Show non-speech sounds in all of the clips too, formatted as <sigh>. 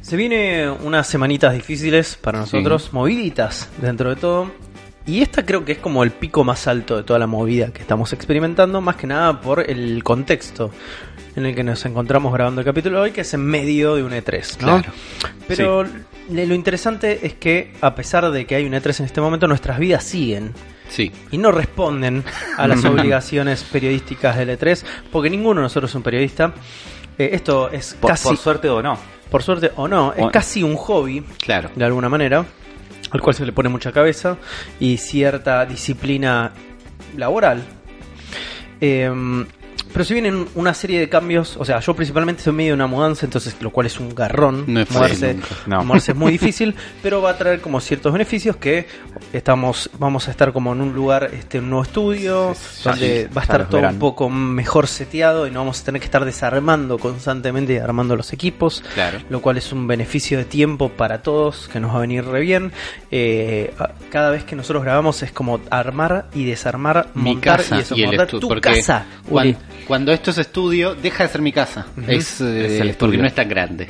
Se viene unas semanitas difíciles para nosotros, moviditas dentro de todo. Y esta creo que es como el pico más alto de toda la movida que estamos experimentando, más que nada por el contexto en el que nos encontramos grabando el capítulo de hoy, que es en medio de un E3, ¿no? Claro. Pero le- lo interesante es que, a pesar de que hay un E3 en este momento, nuestras vidas siguen Sí. y no responden a <laughs> las obligaciones periodísticas del E3, porque ninguno de nosotros es un periodista. Eh, esto es Por, casi, por suerte o no. por suerte o no, es Bueno. casi un hobby, Claro. de alguna manera, al cual se le pone mucha cabeza y cierta disciplina laboral. Eh, pero si vienen una serie de cambios, o sea, yo principalmente estoy en medio de una mudanza, entonces lo cual es un garrón. No es fácil moverse, nunca, <laughs> no. moverse es muy difícil, pero va a traer como ciertos beneficios que estamos, vamos a estar como en un lugar, este, un nuevo estudio, Sí, donde sí, va a ya estar los todo verán. un poco mejor seteado y no vamos a tener que estar desarmando constantemente y armando los equipos Claro. lo cual es un beneficio de tiempo para todos que nos va a venir re bien. Eh, a- cada vez que nosotros grabamos es como armar y desarmar, Mi montar casa y y el desmontar estudio. tu Porque casa. Uli. cuan- cuando esto es estudio, deja de ser mi casa. es, eh, Es el estudio. porque no es tan grande.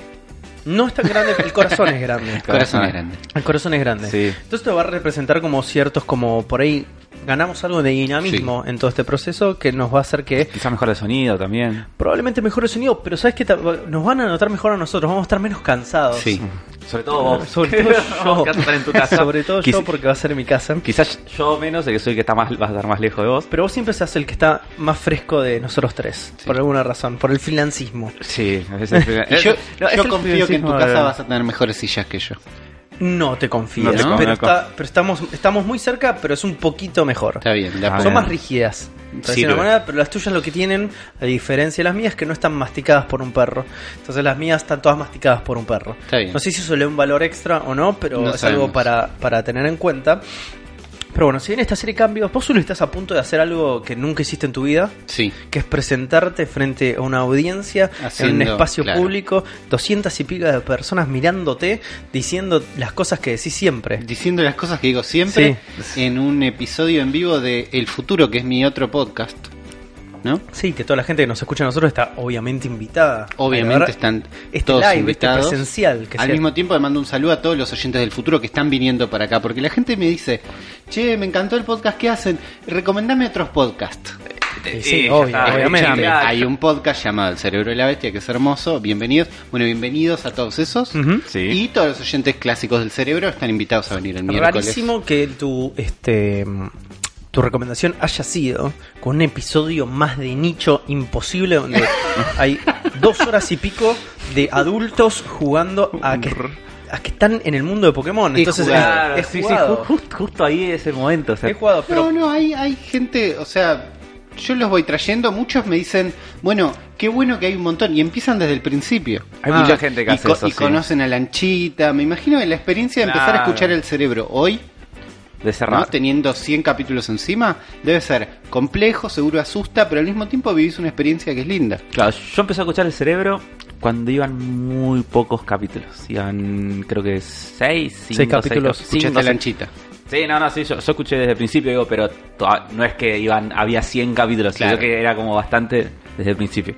No es tan grande, el corazón es <laughs> grande. El corazón Corazón. es grande. El corazón es grande. Sí. Entonces te va a representar como ciertos, como por ahí ganamos algo de dinamismo en todo este proceso que nos va a hacer que Quizás mejor el sonido también. probablemente mejore el sonido, pero sabes que nos van a notar mejor a nosotros, vamos a estar menos cansados. Sí. Sobre todo vos. Sobre todo yo. <laughs> Vamos a estar en tu casa. Sobre todo yo Quis- porque va a ser mi casa. Quizás yo menos, el que soy el que está más, vas a estar más lejos de vos. Pero vos siempre seas el que está más fresco de nosotros tres, por alguna razón, por el financismo. Sí, es el <laughs> primer- Y yo No, es yo el confío que en tu friencismo casa de- vas a tener mejores sillas que yo. No te confíes, No te pero, conozco. está- pero estamos, estamos muy cerca, pero es un poquito mejor. Está bien. la Ah, pongo. Son bien. más rígidas, por decirlo de Sirve. una manera, pero las tuyas lo que tienen, a diferencia de las mías, que no están masticadas por un perro. Entonces las mías están todas masticadas por un perro. Está bien. No sé si eso le da un valor extra o no, pero No es sabemos. algo para, para tener en cuenta. Pero bueno, si bien esta serie de cambios, vos solo estás a punto de hacer algo que nunca hiciste en tu vida. Sí. que es presentarte frente a una audiencia en un Haciendo, espacio claro. público, 200 y pico de personas mirándote, diciendo las cosas que decís siempre. Diciendo las cosas que digo siempre en un episodio en vivo de El Futuro, que es mi otro podcast. ¿No? Sí, que toda la gente que nos escucha a nosotros está obviamente invitada. A ver, Obviamente están este todos live, invitados. este presencial. Que Al sea- mismo tiempo le mando un saludo a todos los oyentes del futuro que están viniendo para acá, porque la gente me dice, che, me encantó el podcast que hacen, recomendame otros podcasts. Sí, Sí, ya obvio, está, obviamente. ya. Hay un podcast llamado El Cerebro de la Bestia, que es hermoso, bienvenidos, bueno, bienvenidos a todos esos. Ujú. Sí. Y todos los oyentes clásicos del cerebro están invitados a venir el miércoles. Rarísimo que tu, este, tu recomendación haya sido con un episodio más de nicho imposible <laughs> donde hay dos horas y pico de adultos jugando a que, a que están en el mundo de Pokémon. Y Entonces Claro, es, es sí, sí, jugado. ju- justo, justo ahí es el momento. o sea, He jugado, pero No, no, hay, hay gente, o sea, yo los voy trayendo, muchos me dicen, bueno, qué bueno que hay un montón, y empiezan desde el principio. Hay mucha gente que y hace eso, Y sí. conocen a Lanchita, me imagino que la experiencia de empezar a Claro. escuchar el cerebro hoy, de ¿no? cerrar. teniendo 100 capítulos encima, debe ser complejo, seguro asusta, pero al mismo tiempo vivís una experiencia que es linda. Claro, yo empecé a escuchar el cerebro cuando iban muy pocos capítulos. Iban, creo que seis, cinco, seis capítulos. cap- Escuchaste cinco, a seis- Lanchita. Sí, no, no, sí, yo, yo escuché desde el principio, digo, pero to- no es que iban, había 100 capítulos, Claro. sino que era como bastante desde el principio.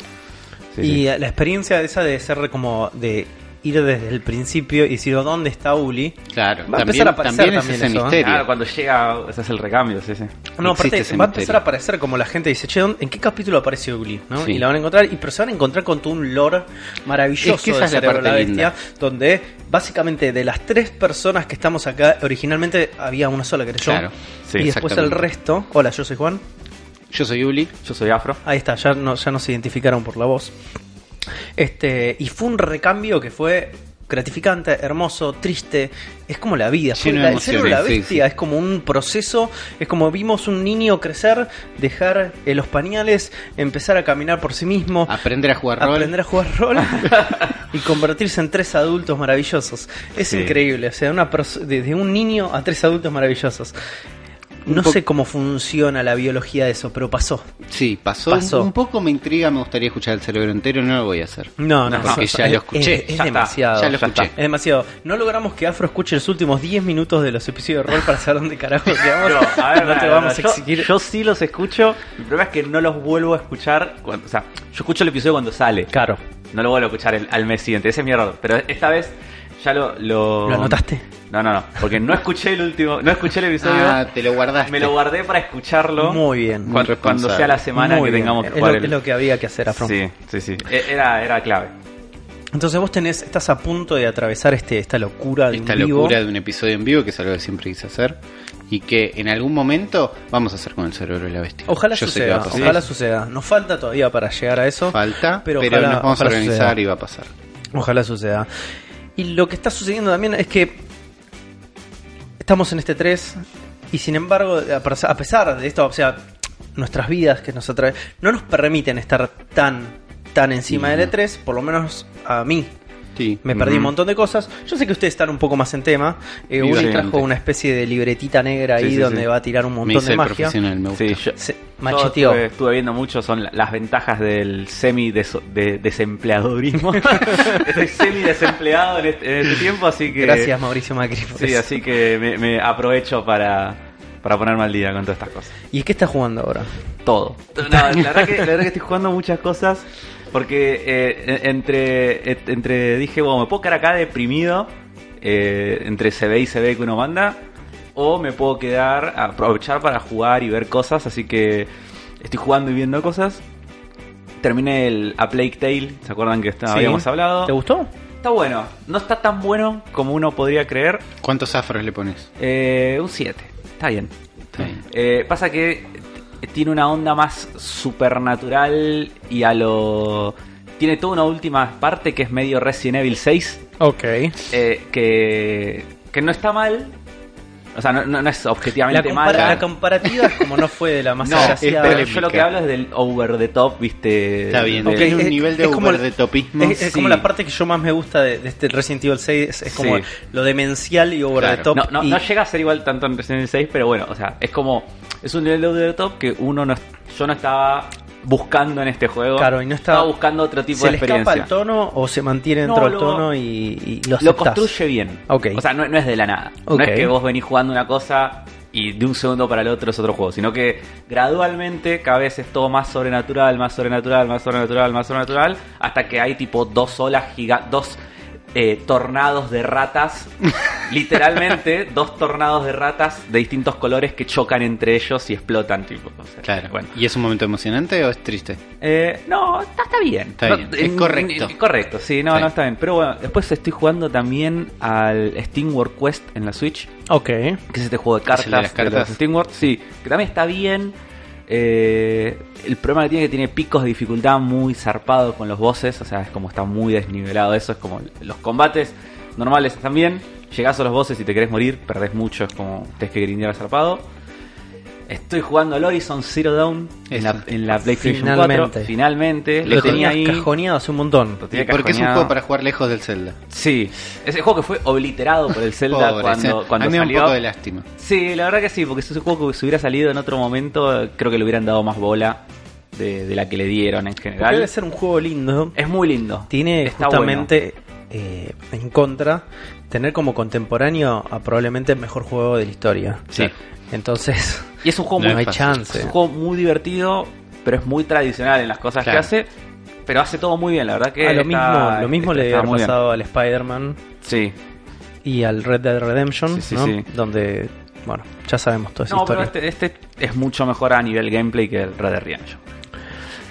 Sí, y sí. eh, la experiencia esa de ser como de ir desde el principio y decir ¿dónde está Uli? Claro, Va a también, empezar a aparecer también es también ese eso, ¿eh? misterio. Claro, cuando llega, ese es el recambio, sí, sí. No, aparte Existe ese va a empezar misterio. a aparecer como la gente dice, che, ¿dónde- ¿en qué capítulo aparece Uli? ¿no? Sí. Y la van a encontrar, y pero se van a encontrar con todo un lore maravilloso Es que esa del es la Cerebro de parte Bestia, donde básicamente de las tres personas que estamos acá, originalmente había una sola que era yo. Claro, sí, y después el exactamente. resto, hola, yo soy Juan, Yo soy Uli. Yo soy afro. Ahí está, ya, no, ya nos identificaron por la voz. Este, y fue un recambio que fue gratificante, hermoso, triste. Es como la vida. Fue Lleno la, de el cerebro de la emociones, sí, bestia es como un proceso. Es como vimos un niño crecer, dejar eh, los pañales, empezar a caminar por sí mismo, Aprender a jugar rol. Oh. aprender a jugar <laughs> rol y convertirse en tres adultos maravillosos. Es Sí. increíble, o sea, una pers- desde un niño a tres adultos maravillosos. Un No po- sé cómo funciona la biología de eso, pero pasó. Sí, pasó. Pasó. Un poco me intriga, me gustaría escuchar el cerebro entero, no lo voy a hacer. No, no, No, porque no, ya es- lo escuché, Es, es ya está, demasiado. ya lo escuché. Es demasiado. No logramos que Afro escuche los últimos 10 minutos de los episodios de rol para saber dónde carajo quedamos. No, a ver, no te no, vamos a no, yo- exigir. Yo, sí los escucho. El problema es que no los vuelvo a escuchar. Cuando, o sea, yo escucho el episodio cuando sale. Claro. No lo vuelvo a escuchar el- al mes siguiente. Ese es mi error. Pero esta vez ya lo. ¿Lo, ¿Lo anotaste? No, no, no. Porque no escuché el último. No escuché el episodio. Ah, te lo guardaste. me lo guardé para escucharlo. Muy bien. cuan- Cuando, responsable. sea la semana Muy que bien. tengamos es que lo, jugar es el- lo que había que hacer, Afron. Sí, sí, sí. E- Era, era clave. Entonces vos tenés, estás a punto de atravesar este, esta locura de Esta un vivo. locura de un episodio en vivo, que es algo que siempre quise hacer. Y que en algún momento vamos a hacer con el cerebro de la bestia. Ojalá Yo sé que va suceda, a pasar. ojalá suceda. Nos falta todavía para llegar a eso. Falta, pero, pero ojalá- nos vamos a ojalá organizar suceda. y va a pasar. Ojalá suceda. Y lo que está sucediendo también es que estamos en este 3 y sin embargo, a pers- a pesar de esto, o sea, nuestras vidas que nos atraen, no nos permiten estar tan, tan encima Sí. del E3, por lo menos a mí. Sí. Me perdí un Ujú. montón de cosas. Yo sé que ustedes están un poco más en tema. Eh, Uri Bastante. trajo una especie de libretita negra Sí, ahí sí, donde sí. va a tirar un Me montón hice de el magia. profesional, me gusta. Sí, yo, Se yo macheteó. Estuve, estuve viendo mucho, son la- las ventajas del semi deso- de- desempleadorismo. <laughs> Estoy semi desempleado en este, en este tiempo, así que. Gracias, Mauricio Macri. por Sí, eso. así que me, me aprovecho para, para ponerme al día con todas estas cosas. ¿Y qué está jugando ahora? todo. No, <laughs> la, verdad que, la verdad que estoy jugando muchas cosas porque eh, entre, et- entre dije, bueno, me puedo quedar acá deprimido eh, entre se ve y se ve que uno manda o me puedo quedar, aprovechar para jugar y ver cosas, así que estoy jugando y viendo cosas. Terminé el A Plague Tale, ¿se acuerdan que está- Sí. habíamos hablado? ¿Te gustó? Está bueno, no está tan bueno como uno podría creer. ¿Cuántos afros le pones? Eh, un 7, está bien. Está bien. Eh, pasa que t- tiene una onda más supernatural y a lo... Tiene toda una última parte que es medio Resident Evil 6, Ok. eh, que, que no está mal. O sea, no, no- no es La, objetivamente compara- mala. la comparativa es como no fue de la más no, es- agraciada. pero polémica. yo lo que hablo es del over the top, viste. Está bien. De- Ok, Tiene un es- nivel de es como over el- de topismo. Es, es como Sí. la parte que yo más me gusta de, de este Resident Evil 6, es, es como Sí. lo demencial y over Claro. the top. No, no, y- no llega a ser igual tanto en Resident Evil 6, pero bueno, o sea, es como. Es un nivel de over the top que uno no. Yo no estaba buscando en este juego. Claro, y no estaba- buscando otro tipo ¿Se de le escapa experiencia. el tono o se mantiene No, dentro del lo- tono y, y lo Lo aceptás? construye bien. Ok. O sea, no, no es de la nada. Ok. No es que vos venís jugando una cosa y de un segundo para el otro es otro juego, sino que gradualmente cada vez es todo más sobrenatural, más sobrenatural, más sobrenatural, más sobrenatural, hasta que hay tipo dos olas gigantes, dos eh, tornados <laughs> de ratas, literalmente dos tornados de ratas de distintos colores que chocan entre ellos y explotan, tipo. o sea, Claro. bueno. ¿Y es un momento emocionante o es triste? Eh, no, está, está bien. Está No, bien, eh, es correcto. eh, correcto, sí, no, Está no bien. está bien. Pero bueno, después estoy jugando también al Steamworld Quest en la Switch, Ok. que es este juego de ¿Es cartas el de las cartas? los SteamWorld, sí, que también está bien. Eh, el problema que tiene es que tiene picos de dificultad muy zarpados con los bosses, o sea, es como está muy desnivelado eso, es como los combates normales están bien, llegás a los bosses y te querés morir, perdés mucho, es como tenés que grindear zarpado. Estoy jugando al Horizon Zero Dawn en la, Eso. en la PlayStation Finalmente. 4, finalmente, lo, Lo tenía tenías ahí. cajoneado hace un montón. Lo tenía Porque es un cajoneado. juego para jugar lejos del Zelda. Sí, es el juego que fue obliterado por el Zelda Pobre, cuando, sí. cuando eh. a mí me da salió. un poco de lástima. Sí, la verdad que sí, porque si ese juego que se hubiera salido en otro momento, creo que le hubieran dado más bola de, de la que le dieron en Porque Debe general. ser un juego lindo. Es muy lindo. Tiene Está justamente eh, en contra tener como contemporáneo a probablemente el mejor juego de la historia. Sí. Entonces, bueno. Y es un juego no es muy hay fácil. chance. es un juego muy divertido, pero es muy tradicional en las cosas Claro. que hace. Pero hace todo muy bien, la verdad que. Ah, lo está- mismo, lo mismo está- le está había muy bien. pasado al Spider-Man Sí, y al Red Dead Redemption, Sí, sí, ¿no? sí. Donde, bueno, ya sabemos toda esa No, pero historia. este, este es mucho mejor a nivel gameplay que el Red Dead Redemption.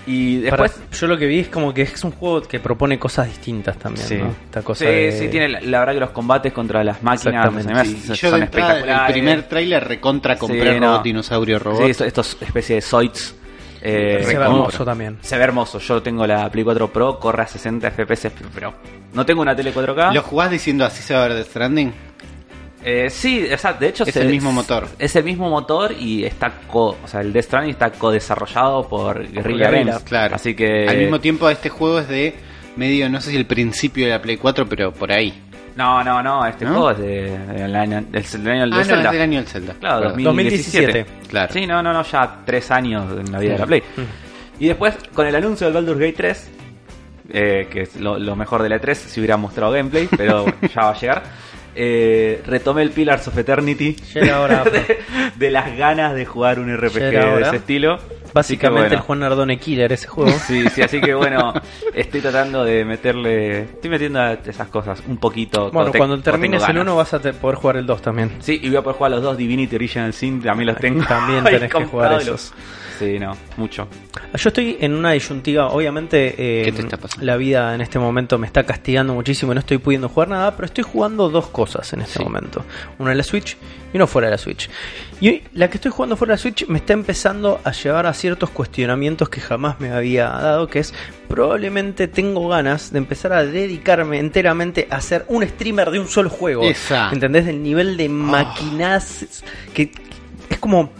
Y Para- este, después... yo lo que vi es como que es un juego que propone cosas distintas también, Sí. ¿no? Esta cosa sí, de- sí, tiene la, la verdad que los combates contra las máquinas los Exactamente. animales Sí, Ah, son yo de entrada, el espectaculares. primer tráiler recontra compré Sí, no. robot, dinosaurio, robot. Sí, esto- estos especie de zoids. eh, Se ve como- hermoso también. Se ve hermoso. Yo tengo la Play 4 Pro, corre a 60 FPS, pero no tengo una tele 4K. ¿Lo jugás diciendo así se va a ver The Stranding? Eh, sí, o sea, de hecho Es el mismo motor. Es el mismo motor y está co, o sea, el Death Stranding está co-desarrollado por Guerrilla Guerrilla, Games, Claro. Así que Al mismo tiempo, este juego es de medio, no sé si el principio de la Play 4, pero por ahí. No, no, no, este ¿No? juego es de, del año, es del año del Ah, no, Zelda. es del año del Zelda. Claro, Perdón. 2017. 2017. Claro. Sí, no, no, no, ya tres años en la vida de la Play. Mm. Y después, con el anuncio del Baldur's Gate 3, eh, que es lo, lo mejor de la 3, si hubiera mostrado gameplay, <laughs> pero bueno, ya va a llegar. eh, retomé el Pillars of Eternity <laughs> Llega ahora, Afro. de las ganas de jugar un RPG Ya era de hora. ese estilo. Básicamente bueno. el Juan Nardone Killer ese juego. Sí, sí, así que bueno, estoy tratando de meterle. Estoy metiendo a esas cosas un poquito. bueno, te- cuando termines tengo el ganas. 1 vas a te- poder jugar el 2 también. Sí, y voy a poder jugar los dos Divinity Original Sin, también los tengo. También <laughs> ahí tenés que jugar comprados. esos. Sí, no, mucho. Yo estoy en una disyuntiva, obviamente eh, ¿Qué te está pasando? la vida en este momento me está castigando muchísimo y no estoy pudiendo jugar nada, pero estoy jugando dos cosas en este Sí. momento. Una en la Switch y una fuera de la Switch. Y la que estoy jugando fuera de la Switch me está empezando a llevar a ciertos cuestionamientos que jamás me había dado, que es probablemente tengo ganas de empezar a dedicarme enteramente a ser un streamer de un solo juego. Esa. Ah. ¿Entendés? Del nivel de maquinazas que que es como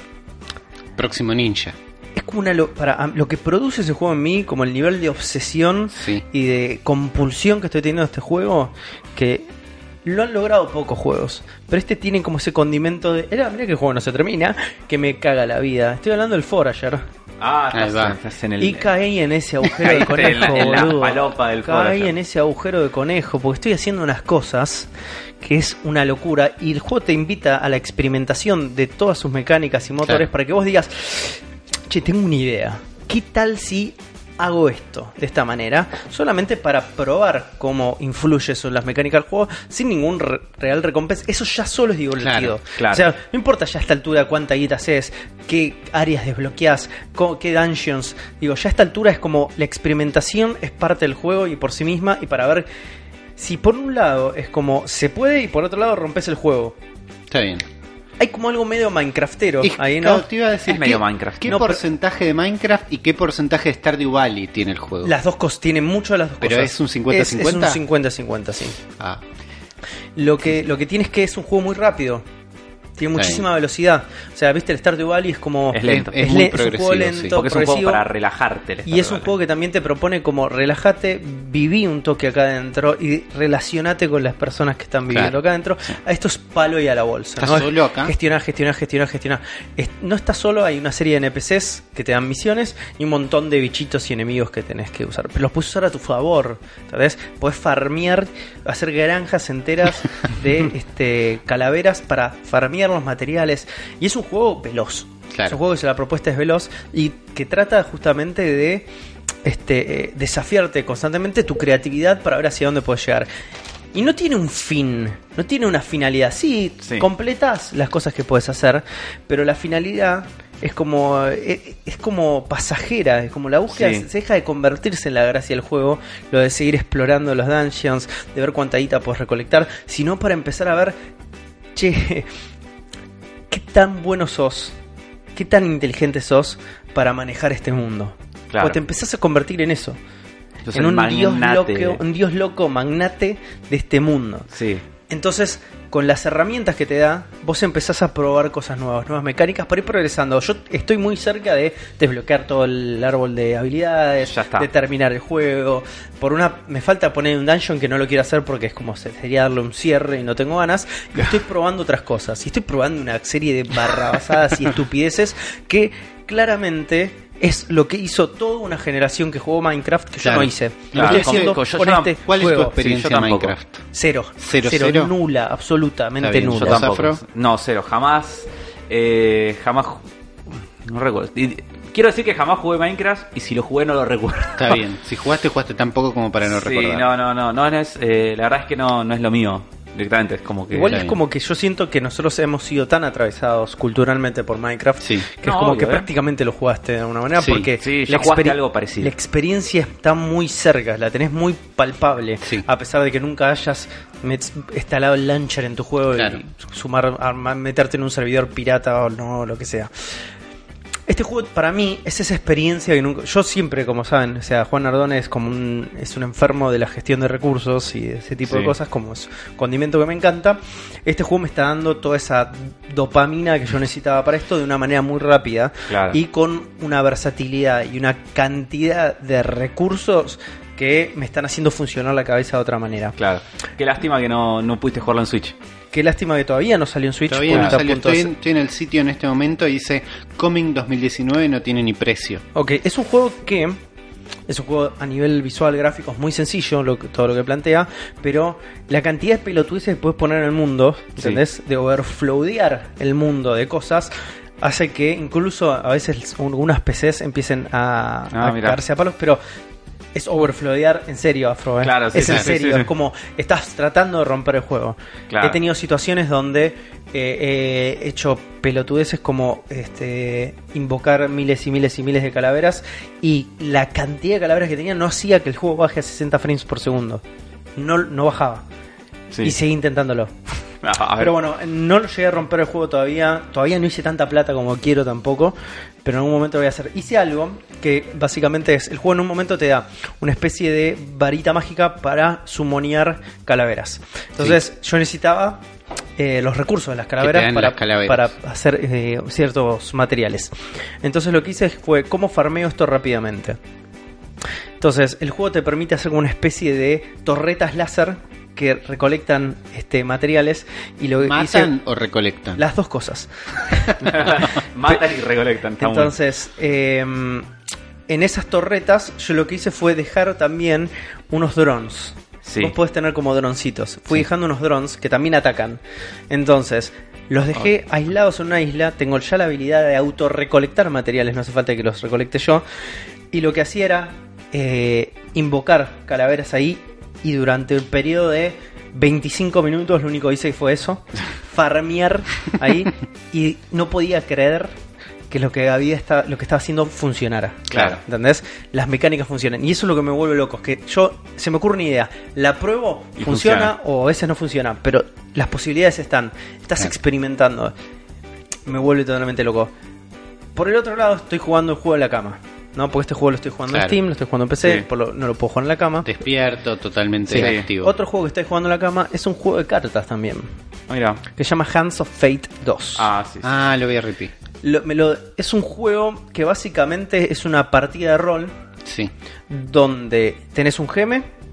Próximo ninja. es como una lo, para a- lo que produce ese juego en mí, como el nivel de obsesión Sí. y de compulsión que estoy teniendo de este juego, que lo han logrado pocos juegos, pero este tiene como ese condimento de, era, mira que el juego no se termina, que me caga la vida. Estoy hablando del Forager Ah, Ahí estás, va. estás en el. y caí en <laughs> ese agujero de Caíste en la- conejo, en la boludo. falopa del Caí Forager. en ese agujero de conejo porque estoy haciendo unas cosas que es una locura y el juego te invita a la experimentación de todas sus mecánicas y motores Claro. para que vos digas, che, tengo una idea. ¿Qué tal si hago esto de esta manera? Solamente para probar cómo influye eso en las mecánicas del juego sin ningún re- real recompensa. Eso ya solo es divertido. Claro, claro. O sea, no importa ya a esta altura cuánta guita haces, qué áreas desbloqueás, co- qué dungeons. Digo, ya a esta altura es como la experimentación es parte del juego y por sí misma y para ver si por un lado es como se puede y por otro lado rompes el juego. Está bien. Hay como algo medio Minecraftero Y, ahí, ¿no? claro, te iba a decir, Es medio ¿qué- Minecraft. ¿Qué No, pero- porcentaje de Minecraft y qué porcentaje de Stardew Valley tiene el juego? Las dos cosas, tienen mucho de las dos Pero cosas. es un 50-50. Es, es un 50-50, sí. Ah, Lo que, lo que tiene es que es un juego muy rápido. Tiene Está muchísima velocidad. O sea, viste, el Stardew Valley es como... Es lento. Es le- muy un juego progresivo, sí. lento, Porque es un juego progresivo. para relajarte. Y el es Stardew un Valley. juego que también te propone como relájate, viví un toque acá adentro y relacionate con las personas que están viviendo Claro. acá adentro. A Esto es palo y a la bolsa. ¿Estás ¿no? Es solo acá? Gestionar, gestionar, gestionar, gestionar. Es- no estás solo, hay una serie de NPCs que te dan misiones y un montón de bichitos y enemigos que tenés que usar. Pero los puedes usar a tu favor, ¿sabes? Podés farmear, hacer granjas enteras de este, calaveras para farmear los materiales. Y es un juego veloz. Claro. Es un juego que la propuesta es veloz y que trata justamente de este, eh, desafiarte constantemente tu creatividad para ver hacia dónde puedes llegar. Y no tiene un fin, no tiene una finalidad. Sí, Sí. completas las cosas que puedes hacer, pero la finalidad es como eh, es como pasajera, es como la búsqueda Sí. se deja de convertirse en la gracia del juego, lo de seguir explorando los dungeons, de ver cuánta guita puedes recolectar, sino para empezar a ver, che, qué tan bueno sos, qué tan inteligente sos para manejar este mundo. Claro. O te empezás a convertir en eso, Entonces, en el un dios, magnate- loco, un dios loco magnate de este mundo. Sí. Entonces, con las herramientas que te da, vos empezás a probar cosas nuevas, nuevas mecánicas para ir progresando. Yo estoy muy cerca de desbloquear todo el árbol de habilidades, Ya está. de terminar el juego. Por una, me falta poner un dungeon que no lo quiero hacer porque es como se- sería darle un cierre y no tengo ganas. Y estoy probando otras cosas. Y estoy probando una serie de barrabasadas y estupideces que claramente es lo que hizo toda una generación que jugó Minecraft que Claro. yo no hice. Claro. Lo estoy haciendo Yo- yo- con yo- este ¿Cuál es tu juego. experiencia Sí, yo en tampoco. Minecraft? Cero. Cero, cero. Nula, absolutamente Está bien, nula. Yo ¿Vos, tampoco. Afro? No, cero, jamás. eh, jamás. No recuerdo. Y- Quiero decir que jamás jugué Minecraft y si lo jugué no <laughs> lo recuerdo. Está bien. Si jugaste, jugaste tan poco como para no sí, recordar. no, no, no, no, no es, eh, la verdad es que no, no es lo mío. Directamente, es como que. Igual Está es bien. como que yo siento que nosotros hemos sido tan atravesados culturalmente por Minecraft Sí. que es No, como obvio, que eh. prácticamente lo jugaste de alguna manera Sí, porque sí, ya jugaste experi- algo parecido. la experiencia está muy cerca, la tenés muy palpable, Sí. a pesar de que nunca hayas met- instalado el launcher en tu juego Claro. y sumar, arma- meterte en un servidor pirata o no, lo que sea. Este juego para mí es esa experiencia que nunca. Yo siempre, como saben, o sea, Juan Nardone es como un, es un enfermo de la gestión de recursos y de ese tipo de Sí. cosas, como es un condimento que me encanta. Este juego me está dando toda esa dopamina Mm. que yo necesitaba para esto de una manera muy rápida Claro. y con una versatilidad y una cantidad de recursos que me están haciendo funcionar la cabeza de otra manera. Claro. Qué lástima que no, no pudiste jugarlo en Switch. Qué lástima que todavía no salió en Switch. Todavía porque no está a salió. punto de Estoy en, estoy en el sitio en este momento y dice Coming 2019 no tiene ni precio. Ok, es un juego que es un juego a nivel visual, gráfico, es muy sencillo lo que- todo lo que plantea, pero la cantidad de pelotudeces que puedes poner en el mundo, ¿entendés? De overflowdear el mundo de cosas, hace que incluso a veces algunas PCs empiecen a, Ah, a mirá. cagarse a palos, pero es overflodear en serio, Afro. ¿eh? Claro, sí, es en sí, sí, serio, sí, sí. es como estás tratando de romper el juego. Claro. He tenido situaciones donde eh, he hecho pelotudeces como este invocar miles y miles y miles de calaveras y la cantidad de calaveras que tenía no hacía que el juego baje a 60 frames por segundo. No, no bajaba. Sí. Y seguí intentándolo. Ah, <laughs> a ver. Pero bueno, no lo llegué a romper el juego todavía. Todavía no hice tanta plata como quiero tampoco. Pero en algún momento lo voy a hacer. Hice algo que básicamente es: el juego en un momento te da una especie de varita mágica para sumonear calaveras. Entonces, yo necesitaba eh, los recursos de las te calaveras dan para, las calaveras. para hacer eh, ciertos materiales. Entonces, lo que hice fue: ¿cómo farmeo esto rápidamente? Entonces, el juego te permite hacer como una especie de torretas láser que recolectan este, materiales y lo que ¿Matan hice- o Ah. recolectan? las dos cosas. <laughs> Matan y recolectan. está bueno. Entonces, eh, en esas torretas yo lo que hice fue dejar también unos drones. Sí. Vos podés tener como droncitos. Fui dejando unos drones que también atacan. Entonces, los dejé aislados en una isla. Tengo ya la habilidad de autorrecolectar materiales. No hace falta que los recolecte yo. Y lo que hacía era eh, invocar calaveras ahí. Y durante un periodo de 25 minutos, lo único que hice fue eso: farmear ahí. y no podía creer que lo que había esta- lo que estaba haciendo funcionara. Claro. ¿Entendés? Las mecánicas funcionan. Y eso es lo que me vuelve loco. Es que yo, se me ocurre una idea. La pruebo, Y funciona, o a veces no funciona. Pero las posibilidades están. Estás Claro. experimentando. Me vuelve totalmente loco. Por el otro lado, estoy jugando el juego de la cama. ¿No? Porque este juego lo estoy jugando en Claro. Steam, lo estoy jugando en PC, Sí. por lo- no lo puedo jugar en la cama. Despierto, totalmente Sí. activo. Otro juego que estoy jugando en la cama es un juego de cartas también, Ah, Mira. que se llama Hands of Fate 2. Ah, sí. sí. Ah, lo voy a repetir. Lo- me lo- es un juego que básicamente es una partida de rol Sí. donde tenés un geme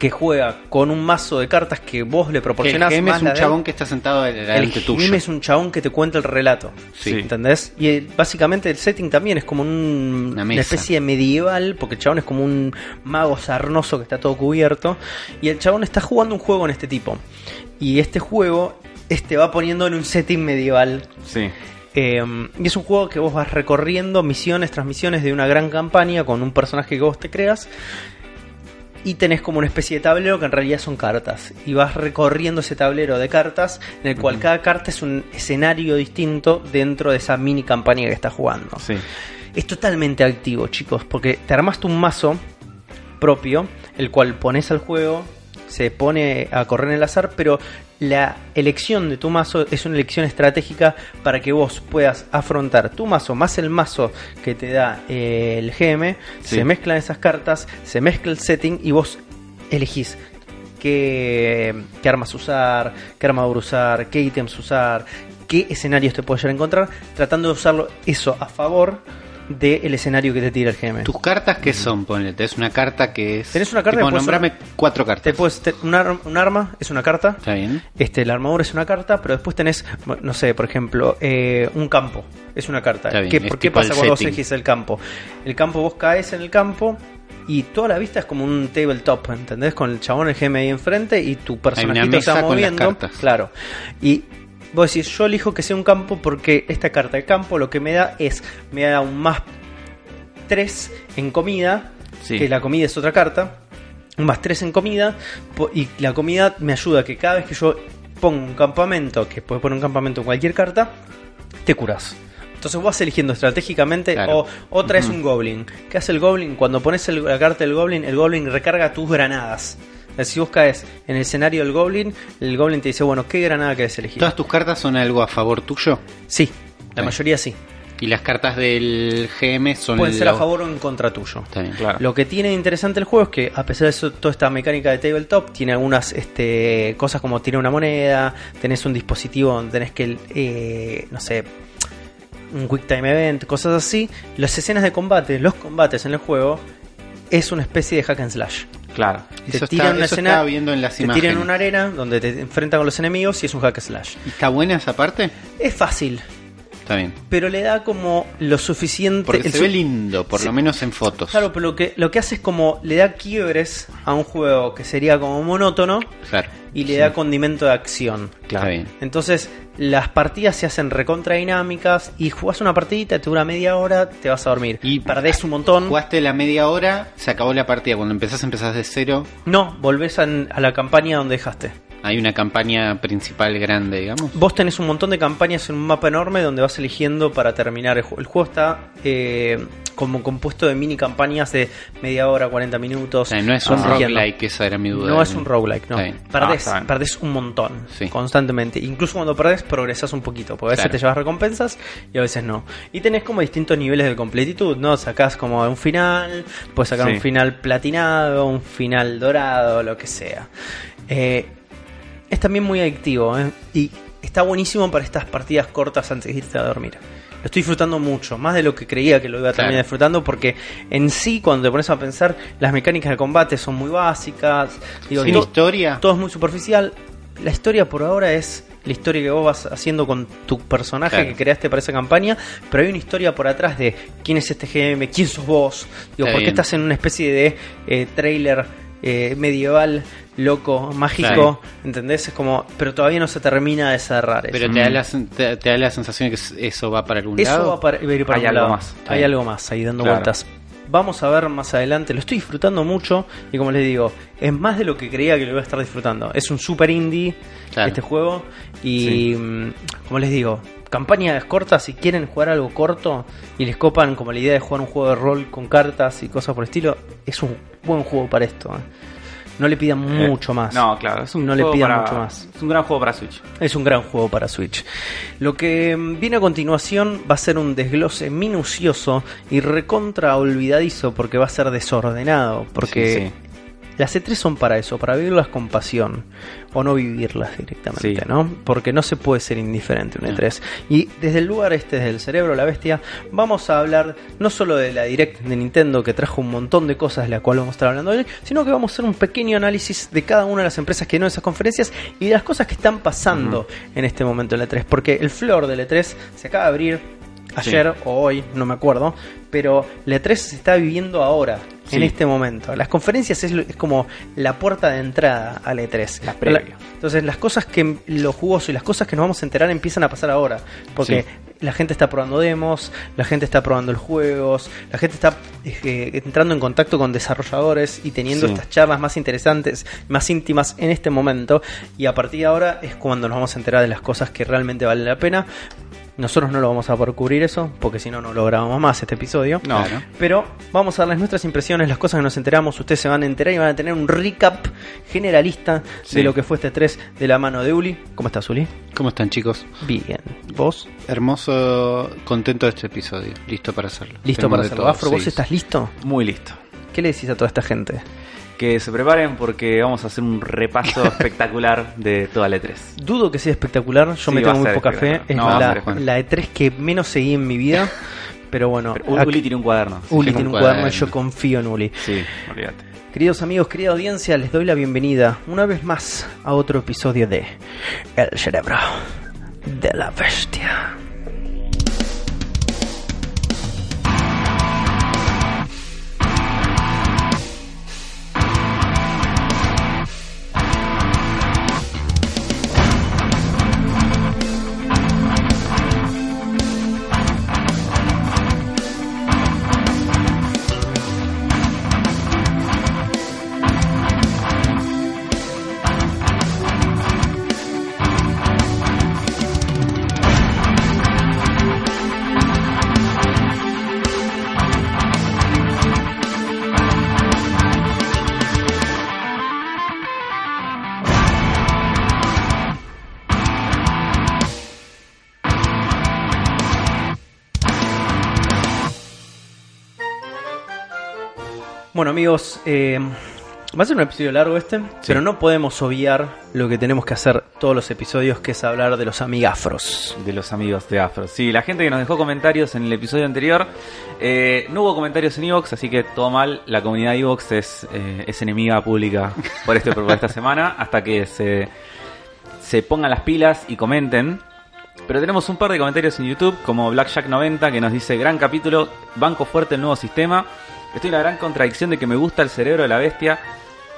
que juega con un mazo de cartas que vos le Que el proporcionás. GM más es la un de- chabón que está sentado el delante tuyo. geme es un chabón que te cuenta el relato. Sí. ¿Entendés? Y eh, básicamente el setting también es como un- Una una, mesa. especie de medieval, porque el chabón es como un mago sarnoso que está todo cubierto. Y el chabón está jugando un juego en este tipo. Y este juego este va poniendo en un setting medieval Sí. eh, y es un juego que vos vas recorriendo misiones tras misiones de una gran campaña con un personaje que vos te creas. Y tenés como una especie de tablero que en realidad son cartas. Y vas recorriendo ese tablero de cartas, en el cual cada carta es un escenario distinto dentro de esa mini campaña que estás jugando. Sí. Es totalmente activo, chicos, porque te armaste un mazo propio, el cual pones al juego, se pone a correr en el azar, pero la elección de tu mazo es una elección estratégica para que vos puedas afrontar tu mazo más el mazo que te da eh, el GM, Sí. se mezclan esas cartas, se mezcla el setting y vos elegís. Qué, qué armas usar, qué armadura usar, qué ítems usar, qué escenarios te puedes llegar a encontrar, tratando de usarlo eso a favor del escenario que te tira el GM. ¿Tus cartas qué son? Ponle, tenés una carta que es... Tenés una carta tipo, que puede ser- nombrame cuatro cartas. Te puedes te- un, ar- un arma es una carta. ¿Está bien? Este, la armadura es una carta, pero después tenés, bueno, no sé, por ejemplo, eh, un campo. Es una carta. Está bien, ¿Qué, es ¿Por qué tipo el pasa cuando vos setting. elegís el campo? El campo, vos caes en el campo y toda la vista es como un tabletop, ¿entendés? Con el chabón, el GM ahí enfrente y tu personajito se mesa va con las moviendo. cartas. Claro. Y vos decís, yo elijo que sea un campo porque esta carta de campo lo que me da es, me da un más 3 en comida, Sí. que la comida es otra carta, un más 3 en comida, po- y la comida me ayuda que cada vez que yo pongo un campamento, que puedes poner un campamento en cualquier carta, te curas. Entonces vos vas eligiendo estratégicamente, Claro. o otra es un goblin. ¿Qué hace el goblin? Cuando pones el- la carta del goblin, el goblin recarga tus granadas. Es decir, Si vos caes en el escenario del goblin, el goblin te dice, bueno, ¿qué granada querés elegir? ¿Todas tus cartas son algo a favor tuyo? Sí, la Sí. mayoría sí. Y las cartas del GM son... Pueden ser lo- a favor o en contra tuyo. Está bien. Claro. Lo que tiene de interesante el juego es que, a pesar de eso, toda esta mecánica de tabletop tiene algunas este, cosas como tirar una moneda, tenés un dispositivo donde tenés que, eh, no sé, un quick time event, cosas así. Las escenas de combate, los combates en el juego, es una especie de hack and slash. Claro. Te Eso, tiran está, una eso escena, estaba viendo en las Te imágenes. tiran una arena donde te enfrentan con los enemigos y es un hack and slash. ¿Y ¿Está buena esa parte? Es fácil. Está bien. pero le da como lo suficiente. Porque el se su- ve lindo, por lo menos en fotos. Claro, pero lo que, lo que hace es como le da quiebres a un juego que sería como monótono Claro. y le da condimento de acción. Está bien. Entonces, las partidas se hacen recontra dinámicas y jugás una partidita, te dura media hora, te vas a dormir. Y- Y perdés un montón. Jugaste la media hora, se acabó la partida. Cuando empezás, empezás de cero. No, volvés a, a la campaña donde dejaste. Hay una campaña principal grande, digamos. Vos tenés un montón de campañas en un mapa enorme donde vas eligiendo para terminar el juego. El juego está eh, como compuesto de mini campañas de media hora, 40 O minutos. sea, no es un Ah. roguelike, esa era mi duda. No es un roguelike, no. Está bien. Ah, Perdés, está bien. perdés un montón Sí. constantemente. Incluso cuando perdés, progresás un poquito. Porque a veces Claro. te llevas recompensas y a veces no. Y tenés como distintos niveles de completitud, ¿no? Sacás como un final, puedes sacar Sí. un final platinado, un final dorado, lo que sea. Eh, es también muy adictivo, ¿eh? Y está buenísimo para estas partidas cortas antes de irte a dormir. Lo estoy disfrutando mucho, más de lo que creía que lo iba a terminar Claro. disfrutando, porque en sí, cuando te pones a pensar, las mecánicas de combate son muy básicas. Digo, Sin to- historia. todo es muy superficial. La historia por ahora es la historia que vos vas haciendo con tu personaje Claro. que creaste para esa campaña, pero hay una historia por atrás de quién es este GM, quién sos vos, digo, por Está qué bien. estás en una especie de eh, trailer eh, medieval, loco, mágico, ¿entendés? Es como, pero todavía no se termina de cerrar eso. Pero te da, la, sen- te, te da la sensación de que es- eso va para algún Eso lado. va para, va a ir para Hay algún algo lado. más. Hay algo más ahí dando Claro. vueltas. Vamos a ver más adelante. Lo estoy disfrutando mucho y como les digo, es más de lo que creía que lo iba a estar disfrutando. Es un super indie Claro. este juego y Sí. mm, como les digo, campañas cortas si quieren jugar algo corto y les copan como la idea de jugar un juego de rol con cartas y cosas por el estilo, es un buen juego para esto. eh. No le pidan Eh, mucho más. No, claro, es un No le juego pidan para- mucho más. Es un gran juego para Switch. Es un gran juego para Switch. Lo que mm, viene a continuación va a ser un desglose minucioso y recontra olvidadizo porque va a ser desordenado. Porque las E3 son para eso, para vivirlas con pasión o no vivirlas directamente, Sí. ¿no? Porque no se puede ser indiferente a un E3. Y desde el lugar este, desde el cerebro de la bestia, vamos a hablar no solo de la Direct de Nintendo que trajo un montón de cosas de las cuales vamos a estar hablando hoy, sino que vamos a hacer un pequeño análisis de cada una de las empresas que no esas conferencias y de las cosas que están pasando en este momento en la E3. Porque el flor de la E3 se acaba de abrir ayer o hoy, no me acuerdo, pero la E3 se está viviendo ahora, Sí. en este momento. Las conferencias es, lo- es como la puerta de entrada a la E3. La previa. La- entonces las cosas que lo jugoso y las cosas que nos vamos a enterar empiezan a pasar ahora, porque Sí. la gente está probando demos, la gente está probando los juegos, la gente está eh, entrando en contacto con desarrolladores y teniendo Sí. estas charlas más interesantes, más íntimas en este momento. Y a partir de ahora es cuando nos vamos a enterar de las cosas que realmente valen la pena. Nosotros no lo vamos a poder cubrir eso, porque si no, no lo grabamos más este episodio. No. Claro. Pero vamos a darles nuestras impresiones, las cosas que nos enteramos, ustedes se van a enterar y van a tener un recap generalista Sí. de lo que fue este 3 de la mano de Uli. ¿Cómo estás, Uli? ¿Cómo están, chicos? Bien. ¿Vos? Hermoso, contento de este episodio. Listo para hacerlo. ¿Listo Tenemos para de hacerlo? todo, Afro, ¿vos sí. estás listo? Muy listo. ¿Qué le decís a toda esta gente? Que se preparen porque vamos a hacer un <laughs> repaso espectacular de toda la E E3. Dudo que sea espectacular, yo Sí, me va tengo a muy ser poca fe. espectacular. Es No, va a la, ser espectacular. la E3 que menos seguí en mi <laughs> vida, pero bueno. Pero ac- Uli tiene un cuaderno. Uli tiene tiene un un cuaderno y cuaderno. yo confío en Uli. Sí, olvídate. Queridos amigos, querida audiencia, les doy la bienvenida una vez más a otro episodio de El Cerebro de la Bestia. Bueno amigos, eh, va a ser un episodio largo este, pero no podemos obviar lo que tenemos que hacer todos los episodios, que es hablar de los amigafros. De los amigos de Afro. Sí, la gente que nos dejó comentarios en el episodio anterior. eh, no hubo comentarios en Evox, así que todo mal. La comunidad Evox es, eh, es enemiga pública por, este, por esta semana. Hasta que se, se pongan las pilas y comenten. Pero tenemos un par de comentarios en YouTube, como Blackjack90, que nos dice: Gran capítulo, banco fuerte el nuevo sistema. Estoy en la gran contradicción de que me gusta el cerebro de la bestia,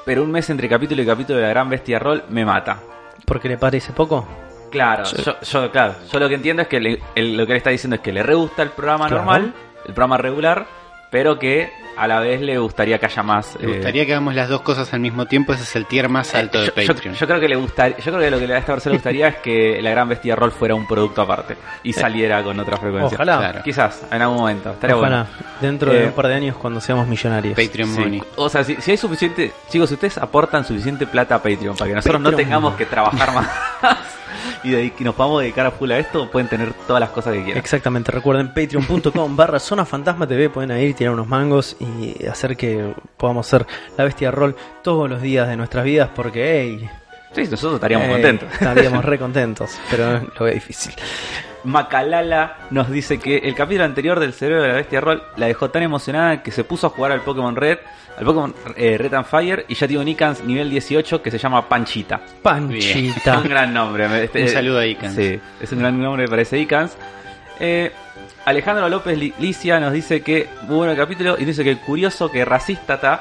pero un mes entre capítulo y capítulo de la gran bestia roll me mata. Porque le parece poco. Claro, yo, yo- claro, yo lo que entiendo es que le- el- lo que él está diciendo es que le re gusta el programa Claro. normal, el programa regular, pero que a la vez le gustaría que haya más. Me eh, gustaría que hagamos las dos cosas al mismo tiempo, ese es el tier más eh, alto de yo, yo- Patreon. yo creo que le gustaría, yo creo que lo que a esta persona le gustaría es que la gran bestia roll fuera un producto aparte y saliera con otra frecuencia. Ojalá. Claro. Quizás, en algún momento. Estaría Ojalá. bueno. Dentro Eh, de un par de años cuando seamos millonarios. Patreon Sí. Money. O sea, si, si hay suficiente, chicos, si ustedes aportan suficiente plata a Patreon para que nosotros no Patreon. tengamos que trabajar más <laughs> y de- que nos podamos dedicar a full a esto, pueden tener todas las cosas que quieran. Exactamente, recuerden patreon.com barra zona fantasma TV, pueden ir, tirar unos mangos y hacer que podamos ser la bestia roll todos los días de nuestras vidas porque, hey, Sí, nosotros estaríamos hey, contentos. <laughs> Estaríamos re contentos, pero lo veo difícil. Macalala nos dice que el capítulo anterior del cerebro de la bestia roll la dejó tan emocionada que se puso a jugar al Pokémon Red, al Pokémon eh, Red and Fire y ya tiene un Icans nivel 18 que se llama Panchita. Panchita. Un gran nombre. me- este- Un saludo a Icans. Sí, es un gran nombre para ese Icans. Eh, Alejandro López Li- Licia nos dice que muy bueno el capítulo y dice que el curioso que racista está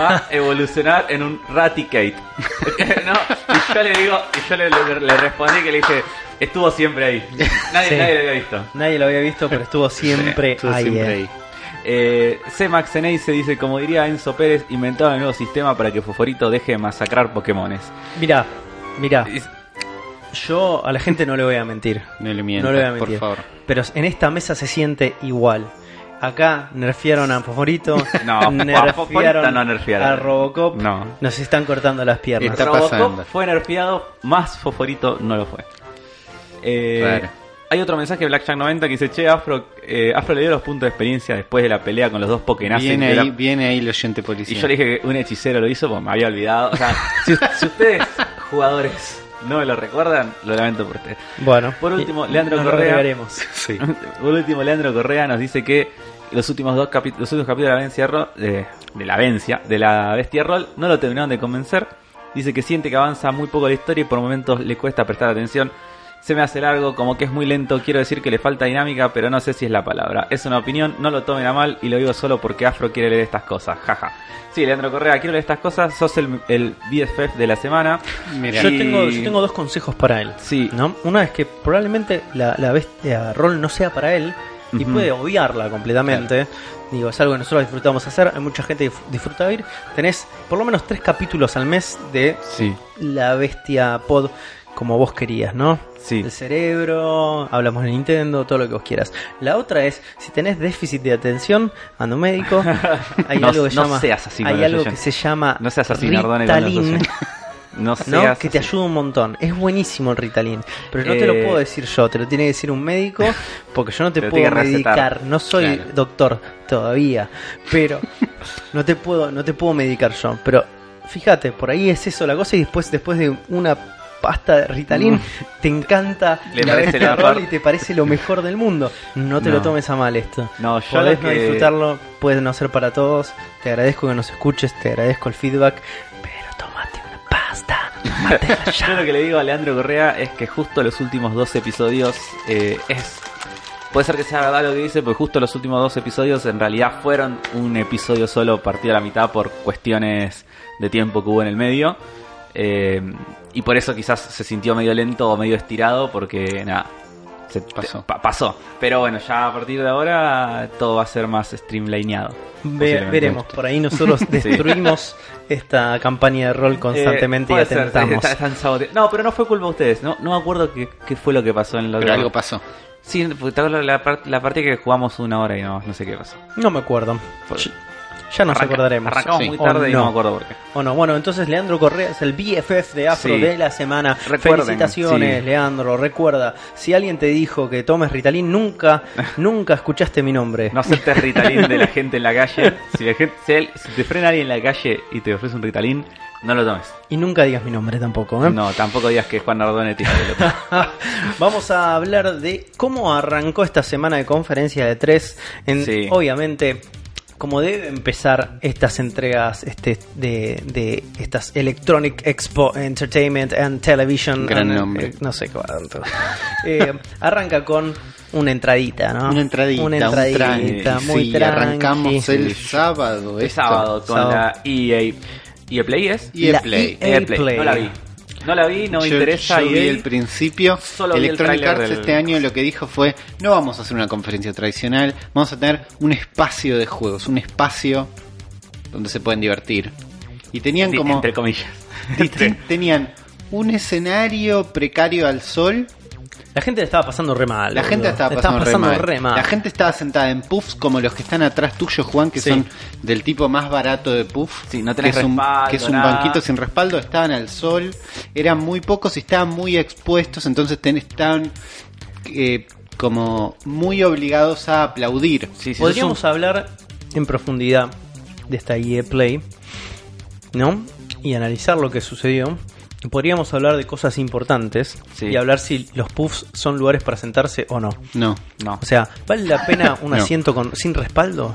va a evolucionar en un Raticate. <laughs> no, y yo le digo, y yo le, le- le respondí que le dije, estuvo siempre ahí. Nadie, Sí. nadie lo había visto. Nadie lo había visto, pero estuvo siempre Estuvo ahí. siempre eh. ahí. Eh, C-Max se dice, como diría Enzo Pérez, inventaron el nuevo sistema para que Foforito deje de masacrar Pokémones. Mirá, mirá, Y- yo a la gente no le voy a mentir, No le mientas, No le voy a por mentir. favor. pero en esta mesa se siente igual. Acá nerfearon a Fosforito, <laughs> No, a Fosforito no nerfearon. a Robocop, No. nos están cortando las piernas. Está Robocop pasando. fue nerfeado, más Fosforito no lo fue. Eh, Raro. hay otro mensaje de BlackJack90 que dice, che, Afro, eh, Afro le dio los puntos de experiencia después de la pelea con los dos Pokénazis. Viene de la- ahí, viene ahí el oyente Y policía. yo le dije que un hechicero lo hizo, porque me había olvidado. O sea, si, si ustedes, <laughs> jugadores, no me lo recuerdan, lo lamento por ustedes. Bueno, Por último, y- Leandro nos lo Correa. agregaremos. Sí. <laughs> Por último, Leandro Correa nos dice que los últimos dos capi- los últimos capítulos de la Vencia Ro- de, de la Vencia, de la Bestia Roll, no lo terminaron de convencer. Dice que siente que avanza muy poco la historia y por momentos le cuesta prestar atención. Se me hace largo, como que es muy lento, quiero decir que le falta dinámica, pero no sé si es la palabra. Es una opinión, no lo tomen a mal y lo digo solo porque Afro quiere leer estas cosas, jaja. Sí, Leandro Correa, quiero leer estas cosas, sos el, el BFF de la semana. Mira, Yo Y- tengo, yo tengo dos consejos para él. Sí. ¿no? Una es que probablemente la, la bestia rol no sea para él y Ujú. puede obviarla completamente. Digo, es algo que nosotros disfrutamos hacer, hay mucha gente que dif- disfruta ir. Tenés por lo menos tres capítulos al mes de Sí, la bestia pod como vos querías, ¿no? sí. El cerebro, hablamos de Nintendo, todo lo que vos quieras. La otra es, si tenés déficit de atención, ando <laughs> médico, hay No- algo que no llama- seas así con hay la algo asociación. que se llama No seas así, Nardone, con la Ritalin, asociación. <laughs> No ¿no? seas que te así. ayuda un montón. Es buenísimo el Ritalin, pero no te lo Eh, puedo decir yo, te lo tiene que decir un <laughs> médico, porque yo no te Te lo puedo tiene que recetar. medicar, no soy Claro. doctor todavía, <laughs> pero no te puedo no te puedo medicar yo, pero fíjate, por ahí es eso la cosa y después después de una pasta de Ritalin te encanta Le la parece Beta la Roll par- y te parece Mm. lo mejor del mundo. No te No. lo tomes a mal esto. No, yo Podés lo no que- disfrutarlo, puede no ser para todos. Te agradezco que nos escuches, te agradezco el feedback, pero tomate una <laughs> pasta. tomatela Yo ya. lo que le digo a Leandro Correa es que justo los últimos dos episodios eh, es. Puede ser que sea verdad lo que dice, porque justo los últimos dos episodios en realidad fueron un episodio solo partido a la mitad por cuestiones de tiempo que hubo en el medio. Eh, y por eso quizás se sintió medio lento o medio estirado, porque nada. Se Pasó. pa- pasó. Pero bueno, ya a partir de ahora todo va a ser más streamlineado. Ve- veremos, por ahí <laughs> nosotros <laughs> destruimos esta campaña de rol constantemente y Eh, puede ser, atentamos. está- están sabote- no, pero no fue culpa de ustedes. No, no me acuerdo qué, qué fue lo que pasó en la pero otra- algo pasó. Sí, porque te acuerdas la, par- la partida que jugamos una hora y no, no sé qué pasó. No me acuerdo. Fue- Ya nos Arranca- acordaremos. Arrancamos Sí. muy O tarde y no Oh, no. me acuerdo por qué. ¿O no? Bueno, entonces Leandro Correa es el BFF de Afro Sí. de la semana. Recuerden, Felicitaciones, sí. Leandro. Recuerda, si alguien te dijo que tomes Ritalin, <laughs> nunca, nunca escuchaste mi nombre. No aceptes Ritalin de la gente en la calle. Si, la gente- si él- si te frena alguien en la calle y te ofrece un Ritalin, no lo tomes. Y nunca digas mi nombre tampoco. ¿eh? No, tampoco digas que Juan Nardone te hizo <laughs> lo- Vamos a hablar de cómo arrancó esta semana de conferencia de tres. En, Sí. Obviamente, como debe empezar estas entregas este, de, de estas Electronic Expo Entertainment and Television. Gran and- nombre. eh, no sé cuánto. <laughs> Eh, arranca con una entradita, ¿no? Una entradita, Ah, Una entradita, un tranqui. muy Sí, tranqui. arrancamos el sábado. El esto. sábado con Sábado. la E EA. ¿EA Play es? E Y el La Play. EA Play. No la vi. No la vi, no me yo, interesa. E yo vi EA. el principio. Solo vi el Electronic tráiler Arts del- este año lo que dijo fue, no vamos a hacer una conferencia tradicional, vamos a tener un espacio de juegos, un espacio donde se pueden divertir. Y tenían Di- como Entre comillas. distin- <laughs> tenían un escenario precario al sol La gente le estaba pasando re mal. la boludo. gente estaba Le pasando, re, mal. re mal. La gente estaba sentada en puffs como los que están atrás tuyo, Juan, que Sí. son del tipo más barato de puff. Sí, no tenés que es un, respaldo, que es un nada. banquito sin respaldo. Estaban al sol, eran muy pocos y estaban muy expuestos, entonces ten, estaban eh, como muy obligados a aplaudir. Sí, sí, Podríamos hablar en profundidad de esta EA Play, ¿no? Y analizar lo que sucedió. Y Podríamos hablar de cosas importantes Sí. y hablar si los puffs son lugares para sentarse o no. No. No. O sea, ¿vale la pena un No. asiento con, sin respaldo?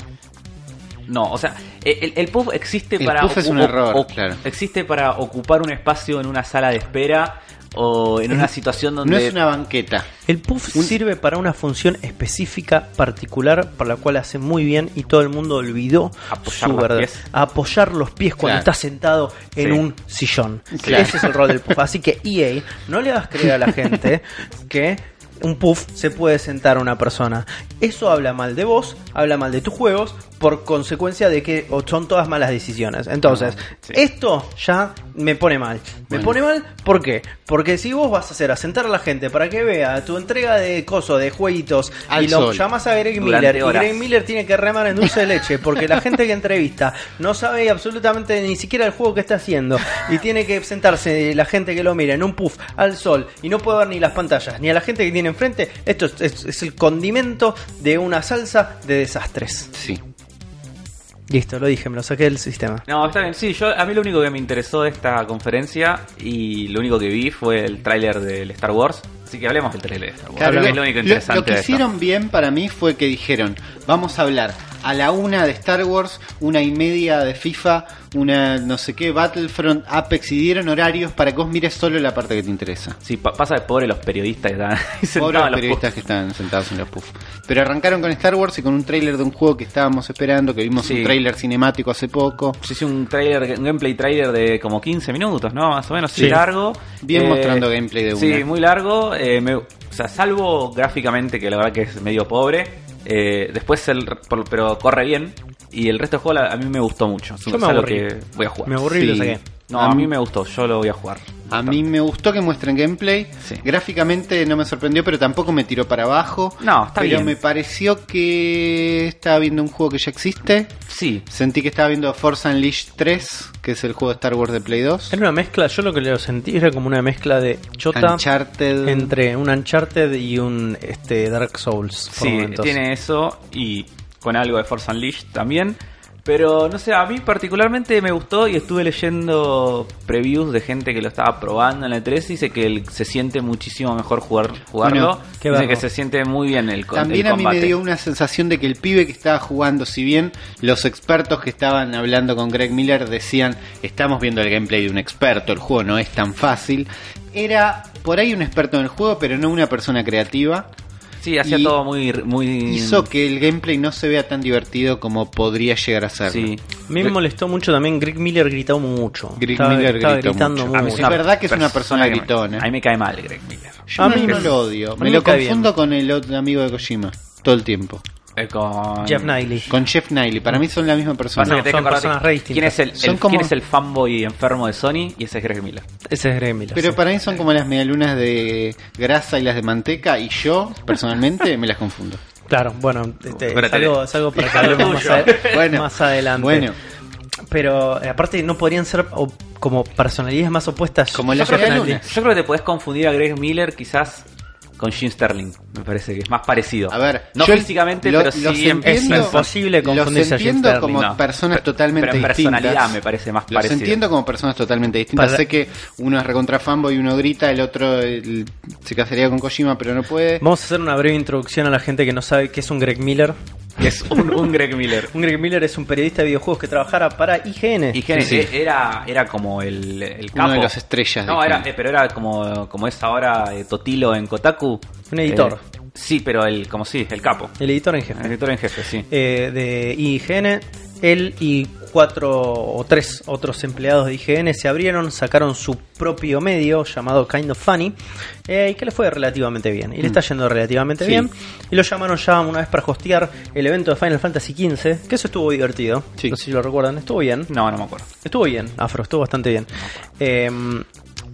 No, o sea, eh, el, el puff existe El para. puff es un o- error, o- claro. Existe para ocupar un espacio en una sala de espera o en una situación donde. No es una banqueta. El puff Un- sirve para una función específica, particular, para la cual hace muy bien y todo el mundo olvidó Apoyar su los verdad. pies. Apoyar los pies cuando Claro. estás sentado en Sí. un sillón. Claro. Ese es el rol del puff. Así que EA, no le hagas creer a la gente que un puff se puede sentar a una persona. Eso habla mal de vos, habla mal de tus juegos, por consecuencia de que o son todas malas decisiones. Entonces, Ah, Sí. esto ya me pone mal. Me Bueno. pone mal, ¿por qué? Porque si vos vas a hacer asentar a la gente para que vea tu entrega de coso, de jueguitos, Al y lo sol. llamas a Greg Durante Miller, y horas. Greg Miller tiene que remar en dulce de leche, porque la gente que entrevista no sabe absolutamente ni siquiera el juego que está haciendo, y tiene que sentarse la gente que lo mira en un puff al sol, y no puede ver ni las pantallas, ni a la gente que tiene enfrente, esto es, es- es el condimento de una salsa de desastres. Sí. Listo, lo dije, me lo saqué del sistema. No, está bien. Sí, yo, a mí lo único que me interesó de esta conferencia y lo único que vi fue el tráiler del Star Wars. Así que hablemos del tráiler de Star Wars. Claro, que lo, es lo único lo- interesante. lo que de esto. hicieron bien para mí fue que dijeron, vamos a hablar a la una de Star Wars, una y media de FIFA, una no sé qué, Battlefront, Apex, y dieron horarios para que vos mires solo la parte que te interesa. Sí, pa- pasa de pobre los periodistas que <laughs> estaban ahí sentados Pobres en los periodistas que están sentados en los puff. Pero arrancaron con Star Wars y con un tráiler de un juego que estábamos esperando, que vimos Sí. un tráiler cinemático hace poco. Yo hice un trailer, un gameplay trailer de como 15 minutos, ¿no? Más o menos, sí, Sí. largo. Eh, Bien mostrando gameplay de Sí, una. muy largo. eh, me- o sea, salvo gráficamente, que la verdad que es medio pobre. eh, después, el, por- pero corre bien. Y el resto del juego la- a mí me gustó mucho. Es Yo me algo aburrí. que voy a jugar. Me aburrí y lo Sí. saqué. No, A a mí- mí me gustó, yo lo voy a jugar. A mí me gustó que muestren gameplay. Sí. Gráficamente no me sorprendió, pero tampoco me tiró para abajo. No, está pero bien. me pareció que estaba viendo un juego que ya existe. Sí, Sentí que estaba viendo Force Unleashed 3, que es el juego de Star Wars de Play 2. Era una mezcla, yo lo que lo sentí era como una mezcla de Chota Uncharted. entre un Uncharted y un este, Dark Souls. por sí, momentos. tiene eso y con algo de Force Unleashed también. Pero no sé, a mí particularmente me gustó y estuve leyendo previews de gente que lo estaba probando en la 3 y dice que el- se siente muchísimo mejor jugar, jugarlo. Bueno, qué dice barro. que se siente muy bien el, co- el También a mí combate. me dio una sensación de que el pibe que estaba jugando, si bien los expertos que estaban hablando con Greg Miller decían, estamos viendo el gameplay de un experto, el juego no es tan fácil, era por ahí un experto en el juego, pero no una persona creativa. Sí, hacía y- todo muy... muy Em, Hizo que el gameplay no se vea tan divertido como podría llegar a ser. Sí. Me molestó mucho también, Greg Miller gritó mucho. Greg Miller gritó gritando mucho. A mí mucho. sí. verdad que es una persona ¿eh? que me- gritona. A mí me cae mal Greg Miller. Yo A no, mí no me- lo odio, a me mí lo me cae bien. confundo con el otro amigo de Kojima, todo el tiempo. Eh, Con... Jeff Niley. Con Jeff Niley, para mí son la misma persona. Pasa No, que tenés que son acordarte personas re ¿Quién distintas. es el, el- Son como- quién es el fanboy enfermo de Sony? Y ese es Greg Miller. Ese es Greg Miller. Pero sí. para mí son como las medialunas de grasa y las de manteca y yo personalmente me las <laughs> confundo. Claro, bueno, este, Espérate. es, algo, es algo <laughs> para que Hija de hablemos más, tuyo. a- Bueno. más adelante. Bueno, Pero eh, aparte no podrían ser o- como personalidades más opuestas. como Yo las creo que- medialunas. Yo creo que te podés confundir a Greg Miller quizás con Jim Sterling. Me parece que es más parecido. A ver, no yo físicamente, lo- pero los sí en entiendo- Es imposible Los confundirse a Jim entiendo Sterling, como no. personas totalmente pero en distintas. personalidad me parece más Los parecido. entiendo como personas totalmente distintas. Para- Sé que uno es recontra fanboy y uno grita, el otro el- se casaría con Kojima, pero no puede. Vamos a hacer una breve introducción a la gente que no sabe qué es un Greg Miller. Es un, un Greg Miller. Un Greg Miller es un periodista de videojuegos que trabajara para IGN. Y Genesis Sí, sí. Era, era como el, el Uno capo. de los estrellas de No, era, Genesis. eh, pero era como, como es ahora eh, Totilo en Kotaku. Un editor. Eh, sí, pero el, como sí, el capo. El editor en El jefe. editor en jefe, sí. eh, de IGN. Él y cuatro o tres otros empleados de IGN se abrieron, sacaron su propio medio llamado Kind of Funny, eh, y que le fue relativamente bien. Y le está yendo relativamente Mm. Sí. bien. Y lo llamaron ya una vez para hostear el evento de Final Fantasy XV, que eso estuvo divertido. Sí. No sé si lo recuerdan, estuvo bien. No, no me acuerdo. Estuvo bien, Afro, estuvo bastante bien. Eh,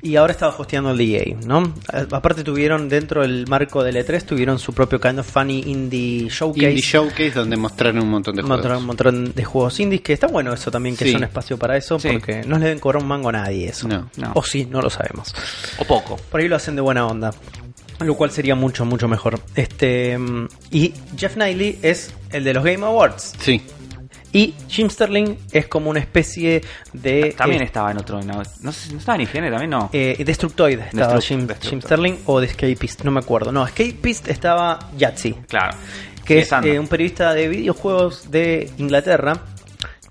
y ahora estaba hosteando el DA, ¿no? A- Aparte tuvieron, dentro del marco del E3, tuvieron su propio Kind of Funny Indie Showcase. Indie Showcase donde mostraron un montón de Un montón- juegos. un montón de juegos indies que está bueno eso también que Sí. es un espacio para eso Sí. porque no le deben cobrar un mango a nadie eso No, no. o sí no lo sabemos O poco. por ahí lo hacen de buena onda lo cual sería mucho mucho mejor este mm, y Jeff Knightley es el de los Game Awards <laughs> Sí, y Jim Sterling es como una especie de Ah, También eh, estaba en otro. No, no, sé, no estaba en higiene también, no. eh, Destructoid estaba Destruct- Jim, Destructoid. Jim Sterling o de Escapist no me acuerdo no Escapist estaba Yahtzee claro. que Sí, es Sandra. eh, un periodista de videojuegos de Inglaterra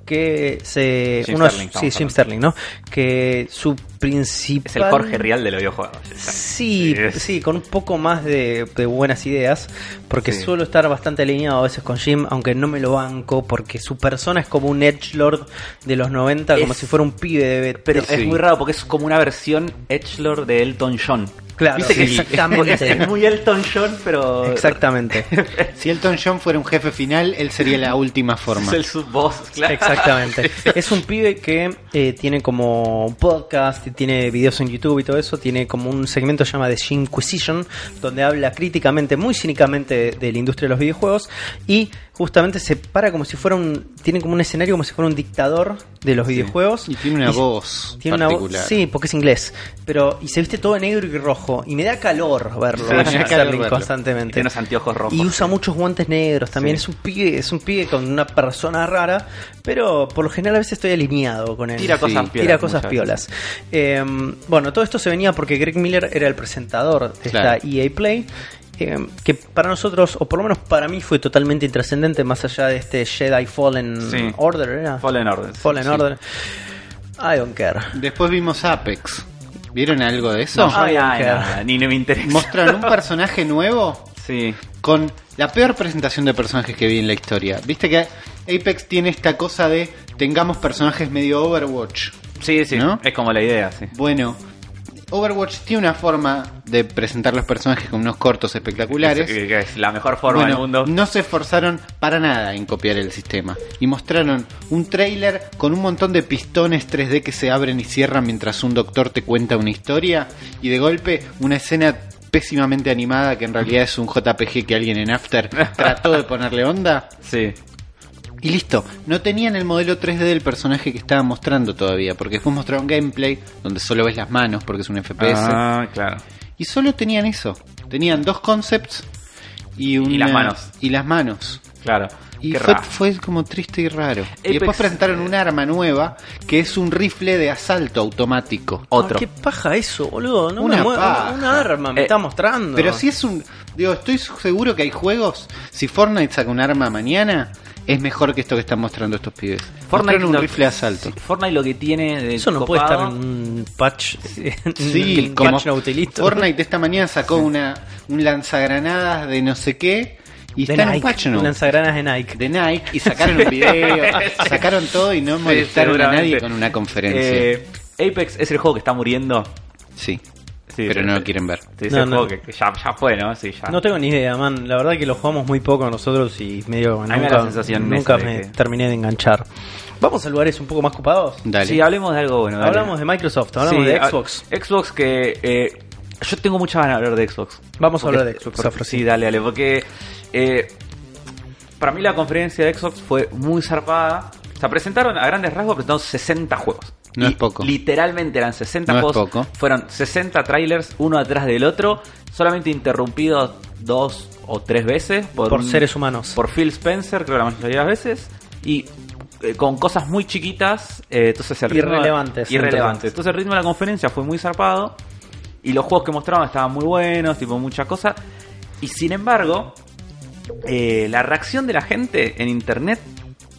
que se Jim uno- Sterling, sí estamos Jim hablando. Sterling no que su principal Es el Jorge Rial de los videojuegos. sí Es- sí con un poco más de, de buenas ideas porque Sí. suelo estar bastante alineado a veces con Jim aunque no me lo banco porque su persona es como un edge lord de los 90 como Es- si fuera un pibe de Pero de- es muy raro porque es como una versión Edgelord de Elton John. claro Viste que Mm, sí, es- Es exactamente muy Elton John, pero. <laughs> exactamente si Elton John fuera un jefe final, él sería <laughs> la última forma. Es el subboss, <laughs> claro. Exactamente. Es un pibe que eh, tiene como un podcast, y tiene videos en YouTube y todo eso. Tiene como un segmento que se llama The Shinquisition, donde habla críticamente, muy cínicamente de, de la industria de los videojuegos. Y justamente se para como si fuera un. Tiene como un escenario como si fuera un dictador de los videojuegos. Y tiene una voz Tiene una voz. particular. Sí, porque es inglés. Pero. Y se viste todo de negro y rojo. Y me da calor verlo. Sí, me da Sterling, calor verlo. constantemente. Y tiene unos anteojos rojos. Y usa muchos guantes negros también. Sí. Es un pibe, es un pibe con una persona rara, pero por lo general a veces estoy alineado con él. Tira cosas Sí, piolas, Tira cosas muchas piolas. Eh, bueno, todo esto se venía porque Greg Miller era el presentador de Claro. esta EA Play. eh, que para nosotros, o por lo menos para mí, fue totalmente intrascendente más allá de este Jedi Fallen Sí. Order, ¿era? Fallen Order. sí. Fallen Order. I don't care. Después vimos Apex. ¿Vieron algo de eso? No, yo no vi Ah, nada, ok. ni, ni me <laughs> interesa. Mostraron un personaje nuevo Sí. con la peor presentación de personajes que vi en la historia. Viste que Apex tiene esta cosa de tengamos personajes medio Overwatch. Sí, sí. ¿No? Es como la idea, sí. Bueno, Overwatch tiene una forma de presentar los personajes con unos cortos espectaculares. Es, que es la mejor forma Bueno, del mundo. No se esforzaron para nada en copiar el sistema. Y mostraron un trailer con un montón de pistones 3D que se abren y cierran mientras un doctor te cuenta una historia. Y de golpe una escena pésimamente animada que en realidad es un JPG que alguien en <laughs> After trató de ponerle onda. Sí. Y listo, no tenían el modelo 3D del personaje que estaban mostrando todavía, porque después mostraron gameplay donde solo ves las manos porque es un FPS. Ah, claro. Y solo tenían eso. Tenían dos concepts y, una- las manos. Y las manos. Claro. Y Qué fue, raro. fue como triste y raro. y Apex, después presentaron eh, un arma nueva que es un rifle de asalto automático. Otro. Ah, ¿Qué paja eso, boludo? No Una me mueve- paja. Una arma me Eh, está mostrando. Pero si es un. Digo, estoy seguro que hay juegos. Si Fortnite saca un arma mañana, es mejor que esto que están mostrando estos pibes. Fortnite un lo- rifle de asalto. sí, Fortnite lo que tiene de Eso no puede copado- estar en un patch. <laughs> en Sí, un como patch no utilito. Fortnite esta mañana sacó una un lanzagranadas de no sé qué y De está en un Nike, patch note Lanzagranas de Nike. de Nike y sacaron un video, sacaron todo y no Sí, molestaron a nadie seguramente. con una conferencia. Eh, Apex es el juego que está muriendo. sí, Sí, pero no lo quieren ver. Sí, es No, el no. juego que, que ya, ya fue, ¿no? Sí, ya. No tengo ni idea, man. La verdad que lo jugamos muy poco nosotros y medio me da nunca, la sensación nunca esa de me que- terminé de enganchar. Vamos a lugares un poco más copados. Dale. Sí, hablemos de algo bueno. dale. Hablamos de Microsoft, hablamos Sí, de a- Xbox. Xbox que... eh, yo tengo mucha ganas de hablar de Xbox. Vamos a Porque- hablar de Xbox, porque- Afro, sí, sí. dale, dale. Porque eh, para mí la conferencia de Xbox fue muy zarpada. O sea, presentaron a grandes rasgos, presentaron 60 juegos. No Y es poco. Literalmente eran 60 No es juegos. poco. Fueron 60 trailers, uno atrás del otro, solamente interrumpidos dos o tres veces por, Por un- seres humanos. por Phil Spencer, creo la mayoría de las veces, y eh, con cosas muy chiquitas, eh, entonces el ritmo- Irrelevantes, irrelevantes. entonces. Entonces el ritmo de la conferencia fue muy zarpado y los juegos que mostraban estaban muy buenos, tipo mucha cosa. Y sin embargo, eh, la reacción de la gente en internet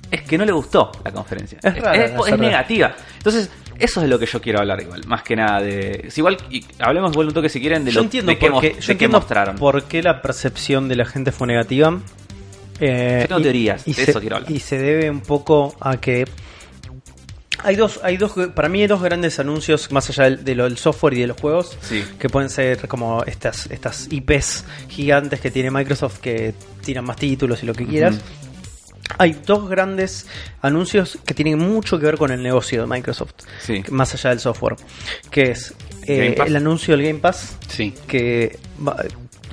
es que no le gustó la conferencia. Es rara es, la es cerrada. negativa. Entonces, eso es de lo que yo quiero hablar igual. Más que nada de. es igual, y hablemos igual un toque si quieren de yo lo entiendo de qué por qué, mos- yo de qué entiendo mostraron. por qué la percepción de la gente fue negativa. Eh, Yo tengo teorías, de se, eso quiero hablar. y se debe un poco a que hay dos, hay dos, para mí hay dos grandes anuncios más allá del- de lo del software y de los juegos Sí. que pueden ser como estas, estas IPs gigantes que tiene Microsoft que tiran más títulos y lo que quieras. Hay dos grandes anuncios que tienen mucho que ver con el negocio de Microsoft, Sí. más allá del software, que es eh, Game Pass. el anuncio del Game Pass, Sí. que va-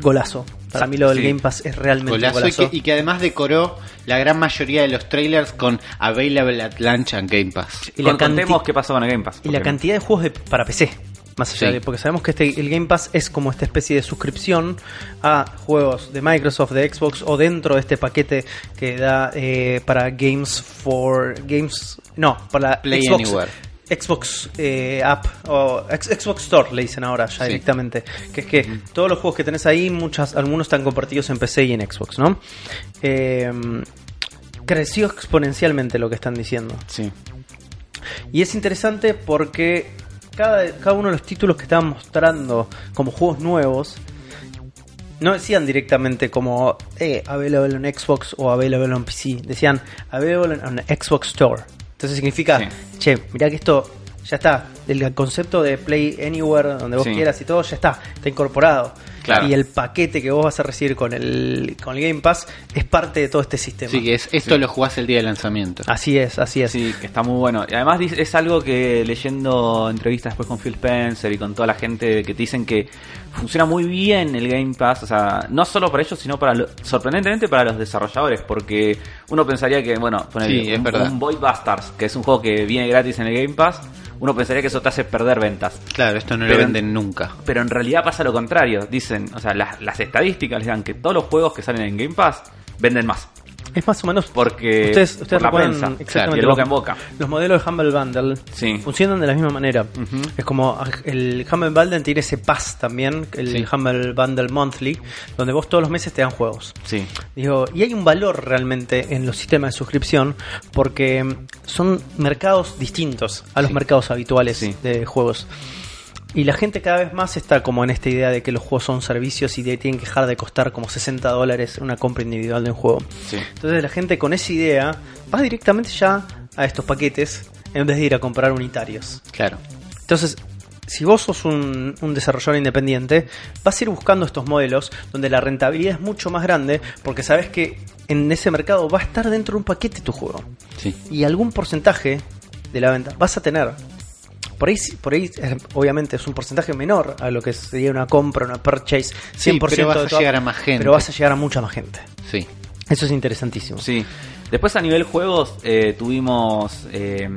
golazo. Para Sí, mí lo del sí. Game Pass es realmente un Golazo, golazo. y que, y que además decoró la gran mayoría de los trailers con Available at Lunch and Game Pass. Y la Con- contemos canti- qué pasó con el Game Pass. Y la porque- cantidad de juegos de- para PC. Más allá Sí. de, porque sabemos que este, el Game Pass es como esta especie de suscripción a juegos de Microsoft, de Xbox o dentro de este paquete que da eh, para Games for Games, no, para Play Xbox, Anywhere. Xbox eh, App o X- Xbox Store le dicen ahora ya Sí. directamente, que es que todos los juegos que tenés ahí, muchas, algunos están compartidos en PC y en Xbox, ¿no? Eh, creció exponencialmente lo que están diciendo. Sí. Y es interesante porque cada, cada uno de los títulos que estaban mostrando como juegos nuevos no decían directamente como eh, available on Xbox o available on PC, decían available on Xbox Store. Entonces significa, Sí. che, mirá que esto ya está, el concepto de Play Anywhere, donde vos Sí. quieras y todo, ya está, está incorporado. Claro. Y el paquete que vos vas a recibir con el, con el Game Pass es parte de todo este sistema. Sí, que es, esto lo jugás el día del lanzamiento. Así es, así es. Sí, que está muy bueno. Y además dice- es algo que leyendo entrevistas después con Phil Spencer y con toda la gente que te dicen que funciona muy bien el Game Pass, o sea, no solo para ellos, sino para lo- sorprendentemente para los desarrolladores, porque uno pensaría que, bueno, ponele Sí, es un, verdad. un Void Bastards, que es un juego que viene gratis en el Game Pass, uno pensaría que eso te hace perder ventas. Claro, esto no Pero- lo venden nunca. Pero en realidad pasa lo contrario, dicen, o sea, las, las estadísticas les dan que todos los juegos que salen en Game Pass venden más. Es más o menos Porque Ustedes, ustedes por la recuerdan prensa exactamente y el los- boca en boca. Los modelos de Humble Bundle Sí. funcionan de la misma manera. Es como ah, el Humble Bundle tiene ese pass también, el Sí. Humble Bundle Monthly, donde vos todos los meses te dan juegos. Sí. Digo, y hay un valor realmente en los sistemas de suscripción porque mm, son mercados distintos a los Sí. mercados habituales Sí. de juegos. Y la gente cada vez más está como en esta idea de que los juegos son servicios y de- tienen que dejar de costar como 60 dólares una compra individual de un juego. Sí. Entonces la gente con esa idea va directamente ya a estos paquetes en vez de ir a comprar unitarios. Claro. Entonces, si vos sos un, un desarrollador independiente, vas a ir buscando estos modelos donde la rentabilidad es mucho más grande porque sabes que en ese mercado va a estar dentro de un paquete tu juego. Sí. Y algún porcentaje de la venta vas a tener. Por ahí, por ahí eh, obviamente, es un porcentaje menor a lo que sería una compra, una purchase. 100% Sí, pero vas de a toda- llegar a más gente. Pero vas a llegar a mucha más gente. Sí. Eso es interesantísimo. Sí. Después a nivel juegos eh, tuvimos eh,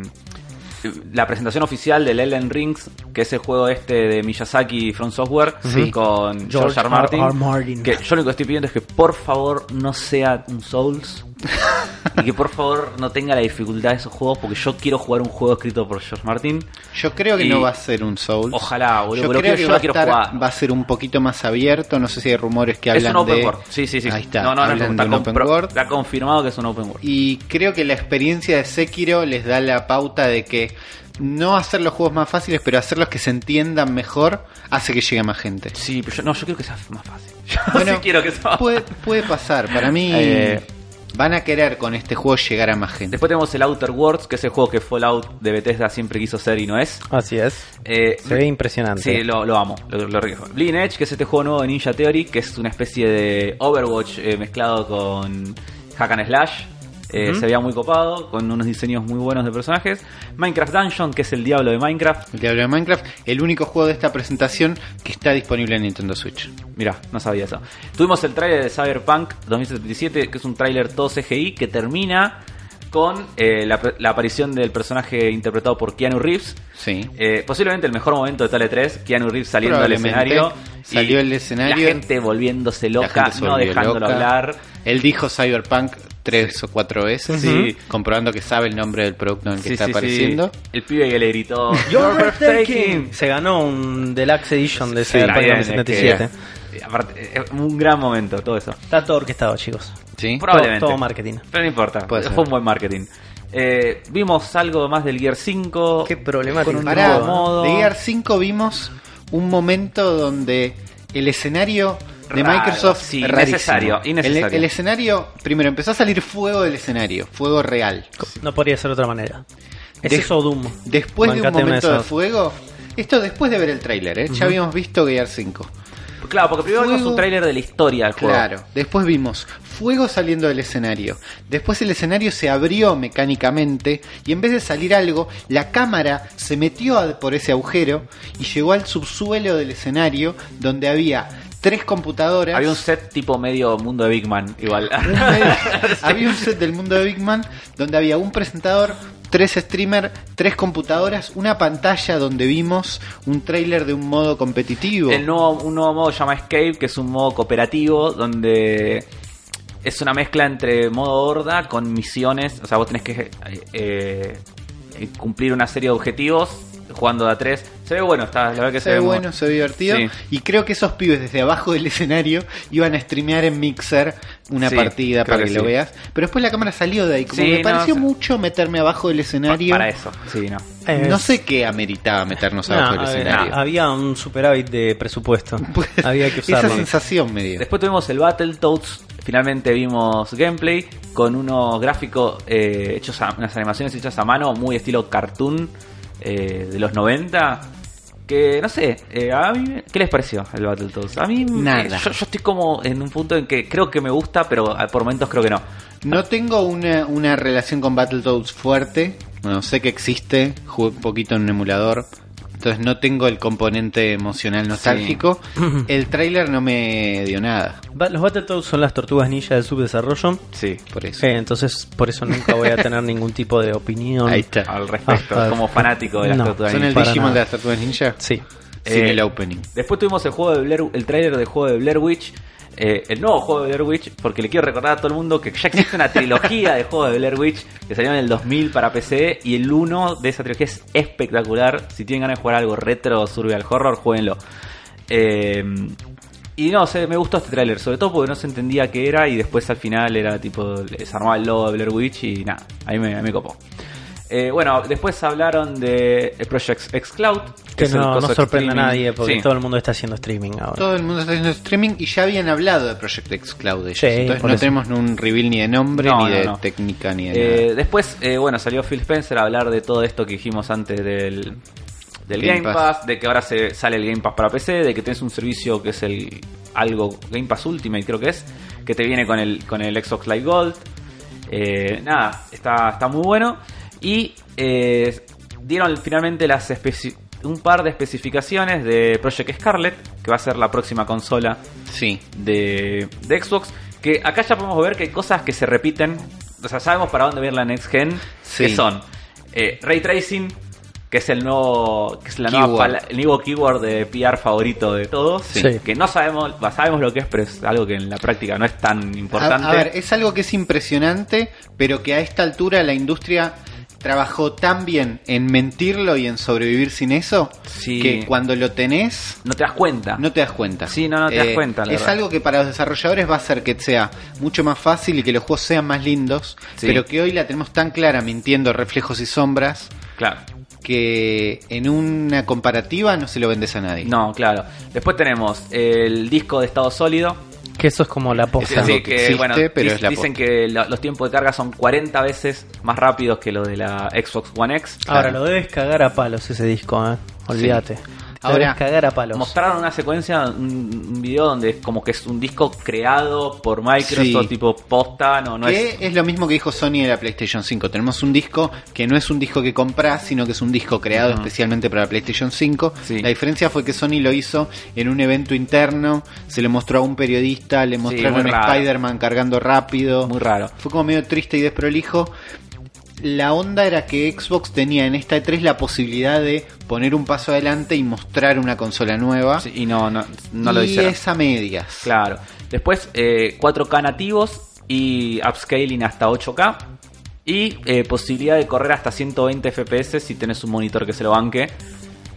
la presentación oficial del Elden Rings, que es el juego este de Miyazaki y From Software, Sí. con George, George R. Martin. R. R. Martin. Que yo lo que estoy pidiendo es que por favor no sea un Souls. y que por favor no tenga la dificultad de esos juegos, porque yo quiero jugar un juego escrito por George Martin. Yo creo que Y- no va a ser un Soul. Ojalá, boludo, Yo pero creo quiero- que yo va, la a quiero estar- jugar. va a ser un poquito más abierto. No sé si hay rumores que Es hablan un open de. world. Sí, sí, sí. Ahí está. No, no, no, hablan está, de un open compro- world. está confirmado que es un open world. Y creo que la experiencia de Sekiro les da la pauta de que no hacer los juegos más fáciles, pero hacerlos que se entiendan mejor, hace que llegue más gente. Sí, pero yo, <laughs> no, yo quiero que sea más fácil. <laughs> Yo Bueno, sí quiero que sea más Puede, puede pasar. Para mí, Eh. van a querer con este juego llegar a más gente. Después tenemos el Outer Worlds, que es el juego que Fallout de Bethesda siempre quiso ser y no es. Así es. Eh, Se ve impresionante. Sí, lo, lo amo, lo, lo rijo. Bleeding Edge, que es este juego nuevo de Ninja Theory, que es una especie de Overwatch eh, mezclado con Hack and Slash. Eh, Se veía muy copado, con unos diseños muy buenos de personajes. Minecraft Dungeon, que es el diablo de Minecraft. El Diablo de Minecraft, el único juego de esta presentación que está disponible en Nintendo Switch. Mirá, no sabía eso. Tuvimos el tráiler de Cyberpunk 2077, que es un tráiler todo CGI que termina con eh, la, la aparición del personaje interpretado por Keanu Reeves. Sí. Eh, posiblemente el mejor momento de Tale 3, Keanu Reeves saliendo del Probablemente. escenario. Salió y el escenario. La gente volviéndose La loca, gente se no volvió dejándolo loca. hablar. Él dijo Cyberpunk tres o cuatro veces, Sí. comprobando que sabe el nombre del producto en el que Sí, está sí, sí. apareciendo. El pibe que le gritó: You're "You're breathtaking". Se ganó un Deluxe Edition de Sí, ese está bien, es que- 77. Eh, aparte, es un gran momento todo eso. Está todo orquestado, chicos. ¿Sí? Probablemente. Todo, todo marketing. Pero no importa, Puede fue ser. un buen marketing. Eh, vimos algo más del Gear 5. Qué problemático. Con un Pará, nuevo modo. de Gear 5 vimos un momento donde el escenario de Raro, Microsoft sí, es rarísimo. innecesario, innecesario. El, el escenario, primero empezó a salir fuego del escenario, fuego real. No podría ser de otra manera. Es Dej- eso o Doom. Después de un Bancate una momento de esas. fuego, esto después de ver el tráiler, ¿eh? ya habíamos visto Gear 5. Claro, porque primero vimos Fuego. un tráiler de la historia del juego. Claro, después vimos fuego saliendo del escenario. Después el escenario se abrió mecánicamente y en vez de salir algo, la cámara se metió a- por ese agujero y llegó al subsuelo del escenario donde había tres computadoras. Había un set tipo medio mundo de Big Man, <laughs> igual. un medio- había un set del mundo de Big Man donde había un presentador, tres streamers, tres computadoras, una pantalla donde vimos un tráiler de un modo competitivo. El nuevo, un nuevo modo se llama Escape, que es un modo cooperativo donde es una mezcla entre modo horda con misiones. O sea, vos tenés que eh, eh, cumplir una serie de objetivos jugando de a tres. Se ve bueno, está, la verdad que se, Se ve ve bueno, se ve divertido. Sí. Y creo que esos pibes desde abajo del <laughs> escenario iban a streamear en Mixer una Sí, partida creo para que, que lo sí. veas. Pero después la cámara salió de ahí. Como Sí, me no, pareció se- mucho meterme abajo del escenario. Para eso, sí, no. Eh, No sé qué ameritaba meternos nah, abajo a del ver, escenario. <laughs> Pues, nah, había un superávit de presupuesto. había que Esa usarlo. sensación me dio. Después tuvimos el Battletoads, finalmente vimos gameplay con unos gráficos eh, hechos a, unas animaciones hechas a mano, muy estilo cartoon eh, de los 90. Que no sé, eh, a mí- ¿qué les pareció el Battletoads? A mí eh, Nada. Yo, yo estoy como en un punto en que creo que me gusta, pero a- por momentos creo que no. No tengo una, una relación con Battletoads fuerte. Bueno, sé que existe, jugué un poquito en un emulador. Entonces no tengo el componente <laughs> emocional nostálgico. El tráiler no me dio nada. Ba- Los Battletoads son las tortugas ninja del subdesarrollo. Sí, Por eso. Eh, entonces, por eso nunca voy a tener ningún tipo de opinión. Ahí está. al respecto, Ah, ah, como fanático de las no, tortugas ¿Son ninja. el para Digimon nada. de las tortugas ninja? Sí. Sin Eh, el opening. Después tuvimos el juego de Blair, el tráiler del juego de Blair Witch, eh, el nuevo juego de Blair Witch, porque le quiero recordar a todo el mundo que ya existe una trilogía de juegos de Blair Witch que salió en el 2000 para PC y el uno de esa trilogía es espectacular. Si tienen ganas de jugar algo retro, survival horror, jueguenlo. Eh, y no sé, me gustó este tráiler, sobre todo porque no se entendía qué era y después al final era tipo, se armaba el logo de Blair Witch y nada, ahí me, me copó. Eh, bueno, después hablaron de Project X Cloud. Que no, no sorprende a nadie porque todo todo el mundo está haciendo streaming ahora. Todo el mundo está haciendo streaming y ya habían hablado de Project X Cloud. ellos. Sí, Entonces por no eso. tenemos un reveal ni de nombre, No, ni no, de no. técnica, ni de Eh, nada. después, eh, bueno, salió Phil Spencer a hablar de todo esto que dijimos antes del, del Game Game Pass. de que ahora se sale el Game Pass para PC, de que tenés un servicio que es el algo Game Pass Ultimate, creo que es, que te viene con el con el Xbox Live Gold. Eh, nada, está, está muy bueno. Y eh, dieron finalmente las especi- un par de especificaciones de Project Scarlet, que va a ser la próxima consola Sí. de, de Xbox. Que acá ya podemos ver que hay cosas que se repiten. O sea, sabemos para dónde viene la next gen. Sí. Que son eh, Ray Tracing, que es el nuevo. Que es la nueva Keyword. pala- el nuevo keyword de PR favorito de todos. Sí. Que no sabemos, bah, sabemos lo que es, pero es algo que en la práctica no es tan A, importante. a ver, eh, es algo que es impresionante, pero que a esta altura la industria trabajó tan bien en mentirlo y en sobrevivir sin eso, Sí. que cuando lo tenés, no te das cuenta. no te das cuenta. Ah. Eh, Sí, no, no te das cuenta, la es verdad. algo que para los desarrolladores va a hacer que sea mucho más fácil y que los juegos sean más lindos, Sí. pero que hoy la tenemos tan clara mintiendo reflejos y sombras. Claro. que en una comparativa no se lo vendes a nadie. No, claro. Después tenemos el disco de estado sólido. Que eso es como la Es posta. algo decir, que que, existe, bueno, pero dis- es la dicen posta. que lo- los tiempos de carga son 40 veces más rápidos que los de la Xbox One X. Ahora, Claro. lo debes cagar a palos ese disco, ¿eh? Olvídate. Lo Ahora, debes cagar a palos. Mostraron una secuencia, un, un video donde es como que es un disco creado por Microsoft, Sí. tipo posta, no, no que es. es... lo mismo que dijo Sony de la PlayStation 5. Tenemos un disco que no es un disco que compras, sino que es un disco creado Ujú. especialmente para la PlayStation 5. Sí. La diferencia fue que Sony lo hizo en un evento interno, se lo mostró a un periodista, le mostraron muy a raro. Spider-Man cargando rápido. Muy raro. Fue como medio triste y desprolijo. La onda era que Xbox tenía en esta E3 la posibilidad de poner un paso adelante y mostrar una consola nueva. Sí, y no, no, no lo y hicieron. es a medias. Claro. Después, eh, 4K nativos y upscaling hasta 8K. Y eh, posibilidad de correr hasta 120 FPS si tenés un monitor que se lo banque.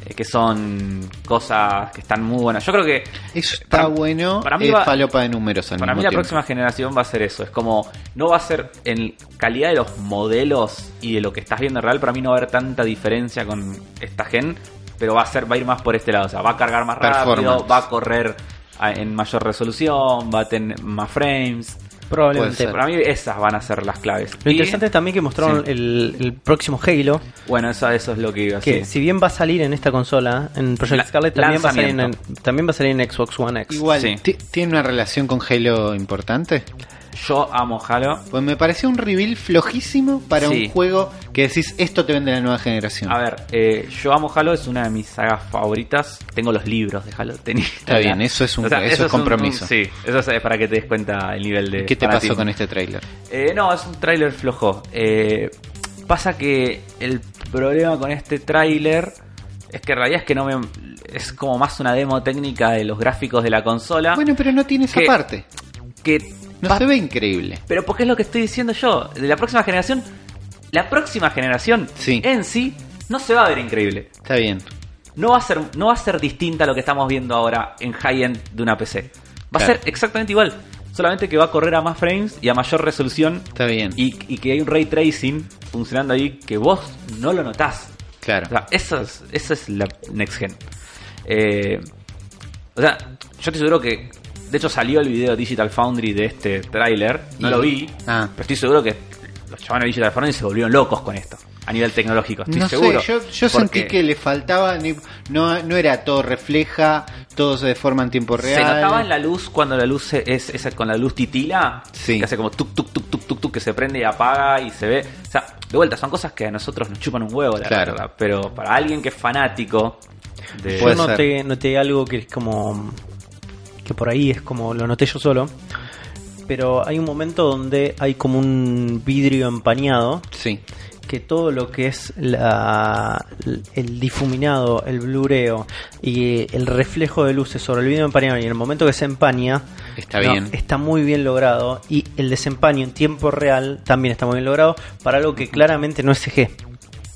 eh, que son cosas que están muy buenas. Yo creo que Eso está Para- bueno. para mí es va- falopa de números al Para mí mismo la tiempo. próxima generación va a ser eso. Es como, no va a ser en calidad de los modelos y de lo que estás viendo en real, para mí no va a haber tanta diferencia con esta gen, pero va a ser, va a ir más por este lado. O sea, va a cargar más rápido, Performance. va a correr a- en mayor resolución, va a tener más frames. Probablemente. Puede ser. Para mí esas van a ser las claves. Lo Y, interesante es también que mostraron Sí. el, el próximo Halo, Bueno, eso, eso es lo que iba a que decir. si bien va a salir en esta consola, en Project La- Scarlett, también va, a salir en, lanzamiento. también va a salir en Xbox One X. Igual, Sí. ¿ti- ¿tiene una relación con Halo importante? Yo amo Halo. Pues me pareció un reveal flojísimo para Sí. un juego que decís, esto te vende la nueva generación. A ver, eh, yo amo Halo, es una de mis sagas favoritas. Tengo los libros de Halo. Tenía- Está bien, eso es un- eso es compromiso. un- sí, eso es eh, para que te des cuenta el nivel de. ¿Qué te fanatismo. pasó con este tráiler? Eh, no, es un tráiler flojo. Eh, pasa que el problema con este tráiler es que en realidad es que no me. Es como más una demo técnica de los gráficos de la consola. Bueno, pero no tiene esa Ah. que- parte. que No se ve increíble. pero porque es lo que estoy diciendo yo. De la próxima generación. La próxima generación Sí. en sí no se va a ver increíble. Está bien. No va a ser, no va a ser distinta a lo que estamos viendo ahora en high-end de una PC. Va a Claro. ser exactamente igual. Solamente que va a correr a más frames y a mayor resolución. Está bien. Y, y que hay un ray tracing funcionando ahí que vos no lo notás. claro. O sea, eso es, eso es la next gen. Eh, o sea, yo te seguro que. De hecho, salió el video Digital Foundry de este tráiler. No Y- lo vi. Ah. Pero estoy seguro que los chavales de Digital Foundry se volvieron locos con esto. A nivel tecnológico, estoy no seguro. sé, yo, yo Porque sentí que le faltaba, ni- no, no era todo refleja, todo se deforma en tiempo real. Se notaba en la luz cuando la luz se- es, esa con la luz titila. Sí. Que hace como tuk, tuk, tuk, tuk, tuk, tuk, que se prende y apaga y se ve. O sea, de vuelta, son cosas que a nosotros nos chupan un huevo, la Claro. verdad. Pero para alguien que es fanático de. Yo Puede noté, noté algo que es como. que por ahí es como. lo noté yo solo. Pero hay un momento donde hay como un vidrio empañado. Sí. Que todo lo que es la, el difuminado, el blureo y el reflejo de luces sobre el vidrio empañado y en el momento que se empaña. Está no, bien. Está muy bien logrado. Y el desempaño en tiempo real también está muy bien logrado. Para algo que claramente no es CG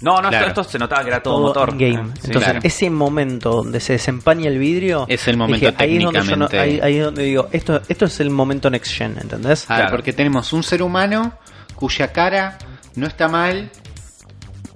No, no, Claro. esto, esto se notaba que era todo, todo motor. in-game. Sí, Entonces, Ah, claro. ese momento donde se desempaña el vidrio. Es el momento ahí es donde yo no- técnicamente. ahí, ahí es donde digo, esto, esto es el momento next gen, ¿entendés? Ah, Claro. porque tenemos un ser humano cuya cara no está mal.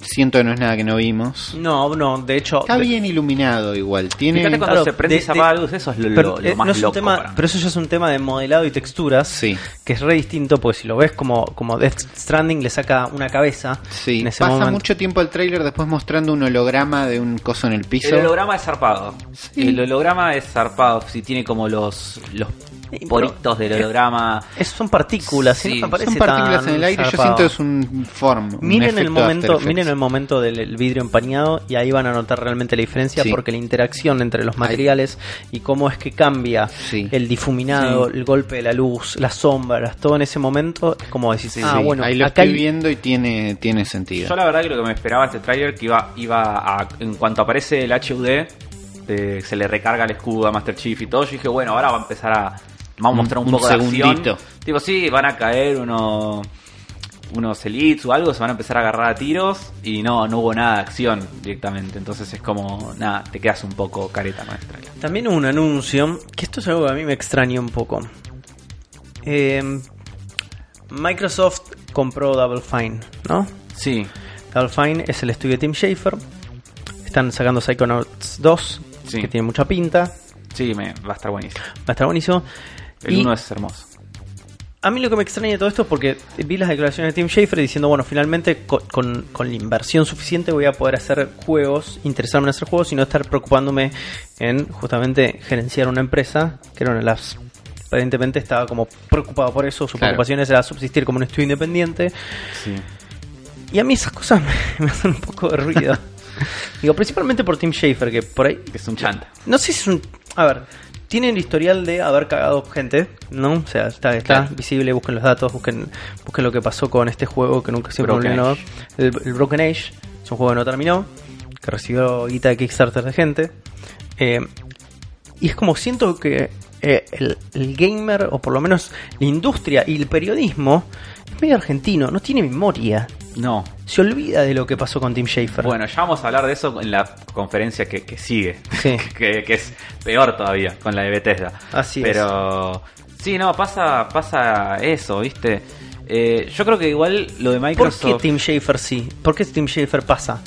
Siento que no es nada que no vimos. No, no, de hecho. Está de- bien iluminado igual. Tiene. Fíjate cuando Claro, se prende y de- se apaga de- la luz, eso es lo, Pero, lo- eh, lo más no es un loco. tema- para mí. pero eso ya es un tema de modelado y texturas Sí. que es re distinto, porque si lo ves como, como Death Stranding le saca una cabeza Sí. en ese Pasa momento. mucho tiempo el tráiler después mostrando un holograma de un coso en el piso. El holograma es zarpado. Sí. El holograma es zarpado. Si tiene como los, los pero- poritos del holograma. Es- son partículas, Sí, no me son parece Son partículas tan en el aire. zarpado. Yo siento que es un form. un Miren el efecto After momento, Effects. miren el momento del el vidrio empañado y ahí van a notar realmente la diferencia Sí. porque la interacción entre los materiales y cómo es que cambia Sí. el difuminado, el golpe de la luz, las sombras, todo en ese momento es como decir, Sí, ah, sí, bueno, ahí lo acá estoy hay- viendo y tiene, tiene sentido. Yo la verdad que lo que me esperaba este tráiler que iba, iba a, en cuanto aparece el HUD, eh, se le recarga el escudo a Master Chief y todo, yo dije, bueno, ahora va a empezar a... Vamos a mostrar un, Un- un poco de segundito. acción. Tipo, sí, van a caer unos unos elites o algo, se van a empezar a agarrar a tiros y no, no hubo nada de acción directamente. Entonces es como, nada, te quedas un poco careta con este tráiler. También hubo un anuncio, que esto es algo que a mí me extraña un poco. Eh, Microsoft compró Double Fine, ¿no? Sí, Double Fine es el estudio de Tim Schafer. Están sacando Psychonauts 2, Sí. que tiene mucha pinta. sí, me, va a estar buenísimo. Va a estar buenísimo. El Y uno es hermoso. a mí lo que me extraña de todo esto es porque vi las declaraciones de Tim Schafer diciendo, bueno, finalmente co- con, con la inversión suficiente voy a poder hacer juegos, interesarme en hacer juegos y no estar preocupándome en justamente gerenciar una empresa, que era una de las... Aparentemente estaba como preocupado por eso, sus Claro. preocupaciones era subsistir como un estudio independiente. Sí. Y a mí esas cosas <laughs> me, me hacen un poco de ruido. Digo, principalmente por Tim Schafer, que por ahí Que es un chanta. no sé si es un. A ver, tiene el historial de haber cagado gente, ¿no? O sea, está, está Claro. visible, busquen los datos, busquen, busquen lo que pasó con este juego que nunca se Broken volvió a- Age. El, el Broken Age es un juego que no terminó, que recibió guita de Kickstarter de gente. Eh, y es como siento que eh, el, el gamer, o por lo menos la industria y el periodismo, es es medio argentino, no tiene memoria. No. Se olvida de lo que pasó con Tim Schafer. Bueno, ya vamos a hablar de eso en la conferencia que, que sigue. Sí. <laughs> que, que es peor todavía, con la de Bethesda. Así es. Pero. Sí, no, pasa, pasa eso, ¿viste? Eh, yo creo que igual lo de ¿Por Microsoft. qué Tim Schafer sí? ¿Por qué Tim Schafer pasa?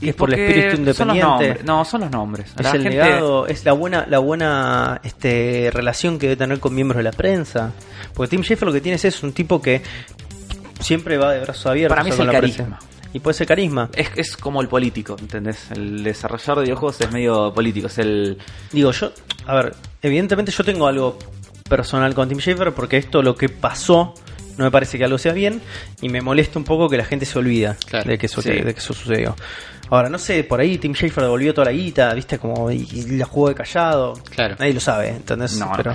Y ¿Es por el porque espíritu son los independiente? nombres. no, son los nombres. ¿Es el legado? ¿Es la buena, la buena este, relación que debe tener con miembros de la prensa? Porque Tim Schafer lo que tienes es un tipo que siempre va de brazos abiertos. Para mí o es con el la prensa. carisma. Y puede ser carisma. Es, es como el político, ¿entendés? El desarrollador de videojuegos es medio político, es el... Digo, yo, a ver, evidentemente yo tengo algo personal con Tim Schafer porque esto lo que pasó no me parece que algo sea bien y me molesta un poco que la gente se olvida Claro, de, que eso, sí. que- de que eso sucedió. Ahora, no sé, por ahí Tim Schafer devolvió toda la guita, viste, como y, y la jugó de callado. Claro. Nadie lo sabe, ¿entendés? No, no. pero,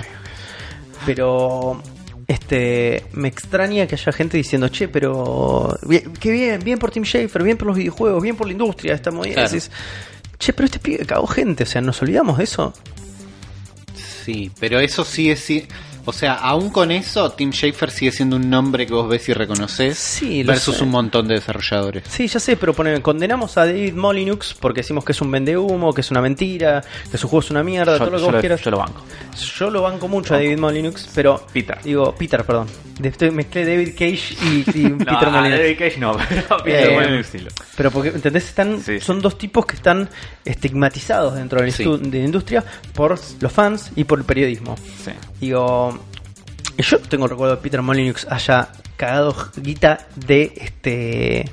pero este me extraña que haya gente diciendo, che, pero bien- qué bien, bien por Tim Schafer, bien por los videojuegos, bien por la industria, estamos bien. Claro. Decís, che, pero este pibe cagó gente, o sea, nos olvidamos de eso. Sí, pero eso sí es. sí- o sea, aún con eso, Tim Schafer sigue siendo un nombre que vos ves y reconoces. Sí, lo versus sé. un montón de desarrolladores. Sí, ya sé, pero ponele, condenamos a David Molinux porque decimos que es un vendehumo, que es una mentira, que su juego es una mierda, yo, todo lo que yo vos lo, quieras. yo lo banco. Yo lo banco mucho a David Molinux, pero. Peter. Digo, Peter, perdón. De- estoy- Mezclé David Cage y, y <laughs> No, Peter a Molinux. David Cage no, <laughs> pero Peter Eh, Molyneux sí lo- Pero porque, ¿entendés? Están, Sí, sí. Son dos tipos que están estigmatizados dentro del Sí. estu- de la industria por los fans y por el periodismo. Sí. Digo, yo tengo el recuerdo de Peter Molyneux haya cagado guita de este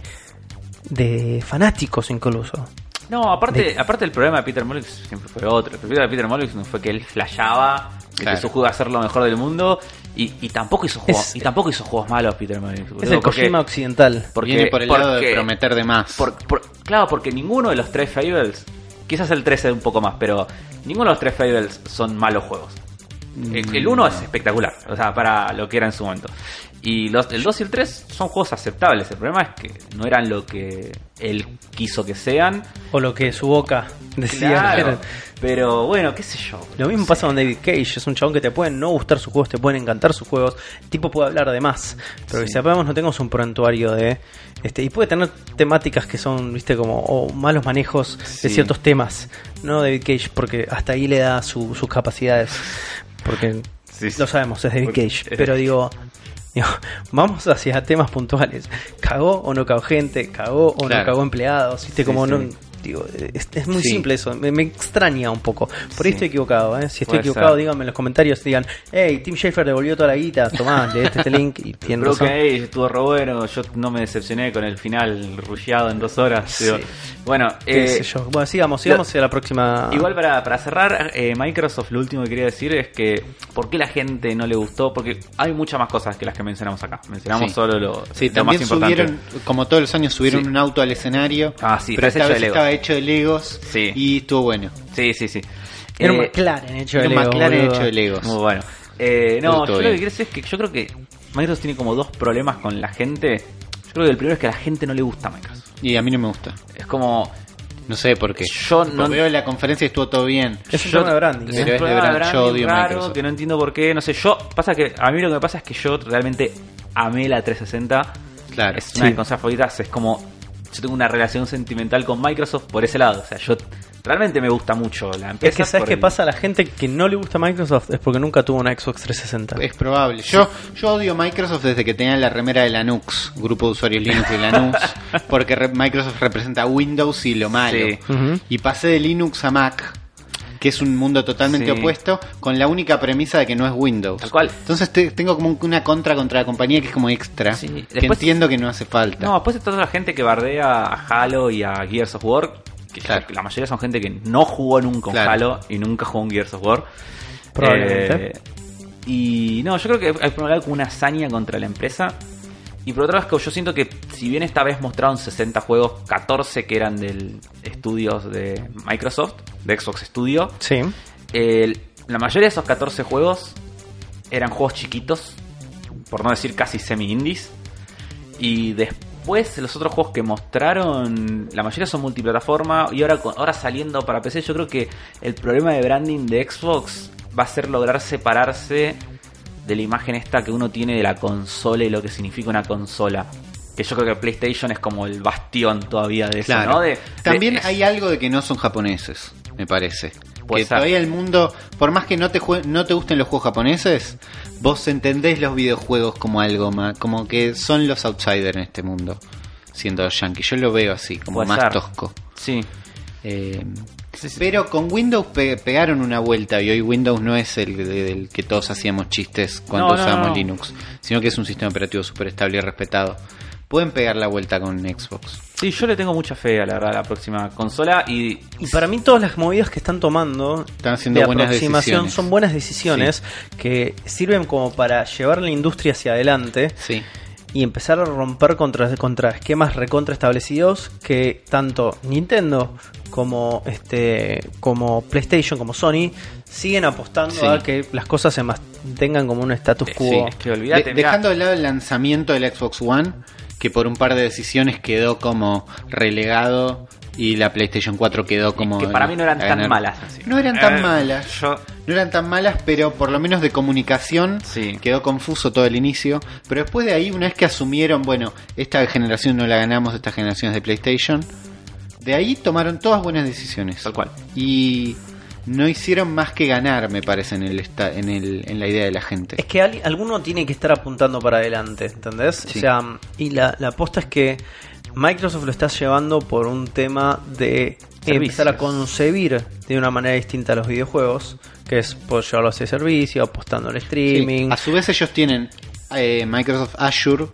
de fanáticos incluso. No, aparte, aparte el problema de Peter Molyneux siempre fue otro. El problema de Peter Molyneux no fue que él flashaba, que Claro. su juego a ser lo mejor del mundo, y, y tampoco hizo juegos, Es- y tampoco hizo juegos malos Peter Molyneux. es boludo, el porque- Kojima occidental. porque- Viene por el lado de porque- prometer de más. Por- por- claro, porque ninguno de los tres Fables, quizás el 13 un poco más, pero ninguno de los tres Fables son malos juegos. El- El 1 es Mm. espectacular, o sea, para lo que era en su momento. Y los, el 2 y el 3 son juegos aceptables, el problema es que no eran lo que él quiso que sean. O lo que su boca decía. Claro, Era- pero bueno, qué sé yo. Lo mismo pasa con David Cage, es un chabón que te pueden no gustar sus juegos, te pueden encantar sus juegos, el tipo puede hablar de más, pero que Sí. sepamos no tengamos un prontuario de este y puede tener temáticas que son, viste, como o malos manejos de Sí. ciertos temas, no David Cage, porque hasta ahí le da su- sus capacidades, porque Sí, sí. lo sabemos, es David Porque- Cage, pero digo, digo, vamos hacia temas puntuales, cagó o no cagó gente, cagó o no Claro. cagó empleados, viste, Sí, como sí. no... Digo, es, es muy Sí. simple eso, me, me extraña un poco. Por ahí Sí. estoy equivocado, ¿eh? Si estoy Puede equivocado, ser. díganme en los comentarios, digan, hey, Tim Schafer devolvió toda la guita, tomá, <laughs> leete este link y tiene Creo que razón. ahí estuvo re bueno, yo no me decepcioné con el final rusheado en dos horas. Sí. digo. Bueno, Qué eh, sé yo. Bueno, sigamos, sigamos a la próxima. Igual para, para cerrar, eh, Microsoft lo último que quería decir es que ¿por qué la gente no le gustó? Porque hay muchas más cosas que las que mencionamos acá. Mencionamos Sí. solo lo, Sí, lo más también importante. subieron, como todos los años, subieron Sí. un auto al escenario. Ah, pero sí, pero es esta vez hecho de Legos. estaba hecho de Legos Sí. y estuvo bueno. Sí, sí, sí. Era un Eh, McLaren hecho de Era un Lego, McLaren boludo. hecho de Legos. Muy bueno. Eh, no, Bruto, yo lo bien. que quiero decir es que yo creo que Microsoft tiene como dos problemas con la gente. Yo creo que el primero es que a la gente no le gusta Microsoft. Y a mí no me gusta. Es como... No sé por qué. Yo no- Lo veo en la conferencia y estuvo todo bien. Es un yo- tema de branding. Pero ¿eh? es de problema brand, yo odio raro, Microsoft. que no entiendo por qué, no sé, yo, pasa que a mí lo que me pasa es que yo realmente amé la 360. Claro. Es una de Sí. mis consolas favoritas, es como, yo tengo una relación sentimental con Microsoft por ese lado, o sea, yo realmente me gusta mucho la empresa. Es que sabes por qué el- pasa a la gente que no le gusta Microsoft es porque nunca tuvo una Xbox 360. Es probable. Yo, yo odio Microsoft desde que tenía la remera de Linux, grupo de usuarios Linux de <laughs> Linux, porque re- Microsoft representa Windows y lo malo. Sí. Ujú. Y pasé de Linux a Mac, que es un mundo totalmente Sí. opuesto, con la única premisa de que no es Windows. Tal cual. Entonces te- tengo como un- una contra contra la compañía que es como extra, Sí. que Después- entiendo que no hace falta. No, después está toda la gente que bardea a Halo y a Gears of War, que yo- Claro. la mayoría son gente que no jugó nunca un Claro. Halo y nunca jugó un Gears of War. Probablemente. Eh, y no, yo creo que hay por un lado como una hazaña contra la empresa. Y por otro lado, es que yo siento que si bien esta vez mostraron 60 juegos, 14 que eran del estudios de Microsoft, de Xbox Studio, Sí. el- la mayoría de esos 14 juegos eran juegos chiquitos, por no decir casi semi-indies. Y después los otros juegos que mostraron, la mayoría son multiplataforma. Y ahora, con- ahora saliendo para PC, yo creo que el problema de branding de Xbox va a ser lograr separarse de la imagen esta que uno tiene de la consola y lo que significa una consola. Que yo creo que PlayStation es como el bastión todavía de eso, Claro. ¿no? De- También de- hay algo de que no son japoneses, me parece. Puede que ser. todavía el mundo, por más que no te jue- no te gusten los juegos japoneses, vos entendés los videojuegos como algo más, como que son los outsiders en este mundo, siendo yankee. Yo lo veo así, como Puede más ser. tosco. Sí. Eh, Sí, sí. pero con Windows pe- pegaron una vuelta y hoy Windows no es el de- del que todos hacíamos chistes cuando No, no, usábamos no. Linux, sino que es un sistema operativo súper estable y respetado. Pueden pegar la vuelta con Xbox. Sí, yo le tengo mucha fe, a la verdad, a la próxima consola. Y Y para mí todas las movidas que están tomando Están haciendo de buenas aproximación decisiones. son buenas decisiones que sirven como para llevar la industria hacia adelante Sí. y empezar a romper contra, contra esquemas recontra establecidos que tanto Nintendo como este como PlayStation como Sony siguen apostando Sí. a que las cosas se mantengan como un status Eh, quo. sí. es que olvídate, De- mirá. dejando de lado el lanzamiento del Xbox One, que por un par de decisiones quedó como relegado y la PlayStation 4 quedó como... que para mí Eh, no eran a tan ganar. malas. así. No eran tan Eh, malas. Yo, No eran tan malas, pero por lo menos de comunicación Sí. quedó confuso todo el inicio. Pero después de ahí, una vez que asumieron, bueno, esta generación no la ganamos, esta generación es de PlayStation, de ahí tomaron todas buenas decisiones. tal cual. Y no hicieron más que ganar, me parece, en, el esta- en, el, en la idea de la gente. Es que al- alguno tiene que estar apuntando para adelante, ¿entendés? Sí. O sea, y la, la aposta es que Microsoft lo está llevando por un tema de empezar a Servicios. concebir de una manera distinta a los videojuegos, que es por llevarlo hacia el servicio, apostando al Sí, streaming. A su vez ellos tienen eh, Microsoft Azure,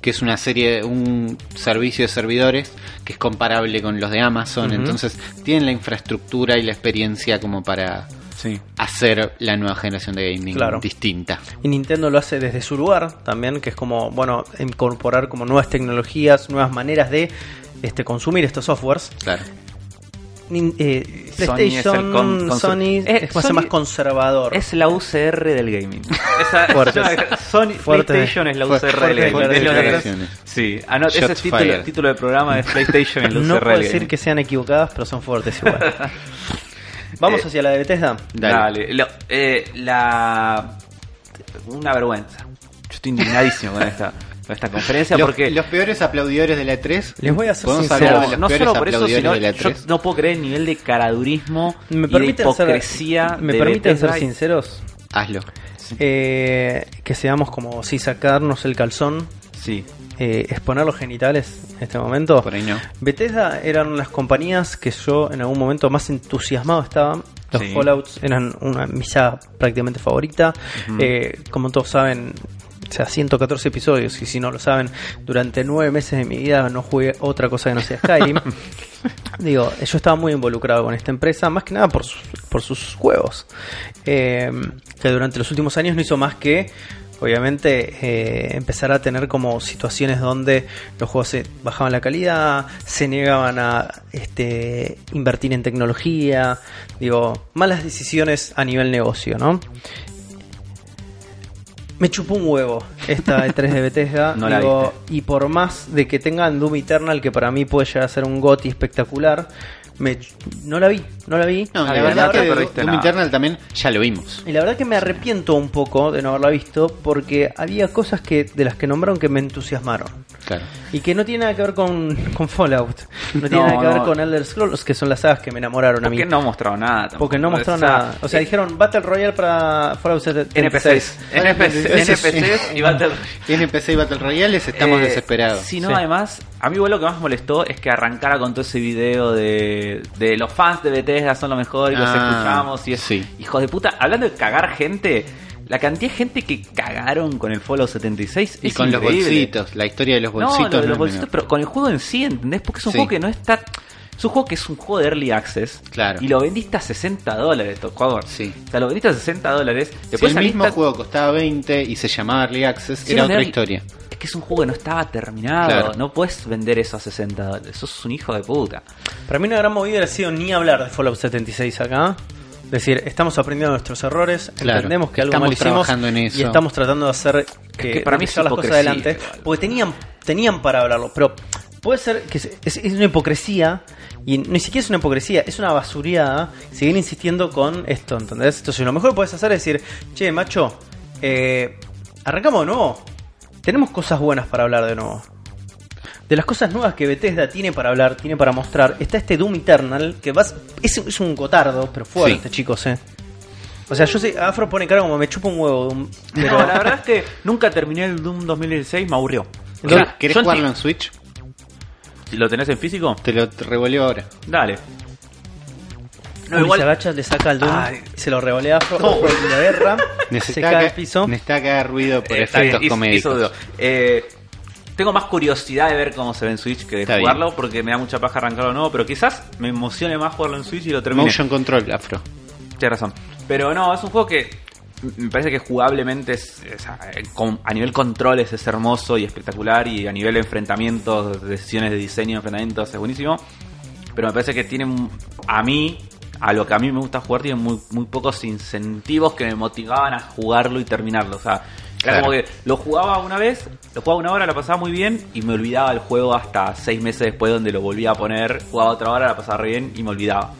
que es una serie, un servicio de servidores que es comparable con los de Amazon. Ujú. Entonces tienen la infraestructura y la experiencia como para Sí. hacer la nueva generación de gaming Claro. distinta. Y Nintendo lo hace desde su lugar también, que es como, bueno, incorporar como nuevas tecnologías, nuevas maneras de este, consumir estos softwares. Claro. Nin- eh, Sony es el PlayStation, con- conser- Sony Eh, es más, Sony- más conservador. Es la UCR del gaming. <laughs> Esa, Fuertes. yo- Sony, Fuertes. PlayStation es la UCR Fuertes del gaming. declaraciones. Es lo que- Sí, Ah, no, ese Shots es título, fired. título del programa es PlayStation es la <laughs> UCR No puedo del decir gaming. que sean equivocadas, pero son fuertes <laughs> igual. Vamos Eh, hacia la de Bethesda. Dale. Dale. Lo- eh, la... Una vergüenza. Yo estoy indignadísimo con esta, con esta conferencia Los, porque... los peores aplaudidores de la E E3. Les voy a ser ¿Podemos sincero. hablar de los no peores solo por eso, aplaudidores sino de la yo E3? no puedo creer el nivel de caradurismo ¿Me y de permiten hipocresía ser, me de permiten Bethesda ser y- sinceros? Hazlo. Eh, que seamos como si sacarnos el calzón, Sí, eh, exponer los genitales en este momento. Por ahí no. Bethesda eran las compañías que yo en algún momento más entusiasmado estaba. Los Sí. Fallouts eran una misa prácticamente favorita. Eh, como todos saben, o sea, 114 episodios. Y si no lo saben, durante nueve meses de mi vida no jugué otra cosa que no sea Skyrim. Digo, yo estaba muy involucrado con esta empresa, más que nada por sus, por sus juegos. Eh, que durante los últimos años no hizo más que, obviamente, eh, empezar a tener como situaciones donde los juegos se bajaban la calidad, se negaban a este, invertir en tecnología. Digo, malas decisiones a nivel negocio, ¿no? Me chupó un huevo esta E3 de Bethesda. <laughs> No la Digo, y por más de que tengan Doom Eternal, que para mí puede llegar a ser un GOTI espectacular, me ch- no la vi, no la vi. No, Ah, la bien, verdad no te que perdiste Doom nada. Eternal también ya lo vimos. Y la verdad que me arrepiento un poco de no haberla visto, porque había cosas que de las que nombraron que me entusiasmaron. Claro. Y que no tiene nada que ver con, con Fallout. No tiene No, nada que ver no. con Elder Scrolls, que son las sagas que me enamoraron a mí. porque no mostraron nada. tampoco. eh, Porque no mostraron O sea, nada. O sea, dijeron Battle Royale para Fallout 76. NPCs, NPCs, NPCs y Battle NPC y Battle Royales estamos Eh, desesperados. Si no, Sí. además, a mí igual lo que más molestó es que arrancara con todo ese video de, de los fans de Bethesda son lo mejor y los Ah, escuchamos y es, sí. hijos de puta. Hablando de cagar gente, la cantidad de gente que cagaron con el Fallout 76 Y es con los increíble. bolsitos, la historia de los bolsitos. no, lo de no los es bolsitos, menor. pero con el juego en sí, ¿entendés? Porque es un Sí. juego que no está... Es un juego que es un juego de Early Access. Claro. Y lo vendiste a 60 dólares, tocador. Sí. O sea, lo vendiste a 60 dólares. Si el mismo saliste- juego costaba 20 y se llamaba Early Access, Sí, era no, otra Early- historia. Es que es un juego que no estaba terminado. Claro. No puedes vender eso a 60 dólares. Sos un hijo <laughs> de puta. Para mí una gran movida ha sido ni hablar de Fallout 76 acá. Es decir, estamos aprendiendo nuestros errores, Claro, entendemos que algo estamos mal hicimos trabajando en eso. y estamos tratando de hacer que, que para mí de es llevar las cosas hipocresía adelante. igual. Porque tenían, tenían para hablarlo, pero puede ser que se- es, es una hipocresía y ni siquiera es una hipocresía, es una basuriada seguir insistiendo con esto, ¿entendés? Entonces lo mejor que puedes hacer es decir, che, macho, Eh, arrancamos de nuevo. Tenemos cosas buenas para hablar de nuevo. De las cosas nuevas que Bethesda tiene para hablar, tiene para mostrar, está este Doom Eternal, que vas, es, es un cotardo, pero fuerte, Sí. chicos, eh. O sea, yo sé, Afro pone cara como me chupa un huevo Doom. Pero la verdad es que nunca terminé el Doom 2016, me aburrió. Entonces, Claro, ¿Querés yo jugarlo enti- en Switch? Si ¿Lo tenés en físico? Te lo revoleo ahora. Dale. Uri se agacha, le saca el Doom, Ay. se lo revolea a Afro, No. Afro lo agarra, se <laughs> Necesita cae que, al piso. necesita que haga ruido por Eh, está bien, efectos hizo- comédicos. hizo duda. Eh, tengo más curiosidad de ver cómo se ve en Switch que de Está bien. jugarlo, porque me da mucha paja arrancarlo nuevo, pero quizás me emocione más jugarlo en Switch y lo termine. Motion control, afro. Tienes razón. Pero no, es un juego que me parece que jugablemente es, es a, eh, con- a nivel controles es hermoso y espectacular y a nivel de enfrentamientos, decisiones de diseño, enfrentamientos es buenísimo. Pero me parece que tiene un- a mí, a lo que a mí me gusta jugar, tiene muy, muy pocos incentivos que me motivaban a jugarlo y terminarlo. O sea, era Claro. como que lo jugaba una vez, lo jugaba una hora, la pasaba muy bien y me olvidaba el juego hasta seis meses después donde lo volvía a poner, jugaba otra hora, la pasaba re bien y me olvidaba.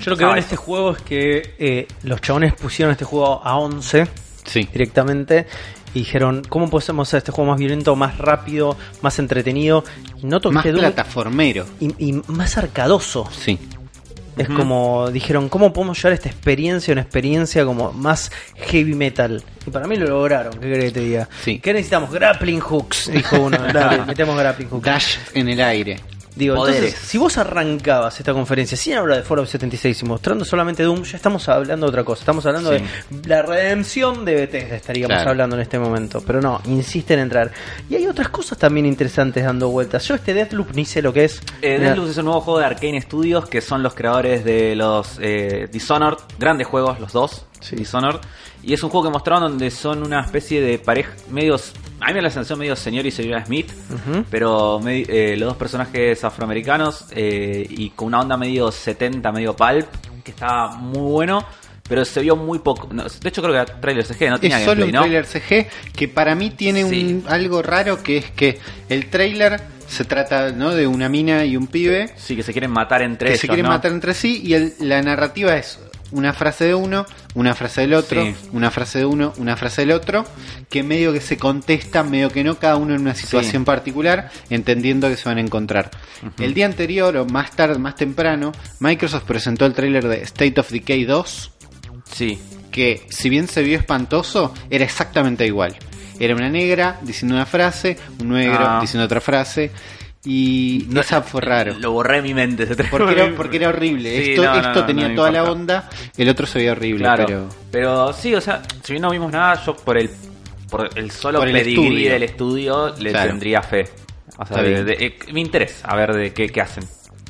Yo lo que veo en Ah, este juego es que eh, los chabones pusieron este juego a 11 Sí. directamente y dijeron, ¿cómo podemos hacer este juego más violento, más rápido, más entretenido? Y noto Más que Doom- plataformero. y, y más arcadoso. Sí. Es Ujú. como dijeron, ¿cómo podemos llevar esta experiencia a una experiencia como más heavy metal? Y para mí lo lograron, ¿qué querés que te diga? Sí. ¿Qué necesitamos? Grappling hooks, dijo <laughs> uno. Dale, metemos grappling hooks. Dash en el aire. Digo, Poderes. entonces, si vos arrancabas esta conferencia sin hablar de Fallout 76 y mostrando solamente Doom, ya estamos hablando de otra cosa. Estamos hablando Sí. de la redención de Bethesda, estaríamos Claro. hablando en este momento. Pero no, insisten en entrar. Y hay otras cosas también interesantes dando vueltas. Yo este Deathloop ni sé lo que es. Eh, Mirá, Deathloop es un nuevo juego de Arcane Studios que son los creadores de los eh, Dishonored, grandes juegos los dos, Sí. Dishonored, y es un juego que mostraron donde son una especie de pareja, medios, a mí me da la sensación medio señor y señora Smith, Ujú. pero me- eh, los dos personajes afroamericanos eh, y con una onda medio 70, medio pulp, que está muy bueno, pero se vio muy poco, no, de hecho creo que era trailer CG, no tenía es solo gameplay, un ¿no? trailer CG que para mí tiene Sí. un, algo raro que es que el trailer se trata ¿no? de una mina y un pibe Sí, que se quieren matar entre que ellos, se quieren ¿no? matar entre sí y el- la narrativa es una frase de uno, una frase del otro, Sí. una frase de uno, una frase del otro, que medio que se contestan, medio que no, cada uno en una situación particular, entendiendo que se van a encontrar. El día anterior o más tarde, más temprano, Microsoft presentó el tráiler de State of Decay 2 Sí, que si bien se vio espantoso, era exactamente igual. Era una negra diciendo una frase, un negro Ah. diciendo otra frase, y No, esa fue Pues raro. lo borré de mi mente ese trailer. Porque era, porque era horrible. Sí, esto no, no, esto no, tenía no toda la importa. onda, el otro se veía horrible, Claro, pero... pero... sí, o sea, si bien no vimos nada, yo por el por el solo Por el pedigrí estudio. del estudio le Claro. tendría fe. O sea, Está de- bien. de- eh, me interesa a ver de qué, qué hacen.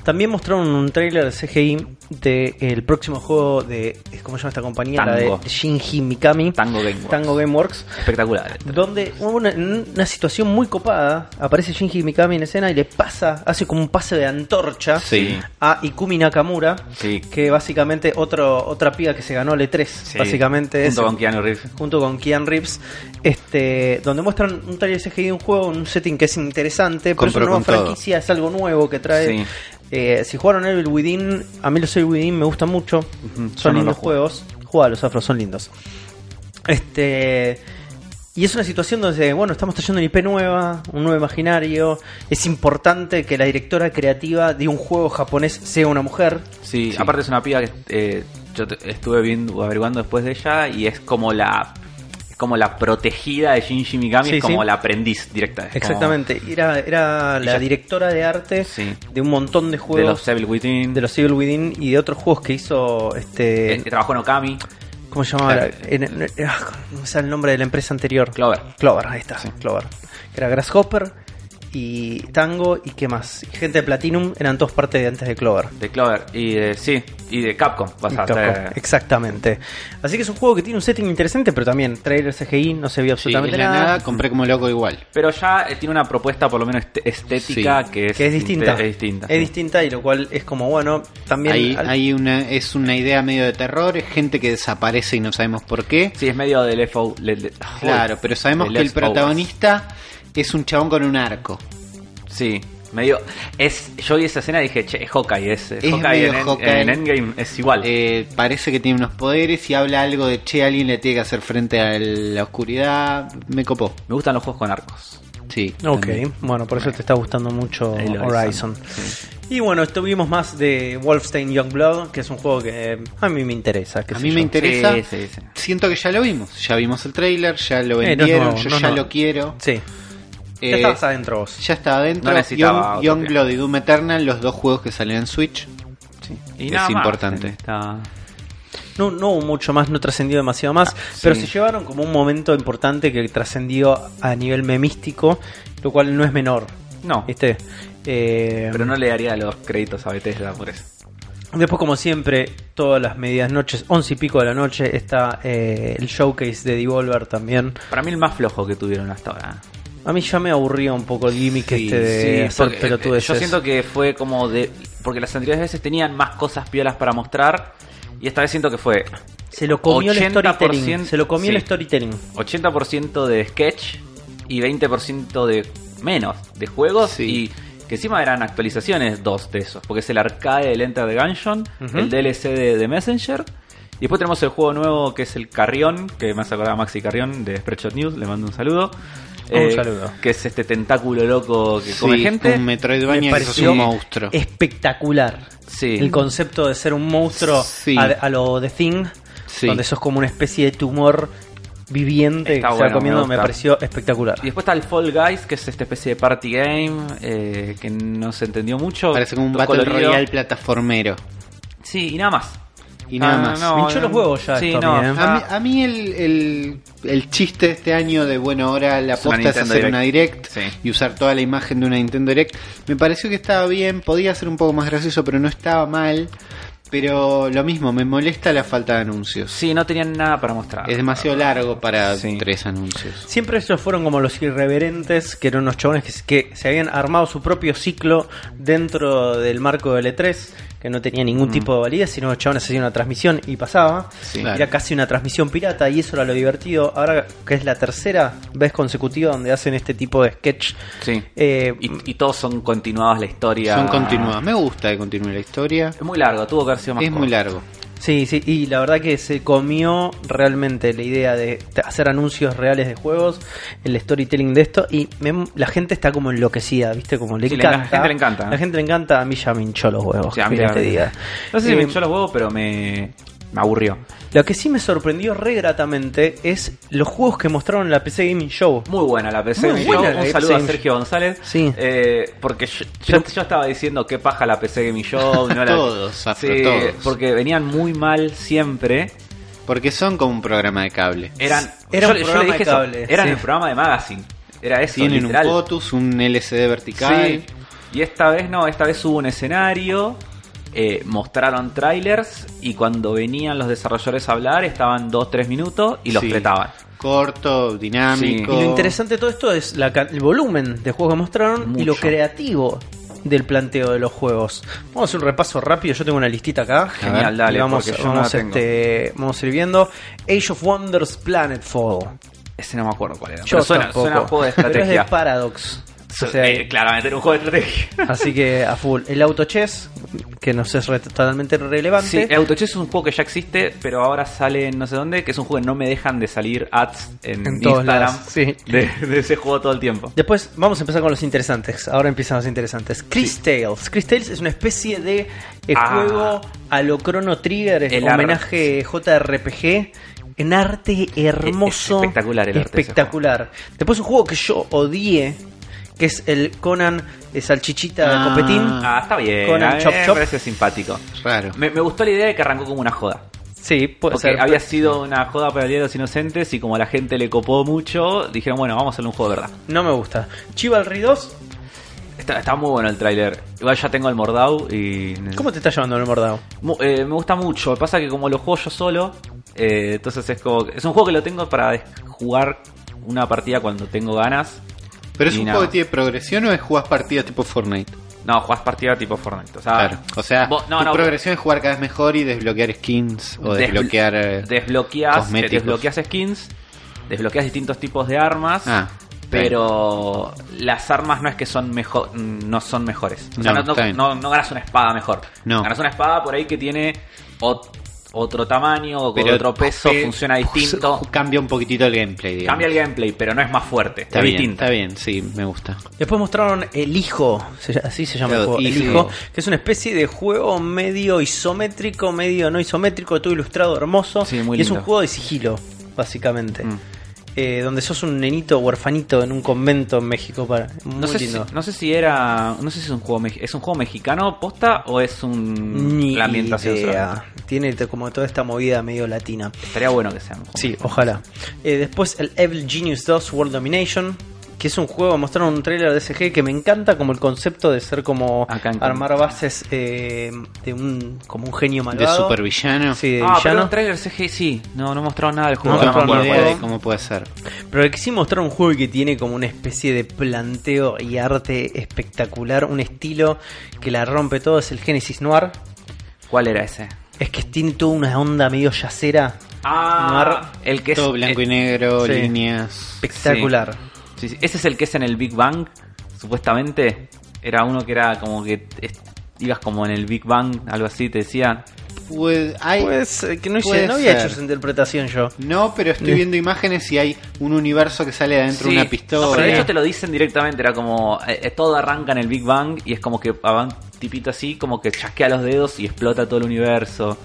También mostraron un tráiler de CGI del próximo juego de. ¿Cómo se llama esta compañía? La Tango. de Shinji Mikami. Tango Gameworks. Tango Gameworks. Espectacular. Donde hubo una, una situación muy copada. Aparece Shinji Mikami en escena y le pasa, hace como un pase de antorcha Sí. a Ikumi Nakamura. Sí. Que básicamente otro, otra piba que se ganó el E3. Sí. Básicamente es. Junto con Keanu Reeves. junto con Kean Reeves. Este, donde muestran un trailer CGI de un juego, un setting que es interesante. Pero es una Compro nueva con todo. franquicia, es algo nuevo que trae. Sí. Eh, si jugaron Evil Within, a mí los Evil Within me gustan mucho. yo Son no lindos los jugué. juegos. Juega los afros, son lindos. Este. Y es una situación donde, bueno, estamos trayendo una IP nueva, un nuevo imaginario. Es importante que la directora creativa de un juego japonés sea una mujer. Sí, aparte es una piba que eh, yo te- estuve viendo, averiguando después de ella y es como la es como la protegida de Shinji Mikami, Sí, es como sí. la aprendiz directa. es como Exactamente. Era, era la Ella- directora de arte Sí. de un montón de de los juegos. Evil Within, de los Evil Within y de otros juegos que hizo este eh, que trabajó en Okami, ¿Cómo se llamaba? la- Claro. en- en- ah, no me sale el nombre de la empresa anterior. Clover. Clover, ahí está, Sí. Clover. Que era Grasshopper y Tango y qué más. Y gente de Platinum eran todos parte de antes de Clover. de Clover y de sí, y de Capcom, vas Y a Capcom, hacer- Exactamente. Así que es un juego que tiene un setting interesante, pero también trailer CGI, no se vio Sí, en absolutamente la nada. nada, compré como loco igual. Pero ya eh, tiene una propuesta por lo menos est- estética Sí, que es, Que es distinta. inte- Es distinta. Es distinta y lo cual es como, bueno, también... Ahí, al- hay una, es una idea medio de terror, es gente que desaparece y no sabemos por qué. Sí, es medio del FO. le- le- Claro, pero sabemos de que el Leftovers. protagonista es un chabón con un arco. Sí. Medio, es, yo vi esa escena y dije, che, es Hawkeye, es, es Es Hawkeye, en, medio en- Hawkeye. en Endgame es igual. Eh, parece que tiene unos poderes y habla algo de che, alguien le tiene que hacer frente a la oscuridad. Me copó. Me gustan los juegos con arcos. Sí. Ok, también. bueno, por eso te está gustando mucho El Horizon. Horizon. Y bueno, estuvimos más de Wolfenstein Youngblood, que es un juego que eh, a mí me interesa. qué A sé mí me yo. interesa. Sí, sí, sí. Siento que ya lo vimos. Ya vimos el trailer, ya lo Eh, no es vendieron, nuevo, yo no es ya nuevo. lo quiero. Sí, Eh, ya estabas adentro vos. ya estaba adentro. No necesitaba Young- otro Youngblood y Doom Eternal, los dos juegos que salieron en Switch. Y Es nada más. importante. Está- No, no hubo mucho más, no trascendió demasiado Ah, más, pero sí. se llevaron como un momento importante que trascendió a nivel memístico, lo cual no es menor, No, ¿viste? Eh, pero no le daría los créditos a Bethesda por eso. Después, como siempre, todas las medias noches, once y pico de la noche, está eh, el showcase de Devolver también. Para mí el más flojo que tuvieron hasta ahora. A mí ya me aburría un poco el gimmick Sí, este de hacer porque, eh, pelotudeces. Yo siento que fue como de... Porque las anteriores veces tenían más cosas piolas para mostrar. Y esta vez siento que fue se lo comió el 80%, storytelling. Se lo comió el sí. storytelling. 80% de sketch y 20% de menos de juegos Sí. y que encima eran actualizaciones dos de esos, porque es el arcade del Enter the Gungeon, Ujú. el DLC de, de Messenger y después tenemos el juego nuevo que es el Carrión, que me hace acordar a Maxi Carrión de Spreadshot News, le mando un saludo. Eh, Un saludo. Que es este tentáculo loco que come Sí, gente. Un Me Metroidvania que es pareció un monstruo. Espectacular. Sí. El concepto de ser un monstruo Sí. a, a lo The Thing, Sí. donde sos como una especie de tumor viviente Está que se va bueno, me comiendo, me, gusta. pareció espectacular. Y después está el Fall Guys, que es esta especie de party game eh, que no se entendió mucho. Parece como un Todo Battle colorido. Royale plataformero. Sí, y nada más. Y nada Ah, más. no, Pinchó no, los huevos ya sí, esto a no, mí, Ah, ¿eh? A mí, a mí el, el, el chiste de este año de, bueno, ahora la Es una aposta es Nintendo hacer una direct Sí. y usar toda la imagen de una Nintendo Direct, me pareció que estaba bien, podía ser un poco más gracioso, pero no estaba mal. Pero lo mismo, me molesta la falta de anuncios. Sí, no tenían nada para mostrar. Es demasiado largo para Sí. tres anuncios. Siempre ellos fueron como los irreverentes, que eran unos chabones que, se- que se habían armado su propio ciclo dentro del marco del E3, que no tenía ningún tipo de validez, sino los chabones hacían una transmisión y pasaba. Sí. Claro. Era casi una transmisión pirata y eso era lo divertido. Ahora que es la tercera vez consecutiva donde hacen este tipo de sketch. Sí. Eh, Y, y todos son continuados la historia. Son continuadas. Me gusta que continúe la historia. Es muy largo, tuvo que haber sido más Es muy corto. largo. Sí, sí, y la verdad que se comió realmente la idea de t- hacer anuncios reales de juegos, el storytelling de esto, y me- la gente está como enloquecida, ¿viste? Como le Sí, la- la encanta. gente le encanta, ¿no? La gente le encanta, a mí ya me hinchó los huevos. Sí, a mí que la te verdad. diga. No sé si Eh, me hinchó los huevos, pero me, me aburrió. Lo que sí me sorprendió re gratamente es los juegos que mostraron en la PC Gaming Show. Muy buena la PC. Muy Gaming buena Show. la Un saludo a PC. Sergio González. Sí. Eh, porque yo, yo- yo estaba diciendo qué paja la PC <laughs> Gaming Show. no la- Todos, afro, Sí, todos. Porque venían muy mal siempre. Porque son como un programa de cable. Eran, Era un yo- yo le programa dije de eso, cable, Eran sí. el programa de Magazine. Era eso. Tienen literal. un POTUS, un LCD vertical. Sí. Y esta vez no, esta vez hubo un escenario, eh, mostraron trailers y cuando venían los desarrolladores a hablar estaban 2-3 minutos y los Sí. tretaban. Corto, dinámico. Y lo interesante de todo esto es la ca- el volumen de juegos que mostraron y Mucho. lo creativo del planteo de los juegos. Vamos a hacer un repaso rápido, yo tengo una listita acá. Genial, Y dale, vamos, porque yo no vamos, la tengo. este, vamos a ir viendo. Age of Wonders Planetfall. Ese no me acuerdo cuál era. Yo pero suena, tampoco. suena a juego <laughs> de Pero es de estrategia. Paradox. O sea, Eh, claramente era un juego de estrategia. así que a full. El Auto Chess, que nos es re- totalmente relevante. Sí, Autochess es un juego que ya existe, pero ahora sale en no sé dónde, que es un juego que no me dejan de salir ads en, En todos Instagram lados, sí. Ah, de, de ese juego todo el tiempo. Después vamos a empezar con los interesantes. Ahora empiezan los interesantes. Chris Tales. Chris Tales es una especie de eh, Ah. juego a lo Chrono Trigger, El ar- homenaje JRPG. En arte hermoso. Es- es espectacular el arte de ese Espectacular. Después un juego que yo odié, que es el Conan eh, Salchichita Ah. Copetín. Ah, está bien. Con el a mí Chop me Chop. parece simpático. Raro. Me- me gustó la idea de que arrancó como una joda. Sí, puede Porque ser. había sido una joda para el Día de los Inocentes y como a la gente le copó mucho, dijeron, bueno, vamos a hacer un juego de verdad. No me gusta. Chivalry 2. Está, está muy bueno el tráiler. Igual ya tengo el Mordau y... ¿Cómo te está llevando el mordado? Mu- eh, me gusta mucho. Lo que Pasa es que como lo juego yo solo, eh, entonces es como... que- Es un juego que lo tengo para des- jugar una partida cuando tengo ganas. ¿Pero es Y un nada. juego que tiene progresión o es jugás partidas tipo Fortnite? No, jugás partida tipo Fortnite. O sea, claro. O sea, Ah. vos- no, tu no, progresión es jugar cada vez mejor y desbloquear skins o Desblo- desbloquear. eh, desbloqueas, cosméticos. desbloqueas skins, desbloqueas distintos tipos de armas. Ah, pero las armas no es que son mejor no son mejores o sea, No, no, está no- bien. no- no ganas una espada mejor No. ganas una espada por ahí que tiene ot- otro tamaño o con Pero otro peso pe- funciona distinto Cambia un poquitito el gameplay, digamos. cambia el gameplay pero no es más fuerte Está es bien, distinto está bien, sí, me gusta. Después mostraron El Hijo, se ll- así se llama el Claro, juego, El Hijo. Hijo, que es una especie de juego medio isométrico, medio no isométrico, todo ilustrado, hermoso. Sí, muy y es un lindo. juego de sigilo, básicamente. Mm. Eh, donde sos un nenito huerfanito en un convento en México. Para... Muy no sé, si, lindo. no sé si era no sé si es un juego me- es un juego mexicano posta o es un Ni la ambientación solamente. idea. Tiene t- como toda esta movida medio latina. estaría bueno que sea un juego. Sí, ojalá. Eh, después el Evil Genius 2 World Domination, que es un juego, mostraron un trailer de CG que me encanta como el concepto de ser como Acá en- armar bases eh, de un como un genio De malvado. supervillano. Sí, de ah pero villano. el trailer CG sí no no mostraron nada del juego No, eh, No, no, tengo no, ni idea no. de cómo puede ser. Pero que sí mostraron un juego que tiene como una especie de planteo y arte espectacular, un estilo que la rompe todo, es el Genesis Noir. cuál era ese Es que tiene toda una onda medio yacera ah el que es Todo blanco y negro, sí. líneas. espectacular. Sí, sí. Ese es el que es en el Big Bang, supuestamente. Era uno que era como que es- ibas como en el Big Bang, algo así, te decía. Pues, hay- Pues eh, que no, hice- puede no había ser. hecho esa interpretación yo. No, pero estoy viendo imágenes y hay un universo que sale de adentro de Sí. una pistola. No, pero de hecho te lo dicen directamente, era como eh, eh, todo arranca en el Big Bang y es como que va un tipito así, como que chasquea los dedos y explota todo el universo.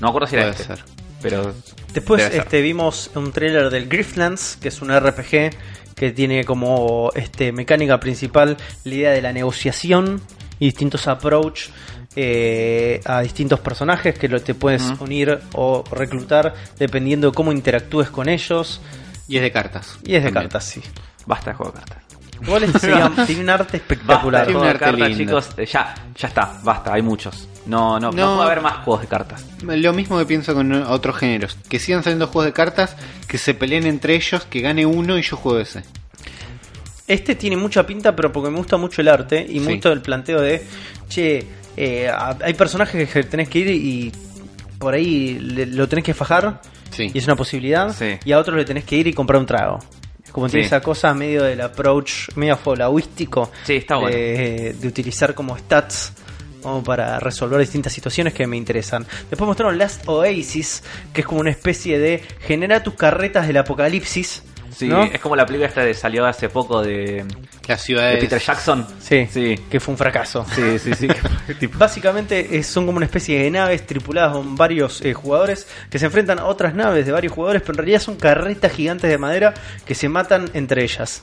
No me acuerdo si era Puede este, ser. pero Después debe ser. este, vimos un tráiler del Grifflands, que es un RPG que tiene como este, mecánica principal la idea de la negociación y distintos approach eh, a distintos personajes que lo, te puedes Ujú. unir o reclutar dependiendo de cómo interactúes con ellos. Y es de cartas. Y es de También. cartas, sí. basta de juego de cartas. Igual este <laughs> sería- tiene un arte Basta de espectacular. Tiene juego un de arte cartas, lindo. chicos. eh, Ya, ya está, basta, hay muchos. No, no, no, No. puede haber más juegos de cartas. Lo mismo que pienso con otros géneros. Que sigan saliendo juegos de cartas, que se peleen entre ellos, que gane uno y yo juego ese. Este tiene mucha pinta, pero porque me gusta mucho el arte y me Sí. gusta el planteo de, che, eh, a- hay personajes que tenés que ir y por ahí le- lo tenés que fajar Sí. y es una posibilidad, Sí. y a otros le tenés que ir y comprar un trago. Es Como tiene Sí. esa cosa medio del approach, medio folawístico Sí, está bueno. de, de utilizar como stats como para resolver distintas situaciones que me interesan. Después mostraron Last Oasis, que es como una especie de genera tus carretas del apocalipsis. Sí, ¿no? es como la película esta de salió hace poco de, La ciudad de Peter Jackson. Sí, Sí. que fue un fracaso. Sí, sí, <laughs> sí. Básicamente eh, son como una especie de naves tripuladas con varios eh, jugadores que se enfrentan a otras naves de varios jugadores, pero en realidad son carretas gigantes de madera que se matan entre ellas.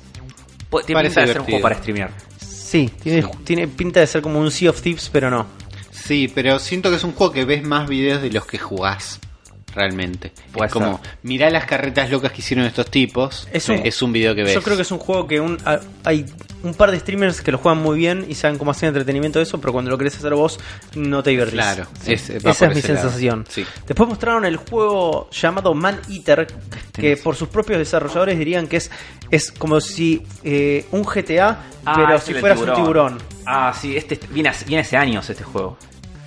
Parece Tiene pinta de ser un divertido. juego para streamear. Sí, tiene, tiene pinta de ser como un Sea of Thieves, pero no. Sí, pero siento que es un juego que ves más videos de los que jugás. Realmente. Puede es como, mirá las carretas locas que hicieron estos tipos. Es un- video que ves. Yo creo que es un juego que un- a- hay un par de streamers que lo juegan muy bien y saben cómo hacer entretenimiento de eso, pero cuando lo querés hacer vos no te divertís. Claro, Sí. es- va esa por es mi ese lado. sensación. Sí. Después mostraron el juego llamado Man Eater, Este que por sus propios desarrolladores dirían que es, es como si eh, un GTA, Ah, pero es si el del fueras un tiburón. Ah, sí, este viene hace, viene hace años este juego.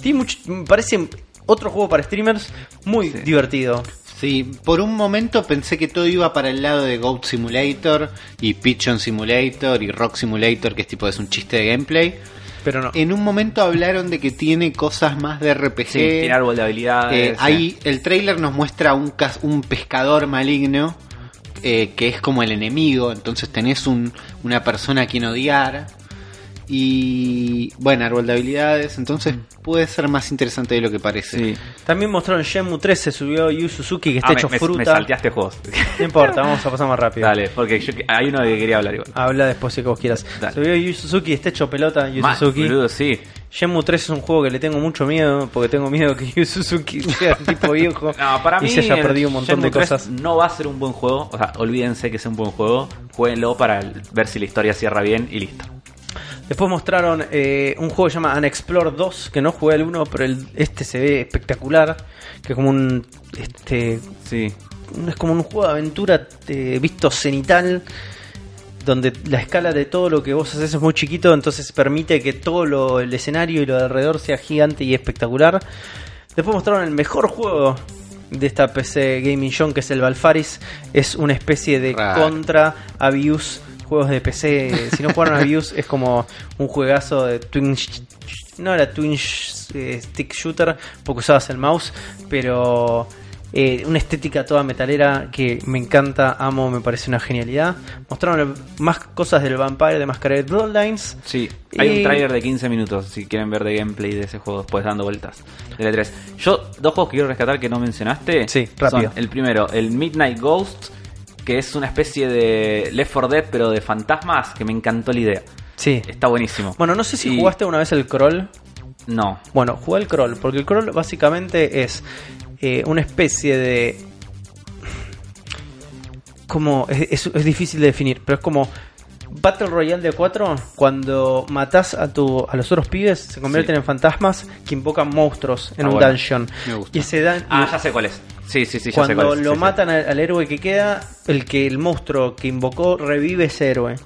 Tiene mucho- me parece otro juego para streamers muy Sí. divertido. Sí, por un momento pensé que todo iba para el lado de Goat Simulator y Pigeon Simulator y Rock Simulator, que es tipo es un chiste de gameplay. Pero no. En un momento hablaron de que tiene cosas más de RPG. Sí, tiene árbol de Eh, habilidades. sí. ahí el trailer nos muestra un, cas- un pescador maligno eh, que es como el enemigo, entonces tenés un- una persona a quien odiar. Y bueno, árbol de habilidades, entonces puede ser más interesante de lo que parece. Mm. Sí. También mostraron Shenmue 3, se subió Yu Suzuki, que está Ah, me- Este hecho me, fruta. me salteaste juegos. No importa, vamos a pasar más rápido. <laughs> Dale, porque yo, que- hay uno que quería hablar igual. Habla después si que vos quieras. Dale. Se vio Yu Suzuki, está hecho pelota Yu Más, Suzuki. boludo, sí. Shenmue 3 es un juego que le tengo mucho miedo, porque tengo miedo que <laughs> Yu Suzuki sea un tipo viejo No, para mí y se haya el perdido un montón Shenmue de 3 cosas. No va a ser un buen juego. O sea, olvídense que es un buen juego. Jueguenlo para el- ver si la historia cierra bien y listo. Después mostraron eh, un juego que se llama Unexplore 2, que no jugué el 1, pero el, este se ve espectacular, que es como un... Este, Sí. es como un juego de aventura eh, visto cenital, donde la escala de todo lo que vos haces es muy chiquito, entonces permite que todo lo, el escenario y lo de alrededor sea gigante y espectacular. Después mostraron el mejor juego de esta PC Gaming John que es el Balfaris es una especie de Raro. contra Abuse juegos de PC. Si no jugaron Abuse es como un juegazo de Twin Sh- no era Twin Sh- eh, Stick Shooter porque usabas el mouse, pero eh, una estética toda metalera que me encanta, amo, me parece una genialidad. Mostraron el- más cosas del Vampire de Masquerade Bloodlines. Sí, hay Y- un tráiler de 15 minutos si quieren ver de gameplay de ese juego después dando vueltas. De la 3. Yo, dos juegos que quiero rescatar que no mencionaste. Sí, rápido. son el primero, el Midnight Ghost, que es una especie de Left 4 Dead, pero de fantasmas, que me encantó la idea. Sí. Está buenísimo. Bueno, no sé si Y- jugaste una vez el crawl. No. Bueno, jugué el crawl, porque el crawl básicamente es eh, una especie de... Como... Es, es- es difícil de definir, pero es como... Battle Royale de 4, cuando matás a, tu, a los otros pibes, se convierten Sí. en fantasmas que invocan monstruos en Ah, un bueno. dungeon. Me gusta. Y ese dan Ah, ya sé cuál es. Sí, sí, sí, ya cuando sé cuál es. lo Sí, sí. matan Al, al héroe que queda, el que el monstruo que invocó revive ese héroe.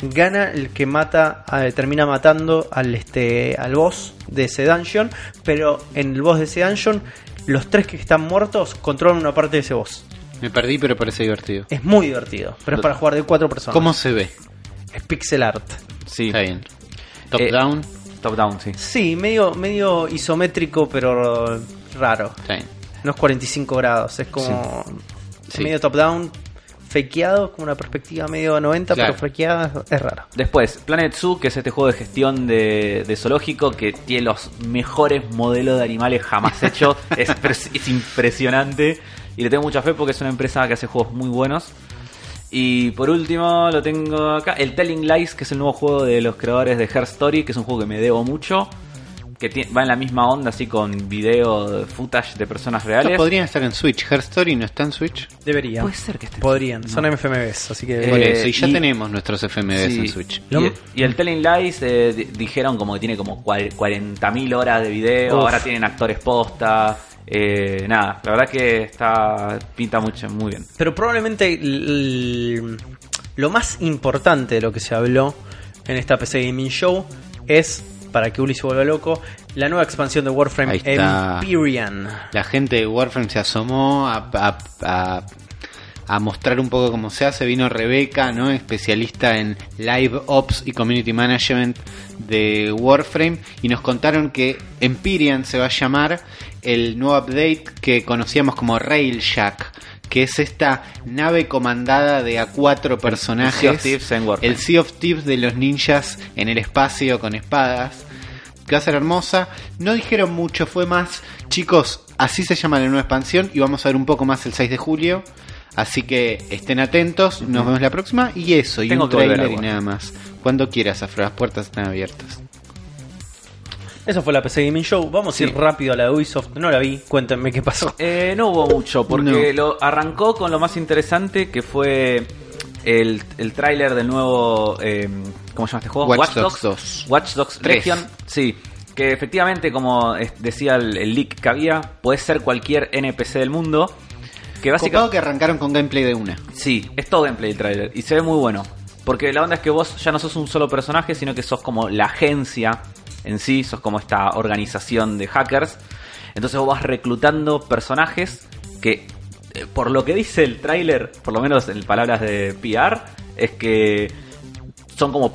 Gana el que mata, a- termina matando al este al boss de ese dungeon, pero en el boss de ese dungeon los tres que están muertos controlan una parte de ese boss. Me perdí, pero parece divertido. Es muy divertido, pero es para jugar de cuatro personas. ¿Cómo se ve? Es pixel art. Sí, Está bien. Top Eh, down. top down, sí. Sí, medio medio isométrico pero raro. Está bien. No es 45 grados, es como Sí. medio top-down, fakeado, como una perspectiva medio a 90, Claro. pero fakeada es rara. Después, Planet Zoo, que es este juego de gestión de, de zoológico que tiene los mejores modelos de animales jamás hechos. es, pero es- es impresionante. Y le tengo mucha fe porque es una empresa que hace juegos muy buenos. Y por último, lo tengo acá. El Telling Lies, que es el nuevo juego de los creadores de Her Story, que es un juego que me debo mucho. Que ti- va en la misma onda, así con video, footage de personas Estos reales. podrían estar en Switch. Her Story no está en Switch. Debería. Puede ser que esté. Podrían, No. son FMVs, así que... Eh, Por eso, y ya y- tenemos nuestros FMVs en Switch. Y, el- y el Telling Lies eh, di- dijeron como que tiene como cuar- 40.000 horas de video, Uf. ahora tienen actores posta. eh, nada, la verdad que está pinta mucho, muy bien. Pero probablemente l- l- lo más importante de lo que se habló en esta PC Gaming Show es, para que Uli se vuelva loco, la nueva expansión de Warframe Ahí está. Empyrean. La gente de Warframe se asomó a, a- a- a mostrar un poco cómo se hace. Vino Rebeca, ¿no? especialista en Live Ops y Community Management de Warframe. Y nos contaron que Empyrean se va a llamar el nuevo update que conocíamos como Railshack. Que es esta nave comandada de a cuatro personajes. Sea of Thieves en Warframe. El Sea of Thieves de los ninjas en el espacio con espadas. que va a ser hermosa. No dijeron mucho, fue más, chicos, así se llama la nueva expansión y vamos a ver un poco más el 6 de julio. Así que estén atentos, nos vemos la próxima. Y eso, y Tengo un que volver a trailer y jugar. nada más. Cuando quieras, Afro, las puertas están abiertas. Eso fue la PC Gaming Show, vamos a ir rápido a la de Ubisoft, no la vi, cuéntenme qué pasó. Eh, no hubo mucho, porque lo arrancó con lo más interesante que fue el, el tráiler del nuevo. eh, ¿Cómo se llama este juego? Watch Dogs 2. Watch Dogs Tres. Legion. Sí, que efectivamente, como es- decía el, el leak que había, puede ser cualquier NPC del mundo. Que básicamente. Copado que arrancaron con gameplay de una. Sí, es todo gameplay el trailer y se ve muy bueno. Porque la onda es que vos ya no sos un solo personaje, sino que sos como la agencia en sí, sos como esta organización de hackers. Entonces vos vas reclutando personajes que, eh, por lo que dice el tráiler, por lo menos en palabras de PR, es que son como...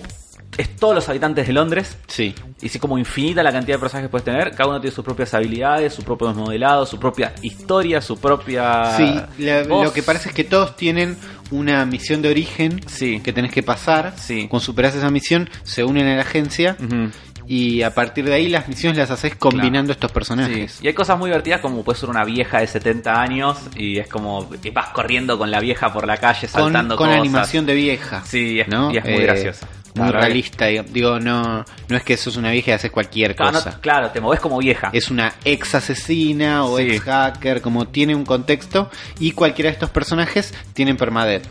Es todos los habitantes de Londres, Sí. y sí, como infinita la cantidad de personajes que puedes tener. Cada uno tiene sus propias habilidades, su propio modelado, su propia historia, su propia. Sí, la- voz. lo que parece es que todos tienen una misión de origen Sí. que tenés que pasar. Sí. Mm. Cuando superás esa misión, se unen a la agencia Ujú. y a partir de ahí las misiones las haces combinando estos personajes. Sí. <laughs> Y hay cosas muy divertidas como puede ser una vieja de 70 años y es como que vas corriendo con la vieja por la calle con, saltando con cosas. animación de vieja. Eh, Sí, es- y es muy graciosa. Muy La verdad realista, digo- digo, no, no es que sos una vieja y haces cualquier Claro, Ah, no- cosa. claro, te moves como vieja. Es una ex asesina o Sí. ex hacker, como tiene un contexto, y cualquiera de estos personajes tienen permadeath.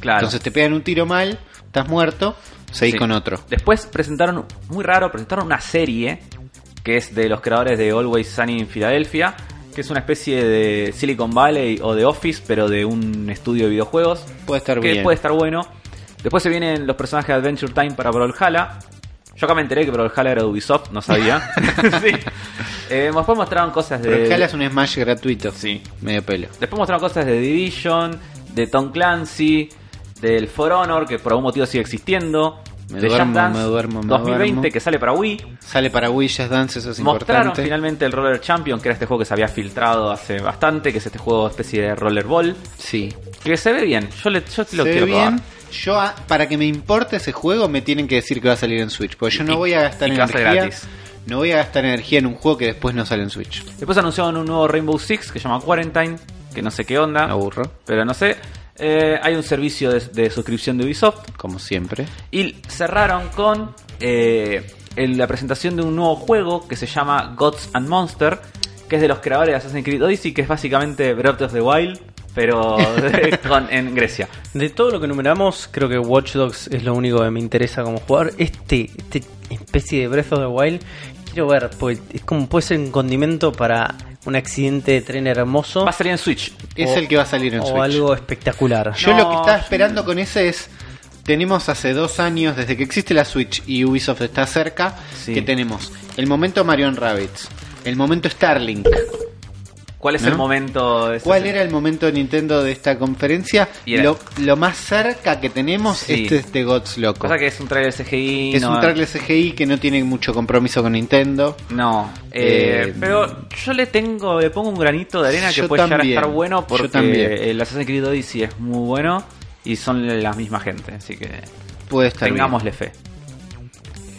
claro. Entonces te pegan un tiro mal, estás muerto, seguís Sí. con otro. Después presentaron, muy raro, presentaron una serie que es de los creadores de Always Sunny in Philadelphia, que es una especie de Silicon Valley o de Office, pero de un estudio de videojuegos. Puede estar que bien. puede estar bueno. Después se vienen los personajes de Adventure Time para Brawlhalla. Yo acá me enteré que Brawlhalla era de Ubisoft, <laughs> no sabía. <laughs> sí. Eh, después mostraron cosas de. Pero Halo es un Smash gratuito. Sí. Medio pelo. Después mostraron cosas de Division, de Tom Clancy, del For Honor, que por algún motivo sigue existiendo. Me de duermo, Just Dance me duermo, me 2020, duermo. que sale para Wii. Sale para Wii, Just Dance, eso es Mostraron importante. finalmente el Roller Champion, que era este juego que se había filtrado hace bastante, que es este juego especie de rollerball, Sí. que se ve bien. Yo, le, yo Se lo ve quiero probar. bien. Yo, ah, para que me importe ese juego, me tienen que decir que va a salir en Switch. Porque yo Y- no voy a gastar y que va a ser energía. gratis. No voy a gastar energía en un juego que después no sale en Switch. Después anunciaron un nuevo Rainbow Six que se llama Quarantine, que no sé qué onda, Me aburro, pero no sé. Eh, hay un servicio de, de suscripción de Ubisoft como siempre. y cerraron con eh, el- la presentación de un nuevo juego que se llama Gods and Monster, que es de los creadores de Assassin's Creed Odyssey, que es básicamente Breath of the Wild, pero de- con- en Grecia. De todo lo que enumeramos, creo que Watch Dogs es lo único que me interesa como jugador. Este, este especie de Breath of the Wild, quiero ver, pues es como puede ser un condimento para un accidente de tren hermoso Va a salir en Switch. Es O- el que va a salir en o Switch. algo espectacular. Yo No, lo que estaba yo- esperando con ese es. Tenemos hace dos años, desde que existe la Switch y Ubisoft está cerca, Sí. que tenemos el momento Marion Rabbits, el momento Starlink. ¿Cuál es ¿No? el momento? ese- ¿Cuál era el momento Nintendo de esta conferencia? Y era- Lo, lo más cerca que tenemos Sí. es este Gods Loco. Cosa que es un trailer CGI. es no- un trailer CGI que no tiene mucho compromiso con Nintendo. No, eh, Eh, pero yo le tengo, le pongo un granito de arena que yo puede llegar a también, estar bueno yo porque también. el Assassin's Creed Odyssey es muy bueno y son la misma gente, así que Puede estar bien. tengámosle fe.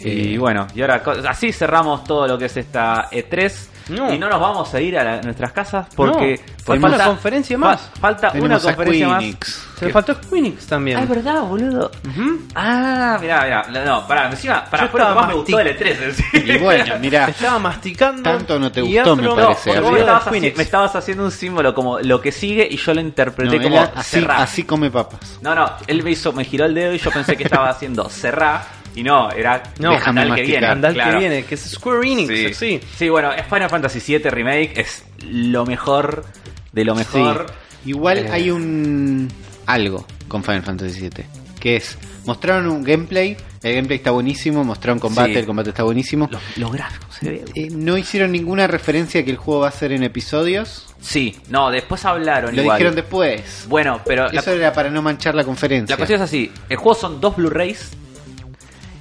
Y bueno, y ahora co- así cerramos todo lo que es esta E3 No. y no nos vamos a ir a, la- nuestras casas porque No, porque tenemos una conferencia más. falta una Tenemos a conferencia más. Squeenix. Se que- le faltó Queenix también. Ah, es verdad, boludo. Ujú. Ah, mirá, mirá, no, no, pará, encima, pará, Yo fue lo que estaba más me gustó mastic- del E E3. en sí. Y <laughs> bueno, Te mirá, Estaba masticando. Tanto no te y gustó, me Astro- No, parece, por porque Había- vos favor, me estabas, Queenix. haci- me estabas haciendo un símbolo como lo que sigue y yo lo interpreté no, como él así, cerrá. así come papas. No, no, él me hizo, me giró el dedo y yo pensé que estaba haciendo cerrá y no, era No, andá déjame al que masticar, viene, Andal claro. que viene, que es Square Enix, Sí. sí. Sí, bueno, es Final Fantasy VII Remake es lo mejor de lo mejor. Sí. Igual Eh. hay un algo con Final Fantasy VII, que es mostraron un gameplay, el gameplay está buenísimo, mostraron combate, Sí. el combate está buenísimo. Los, los gráficos se ve. Eh, no hicieron ninguna referencia a que el juego va a ser en episodios. Sí, no, después hablaron Lo igual. dijeron después. Bueno, pero la- Eso era para no manchar la conferencia. La cuestión es así: el juego son dos Blu-rays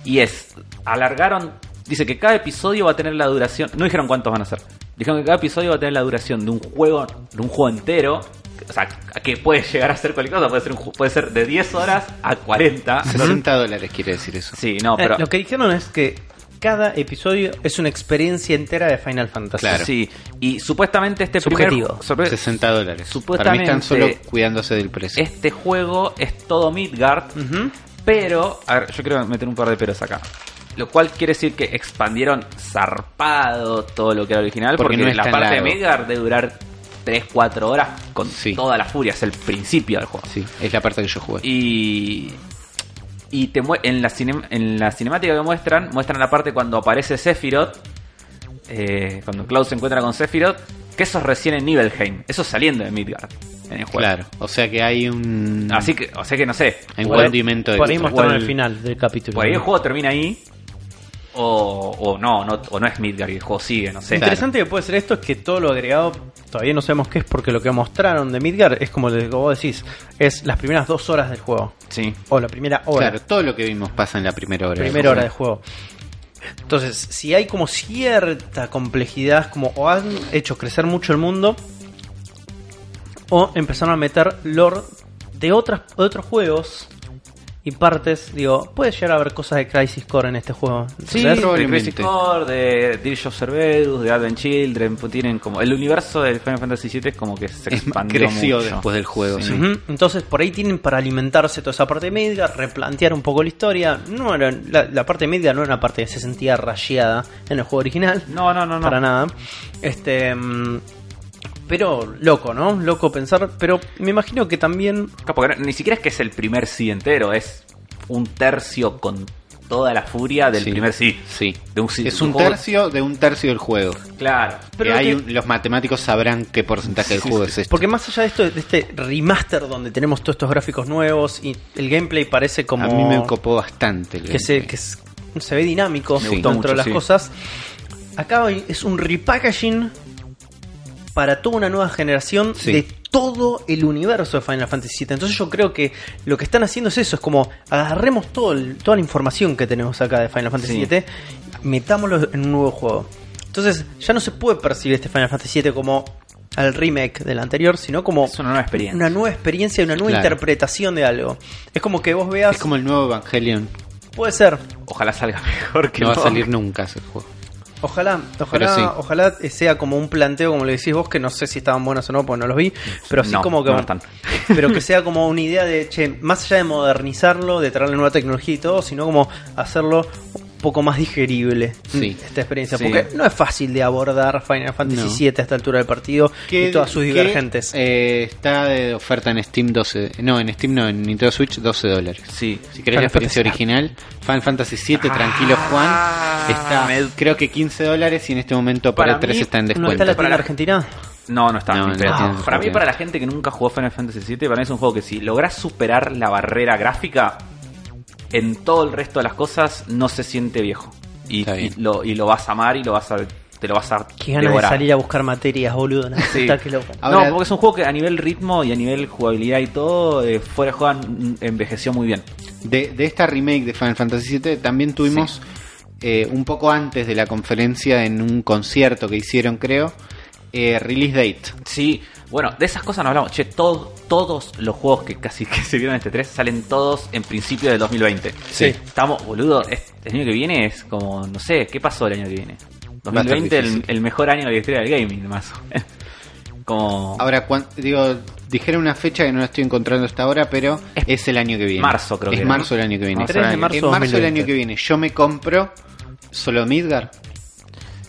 y es. Alargaron. Dice que cada episodio va a tener la duración. No dijeron cuántos van a ser. Dijeron que cada episodio va a tener la duración de un juego, de un juego entero. O sea, que puede <laughs> llegar a ser cualquier cosa. Puede ser, un ju- puede ser de 10 horas <laughs> a 40. 60 dólares quiere decir eso. Sí, no, Eh, pero. lo que dijeron es que cada episodio es una experiencia entera de Final Fantasy. Claro. Sí, y supuestamente este Subjetivo. primer. sorpre- 60 dólares. Para mí Supuestamente- están solo cuidándose del precio. Este juego es todo Midgard. Ujú. Pero, a ver, yo quiero meter un par de peros acá. Lo cual quiere decir que expandieron zarpado todo lo que era original. Porque Porque, no es la tan parte de largo. Midgard de durar 3-4 horas con Sí. toda la furia. Es el principio del juego. Sí, es la parte que yo jugué. Y. Y te mue- en, la cinem- en la cinemática que muestran, muestran la parte cuando aparece Sephiroth. eh, cuando Cloud se encuentra con Sephiroth. Que eso es recién en Nibelheim. Eso es saliendo de Midgard. En el juego. Claro, o sea que hay un Así que, o sea que no sé. hay un Por ahí- condimento Por ahí extra. mostraron O el- el final del capítulo. Pues ahí el juego termina ahí. O, o no, no, o no es Midgar y el juego sigue, no sé. Lo interesante que puede ser esto es que todo lo agregado todavía no sabemos qué es porque lo que mostraron de Midgar es como lo que vos decís, es las primeras dos horas del juego. Sí. O la primera hora. Claro, todo lo que vimos pasa en la primera hora. primera hora de juego. Entonces, si hay como cierta complejidad, como o han hecho crecer mucho el mundo, o empezaron a meter lore de, otras, de otros juegos y partes, digo, puede llegar a haber cosas de Crisis Core en este juego. Sí, ¿entendés? de probablemente. Crisis Core, de Dirge of Cerberus, de Advent Children, pues tienen como... El universo del Final Fantasy VII es como que se Es- expandió creció mucho. después del juego. sí. Sí. Ujú, Entonces por ahí tienen para alimentarse toda esa parte de Midgar, replantear un poco la historia. No era- la, la parte de Midgar no era una parte que se sentía rayeada en el juego original. No, no, no, no. Para nada. Este. mm, Pero loco, ¿no? Loco pensar. Pero me imagino que también. Claro, porque no- ni siquiera es que es el primer sí entero, es un tercio con toda la furia del Sí. primer sí. Sí. De un sí. Es un juego- tercio de un tercio del juego. Claro. Pero Que hay que- un- los matemáticos sabrán qué porcentaje del juego es esto. Porque más allá de esto, de este remaster donde tenemos todos estos gráficos nuevos y el gameplay parece como. A mí me copó bastante. el que se, gameplay. que es- se ve dinámico Me dentro gustó mucho, de las sí. cosas. Acá hay- es un repackaging para toda una nueva generación Sí. de todo el universo de Final Fantasy VII. Entonces yo creo que lo que están haciendo es eso, es como agarremos todo el- toda la información que tenemos acá de Final Fantasy Sí. VII, metámoslo en un nuevo juego. Entonces ya no se puede percibir este Final Fantasy VII como al remake del anterior, sino como Es una nueva experiencia. una nueva experiencia, una nueva Claro. interpretación de algo. Es como que vos veas, Es como el nuevo Evangelion. puede ser, Ojalá salga <laughs> mejor que No va a no. salir nunca ese juego. Ojalá, ojalá, sí. ojalá sea como un planteo, como le decís vos, que no sé si estaban buenos o no, porque no los vi, pero sí No, como que. no están. <laughs> Pero que sea como una idea de, che, más allá de modernizarlo, de traerle nueva tecnología y todo, sino como hacerlo un poco más digerible mm, Sí. esta experiencia. Sí. Porque no es fácil de abordar Final No. Fantasy VII a esta altura del partido y todas sus que, divergentes. eh, está de oferta en Steam 12. No, en Steam no, en Nintendo Switch 12 dólares. Sí. Si querés la Final experiencia Fantasy. original, Final Fantasy VII, tranquilo Ah, Juan, está me- creo que 15 dólares y en este momento para, Para el 3 mí, está en ¿No descuento. está la tienda Para- argentina? No, no está. No, ni no tiene pedo. para mí, sentido. para la gente que nunca jugó Final Fantasy VII, para mí es un juego que si lográs superar la barrera gráfica, en todo el resto de las cosas no se siente viejo. Y, Está y bien. lo, y lo vas a amar y lo vas a, te lo vas a Qué ganas de devorar. salir a buscar materias, boludo. No, Sí. está que loco. Ahora- no, porque es un juego que a nivel ritmo y a nivel jugabilidad y todo, eh, fuera de juego mm, envejeció muy bien. De, de esta remake de Final Fantasy VII también tuvimos eh, un poco antes de la conferencia en un concierto que hicieron creo, eh, Release Date. Sí, bueno, de esas cosas no hablamos. Che, todo- todos los juegos que casi <laughs> que se vieron en este 3 salen todos en principio del 2020. Sí. Estamos, boludo, es- el año que viene es como, no sé, ¿qué pasó el año que viene? Va a estar 2020, el, difícil. el mejor año de la historia del gaming, más. o menos. <laughs> como Ahora, cuan- digo, dijeron una fecha que no la estoy encontrando hasta ahora, pero es, Es el año que viene. marzo, creo Es que era, marzo del año que viene. Marzo del 3 de año. marzo en marzo del 2020. año que viene. Yo me compro solo Midgar.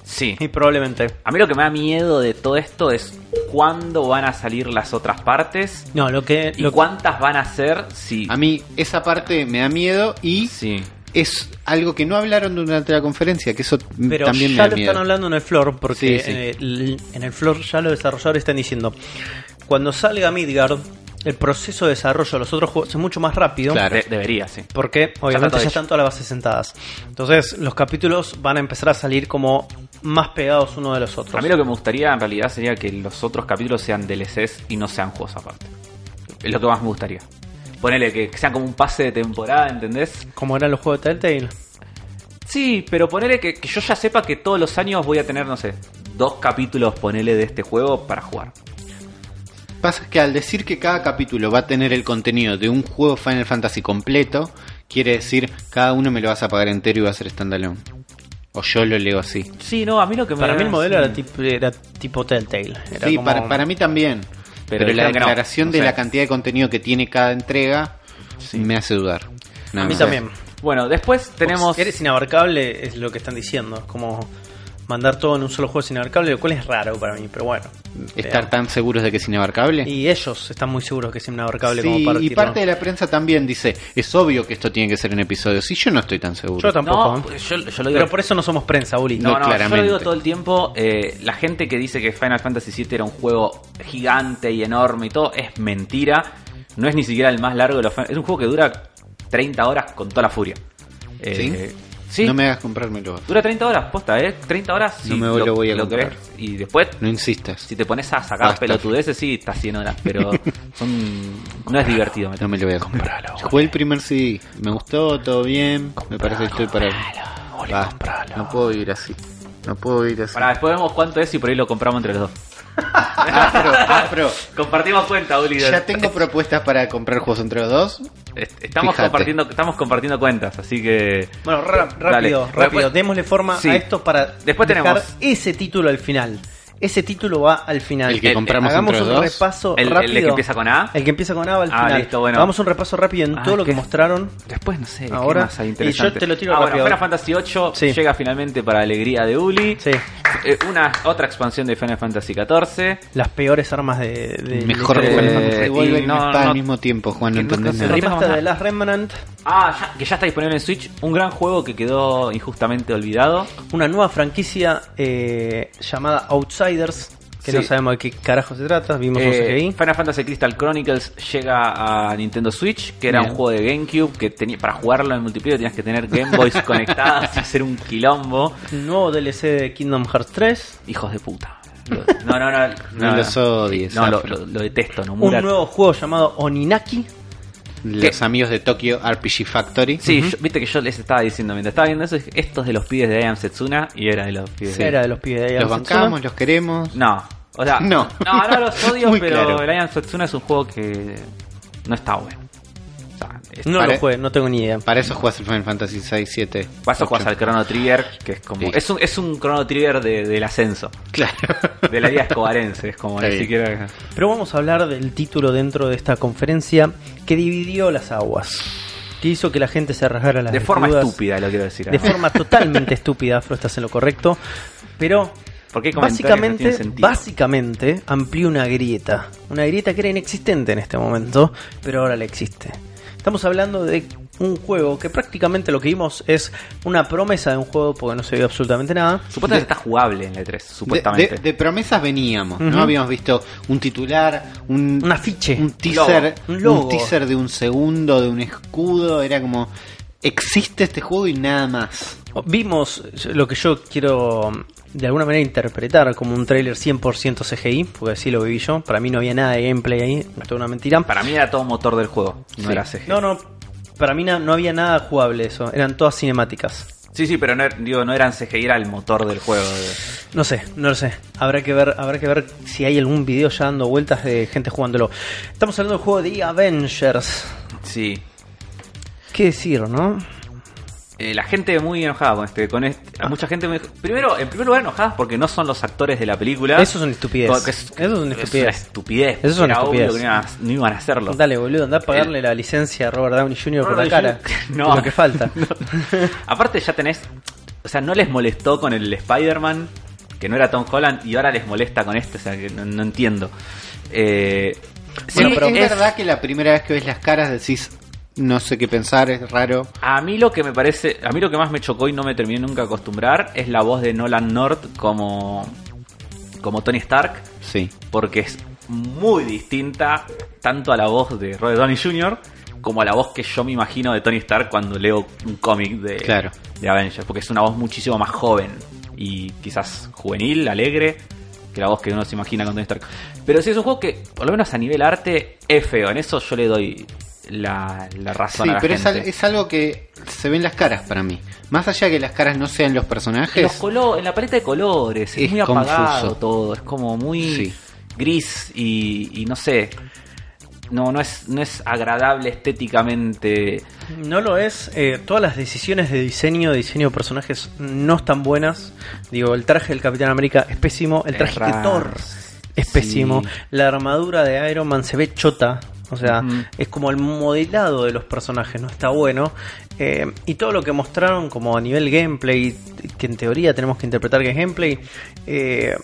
sí. Y probablemente. A mí lo que me da miedo de todo esto es cuándo van a salir las otras partes No, lo que. y Lo cuántas van a ser si... A mí esa parte me da miedo y Sí. es algo que no hablaron durante la conferencia, que eso Pero Mm, también me ya da lo miedo. están hablando en el floor, porque Sí, sí. eh, l- en el floor ya los desarrolladores están diciendo, cuando salga Midgard, el proceso de desarrollo de los otros juegos es mucho más rápido. Claro. De- debería, sí. Porque obviamente todo ya hecho. están todas las bases sentadas. Entonces los capítulos van a empezar a salir como más pegados uno de los otros. A mí lo que me gustaría en realidad sería que los otros capítulos sean DLCs y no sean juegos aparte. Es lo que más me gustaría. Ponele que sean como un pase de temporada, ¿entendés? Como eran los juegos de Telltale. Sí, pero ponele que, que yo ya sepa que todos los años voy a tener, no sé, dos capítulos, ponele, de este juego para jugar. Pasa que al decir que cada capítulo va a tener el contenido de un juego Final Fantasy completo, quiere decir cada uno me lo vas a pagar entero y va a ser standalone. O yo lo leo así. Sí, no, a mí lo que me... Para mí el modelo sí. era, tipo, era tipo Telltale. Era Eh, sí, como- para, para mí también. Pero, Pero la dijeron que no, declaración no de sé. la cantidad de contenido que tiene cada entrega Sí. me hace dudar. No, A mí no. también. Bueno, después tenemos... Eres inabarcable, es lo que están diciendo. Es como mandar todo en un solo juego es inabarcable, lo cual es raro para mí, pero bueno. Estar tan seguros de que es inabarcable. Y ellos están muy seguros que es inabarcable Sí, como y partirlo. parte de la prensa también dice, es obvio que esto tiene que ser en episodios. Y yo no estoy tan seguro. Yo tampoco. No, pues ¿eh? yo, yo lo digo... Pero por eso no somos prensa, Uli. No, No, no, yo claramente. lo digo todo el tiempo. eh, la gente que dice que Final Fantasy VII era un juego gigante y enorme y todo, es mentira. No es ni siquiera el más largo de los. fan- Es un juego que dura 30 horas con toda la furia. Eh, sí, No me hagas comprármelo. dura 30 horas, posta, ¿eh? 30 horas. No me lo voy a comprar. querés. Y después, No insistas. si te pones a sacar Basta. pelotudeces, sí, estás 100 horas, pero <laughs> son, no es divertido. me No me lo voy a comprar. Compralo, Jugué el primer CD. Me gustó, todo bien. me parece que estoy para... Basta. No puedo vivir así. No puedo vivir así. Para después vemos cuánto es y por ahí lo compramos entre los dos. Afro, afro. Compartimos cuenta, Uli. Ya tengo propuestas para comprar juegos entre los dos. Est- Estamos Fíjate. compartiendo, estamos compartiendo cuentas, así que Bueno, ra- Dale. rápido, rápido. Después- Démosle forma Sí. a esto para Después dejar tenemos- ese título al final. Ese título va al final. El que Eh, compramos Hagamos entre un los dos. repaso El- el rápido. que empieza con A. El que empieza con A va al Ah, final. listo, bueno. Hagamos un repaso rápido en Ah, todo lo es que que- mostraron. después no sé Ahora, qué más hay y interesante. yo te lo tiro Ah, bueno, rápido. Final Fantasy VIII Sí. llega finalmente para alegría de Uli. Sí. Eh, una otra expansión de Final Fantasy XIV. Las peores armas de. de Mejor de- Eh, juego. de- Revolver y no, una espada no- al mismo tiempo, Juan. No que no- entendés no se El nada. rima- remaster de Last Remnant. Ah, ya- que ya está disponible en Switch. Un gran juego que quedó injustamente olvidado. Una nueva franquicia eh, llamada Outsiders. que Sí. no sabemos de qué carajo se trata, vimos un Eh, CGI. Final Fantasy Crystal Chronicles llega a Nintendo Switch, que era Bien. un juego de GameCube que tenía para jugarlo en multiplayer tenías que tener Game <laughs> Boys conectadas y hacer un quilombo. Nuevo DLC de Kingdom Hearts 3. Hijos de puta. <laughs> Lo- No, no, no. No los odies, No, lo, Afro. lo- lo detesto, Nomura. ah, Un nuevo juego llamado Oninaki. Los amigos de Tokyo RPG Factory. Sí, yo- viste que yo les estaba diciendo mientras estaba viendo eso, dije, estos de los pibes de I Am Setsuna y era de los pibes. Era de los pibes de Los Aeon bancamos, Setsuna. los queremos. No, o sea, No. no, <laughs> no los odio, Muy pero claro. el I Am Setsuna es un juego que no está bueno. O sea, es- No Pare- lo jugué, no tengo ni idea. Para eso jugás el Final Fantasy 6, 7. Vas a jugar al 8. Chrono Trigger, que es como. Sí. Es, un, es un Chrono Trigger de- del ascenso, Claro. de la vida escobarense, es como Está ni bien. siquiera. Pero vamos a hablar del título dentro de esta conferencia que dividió las aguas. Que hizo que la gente se rasgara las De forma vestiduras. estúpida, lo quiero decir. De ahora. forma <laughs> totalmente estúpida, Afro, estás en lo correcto. Pero Porque hay comentarios que no básicamente, tienen sentido. básicamente amplió una grieta. Una grieta que era inexistente en este momento, pero ahora la existe. Estamos hablando de un juego que prácticamente lo que vimos es una promesa de un juego porque no se vio absolutamente nada. Supuestamente está jugable en la E3, De, <laughs> supuestamente. de- de promesas veníamos, Ujú. ¿no? Habíamos visto un titular, un, Un afiche. un teaser, Logo. Un logo. un teaser de un segundo, de un escudo, era como existe este juego y nada más. Vimos lo que yo quiero mm, de alguna manera interpretar como un trailer 100% CGI, porque así lo viví yo. Para mí no había nada de gameplay ahí, no es toda una mentira. Para mí era todo motor del juego, no Sí. era CG. No, no, para mí na- no había nada jugable eso, eran todas cinemáticas. Sí, sí, pero no, er- digo, no eran CG, era el motor del juego. No sé, no lo sé. Habrá que ver, habrá que ver si hay algún video ya dando vueltas de gente jugándolo. Estamos hablando del juego de Avengers. Sí. ¿Qué decir, no? Eh, la gente muy enojada con este, con Ah. este. a Mucha gente muy- Primero, en primer lugar enojadas porque no son los actores de la película. Eso es una estupidez. Co- que Eso es una estupidez. estupidez. Eso es una Era obvio estupidez. que no iban a- no iban a hacerlo. Dale, boludo, anda a pagarle la licencia a Robert Downey Jr. por la Robert cara. Downey Jr. <laughs> No. Lo que falta. Aparte ya tenés, o sea, no les molestó con el Spider-Man, que no era Tom Holland, y ahora les molesta con este, o sea, que no, no entiendo. Eh, Bueno, sí, pero es, es- verdad que la primera vez que ves las caras decís no sé qué pensar, es raro. A mí lo que me parece, a mí lo que más me chocó y no me terminé nunca de acostumbrar es la voz de Nolan North como, como Tony Stark, Sí. porque es muy distinta tanto a la voz de Robert Downey Jr. como a la voz que yo me imagino de Tony Stark cuando leo un cómic de, Claro. de Avengers, porque es una voz muchísimo más joven y quizás juvenil, alegre, que la voz que uno se imagina con Tony Stark. Pero sí es un juego que, por lo menos a nivel arte, es feo. En eso yo le doy la, la razón Sí, a la pero es, al- gente. es algo que se ven las caras para mí. Más allá de que las caras no sean los Los personajes, colo- en la paleta de colores, es, Es muy apagado confuso. todo, es como muy Sí. gris y, y no sé. No, no es, no es agradable estéticamente. No lo es. eh, todas las decisiones de diseño, diseño de personajes no están buenas. Digo, el traje del Capitán América es pésimo. El Es traje de eh, raro. Thor es pésimo. Sí. La armadura de Iron Man se ve chota. O sea, Ujú. es como el modelado de los personajes, no está bueno. Eh, y todo lo que mostraron como a nivel gameplay, que en teoría tenemos que interpretar que es gameplay, eh,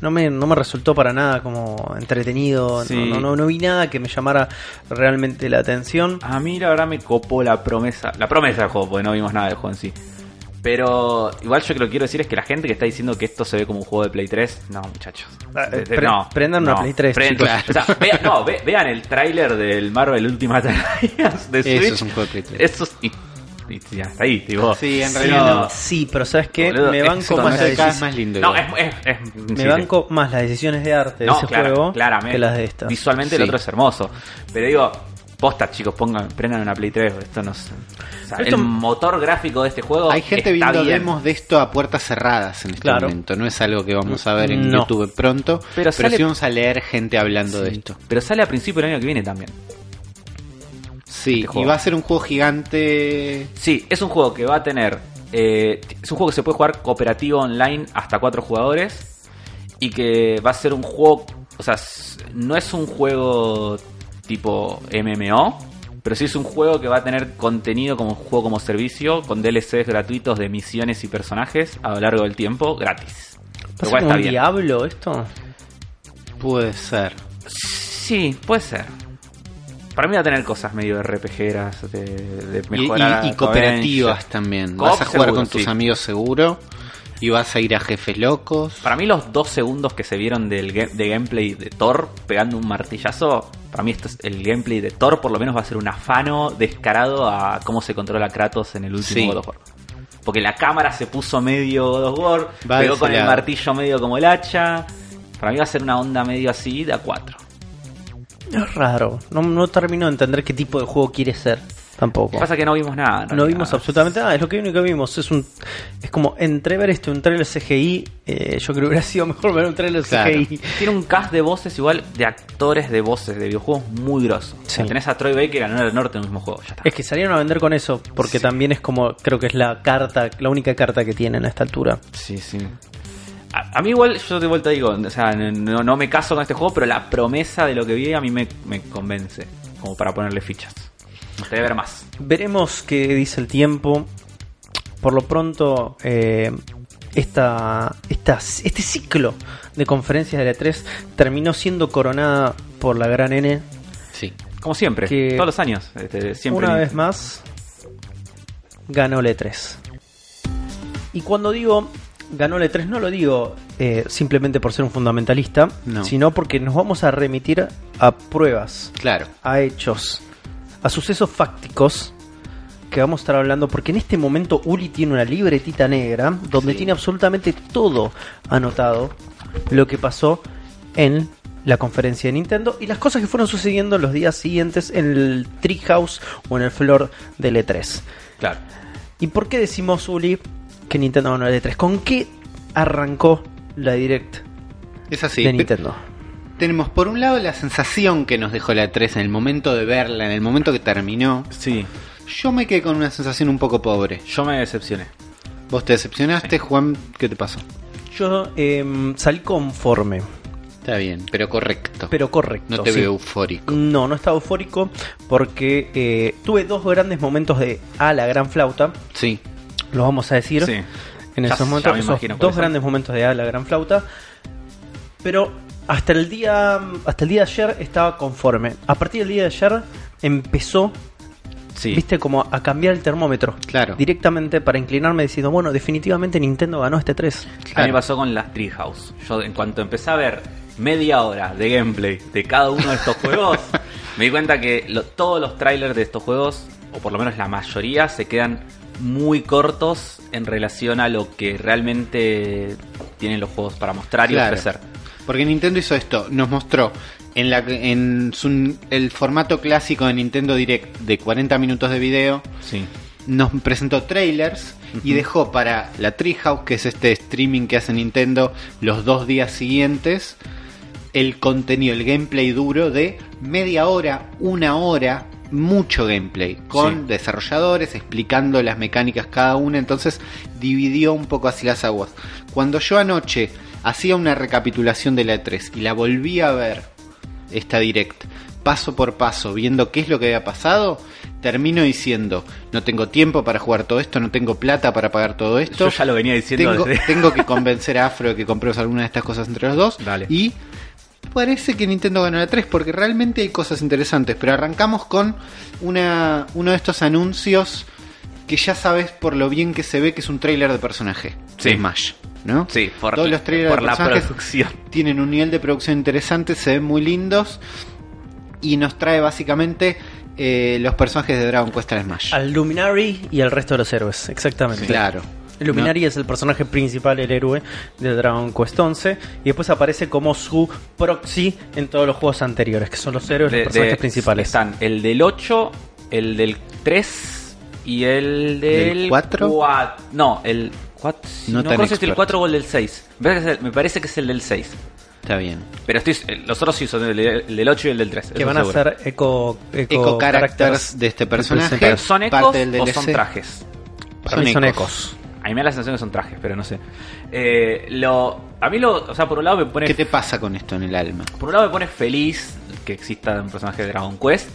no, me, no me resultó para nada como entretenido. Sí. No, no- no- no vi nada que me llamara realmente la atención. A mí la verdad me copó la promesa. La promesa del juego, porque no vimos nada del juego en sí. Pero igual yo que lo quiero decir es que la gente que está diciendo que esto se ve como un juego de Play 3, no muchachos. Ah, eh, De- de- pre- prendan una Play 3, Prendan- chicos. o sea, vean, no, ve- vean el tráiler del Marvel Ultimate Alliance de Switch. eso es un juego de Play 3. Eso es- y, y ya está ahí, tipo. Sí, en Sí, realidad no, no. sí, pero ¿sabes qué? Boludo, me es banco, que más, Cuando las se cae deci- es más lindo. No, igual. es, es- es- me sí, banco más las decisiones de arte de No, ese claro, juego claramente. que las de estas. Visualmente el Sí. otro es hermoso. Pero digo, posta, chicos, pongan, prendan una Play 3. Esto no es- o sea, Esto- El motor gráfico de este juego. Hay gente está viendo bien, demos de esto a puertas cerradas en este Claro. momento. No es algo que vamos a ver en No. YouTube pronto, Pero pero, sale- sí vamos a leer gente hablando de Sí. esto. Pero sale a principio del año que viene también. Sí, Este y juego. va a ser un juego gigante. Sí, es un juego que va a tener. eh, es un juego que se puede jugar cooperativo online hasta cuatro jugadores. Y que va a ser un juego. O sea, s- no es un juego tipo MMO. Pero sí es un juego que va a tener contenido como un juego como servicio. Con DLCs gratuitos de misiones y personajes a lo largo del tiempo gratis. ¿Va a Lo ser cual como está un bien. diablo esto? Puede ser. Sí, puede ser. Para mí va a tener cosas medio RPGeras de, de Y, mejorar. y- y a- cooperativas también. Coop Vas a jugar seguro, con tus sí. amigos seguro. Y vas a ir a jefes locos. Para mí los dos segundos que se vieron del ga- de gameplay de Thor pegando un martillazo, para mí esto es el gameplay de Thor por lo menos va a ser un afano descarado a cómo se controla Kratos en el último Sí. God of War. Porque la cámara se puso medio God of War, Va de pegó ese con el lado. martillo medio como el hacha. Para mí va a ser una onda medio así de a cuatro. Es raro. No, no termino de entender qué tipo de juego quiere ser. Lo Tampoco. que pasa es que no vimos nada. No en realidad. vimos absolutamente nada, es lo que único que vimos. Es un es como entre ver este un trailer CGI, eh, yo creo que hubiera <laughs> sido mejor ver un trailer Claro. CGI. Tiene un cast de voces igual, de actores de voces, de videojuegos muy grosso. Sí. Tenés a Troy Baker ganando el norte en el mismo juego, ya está. Es que salieron a vender con eso, porque también es como, creo que es la carta, la única carta que tienen a esta altura. Sí, sí. A, a mí igual, yo de vuelta digo, o sea, no, no me caso con este juego, pero la promesa de lo que vi a mí me, me convence, como para ponerle fichas. Me gustaría ver más. Veremos qué dice el tiempo. Por lo pronto, eh, esta, esta- este ciclo de conferencias de la 3 terminó siendo coronada por la gran N Sí. Como siempre, Que- todos los años. este, siempre Una vez más, ganó el E3. Y cuando digo ganó el E3, no lo digo eh, simplemente por ser un fundamentalista, No. sino porque nos vamos a remitir a pruebas, Claro. a hechos, a sucesos fácticos que vamos a estar hablando, porque en este momento Uli tiene una libretita negra donde Sí. tiene absolutamente todo anotado lo que pasó en la conferencia de Nintendo y las cosas que fueron sucediendo los días siguientes en el Treehouse o en el Flor del E3. Claro. ¿Y por qué decimos, Uli, que Nintendo ganó el E3? ¿Con qué arrancó la Direct Es así. de Pe- Nintendo? Tenemos por un lado la sensación que nos dejó la 3 en el momento de verla, en el momento que terminó. Sí, Yo me quedé con una sensación un poco pobre. yo me decepcioné. ¿Vos te decepcionaste, Juan? ¿Qué te pasó? Yo em, salí conforme, Está bien, pero correcto. pero correcto. no te sí. veo eufórico. Mm. No, no estaba eufórico porque eh, tuve dos grandes momentos de a la gran flauta, Sí. lo vamos a decir. Sí. En Ya- esos ya momentos, me esos imagino cuáles dos son. grandes momentos de a la gran flauta. Pero hasta el día hasta el día de ayer estaba conforme. A partir del día de ayer empezó, Sí. viste, como a cambiar el termómetro. Claro. Directamente para inclinarme diciendo, bueno, definitivamente Nintendo ganó este 3. A mí Claro. me pasó con las Treehouse. Yo, en cuanto empecé a ver media hora de gameplay de cada uno <laughs> de estos juegos, me di cuenta que lo- todos los trailers de estos juegos, o por lo menos la mayoría, se quedan muy cortos en relación a lo que realmente tienen los juegos para mostrar y Claro. ofrecer. Porque Nintendo hizo esto, nos mostró en, la, en su- el formato clásico de Nintendo Direct de 40 minutos de video, Sí. nos presentó trailers y dejó para la Treehouse, que es este streaming que hace Nintendo los dos días siguientes, el contenido, el gameplay duro de media hora, una hora, mucho gameplay, con Sí. desarrolladores explicando las mecánicas cada una, entonces dividió un poco así las aguas. Cuando yo anoche hacía una recapitulación de la E3 y la volví a ver, esta direct, paso por paso, viendo qué es lo que había pasado, termino diciendo, no tengo tiempo para jugar todo esto, no tengo plata para pagar todo esto. Yo ya lo venía diciendo Tengo, <laughs> desde... tengo que convencer a Afro de que compremos alguna de estas cosas entre los dos. Dale. Y parece que Nintendo ganó la 3 porque realmente hay cosas interesantes. Pero arrancamos con una, uno de estos anuncios que ya sabes por lo bien que se ve que es un tráiler de personaje. Sí. De Smash, ¿no? Sí, por, Todos los trailers por de la personajes producción. tienen un nivel de producción interesante, se ven muy lindos y nos trae básicamente eh, los personajes de Dragon Quest III Smash. Al Luminary y al resto de los héroes, exactamente. Claro. El Luminary es el personaje principal, el héroe de Dragon Quest 11 y después aparece como su proxy en todos los juegos anteriores, que son los héroes, de- los personajes de- principales. Están el del 8, el del 3 y el del ¿Del cuatro? cua- No, el 4. No No, tan creo si es el experto. 4 o el del 6. Me parece que es el, me parece que es el del 6. No, está bien. Pero estoy, eh, los otros sí son el, el del 8 y el del 3. que van a ser eco, eco, Eco characters characters. de este personaje. Pero ¿Son ecos parte del o DLC. son trajes? Para mí son ecos. A mí me da la sensación que son trajes, pero no sé. Eh, lo, a mí, lo, o sea, por un lado me pone ¿Qué te pasa con esto en el alma? por un lado me pone feliz que exista un personaje de Dragon Quest.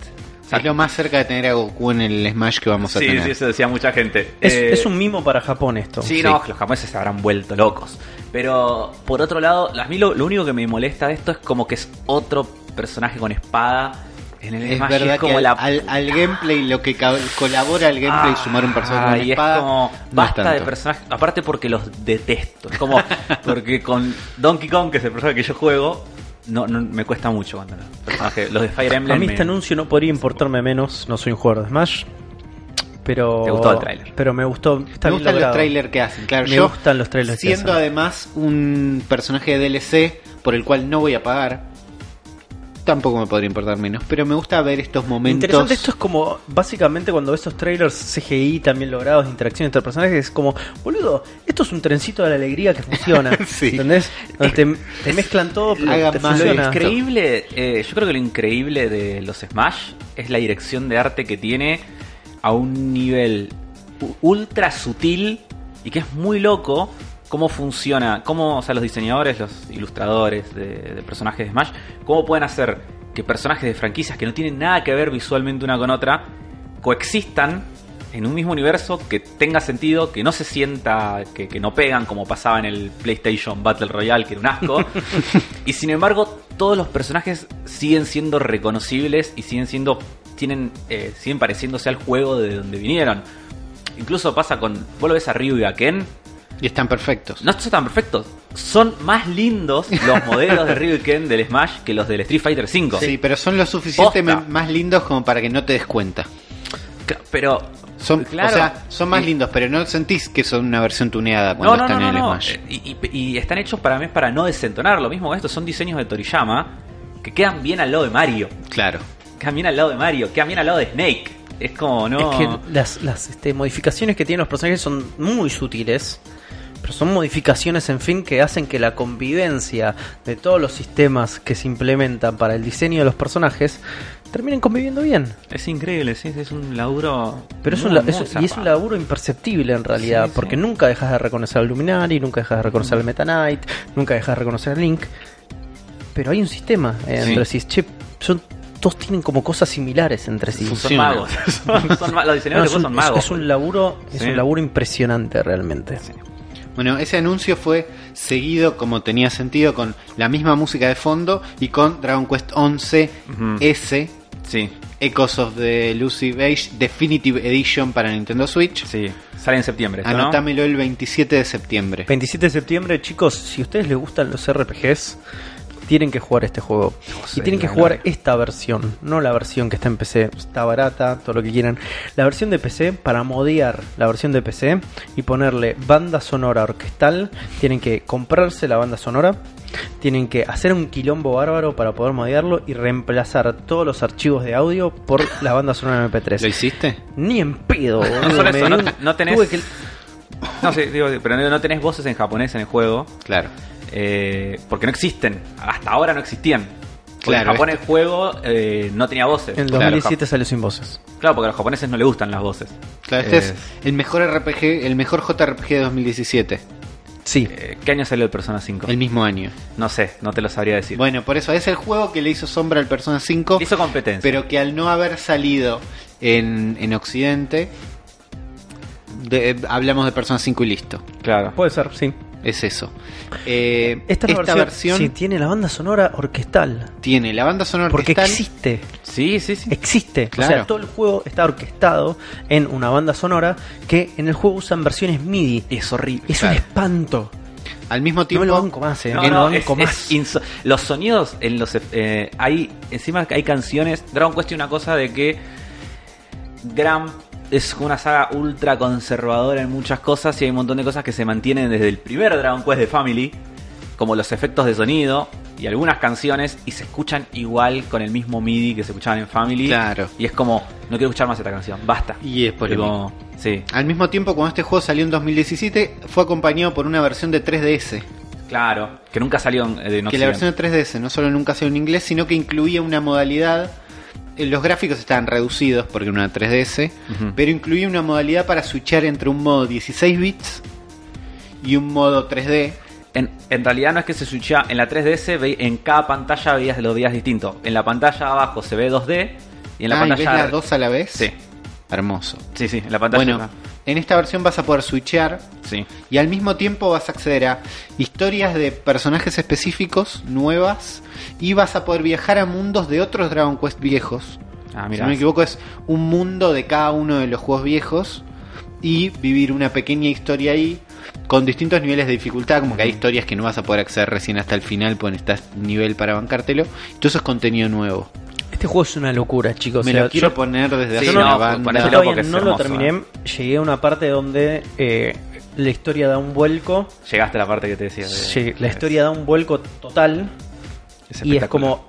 O sea, Es lo más cerca de tener a Goku en el Smash que vamos a sí, tener. sí, eso decía mucha gente. Es, Eh, es un mimo para Japón esto. Sí, no, los japoneses se habrán vuelto locos. Pero por otro lado, a mí lo, lo único que me molesta de esto es como que es otro personaje con espada En el Es Smash verdad es como que al, la al- al gameplay, lo que ca- colabora al gameplay sumar un personaje con Ah, una y espada. es como, no es basta de tanto. personajes, aparte porque los detesto. Es <laughs> como, porque con Donkey Kong, que es el personaje que yo juego, no, no- me cuesta mucho cuando los personajes, los de Fire Emblem. A mí este me- anuncio no podría importarme menos, no soy un jugador de Smash. Pero. Te gustó el tráiler. Pero me gustó. está bien me gustan los logrado. trailers que hacen, claro. Me yo, gustan los trailers que Siendo hacen. además un personaje de DLC por el cual no voy a pagar, tampoco me podría importar menos. Pero me gusta ver estos momentos. Interesante, esto es como básicamente cuando estos trailers CGI también logrados de interacción entre personajes, es como, boludo, esto es un trencito de la alegría que funciona. Sí. ¿Entendés? Donde te, te mezclan todo, pero Hagan te más de Lo funciona. esto. increíble, eh, yo creo que lo increíble de los Smash es la dirección de arte que tiene a un nivel u- ultra sutil y que es muy loco cómo funciona, cómo, o sea, los diseñadores, los ilustradores de, de personajes de Smash, cómo pueden hacer que personajes de franquicias que no tienen nada que ver visualmente una con otra coexistan en un mismo universo que tenga sentido, que no se sienta que, que no pegan como pasaba en el PlayStation Battle Royale, que era un asco. y sin embargo, todos los personajes siguen siendo reconocibles y siguen siendo tienen eh, siguen pareciéndose al juego de donde vinieron. Incluso pasa con vos lo ves a Ryu y a Ken, Y están perfectos. no son tan perfectos. Son más lindos <laughs> los modelos de Ryu y Ken del Smash que los del Street Fighter V. Sí, pero son lo suficientemente Posta. más lindos como para que no te des cuenta. Ca- Pero Son, claro. O sea, son más Y- lindos, pero no sentís que son una versión tuneada cuando No, no, están no, no, en el no. Smash. Eh, Y, y- y están hechos para mí para no desentonar. Lo mismo que estos son diseños de Toriyama que quedan bien al lado de Mario. Claro. Quedan bien al lado de Mario. Quedan bien al lado de Snake. Es como, no. Es que las, las, este, modificaciones que tienen los personajes son muy sutiles, pero son modificaciones, en fin, que hacen que la convivencia de todos los sistemas que se implementan para el diseño de los personajes terminen conviviendo bien. Es increíble, sí. Es un laburo. Pero es, muy, un, la- muy es- y es un zarpado. laburo imperceptible en realidad, Sí, sí. porque nunca dejas de reconocer al Luminari, nunca dejas de reconocer al Meta Knight, nunca dejas de reconocer al Link. Pero hay un sistema eh, Sí. entre sí. Che, son, todos tienen como cosas similares entre sí. Son Funciona. magos. <laughs> Son- son ma- los No, es, diseñadores de juegos un, son es- magos. es un laburo, es Sí. un laburo impresionante realmente. Bueno, ese anuncio fue seguido, como tenía sentido, con la misma música de fondo y con Dragon Quest 11 Ujú. S, Sí, Echoes of the Lucy Beige Definitive Edition para Nintendo Switch. sí. Sale en septiembre. Ah, esto, ¿no? Anotámelo el 27 de septiembre. 27 de septiembre, chicos, si a ustedes les gustan los RPGs, tienen que jugar este juego. sé, y tienen que la jugar verdad. esta versión, no la versión que está en PC. Está barata, todo lo que quieran. La versión de PC, para modear la versión de PC y ponerle banda sonora orquestal, tienen que comprarse la banda sonora. Tienen que hacer un quilombo bárbaro para poder modearlo y reemplazar todos los archivos de audio por la banda sonora ¿Lo MP3. hiciste? Ni en pedo, <laughs> boludo, solo me eso, dio no un- te- no tenés- tuve que- No, sí, digo, pero no- no tenés voces en japonés en el juego. Claro. Eh, porque no existen. Hasta ahora no existían. Porque Claro, en Japón el juego eh, no tenía voces. En el Claro, 2007 salió sin voces. Claro, porque a los japoneses no les gustan las voces. Claro, este Eh, es el mejor RPG, el mejor JRPG de 2017, Sí. eh, ¿Qué año salió el Persona 5? el mismo año. No sé, no te lo sabría decir. Bueno, por eso es el juego que le hizo sombra al Persona 5. Hizo competencia. pero que al no haber salido en, en Occidente, de- hablamos de Persona 5 y listo. claro. Puede ser, sí. Es eso. Eh, Esta, esta, es la versión, versión, sí, tiene la banda sonora orquestal. tiene la banda sonora Porque orquestal. existe, Sí, sí, sí. existe. O sea, Claro. todo el juego está orquestado en una banda sonora que en el juego usan versiones MIDI. Es horrible. Es Claro. un espanto. al mismo No tiempo. me lo banco más, eh. No, No, no, me lo es- banco es más. inso- los sonidos en los eh, hay encima hay canciones Dragon Quest tiene una cosa de que Gram es una saga ultra conservadora en muchas cosas y hay un montón de cosas que se mantienen desde el primer Dragon Quest de Family como los efectos de sonido y algunas canciones y se escuchan igual con el mismo MIDI que se escuchaban en Family Claro. y es como no quiero escuchar más esta canción basta Y es por Y el como- sí Al mismo tiempo, cuando este juego salió en 2017, fue acompañado por una versión de 3DS. claro que nunca salió en- eh, de no que la versión de 3DS no solo nunca salió en inglés, sino que incluía una modalidad. eh, Los gráficos estaban reducidos porque era una 3DS, Ujú. pero incluía una modalidad para switchar entre un modo 16 bits y un modo 3D. En, en realidad no es que se switchea. En la 3DS ve- en cada pantalla veías los días distintos. En la pantalla abajo se ve 2D y en la Ah, ¿y pantalla. ves las dos a la vez? Sí, Hermoso. sí, sí. En la pantalla. bueno, En esta versión vas a poder switchear Sí. y al mismo tiempo vas a acceder a historias de personajes específicos, nuevas, y vas a poder viajar a mundos de otros Dragon Quest viejos. Ah, si mira. no me equivoco, es un mundo de cada uno de los juegos viejos y vivir una pequeña historia ahí con distintos niveles de dificultad, como que hay historias que no vas a poder acceder recién hasta el final, pues necesitas nivel para bancártelo. Todo eso es contenido nuevo. Este juego es una locura, chicos. me O sea, lo quiero yo- poner desde Sí, hace no, una Yo ponéselo banda. todavía porque es no lo hermoso, terminé. eh. Llegué a una parte donde eh, la historia da un vuelco. Llegaste a la parte que te decía. de- Sí, la historia da un vuelco total. es y es espectacular. como.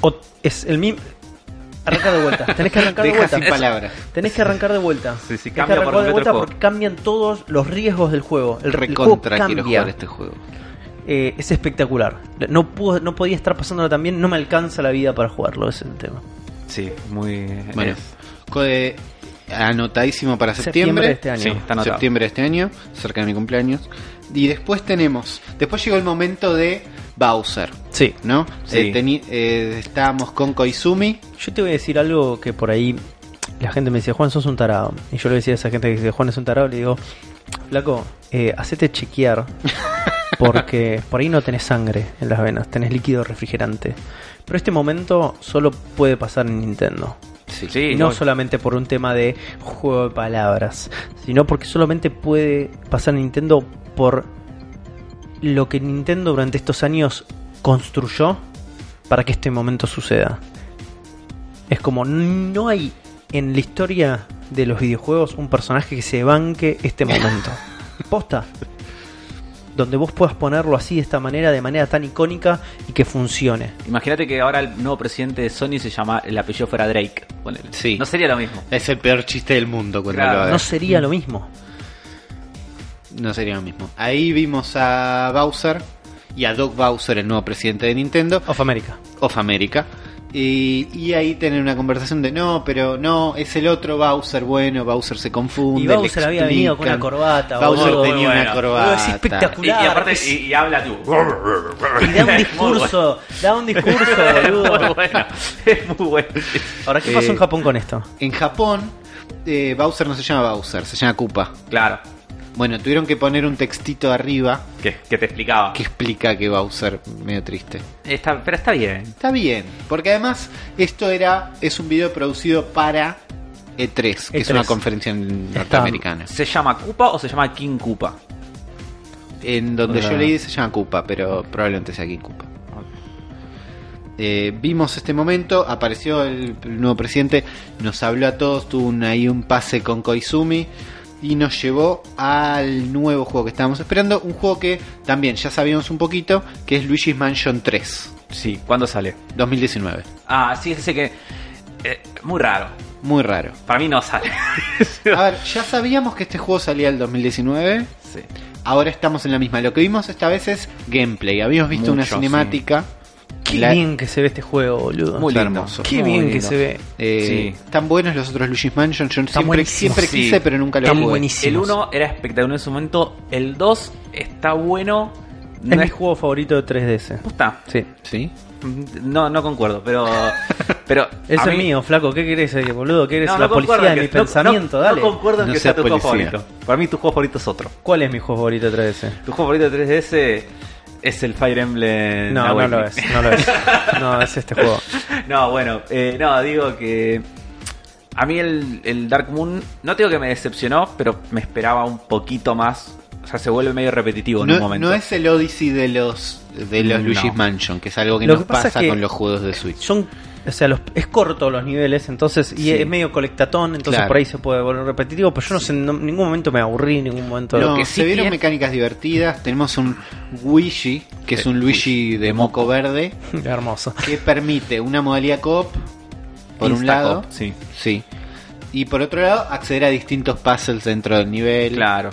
o- es el mismo. Arranca de vuelta. Tenés que arrancar de Deja vuelta. sin palabras. Tenés que arrancar de vuelta. Sí, sí, Tenés cambia que por arrancar de completo el vuelta juego. porque cambian todos los riesgos del juego. El, el juego Recontra quiero cambia. jugar este juego. Eh, es espectacular. No, pudo- no podía estar pasándolo tan bien. No me alcanza la vida para jugarlo. Ese es el tema. Sí, muy. Bueno, es- code- Eh, anotadísimo para Septiembre septiembre. de este año. Sí, está anotado. septiembre de este año, cerca de mi cumpleaños. Y después tenemos, después llegó el momento de Bowser, Sí. ¿no? Sí. Eh, teni- eh, estábamos con Koizumi. Yo te voy a decir algo que por ahí la gente me dice, Juan, sos un tarado. Y yo le decía a esa gente que dice, Juan es un tarado, le digo, flaco, eh, hacete chequear. Porque por ahí no tenés sangre en las venas, tenés líquido refrigerante. Pero este momento solo puede pasar en Nintendo. Sí, Y no obvio. solamente por un tema de juego de palabras, sino porque solamente puede pasar en Nintendo por lo que Nintendo durante estos años construyó para que este momento suceda. Es como no hay en la historia de los videojuegos un personaje que se banque este <laughs> momento. Posta. Donde vos puedas ponerlo así de esta manera, de manera tan icónica y que funcione. Imagínate que ahora el nuevo presidente de Sony se llama. El apellido fuera Drake. ponele. Sí. No sería lo mismo. Es el peor chiste del mundo cuando Claro, lo No hagas. sería lo mismo. No sería lo mismo. Ahí vimos a Bowser y a Doc Bowser, el nuevo presidente de Nintendo. Of America. of America. Y, y ahí tener una conversación de no, pero no, es el otro Bowser bueno, Bowser se confunde. Y le Bowser había venido con una explican. corbata, Bowser boludo. tenía Muy una bueno. corbata. Es Y, y espectacular. aparte, es- y, y habla tú. y <laughs> da un discurso, da un discurso, muy boludo. bueno. <laughs> Es muy bueno. Ahora, ¿qué pasó Eh, en Japón con esto? En Japón, eh, Bowser no se llama Bowser, se llama Koopa. Claro. Bueno, tuvieron que poner un textito arriba Que, que te explicaba. que explica que Bowser, medio triste. Está, pero está bien. Está bien, porque además esto era es un video producido para E3, que es E3. una conferencia norteamericana. ¿Se llama Koopa o se llama King Koopa? En donde Hola. yo leí se llama Koopa, pero probablemente sea aquí Koopa. Eh, vimos este momento, apareció el nuevo presidente, nos habló a todos, tuvo un- ahí un pase con Koizumi y nos llevó al nuevo juego que estábamos esperando, un juego que también ya sabíamos un poquito, que es Luigi's Mansion 3, Sí. ¿Cuándo sale? 2019. Ah, sí, es ese que. eh, muy raro. Muy raro. Para mí no sale. A ver, ya sabíamos que este juego salía el 2019, <laughs> Sí. ahora estamos en la misma. Lo que vimos esta vez es gameplay, habíamos visto una Mucho, cinemática. Qué la- bien que se ve este juego, boludo. Muy Está lindo. hermoso. Qué Muy bien que lindo. se ve. Eh, Sí. Tan buenos los otros Luigi's Mansion. Yo siempre, buenísimos. siempre Sí. quise, pero nunca los Están jugué. buenísimos. El 1 era espectacular en su momento. El 2 está bueno. Es No mi es juego favorito de 3DS. justa. Sí. Sí. No, no concuerdo, <laughs> pero. pero Ese a es mí- mío, flaco. ¿Qué querés, eh, boludo? ¿Qué eres? No, la no policía concuerdo en de mi que- no- pensamiento, no- dale. No concuerdo en No que seas sea tu juego policía. favorito. Para mí tu juego favorito es otro. ¿Cuál es mi juego favorito de 3DS? Tu juego favorito de 3DS es el Fire Emblem. No, no Awakening. lo es, no lo es. No, es este juego. <laughs> No, bueno, eh, no, digo que a mí el, el Dark Moon, no digo que me decepcionó, pero me esperaba un poquito más. O sea, se vuelve medio repetitivo en un No, momento. no es el Odyssey de los de los No. Luigi's Mansion, que es algo que Lo nos que pasa pasa, es que- con los juegos de Switch. Son, o sea, los- es corto los niveles, entonces, y Sí. es medio colectatón, entonces Claro. por ahí se puede volver repetitivo, pero yo no sé, en no- ningún momento me aburrí, en ningún momento... No, que sí se vieron tiene- mecánicas divertidas. Tenemos un Luigi, que es un Luigi de moco verde, <laughs> Hermoso. que permite una modalidad co-op, por un Insta-cop, lado. Sí, Sí. Y por otro lado, acceder a distintos puzzles dentro del nivel. claro.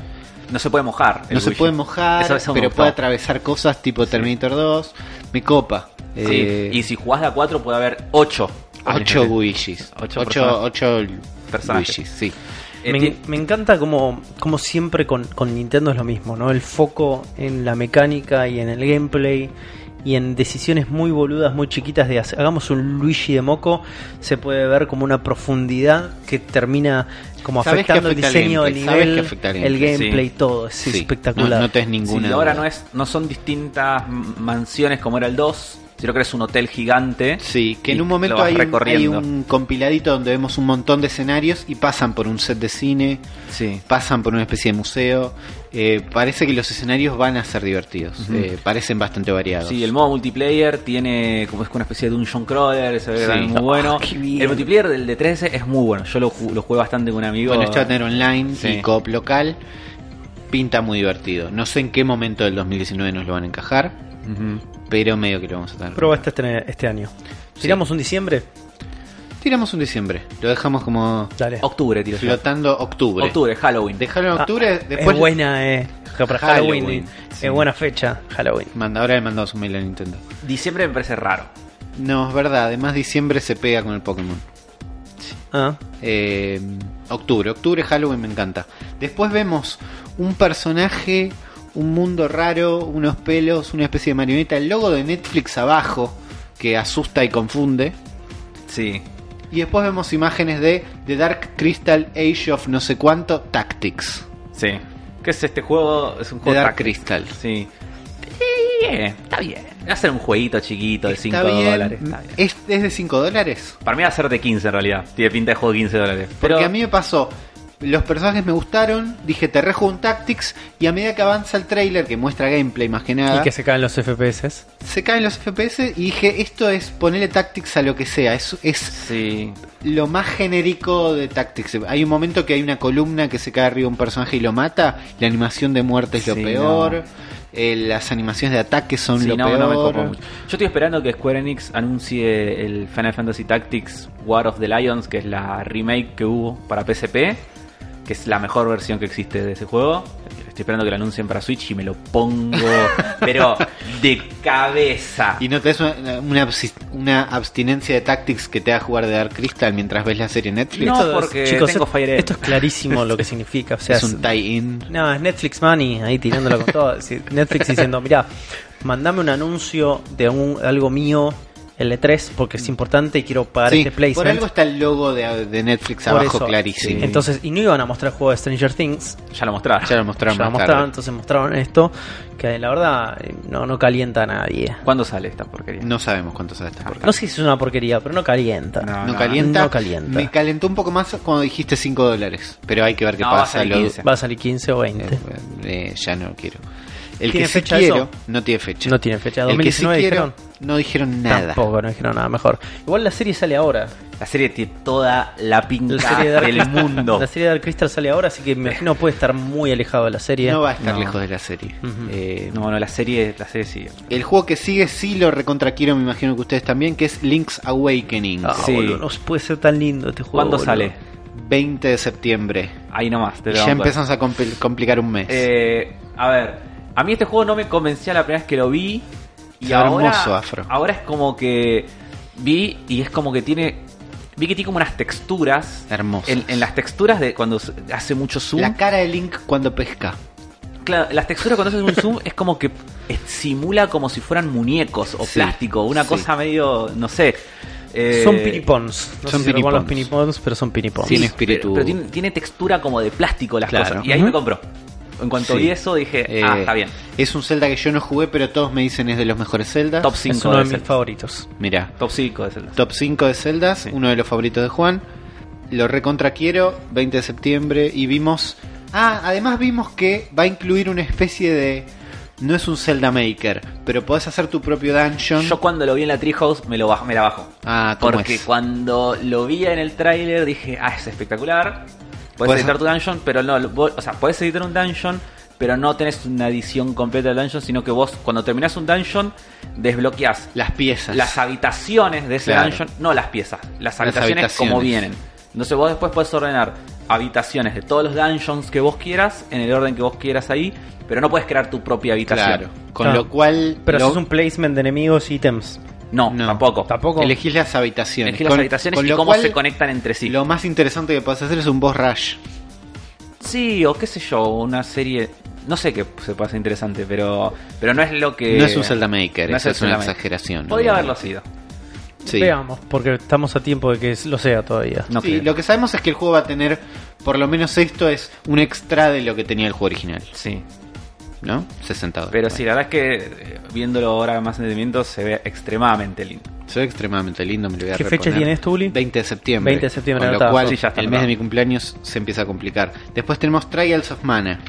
No se puede mojar. el No se Wii. puede mojar, Eso- eso me pero gustó. puede atravesar cosas tipo Terminator 2. Me copa. Sí, Eh, Y si jugás de a 4 puede haber 8. 8 Luigis. Ocho 8 personas- personajes. Luigis, sí. Eh, Eh, Me, en- me encanta como, como siempre con, con Nintendo es lo mismo, ¿no? El foco en la mecánica y en el gameplay y en decisiones muy boludas, muy chiquitas de hacer- hagamos un Luigi de moco, se puede ver como una profundidad que termina como Sabés que afectando el afecta al diseño del gameplay, sabés nivel, que afecta al el gameplay, sí. gameplay, todo, es Sí, espectacular. No, no tenés ninguna. Sí, ahora duda. no, es, no son distintas m- mansiones como era el 2, sino que es un hotel gigante. Sí, que y en un lo momento vas hay un, hay recorriendo. un compiladito donde vemos un montón de escenarios y pasan por un set de cine, Sí. pasan por una especie de museo. Eh, parece que los escenarios van a ser divertidos, Ujú. eh, parecen bastante variados. Sí, el modo multiplayer tiene como es una especie de dungeon crawler, se ve Sí. también muy bueno. Ah, <laughs> qué bien. el multiplayer del de 13 es muy bueno. Yo lo, ju- lo jugué bastante con un amigo. Bueno, esto va a tener online Sí. y coop local. Pinta muy divertido. No sé en qué momento del 2019 nos lo van a encajar, Ujú. pero medio que lo vamos a tener. Prueba esta este, este año. Sí. Tiramos un diciembre, Tiramos un diciembre. Lo dejamos como dale. Octubre, tiro yo. flotando octubre. Octubre, Halloween. Dejarlo en Ah, octubre, es después buena, eh, para Halloween, Halloween, es buena fecha, Halloween. manda ahora le mandamos un mail a Nintendo. Diciembre me parece raro. No, es verdad, además diciembre se pega con el Pokémon. Ah, Eh, octubre, octubre, Halloween me encanta. Después vemos un personaje, un mundo raro, unos pelos, una especie de marioneta, el logo de Netflix abajo que asusta y confunde. Sí. Y después vemos imágenes de The Dark Crystal Age of no sé cuánto Tactics. Sí. ¿Qué es este juego? Es un The juego Dark táctil. Crystal. Sí. Sí, Está bien. Va a ser un jueguito chiquito de 5 Está bien. dólares. Está bien. ¿Es, es de 5 dólares? Para mí va a ser de 15 en realidad. Tiene pinta de juego de 15 dólares. Porque Pero a mí me pasó. Los personajes me gustaron, dije te rejuego un Tactics y a medida que avanza el trailer que muestra gameplay más que nada, y que se caen los FPS. se caen los FPS y dije esto es ponerle Tactics a lo que sea, es, es Sí. lo más genérico de Tactics. Hay un momento que hay una columna que se cae arriba de un personaje y lo mata, la animación de muerte es lo Sí, peor, no. eh, las animaciones de ataque son Sí, lo no, peor. no me copó mucho. Yo estoy esperando que Square Enix anuncie el Final Fantasy Tactics War of the Lions, que es la remake que hubo para PSP, que es la mejor versión que existe de ese juego. Estoy esperando que lo anuncien para Switch y me lo pongo, pero de cabeza. Y no te es una, una abs- una abstinencia de Tactics que te haga jugar de Dark Crystal mientras ves la serie Netflix. No, Esto es- porque chicos, esto- tengo Fire Emblem. Esto es clarísimo lo que significa. O sea, es un tie-in. No, es Netflix Money, ahí tirándola con todo. Sí, Netflix diciendo, mirá, mandame un anuncio de un, algo mío, L3, porque es importante y quiero pagar Sí, este placement. Por algo está el logo de, de Netflix Por abajo eso. clarísimo. Sí. Entonces, y no iban a mostrar el juego de Stranger Things, Ya lo mostraron. ya lo mostraron ya lo más mostraron, tarde. entonces mostraron esto, que la verdad eh, no, no calienta a nadie. ¿Cuándo sale esta porquería? No sabemos cuánto sale esta porquería. No sé si es una porquería, pero no calienta. No, No, calienta. no calienta. Me calentó un poco más cuando dijiste 5 dólares. Pero hay que ver qué No, va a pasa. ser lo- 15. Va a salir 15 o 20. eh, eh, ya no quiero. El ¿Tiene que sí fecha quiero eso? no tiene fecha. No tiene fecha. El que sí 2019 quiero dijeron. no dijeron nada. Tampoco, no dijeron nada mejor. Igual la serie sale ahora. La serie tiene toda la pinta La serie de Dark del Crystal- mundo. La serie de Dark Crystal sale ahora, así que me imagino puede estar muy alejado de la serie. No va a estar No. lejos de la serie. Ujú. Eh, No, no, la serie, la serie sigue. El juego que sigue sí lo recontra quiero, me imagino que ustedes también, que es Link's Awakening. Ah, Sí. boludo, no puede ser tan lindo este juego. ¿Cuándo boludo. sale? 20 de septiembre. Ahí nomás, te Y lo ya banco. empezamos a compl- complicar un mes. Eh, a ver, a mí este juego no me convencía la primera vez que lo vi. Y Está ahora, hermoso, Afro. ahora es como que vi y es como que tiene. Vi que tiene como unas texturas. Hermoso. En, en las texturas de cuando se- hace mucho zoom. La cara de Link cuando pesca. Claro, las texturas cuando haces un zoom es como que es- simula como si fueran muñecos o Sí, plástico. Una sí. cosa medio, no sé. eh, Son pinipons. No son sé si recuerdan los pinipons. pinipons, pero son pinipons. Tiene espíritu. Pero, pero tiene, tiene textura como de plástico las Claro. cosas. Y ahí Ujú. me compró. En cuanto Sí. vi eso dije, ah, Eh, está bien. Es un Zelda que yo no jugué, pero todos me dicen es de los mejores Zeldas. Top Es 5 uno de de mis Zelda. favoritos. Mirá, Top 5 de Zelda. top 5 de Zeldas, uno de los favoritos de Juan. Lo recontra quiero, 20 de septiembre. Y vimos. Ah, además vimos que va a incluir una especie de. No es un Zelda Maker, pero podés hacer tu propio dungeon. Yo cuando lo vi en la Treehouse me, lo bajo, me la bajo. Ah, ¿cómo Porque es? cuando lo vi en el tráiler dije, ah, es espectacular. Puedes Puedes- editar tu dungeon, pero no, lo- vos- o sea, puedes editar un dungeon, pero no tenés una edición completa del dungeon, sino que vos cuando terminás un dungeon desbloqueás Las piezas. las habitaciones de ese Claro. dungeon, no las piezas, las habitaciones, habitaciones. como vienen. Entonces vos después puedes ordenar habitaciones de todos los dungeons que vos quieras, en el orden que vos quieras ahí, pero no puedes crear tu propia habitación. Claro. Con Ah. lo cual. Pero lo- es un placement de enemigos y ítems. No, No. tampoco. Tampoco. elegís las habitaciones. Elegí las Con- habitaciones con y lo cómo cual, se conectan entre sí. Lo más interesante que podés hacer es un boss rush. Sí, o qué sé yo, una serie. no sé qué se puede hacer interesante, pero, pero no es lo que. No es un Zelda Maker, No esa el es una Zelda Maker. exageración. Podría ¿no? haberlo sido. Sí. Veamos, porque estamos a tiempo de que lo sea todavía. No Sí, creo. lo que sabemos es que el juego va a tener, por lo menos esto es un extra de lo que tenía el juego original, Sí. ¿no? 60 dólares. Pero Bueno. sí, la verdad es que eh, viéndolo ahora más en detenimiento se ve extremadamente lindo. Se ve extremadamente lindo, me lo voy a ¿Qué fecha reponer. tiene esto, Uli? 20 de septiembre. 20 de septiembre, Con lo anotado. cual, Sí, ya está el mes de anotado. mi cumpleaños se empieza a complicar. Después tenemos Trials of Mana.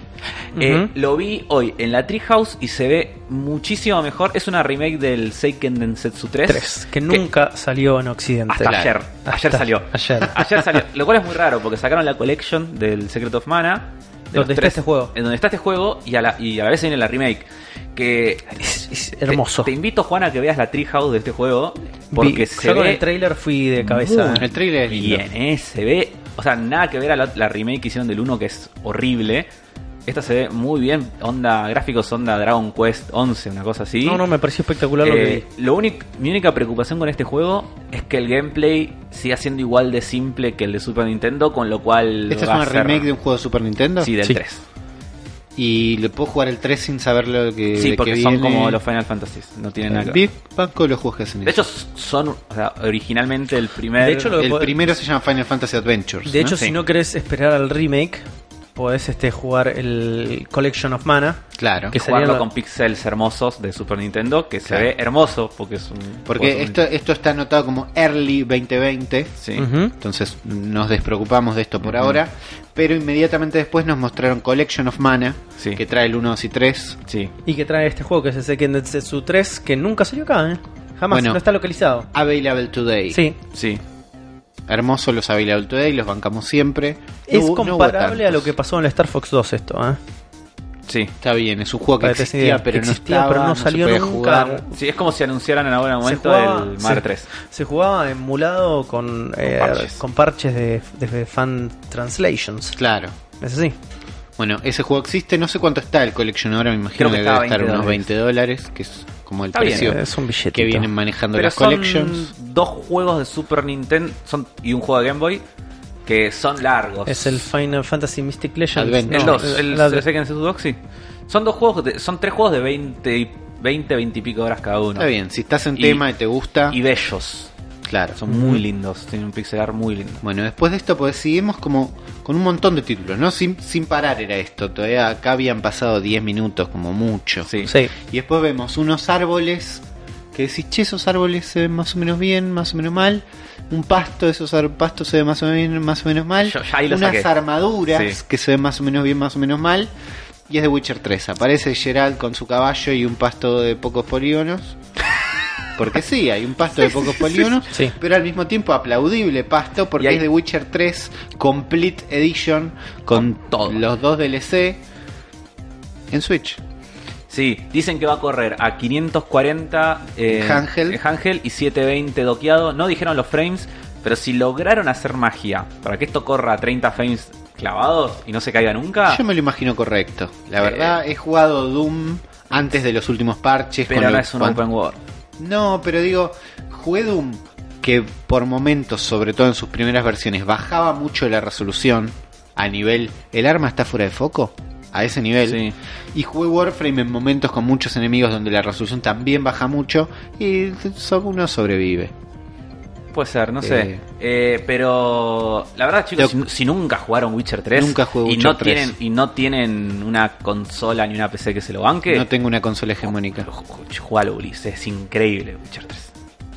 Eh, Ujú. lo vi hoy en la Treehouse y se ve muchísimo mejor. Es una remake del Seiken Densetsu 3. Tres, que nunca salió en Occidente. Hasta Claro. ayer. Ayer Hasta <laughs> salió. Ayer. Ayer salió. Lo cual es muy raro porque sacaron la collection del Secret of Mana. de Donde los está este juego. En donde está este juego y a la, y a la vez viene la remake. Que Es- es te- hermoso. Te, invito, Juan, a que veas la Treehouse de este juego. Porque Vi- se yo con ve el trailer fui de cabeza. Uh, El trailer es lindo. Bien, eh, se ve. O sea, nada que ver a la, la remake que hicieron del 1 que es horrible. Esta se ve muy bien. Onda, gráficos, onda Dragon Quest 11, una cosa así. No, no, me pareció espectacular lo que Eh, lo único, mi única preocupación con este juego es que el gameplay siga siendo igual de simple que el de Super Nintendo, con lo cual. ¿Esta Este es va a una ser- remake de un juego de Super Nintendo? Sí, del Sí. 3. Y le puedo jugar el 3 sin saber lo que. Sí, Eh, de porque qué son viene. como los Final Fantasies. No tienen nada que ver. Big Banco los juegos que hacen De eso. hecho, son. O sea, originalmente el primer. De hecho, lo- el primero se llama Final Fantasy Adventures. De ¿no? hecho, Sí. si no querés esperar al remake, podés este, jugar el Collection of Mana. claro. que jugarlo sería lo- con pixels hermosos de Super Nintendo, que se Claro. ve hermoso, porque es un. juego Porque de esto, Super esto está anotado como Early 2020. Nintendo. Sí. Ujú. Entonces nos despreocupamos de esto por Ujú. ahora. Pero inmediatamente después nos mostraron Collection of Mana. Sí. Que trae el 1, 2 y 3. Sí. Y que trae este juego que es el Seiken Densetsu 3, que nunca salió acá, ¿eh? Jamás, Bueno. no está localizado. Available Today. Sí. Sí. Hermosos los Available Today, los bancamos siempre. Es No hubo- no hubo comparable a lo tantos. que pasó en la Star Fox 2 esto, ¿eh? Sí. Está bien, es un juego que Para que te des existía, idea. pero Existía, no estaba, pero no se salió podía nunca. jugar. Sí, es como si anunciaran en algún momento el Mar se- 3. se jugaba emulado con, eh, parches. con parches de, de fan translations. Claro. Es así. Bueno, ese juego existe, no sé cuánto está el Collection ahora, me imagino Creo que, que debe estaba estar 20 unos dólares. 20 dólares, que es como el Está bien, precio Es un billete. que vienen manejando Pero las son Collections. dos juegos de Super Nintendo son, y un juego de Game Boy que son largos. Es el Final Fantasy Mystic Legends. Advent. No, El no, dos, el- el, la- el Second Sensu Dogs, sí. Son dos juegos, de- son tres juegos de 20, y- 20, 20 y pico horas cada uno. Está bien, si estás en Y- tema y te gusta, Y bellos. claro. Son muy lindos, tienen un pixel art muy lindo. Bueno, después de esto, pues seguimos como con un montón de títulos, ¿no? Sin, sin parar era esto, todavía acá habían pasado 10 minutos como mucho. Sí. Sí. Y después vemos unos árboles que decís, che, esos árboles se ven más o menos bien, más o menos mal. Un pasto, esos ar- pastos se ven más o menos, más o menos mal. Yo ya ahí lo Unas saqué. armaduras Sí. que se ven más o menos bien, más o menos mal. Y es de Witcher 3. Aparece Gerald con su caballo y un pasto de pocos <laughs> polígonos. Porque sí, hay un pasto de pocos polígonos, sí. pero al mismo tiempo aplaudible pasto porque Y ahí- es de Witcher 3 Complete Edition con, Con todo. los dos DLC en Switch. Sí, dicen que va a correr a 540 eh, Handheld. eh, handheld y 720 doqueado. No dijeron los frames, pero si lograron hacer magia para que esto corra a 30 frames clavados y no se caiga nunca, Yo me lo imagino correcto. La Ah. Eh. verdad, he jugado Doom antes de los últimos parches. pero con no lo- es un cuan- open world. No, pero digo, jugué Doom que por momentos, sobre todo en sus primeras versiones, bajaba mucho la resolución a nivel... ¿El arma está fuera de foco? A ese nivel. Sí. Y jugué Warframe en momentos con muchos enemigos donde la resolución también baja mucho y so- uno sobrevive. Puede ser, no sé. Eh. Eh, pero la verdad, chicos, si, si nunca jugaron Witcher 3 Nunca jugué y, Witcher no 3. Tienen, y no tienen una consola ni una PC que se lo banque, No tengo una consola hegemónica. ju- ju- jugalo, Ulises. Es increíble Witcher 3.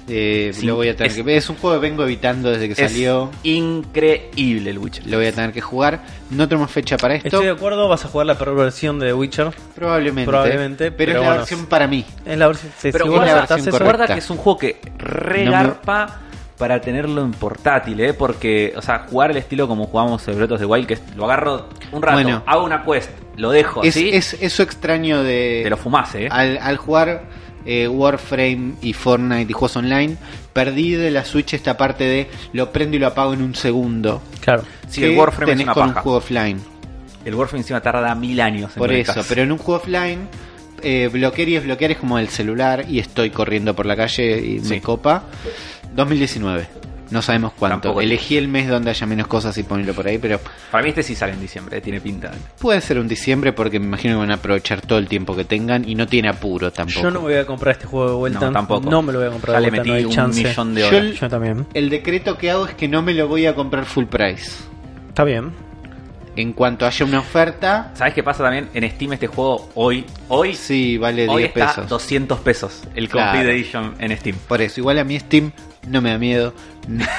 Eh, Sí, lo voy a tener es- que ver. Es un juego que vengo evitando desde que Es salió. increíble el Witcher 3. Lo voy a tener que jugar. No tenemos fecha para esto. Estoy de acuerdo, vas a jugar la peor versión de The Witcher. Probablemente. Probablemente, Pero, pero es la bueno. versión para mí. Es la versión. sí, Pero si vos guarda, aceptás versión eso- correcta. Guarda que es un juego que regarpa para tenerlo en portátil, ¿eh? Porque, o sea, jugar el estilo como jugamos el Breath of the Wild, que es- lo agarro un rato, Bueno. hago una quest, lo dejo Es, así, es eso extraño de. te lo fumás, ¿eh? al, al jugar eh, Warframe y Fortnite y juegos online, perdí de la Switch esta parte de lo prendo y lo apago en un segundo. Claro. Sí, que el Warframe es tenés una con un paja. juego offline. El Warframe encima tarda mil años en Por eso, conectarse. pero en un juego offline, eh, bloquear y desbloquear es como el celular y estoy corriendo por la calle y Sí. me copa. 2019. No sabemos cuánto. Tampoco. Elegí el mes donde haya menos cosas y ponelo por ahí, pero Para mí este sí sale en diciembre, eh, tiene pinta. puede ser un diciembre porque me imagino que van a aprovechar todo el tiempo que tengan y no tiene apuro tampoco. Yo no me voy a comprar este juego de vuelta. No, tampoco. No me lo voy a comprar Ya de le vuelta, metí no hay un chance. millón de Yo horas. el- Yo también. El decreto que hago es que no me lo voy a comprar full price. Está bien. En cuanto haya una oferta, ¿Sabes qué pasa también? En Steam este juego hoy, hoy, sí, vale hoy 10 está pesos. 200 pesos el Claro. Complete Edition en Steam. Por eso, igual a mi Steam no me da miedo,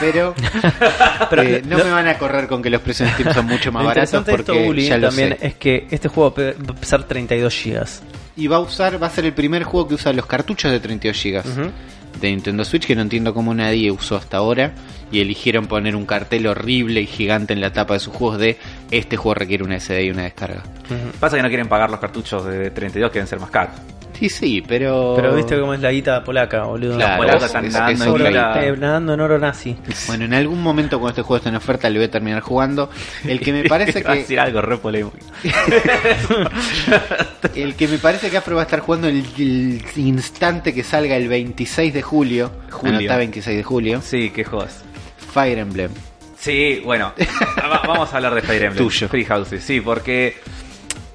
pero, <laughs> eh, no me van a correr con que los precios en Steam son mucho más Lo baratos interesante de esto, porque Uli, ya lo también sé. es que este juego pe- va a pesar 32 gigas. Y va a usar, va a ser el primer juego que usa los cartuchos de 32 GB Ujú. de Nintendo Switch, que no entiendo cómo nadie usó hasta ahora. Y eligieron poner un cartel horrible y gigante en la tapa de sus juegos de este juego requiere una SD y una descarga. Pasa que no quieren pagar los cartuchos de 32, que deben ser más caros. <laughs> Sí, sí, pero. Pero viste cómo es la guita polaca, boludo. Claro, polacos es- están es dando en Oro- horrible. guita. eh, nadando en oro nazi. Bueno, en algún momento cuando este juego esté en oferta le voy a terminar jugando. <laughs> El que me parece Va a que decir algo re polémico. el que me parece que Afro va a estar jugando el, el instante que salga el 26 de julio. Julio. Anotá 26 de julio. Sí, qué jodas. Fire Emblem. Sí, bueno, va- vamos a hablar de Fire Emblem. Tuyo. Free Houses, sí, porque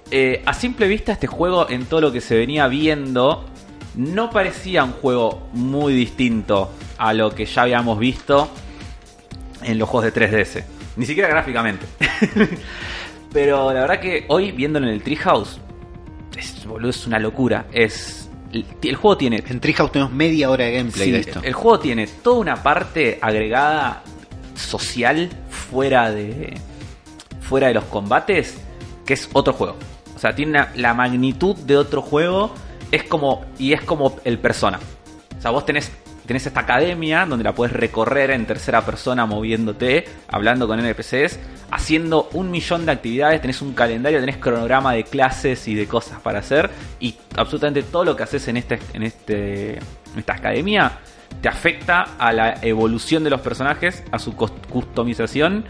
eh, a simple vista este juego, en todo lo que se venía viendo, no parecía un juego muy distinto a lo que ya habíamos visto en los juegos de 3DS. Ni siquiera gráficamente. <laughs> Pero la verdad que hoy, viéndolo en el Treehouse, es, boludo, es una locura. Es, el- el juego tiene En Treehouse tenemos media hora de gameplay Sí, de esto. El juego tiene toda una parte agregada social fuera de fuera de los combates, que es otro juego. O sea, tiene una- la magnitud de otro juego, es como y es como el Persona. O sea, vos tenés tenés esta academia donde la puedes recorrer en tercera persona moviéndote, hablando con NPCs, haciendo un millón de actividades, tenés un calendario, tenés cronograma de clases y de cosas para hacer y absolutamente todo lo que haces en este en este en esta academia te afecta a la evolución de los personajes, a su cos- customización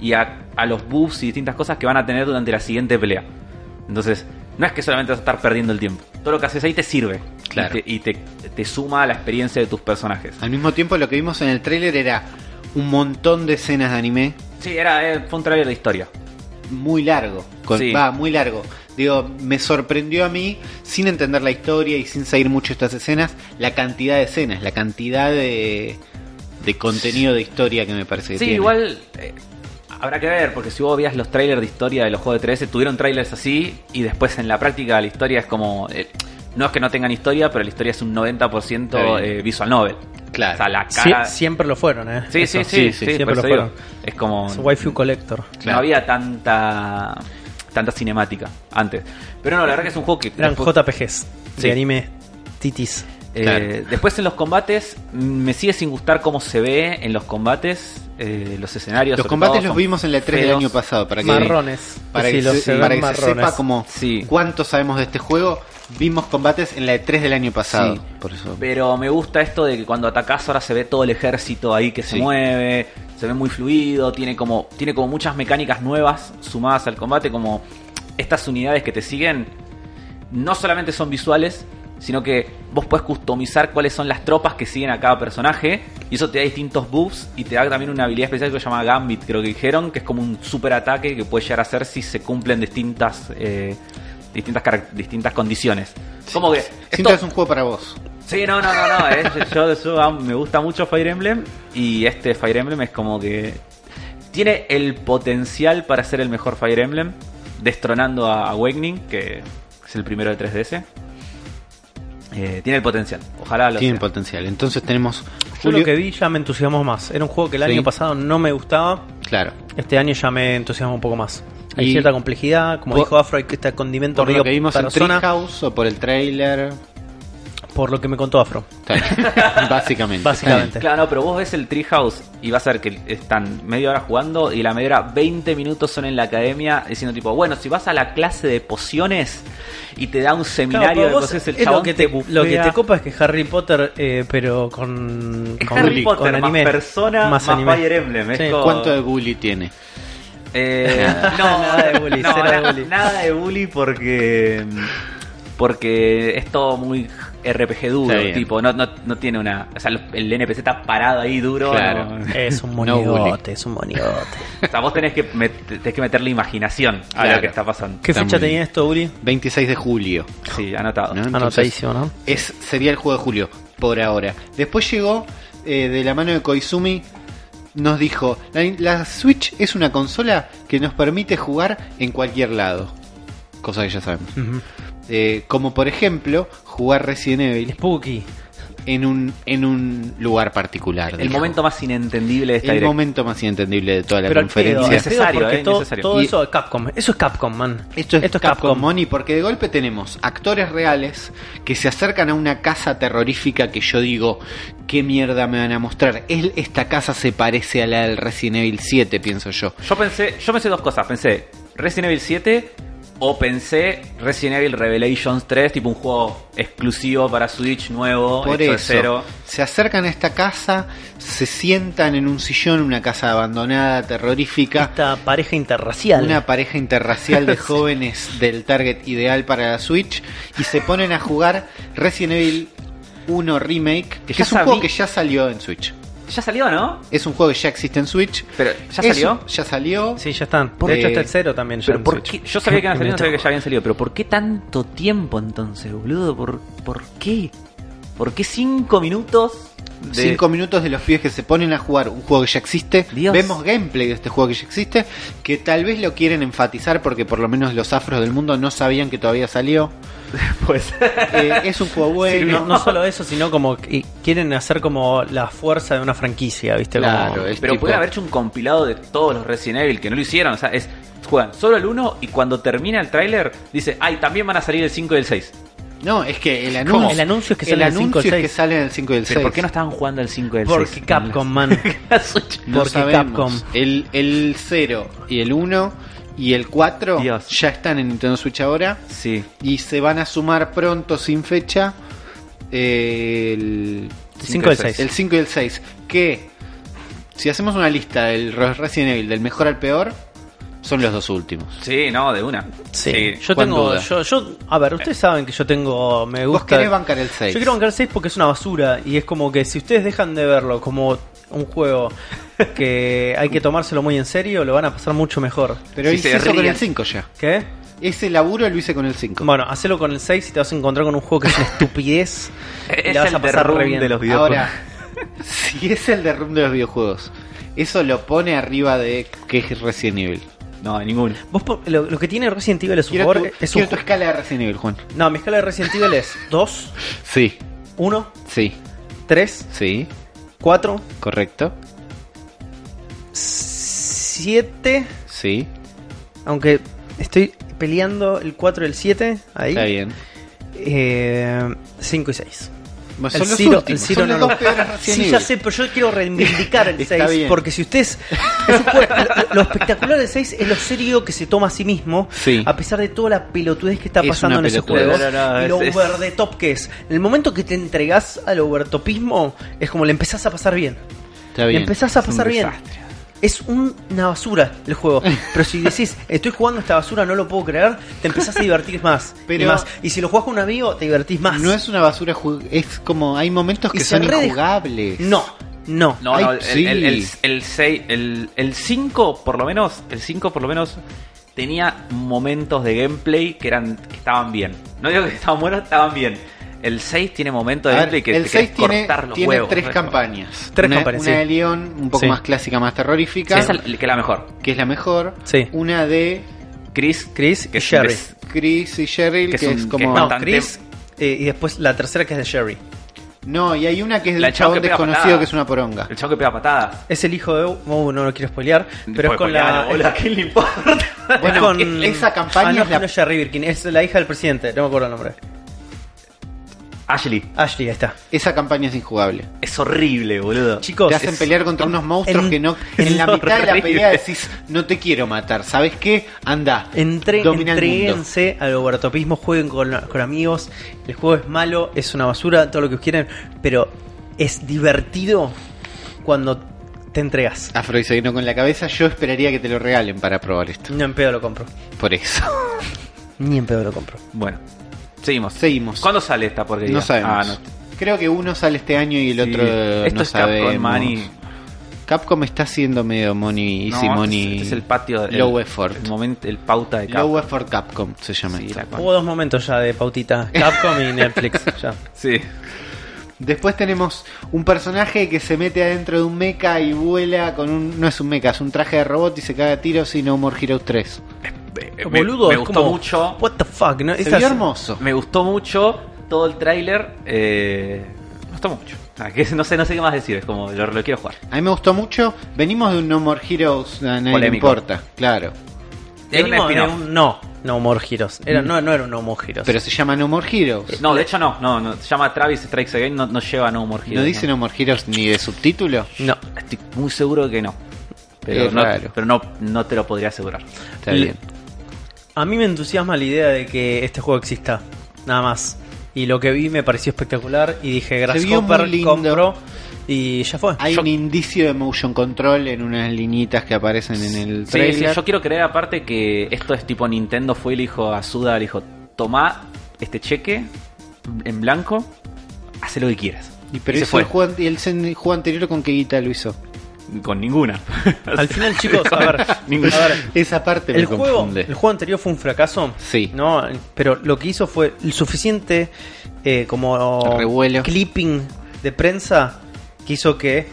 y a, a los buffs y distintas cosas que van a tener durante la siguiente pelea. Entonces, no es que solamente vas a estar perdiendo el tiempo. Todo lo que haces ahí te sirve. Claro. Y, te, y te- te suma a la experiencia de tus personajes. Al mismo tiempo lo que vimos en el tráiler era un montón de escenas de anime Sí, era, eh, fue un trailer de historia. muy largo. Con- Sí. Va, muy largo. Digo, me sorprendió a mí, sin entender la historia y sin seguir mucho estas escenas, la cantidad de escenas, la cantidad de, de contenido de historia que me parece que Sí, tiene. igual eh, habrá que ver, porque si vos veías los trailers de historia de los juegos de 3S, tuvieron trailers así y después en la práctica la historia es como... eh, no es que no tengan historia, pero la historia es un 90% Está bien. eh, visual novel. Claro. O sea, la Sie- cara... siempre lo fueron, ¿eh? Sí, Eso. sí, sí, sí, siempre por lo eso digo, fueron. Es como... Es Waifu Collector. Claro. No había tanta tanta cinemática antes. Pero no, la verdad que es un juego que... Eran después- JPGs Sí. de anime titis. Eh, Claro. Después en los combates, mm, me sigue sin gustar cómo se ve en los combates, eh, los escenarios. Los sobre combates todo, los son vimos en la 3 del feos. año pasado. Para que, Marrones. Para Sí, que, los se, se ven para que se marrones. sepa como Sí. cuánto sabemos de este juego, vimos combates en la E3 del año pasado. Sí. Por eso. Pero me gusta esto de que cuando atacás ahora se ve todo el ejército ahí que se Sí. mueve, se ve muy fluido, tiene como, tiene como muchas mecánicas nuevas sumadas al combate, como estas unidades que te siguen no solamente son visuales, sino que vos podés customizar cuáles son las tropas que siguen a cada personaje, y eso te da distintos buffs y te da también una habilidad especial que se llama Gambit, creo que dijeron, que es como un super ataque que puede llegar a hacer si se cumplen distintas... eh, distintas, carac- distintas condiciones. Como que... Siento esto- que es un juego para vos. Sí, no, no, <laughs> no, no. eh, yo, yo, ah, me gusta mucho Fire Emblem y este Fire Emblem es como que tiene el potencial para ser el mejor Fire Emblem, destronando a Awakening, que es el primero de 3DS. Eh, tiene el potencial. Ojalá lo Tiene sea. potencial. Entonces tenemos Yo Julio. lo que vi ya me entusiasmó más. Era un juego que el Sí. año pasado no me gustaba. Claro. Este año ya me entusiasma un poco más. Hay Y- cierta complejidad, como Por- dijo Afro, hay que este condimento Por medio lo que vimos persona, en Treehouse o por el trailer. por lo que me contó Afro. <laughs> Básicamente. Básicamente. Claro, no, pero vos ves el Treehouse y vas a ver que están media hora jugando y la media hora, 20 minutos son en la academia diciendo tipo, bueno, si vas a la clase de pociones y te da un Claro, seminario pero de vos cosas, el es lo chabón que te, bufea. lo que te copa es que Harry Potter, eh, pero con, Es con- Harry con Potter, más persona, más Fire Emblem, es como- ¿Cuánto de bully tiene? Eh, <laughs> <laughs> no, Nada de bully, cero de na- bully. nada de bully porque porque es todo muy RPG duro, Está bien. tipo, no, no, no tiene una. O sea, lo- el NPC está parado ahí duro. Claro. no- Es un <laughs> No bullying. monigote, es un monigote. o sea, vos tenés que, met- tenés que meterle imaginación a Claro. lo que está pasando. ¿Qué Está fecha muy bien. tenía esto, Uri? 26 de julio. Sí, anotado. Ah, ¿no? Entonces, Anotadísimo, ¿no? es, sería el juego de julio, por ahora. Después llegó, eh, de la mano de Koizumi, nos dijo, la, la Switch es una consola que nos permite jugar en cualquier lado. Cosa que ya sabemos. Ujú. Eh, como por ejemplo, jugar Resident Evil Spooky. en un, en un lugar particular. El del momento juego. más inentendible de esta El directa. momento más inentendible de toda la Pero al pedo, conferencia. al pedo Necesario, porque eh, todo, necesario. todo Y- eso es Capcom. Eso es Capcom, man. Esto es, Capcom, Money, porque de golpe tenemos actores reales que se acercan a una casa terrorífica que yo digo, ¿qué mierda me van a mostrar? Es- esta casa se parece a la del Resident Evil 7, pienso yo. Yo pensé, yo pensé dos cosas. Pensé Resident Evil 7 o pensé Resident Evil Revelations 3, tipo un juego exclusivo para Switch nuevo, Por hecho de eso, cero. se acercan a esta casa, se sientan en un sillón, una casa abandonada, terrorífica. Esta pareja interracial. Una pareja interracial <laughs> de jóvenes del target ideal para la Switch y se ponen a jugar Resident Evil 1 Remake, que Ya es un juego sabí- que ya salió en Switch. Ya salió, ¿no? Es un juego que ya existe en Switch. Pero ya Es- salió. ya salió. Sí, ya están. Por De- hecho, está el cero también. ya Pero en ¿por Switch. qué? Yo <laughs> sabía que <laughs> habían salido, no sabía que Inventado. ya habían salido. Pero ¿por qué tanto tiempo entonces, boludo? ¿Por, por qué? ¿Por qué cinco minutos? De... Cinco minutos de los pibes que se ponen a jugar un juego que ya existe. Dios. Vemos gameplay de este juego que ya existe. Que tal vez lo quieren enfatizar porque por lo menos los afros del mundo no sabían que todavía <laughs> salió. Pues. Eh, es un juego Sí, bueno. no, no solo eso, sino como que quieren hacer como la fuerza de una franquicia, ¿viste? Claro, Como- es Pero tipo- pueden haber hecho un compilado de todos los Resident Evil que no lo hicieron. O sea, es juegan solo el 1 y cuando termina el tráiler dice, ay, también van a salir el 5 y el 6. No, es que el ¿Cómo? anuncio, El anuncio es que el salen el cinco anuncio y el es que seis. salen el 5 y el 6. Pero ¿por qué no estaban jugando el 5 y el 6? Porque Capcom, man. No Porque sabemos. Capcom. El, el 0 y el 1 y el 4 Dios. ya están en Nintendo Switch ahora. <laughs> Sí. Y se van a sumar pronto, sin fecha, el, Cinco y el seis. el 5 y el 6. Que, si hacemos una lista del Re- Resident Evil, del mejor al peor, son los dos últimos. Sí, no, de una. Sí, yo Juan tengo. duda. Yo, yo, a ver, ustedes saben que yo tengo. Me Vos gusta. querés bancar el 6. Yo quiero bancar el 6 porque es una basura. Y es como que si ustedes dejan de verlo como un juego que hay que tomárselo muy en serio, lo van a pasar mucho mejor. Pero Si hice se eso con ríen. el 5 ya. ¿Qué? Ese laburo lo hice con el 5. Bueno, hacelo con el 6 y te vas a encontrar con un juego que es una <laughs> estupidez. y Es la vas a el pasar derrumbe re bien. de los videojuegos. <laughs> Ahora, si es el derrumbe de los videojuegos, eso lo pone arriba de que es Resident Evil. No, ninguno. Vos po- lo, lo que tiene Resident Evil es su Quiero, tu, favor. Es un quiero tu escala de Resident Evil, Juan. ju- No, mi escala de Resident Evil es 2, Sí, 1, sí, 3, sí, 4, correcto. 7. Sí, Aunque estoy peleando el 4 y el 7. Ahí. está bien. 5 y 6. Bueno, El son los Ciro, el últimos, Ciro son no los lo... dos peores Resident <laughs> Sí, Evil. ya sé, pero yo quiero reivindicar el Está 6. bien. Porque si ustedes. es un juego- lo, lo espectacular del 6 es lo serio que se toma a sí mismo. Sí. A pesar de toda la pelotudez que está Es pasando en una ese pelotudez. juego. No, no, no, y lo es- over the top que es. En el momento que te entregás al overtopismo, es como le empezás a pasar bien. Está Le bien. empezás a es un pasar bien. desastre. Es un- una basura el juego. Pero si decís, estoy jugando esta basura, no lo puedo creer, te empezás a divertir más. y Pero- más. Y si lo jugás con un amigo, te divertís más. No es una basura, ju- es como hay momentos Y que se son re- injugables. No, no. No, Ay, no, el- sí. el, el, el, seis- el- el 5 por lo menos, el 5 por lo menos tenía momentos de gameplay que eran que estaban bien. No digo que estaban buenos, estaban bien. El 6 tiene momentos de A ver, gameplay que el te 6 querés tiene, cortar los tiene huevos. tres ¿no? campañas. Tres una, campañas, una sí. de León, un poco Sí. más clásica, más terrorífica, Esa es la- que es la mejor. que es la mejor. Sí. Una de Chris, Chris y que es un Sherry. des- Chris y Cheryl, Que que, es es, un- que como... es No, bastante- Chris. eh, y después la tercera que es de Sherry. No, y hay una que es de La un chavo chabón que pega desconocido patadas. que es una poronga. El chavo que pega patadas. Es el hijo de. oh, no lo quiero spoilear. Pero es Puede con spoilear, la. boludo, ¿a quién le importa? es <laughs> Bueno, e-, con- esa campaña Ah, no, es la- no es Sherry Birkin, es la hija del presidente. No me acuerdo el nombre. Ashley, Ashley, ahí está. Esa campaña es injugable. es horrible, boludo. Chicos. Te hacen es- pelear contra unos monstruos en- que no. En <laughs> la es mitad de la horrible. pelea decís, no te quiero matar. ¿Sabes qué? Anda. Entre, domina el mundo. entréguense al overtopismo, jueguen con, con amigos. El juego es malo, es una basura, todo lo que quieran, pero es divertido cuando te entregas. Afrodisegno con la cabeza, yo esperaría que te lo regalen para probar esto. <laughs> Ni en pedo lo compro. Por eso. Ni en pedo lo compro. Bueno, Seguimos. Seguimos. ¿Cuándo sale esta porquería? No sabemos. Ah, no. Creo que uno sale este año y el Sí. otro eh, Esto no es Capcom, sabemos. Manny. Capcom está haciendo medio money, easy No, money. este es, este es el patio. el- Low effort. El momento, el pauta de Capcom. Low effort Capcom se llama Sí, esto. la Hubo concha. dos momentos ya de pautita, Capcom <laughs> y Netflix. ya. Sí. Después tenemos un personaje que se mete adentro de un mecha y vuela con un. No es un mecha, es un traje de robot y se caga a tiros y No More Heroes 3. Eh, Me- Boludo, me es gustó como, mucho. What the fuck, ¿no? Se Esas- vio hermoso. Me gustó mucho todo el tráiler. Eh, me gustó mucho. Ah, que no sé, no sé qué más decir. Es como lo, lo quiero jugar. A mí me gustó mucho. Venimos de un No More Heroes, a nadie le Polémico. importa, claro. Era un Venimos de spin-off. un- no, No More Heroes. Era, no, no era un No More Heroes. Pero se llama No More Heroes. Eh, No, de hecho no, no, no. Se llama Travis Strikes Again, no, no lleva No More Heroes, ¿No dice No More Heroes ni de subtítulo? no. Estoy muy seguro que no. Pero, Es no, raro. pero no, no te lo podría asegurar. Está Le- bien. A mí me entusiasma la idea de que este juego exista. Nada más. Y lo que vi me pareció espectacular. Y dije, Se vio muy Grasshopper, lindo. compro. Y ya fue. Hay Yo- un indicio de motion control en unas linitas que aparecen en el Sí, sí, trailer. yo quiero creer aparte que esto es tipo Nintendo fue y le dijo a Suda, le dijo, toma este cheque en blanco, haz lo que quieras. Y pero Y se hizo fue. el juego, an- y el sen- el juego anterior con qué guita lo hizo. Con ninguna. <laughs> Al final, chicos, a <laughs> ver. Ninguna. a ver, Esa parte me el juego, confunde. el juego anterior fue un fracaso. Sí. ¿no? Pero lo que hizo fue el suficiente eh, como Revuelo. clipping de prensa que hizo que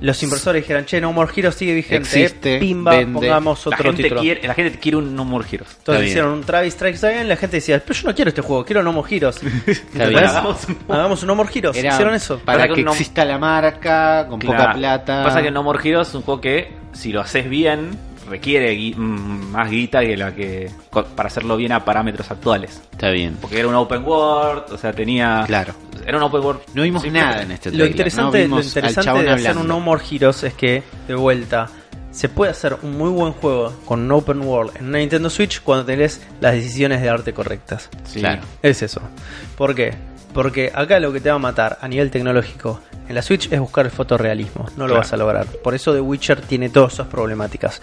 los inversores dijeran, che, No More Heroes sigue vigente. eh, Existe, Pimba, vende. pongamos la, otro gente título. quiere, la gente quiere un No More Heroes. Está bien. Entonces hicieron un Travis Strikes Again, la gente decía, pero yo no quiero este juego, quiero No More Heroes. <laughs> Está bien. ¿Ves? Hagamos un- Hagamos un No More Heroes. Era Hicieron eso. Para Pasa que, que no- exista la marca, con poca Claro. plata. Pasa que No More Heroes es un juego que, si lo haces bien, requiere gui- mm, más guita que la que. co- para hacerlo bien a parámetros actuales. Está bien. Porque era un open world, o sea, tenía. Claro. Era un open world. No vimos simple. nada en este Lo trailer. interesante, no lo vimos al interesante chabón de hacer hablando. un No More Heroes es que, de vuelta, se puede hacer un muy buen juego con un open world en una Nintendo Switch cuando tenés las decisiones de arte correctas. Sí. Claro. Es eso. ¿Por qué? Porque acá lo que te va a matar a nivel tecnológico en la Switch es buscar el fotorrealismo. No lo Claro. vas a lograr. Por eso The Witcher tiene todas esas problemáticas.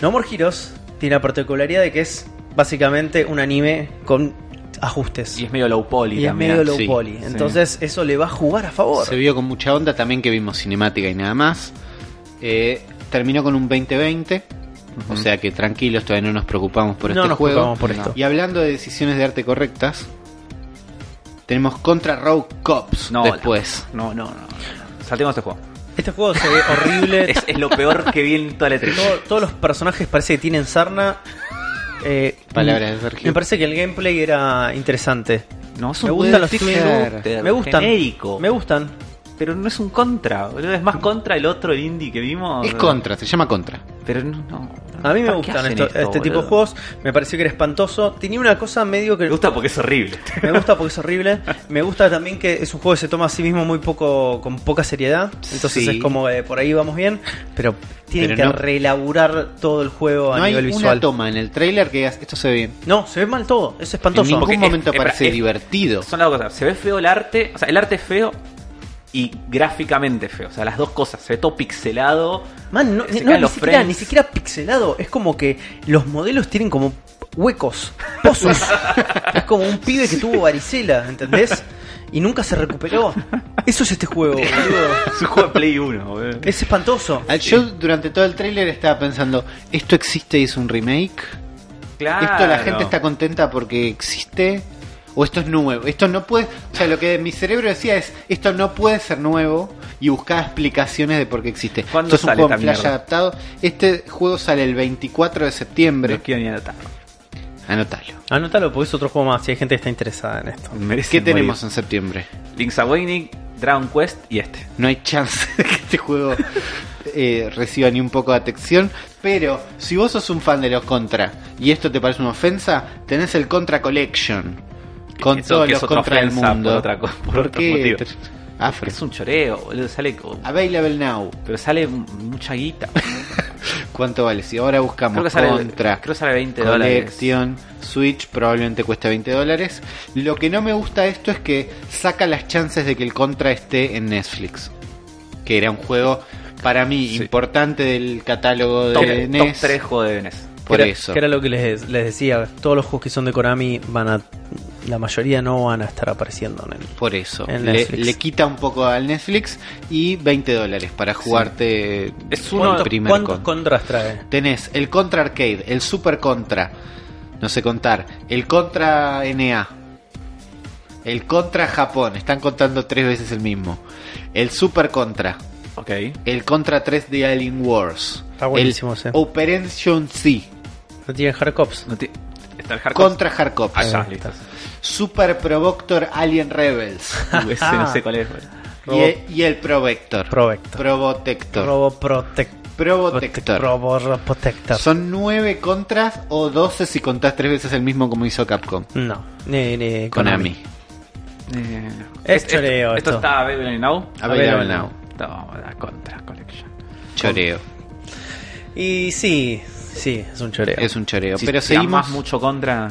No More Heroes tiene la particularidad de que es básicamente un anime con ajustes. Y es medio low poly Y es también. medio low sí, poly. Entonces eso le va a jugar a favor. Se vio con mucha onda también que vimos cinemática y nada más. Eh, terminó con un 2020. O sea que tranquilos, todavía no nos preocupamos por No este nos juego. preocupamos por esto. Y hablando de decisiones de arte correctas, tenemos contra Rogue Cops No, después. No, no, no. Saltemos este juego. Este juego se ve horrible. <laughs> Es, es lo peor que vi en toda la e Todo- todos los personajes parece que tienen sarna. Eh, Palabras de Sergio. Me parece que el gameplay era interesante. No, es Me gustan un puede los títulos. ser. Me gustan. Genérico. Me gustan. Pero no es un contra, boludo. Es más contra el otro indie que vimos. Es contra, se llama contra. Pero no. no. A mí me ¿Para Ah, qué gustan hacen esto- esto, este tipo de boludo? juegos. Me pareció que era espantoso. Tenía una cosa medio que. Me gusta porque es horrible. Me gusta porque es horrible. Me gusta también que es un juego que se toma a sí mismo muy poco, con poca seriedad. Entonces Sí. es como eh, por ahí vamos bien. Pero tienen Pero que no- reelaborar todo el juego a No hay nivel una visual. toma en el trailer que digas, esto se ve bien. No, se ve mal todo. Es En espantoso. ningún Porque es- momento es- parece es- divertido. Son las dos cosas. Se ve feo el arte. O sea, el arte es feo y gráficamente feo. O sea, las dos cosas. Se ve todo pixelado. <laughs> Man, no, Se ni- caen no, ni, los siquiera, frames. ni siquiera pixelado. Es como que los modelos tienen como huecos, <laughs> pozos. es como un pibe que tuvo varicela, ¿entendés? Y nunca se recuperó. Eso es este juego, boludo. Es un juego de Play 1, boludo. Es espantoso. Al- Yo durante todo el trailer estaba pensando, ¿esto existe y es un remake? Claro. ¿Esto la gente está contenta porque existe? ¿O esto es nuevo? Esto no puede... O sea, lo que mi cerebro decía es, esto no puede ser nuevo y buscaba explicaciones de por qué existe. esto ¿Cuándo es un sale juego en esta Flash mierda? adaptado. Este juego sale el 24 de septiembre. No quiero ni anotarlo. Anótalo. Anótalo porque es otro juego más si hay gente que está interesada en esto. Merecen ¿Qué morir. tenemos en septiembre? Link's Awakening, Dragon Quest y este. No hay chance <laughs> de que este juego eh, reciba ni un poco de atención. Pero si vos sos un fan de los Contra y esto te parece una ofensa, tenés el Contra Collection. Con Eso todos que es los otra Contra del ofensa por mundo. otra co- por otro qué? motivo. Ah, Porque es un choreo, boludo. Sale. como- Available now. Pero sale mucha guita. ¿Cuánto vale? Si ahora buscamos Creo que sale, Contra. creo que sale 20 dólares. Collection, Switch probablemente cuesta 20 dólares. Lo que no me gusta de esto es que saca las chances de que el Contra esté en Netflix. Que era un juego para mí Sí. importante del catálogo Top, de top NES. 3 juego de NES. por que era, eso. que era lo que les, les decía. Todos los juegos que son de Konami van a. La mayoría no van a estar apareciendo en él. Por eso. En Le, Netflix. le quita un poco al Netflix y 20 dólares para jugarte Es uno- el ¿Cuántos, primer cuántos con- contras trae? Tenés el Contra Arcade, el Super Contra, no sé contar, el Contra NA, el Contra Japón, están contando tres veces el mismo, el Super Contra, Ok. el Contra 3 de Alien Wars, Está buenísimo el ese. Operation C, No tienen hard cops. No ti- Está el hardcore. Contra Eh. Hardcore, Ah, ya, Ahí listo. Super Pro Voctor Alien Rebels Uh, ese no sé cuál es. y, e- y el Pro Vector, Pro Vector. Probotector, Robo Protect. Probotector. Robo ro- Protector. Son nueve contras o 12 si contás tres veces el mismo como hizo Capcom. No, ni, ni Konami. Eh, Es esto, choreo esto esto. está Babylon Now. Available Available now. No, la Contra Collection. Choreo. Y sí, sí, es un choreo. Es un choreo. Si Pero te seguimos amás mucho Contra.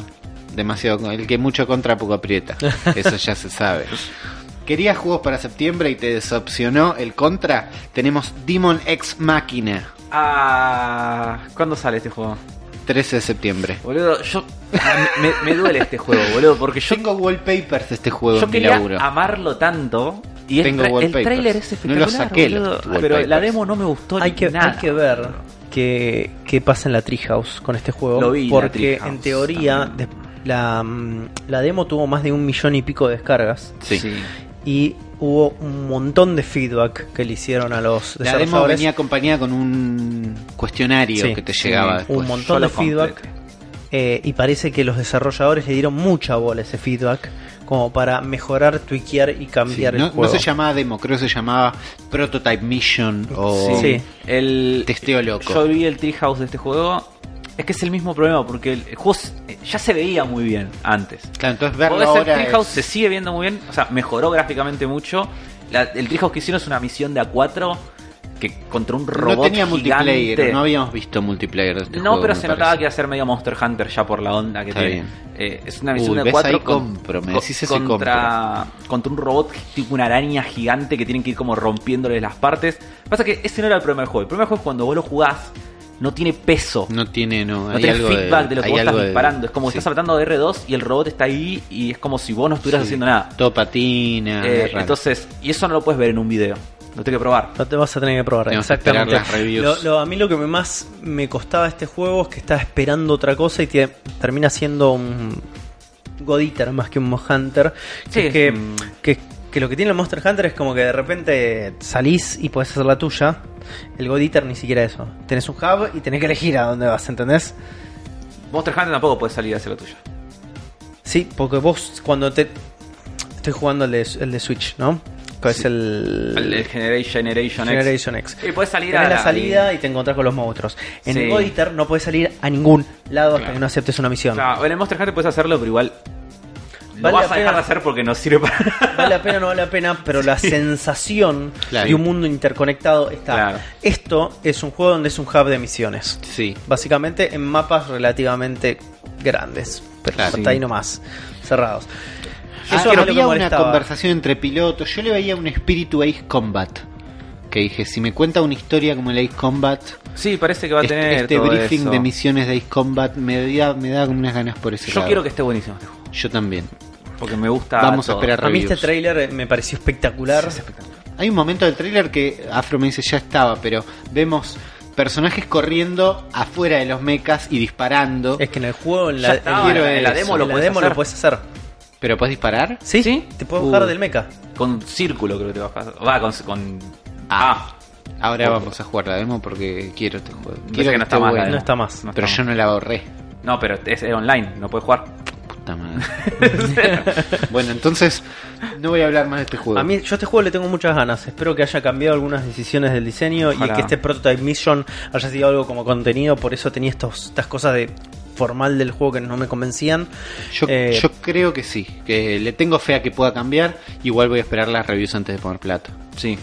demasiado. con- El que mucho contra poco <laughs> aprieta. Eso ya se sabe. Querías juegos para septiembre y te decepcionó el contra. Tenemos Demon X Máquina. Ah, ¿Cuándo sale este juego? 13 de septiembre. Boludo, yo. ah, Me, me duele este juego, boludo, porque yo, Tengo wallpapers de este juego yo en mi quería laburo. amarlo tanto. Y Tengo el, tra- el wallpapers. trailer es No espectacular. lo saqué, los boludo, pero wallpapers. la demo no me gustó hay ni que, nada. hay que ver qué, qué pasa en la Treehouse con este juego. Lo vi, la porque Treehouse en teoría también. de- la, mm, la demo tuvo más de un millón y pico de descargas. Sí. Y hubo un montón de feedback que le hicieron a los La demo desarrolladores. venía acompañada con un cuestionario Sí. que te llegaba Un después. montón yo lo de feedback. completé. Eh, y parece que los desarrolladores le dieron mucha bola a ese feedback como para mejorar, tweakear y Sí, cambiar no, el no juego. se llamaba demo, creo que se llamaba Prototype Mission o Sí. Sí. El, Testeo Oh. Loco. Yo vi el Treehouse de este juego. Es que es el mismo problema, porque el juego s- ya se veía muy bien antes. Claro, entonces verlo Podés ser ahora Treehouse es- se sigue viendo muy bien, o sea, mejoró gráficamente mucho. La- el Treehouse que hicieron es una misión de A4 que contra un robot no tenía multiplayer, gigante. no habíamos visto multiplayer de este No, juego, pero me se notaba parece. que iba a ser medio Monster Hunter ya por la onda que Está tiene. bien. Eh, es una Uy, misión de ves, cuatro ahí compro, me decís eso y contra, contra un robot tipo una araña gigante que tienen que ir como rompiéndole las partes. Pasa que ese no era el primer juego. El primer juego es cuando vos lo jugás, no tiene peso. No, no tiene no, hay tiene algo feedback de, lo que hay vos estás algo de- disparando. Es como que sí, estás apretando R2 y el robot está ahí y es como si vos no estuvieras sí. haciendo nada. Todo patina, Eh, es raro. entonces, y eso no lo puedes ver en un video. Lo tengo que probar. No te vas a tener que probar, Tenemos que esperar exactamente. las reviews. Lo- lo- a mí lo que me más me costaba este juego es que estaba esperando otra cosa y te- termina siendo un God Eater más que un Monster Hunter. Que Sí, es que, es un- que- que lo que tiene el Monster Hunter es como que de repente salís y podés hacer la tuya. El God Eater ni siquiera eso. Tenés un hub y tenés que elegir a dónde vas, ¿entendés? Monster Hunter tampoco puedes salir a hacer lo tuyo. Eh. Sí, porque vos cuando te... Estoy jugando el de, el de Switch, ¿no? Que es el... El, el Generation, Generation, X. Generation X. Y puedes salir Tenés a la salida y te encontrás con los monstruos. En Sí. el God Eater no puedes salir a ningún lado hasta Claro. que no aceptes una misión. Claro, en el Monster Hunter puedes hacerlo, pero igual. Vale lo vas la a dejar pena. de hacer porque no sirve para nada. Vale la pena o no vale la pena, pero <laughs> la sensación Claro. de un mundo interconectado está. Claro. Esto es un juego donde es un hub de misiones. sí, Básicamente en mapas relativamente grandes. Pero Claro. hasta ahí nomás, cerrados. Ah, era lo que había una molestaba. conversación entre pilotos. Yo le veía un espíritu a Ace Combat. Que dije, si me cuenta una historia como el Ace Combat, <laughs> Sí, parece que va a este- tener. este, todo briefing eso. de misiones de Ace Combat me da, me da como unas ganas por ese Yo lado. quiero que esté buenísimo este juego. Yo también. Porque me gusta. Vamos a todo. esperar. A mí Reviews. este trailer eh, me pareció espectacular. Es espectacular. Hay un momento del tráiler que Afro me dice ya estaba, pero vemos personajes corriendo afuera de los mechas y disparando. Es que en el juego, en Ya la, estaba, en quiero en la eso. demo lo la puedes demo hacer. lo puedes hacer. ¿Pero puedes disparar? ¿Sí? ¿Sí? Te puedo bajar Uh. del mecha. Con círculo creo que te bajas. Va, con. con... Ah. Ah. Ahora vamos a jugar la demo porque quiero este juego. Quiero que no esté está mal la bueno. No demo. está más. No Pero está yo no la ahorré. No, pero es eh, online, no puedes jugar. Puta <laughs> madre. bueno, entonces no voy a hablar más de este juego. A mí, yo a este juego le tengo muchas ganas. Espero que haya cambiado algunas decisiones del diseño y Ojalá. que este Prototype Mission haya sido algo como contenido. Por eso tenía estos, estas cosas de formal del juego que no me convencían. yo, eh, yo creo que sí. Que le tengo fe a que pueda cambiar. Igual voy a esperar las reviews antes de poner plato. Sí.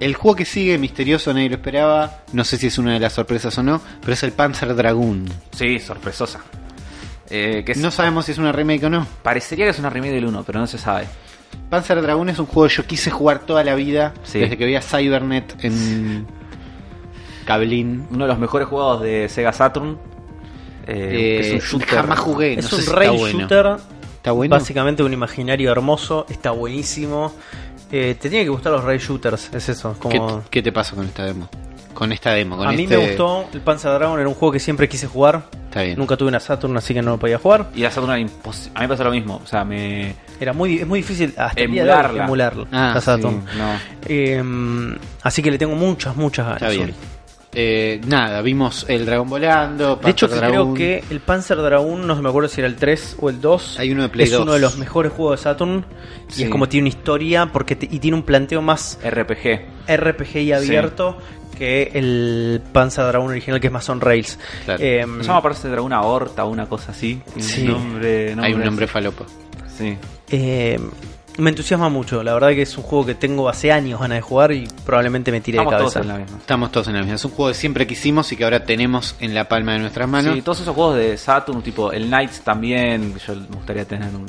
El juego que sigue, misterioso, nadie lo esperaba. No sé si es una de las sorpresas o no, pero es el Panzer Dragoon. Sí, sorpresosa. Eh, que es- No sabemos si es una remake o no. Parecería que es una remake del 1, pero no se sabe. Panzer Dragoon es un juego que yo quise jugar toda la vida, Sí. desde que veía Cybernet en Cablin. Uno de los mejores juegos de Sega Saturn. eh, que es un shooter. Jamás jugué, no Es sé si un está rail bueno. shooter, ¿Está bueno? básicamente un imaginario hermoso, está buenísimo. Eh, te tiene que gustar los rail shooters, es eso. ¿Qué, Como... qué te pasó con esta demo? Con esta demo, con A mí este- me gustó el Panzer Dragon, era un juego que siempre quise jugar. Está bien. Nunca tuve una Saturn, así que no lo podía jugar. Y la Saturn era impos- A mí me pasó lo mismo. O sea, me. Era muy, es muy difícil hasta el día de hoy Emularla. emularla, Ah, la Saturn. sí, no. Eh, así que le tengo muchas, muchas ganas. Está bien. Uri. Eh, nada, vimos el dragón volando. De hecho, Panzer que creo Dragon. que el Panzer Dragon, no me acuerdo si era el 3 o el 2. Hay uno de Play Es 2. uno de los mejores juegos de Saturn. Y Sí. es como tiene una historia porque te- y tiene un planteo más RPG. RPG y abierto que el Panzer Dragon original, que es más on rails. Claro. Eh, Se llama parece dragón una horta o una cosa así. Tiene un Sí. nombre, Hay un así. nombre falopa. Sí. eh, me entusiasma mucho. La verdad que es un juego que tengo hace años ganas de jugar y probablemente me tire de Estamos todos cabeza. en la misma. Estamos todos en la misma. Es un juego que siempre quisimos y que ahora tenemos en la palma de nuestras manos. Sí, todos esos juegos de Saturn, tipo el Knights también. que Yo me gustaría tener un.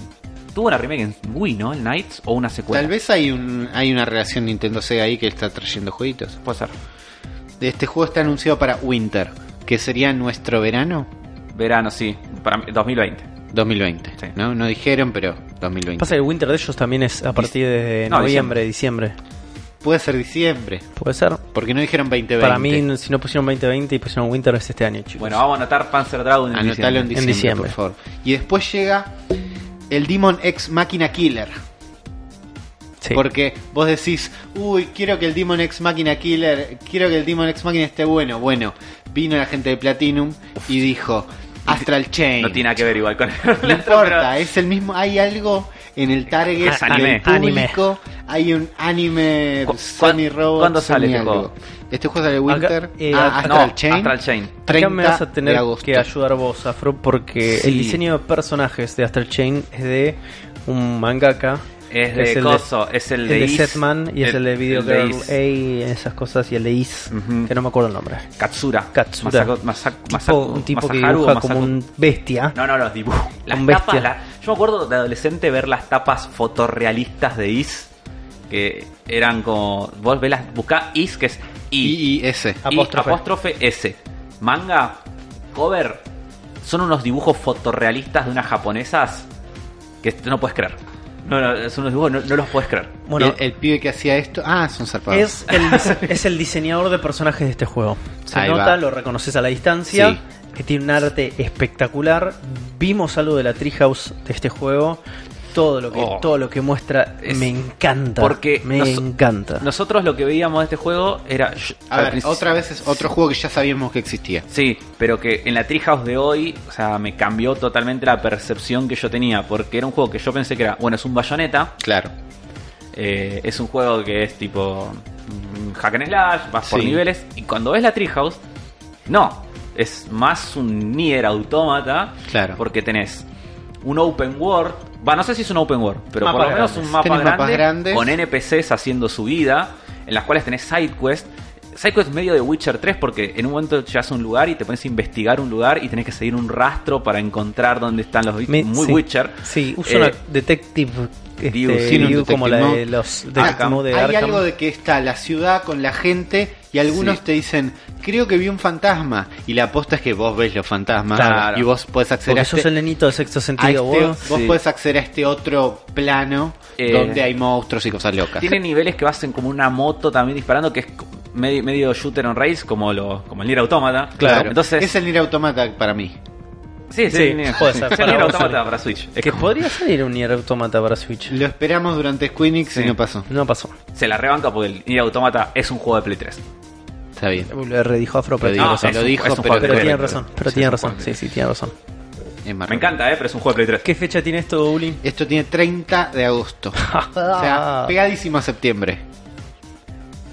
Tuvo una remake en Wii, ¿no? El Knights o una secuela. Tal vez hay un hay una relación Nintendo Sega ahí que está trayendo jueguitos. Puede ser. Este juego está anunciado para Winter, que sería nuestro verano Verano, sí. Para mí, 2020. 2020. Sí. ¿no? no dijeron, pero 2020. Pasa que el Winter de ellos también es a partir de No, noviembre, diciembre. Puede ser diciembre, Puede ser. porque no dijeron 2020. Para mí, si no pusieron 2020 y pusieron Winter es este año, chicos. Bueno, vamos a anotar Panzer Dragon en Anotalo en diciembre. En diciembre. diciembre, por favor. Y después llega el Demon X Máquina Killer. Sí. Porque vos decís, uy, quiero que el Demon X Máquina Killer, quiero que el Demon X Máquina esté bueno. Bueno, vino la gente de Platinum y dijo, Astral Chain. No tiene nada que ver igual con el No importa, es el mismo, hay algo en el target Ah, del anime. público, hay un anime ¿Cu- semi robot. cuándo sale este algo. juego? Este juego sale Winter, Acá- eh, ah, acá- Astral, no, Chain, Astral Chain. 30 Acá me vas a de tener agosto. que ayudar vos, Afro, porque Sí. el diseño de personajes de Astral Chain es de un mangaka. Es que de el Coso, es el el de de Is. Setman y es el de Video el de Girl Is. A, esas cosas, y el de Is, Ujú. que no me acuerdo el nombre. Katsura. Katsura. Masako- Masako- Tipo- Masako- un tipo que Masaharu o dibuja como Masako. un bestia. No, no, los dibujos. Las Un tapas, bestia. <laughs> la- yo me acuerdo de adolescente ver las tapas fotorrealistas de Is, que eran como. Vos ves las. Buscá Is, que es I. y, y ese. I, Apóstrofe. apóstrofe S. Manga, cover, son unos dibujos fotorrealistas de unas japonesas que no puedes creer. No, no, son unos dibujos, no, no los puedes creer. Bueno, el, el pibe que hacía esto, ah, son zarpados. es el, dise- es el diseñador de personajes de este juego. Se Ahí nota, va. lo reconoces a la distancia, Sí. que tiene un arte espectacular. Vimos algo de la Treehouse de este juego. Todo lo que, Oh. todo lo que muestra Es- me encanta. porque me nos- encanta. Nosotros lo que veíamos de este juego era. yo- A al ver, principio- otra vez es otro juego que ya sabíamos que existía. Sí, pero que en la Treehouse de hoy, o sea, me cambió totalmente la percepción que yo tenía, porque era un juego que yo pensé que era, bueno, es un bayoneta, Claro. eh, es un juego que es tipo mm, hack and slash, vas por Sí. niveles, y cuando ves la Treehouse, no, es más un Nier Automata, Claro. porque tenés un open world, va, no sé si es un open world, pero por Mapas lo menos grandes. un mapa Tenés grande, mapas grandes. con NPCs haciendo su vida, en las cuales tenés side quest. Side quest medio de Witcher 3 porque en un momento llegas a un lugar y te pones a investigar un lugar y tenés que seguir un rastro para encontrar dónde están los bichos. Me- Muy sí. Witcher. Sí, usa Eh, una detective este, Deus. Tiene un Deus como la detective de los de Ah, Arkham, de hay Arkham. algo de que está la ciudad con la gente y algunos Sí. te dicen, creo que vi un fantasma. Y la aposta es que vos ves los fantasmas Claro. y vos podés acceder porque a sos este, el nenito del sexto a sentido, este- vos. vos Sí. podés acceder a este otro plano Eh, donde hay monstruos y cosas locas. <laughs> Tiene niveles que hacen como una moto también disparando que es co- medio, medio shooter on rails como, lo, como el Nier Automata. Claro, Entonces, es el Nier Automata para mí. sí, es Sí, el Nier, puede ser, <laughs> es el para Nier vos, Automata sorry. para Switch. Es Que como- podría salir un Nier Automata para Switch. Lo esperamos durante Squeenix Sí. y no pasó. No pasó. se la rebanca porque el Nier Automata es un juego de Play 3. Está bien. Lo redijo Afro, pero Lo tiene dijo, razón. lo dijo, es un pero- juego de Pero Play tiene 3. razón, pero Sí, tiene es un razón. juego de Sí, Play sí, tiene razón. Es marrón. Me encanta, eh, pero es un juego de Play 3. ¿Qué fecha tiene esto, Uli? Esto tiene 30 de agosto. o Ah. sea, pegadísimo a septiembre.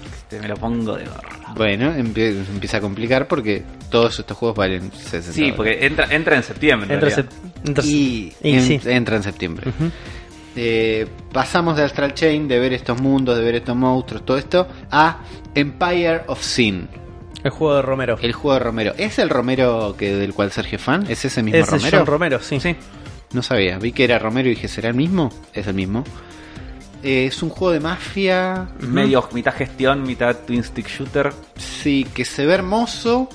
Este, me lo pongo de gorra. Bueno, empie- empieza a complicar porque todos estos juegos valen 60 Sí, dólares. porque entra, entra en septiembre. en Entra realidad. sep- entra- y, y en- sí. entra en septiembre. Ujú. Eh, pasamos de Astral Chain, de ver estos mundos, de ver estos monstruos, todo esto, a Empire of Sin, El juego de Romero. el juego de Romero. ¿Es el Romero que, del cual Sergio es fan? ¿Es ese mismo Ese es Romero? John Romero, sí. Sí. no sabía, vi que era Romero y dije, ¿será el mismo? Es el mismo. Eh, es un juego de mafia, Medio mitad gestión, mitad twin stick shooter. sí, que se ve hermoso,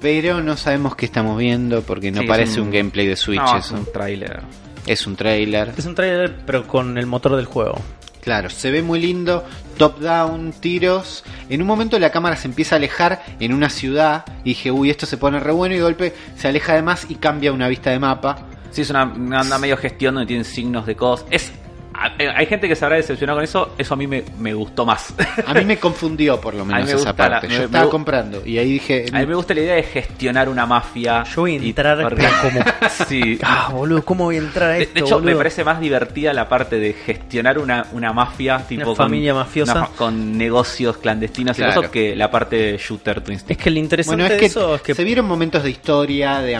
Pero no sabemos qué estamos viendo porque no Sí, es parece un, un- gameplay de Switch No, es eso. un tráiler. Es un trailer. Es un trailer, pero con el motor del juego. Claro, se ve muy lindo, top down, tiros. En un momento la cámara se empieza a alejar en una ciudad y dije, uy, esto se pone re bueno y de golpe se aleja además y cambia una vista de mapa. Sí, es una, una onda medio gestión donde tienen signos de cosas. Es, a- eh, hay gente que se habrá decepcionado con eso. Eso a mí me, me gustó más. A mí me confundió <laughs> por lo menos me esa gusta la- parte. me- Yo me estaba gu- comprando y ahí dije, a mí me gusta la idea de gestionar una mafia. Yo voy a y- entrar porque- <laughs> como- <laughs> Sí. Ah, boludo, ¿cómo voy <laughs> a entrar a De, de esto? hecho, me boludo? parece más divertida la parte de gestionar una, una mafia, tipo con- familia mafiosa. una fa- con negocios clandestinos y Claro. cosas que la parte de shooter twin stick. Es que el interesante bueno, de es que, eso es que. se vieron momentos de historia, de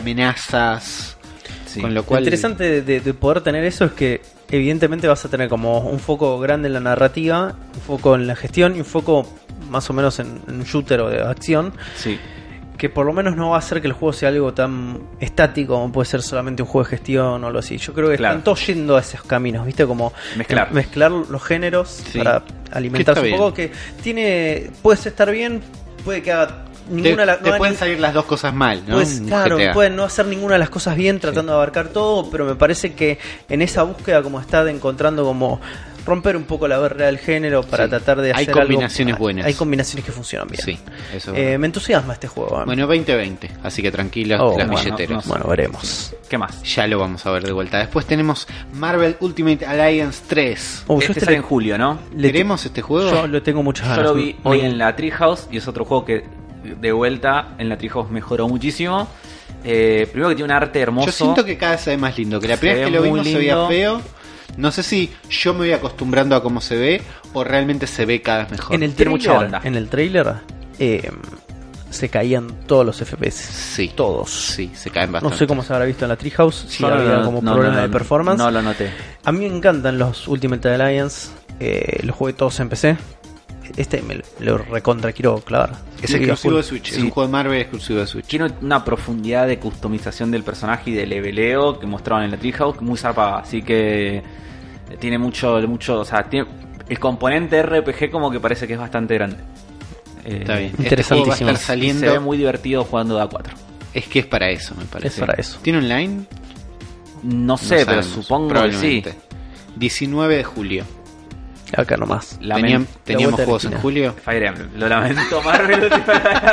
amenazas, Sí. con lo Lo cual... interesante de, de- de poder tener eso es que evidentemente vas a tener como un foco grande en la narrativa, un foco en la gestión y un foco más o menos en, en un shooter o de acción, Sí. que por lo menos no va a hacer que el juego sea algo tan estático como puede ser solamente un juego de gestión o algo así. Yo creo que Claro. están todos yendo a esos caminos, ¿viste? Como em, Mezclar. mezclar los géneros Sí. para alimentarse Que un está poco, que tiene puedes estar bien, puede que haga Te, ninguna la- te no haga pueden ni- salir las dos cosas mal, ¿no? pues En claro, GTA. pueden no hacer ninguna de las cosas bien tratando de abarcar todo, pero me parece que en esa búsqueda como está de encontrando como romper un poco la barrera del género para Sí. tratar de Hay hacer combinaciones algo, buenas. Hay combinaciones que funcionan bien. Sí, eso es Eh, verdad. me entusiasma este juego. eh. Bueno, 2020, así que tranquilos Oh, las bueno, billeteras. no sé. Bueno, veremos. ¿Qué más? Ya lo vamos a ver de vuelta. Después tenemos Marvel Ultimate Alliance 3. Oh, yo este este sale le- en julio, ¿no? le- ¿Queremos este juego? yo lo tengo muchas Yo ganas. lo vi hoy Hoy- en la Treehouse y es otro juego que de vuelta en la Treehouse mejoró muchísimo. Eh, primero que tiene un arte hermoso. Yo siento que cada vez se ve más lindo. Que la Se primera vez ve que lo muy vimos se veía lindo. feo. No sé si yo me voy acostumbrando a cómo se ve o realmente se ve cada vez mejor. en el Tiene trailer, mucha onda. En el trailer eh, se caían todos los FPS. Sí. Todos. Sí, se caen No bastante. sé cómo se habrá visto en la Treehouse, si Yo no había lo- como no, problemas no, de performance. No lo noté. A mí me encantan los Ultimate Alliance. eh, los jugué todos en PC. Este me lo- lo recontra quiero clavar. Es Lo quiero exclusivo full. de Switch. Es Sí. un juego de Marvel exclusivo de Switch. Tiene una profundidad de customización del personaje y de leveleo que mostraban en la Treehouse, muy zarpada. Así que eh, tiene mucho, mucho, o sea, tiene- el componente RPG como que parece que es bastante grande. Eh, Está bien. Este juego va a interesantísimo. estar y se ve saliendo. muy divertido jugando de A4. Es que es para eso, me parece. para eso. ¿Tiene online? No sé, pero supongo que sí. 19 de julio. Acá nomás. Lamen- Tenían- vuelta teníamos de la juegos en esquina. julio. Fire Emblem, lo lamento, Marvel. <laughs>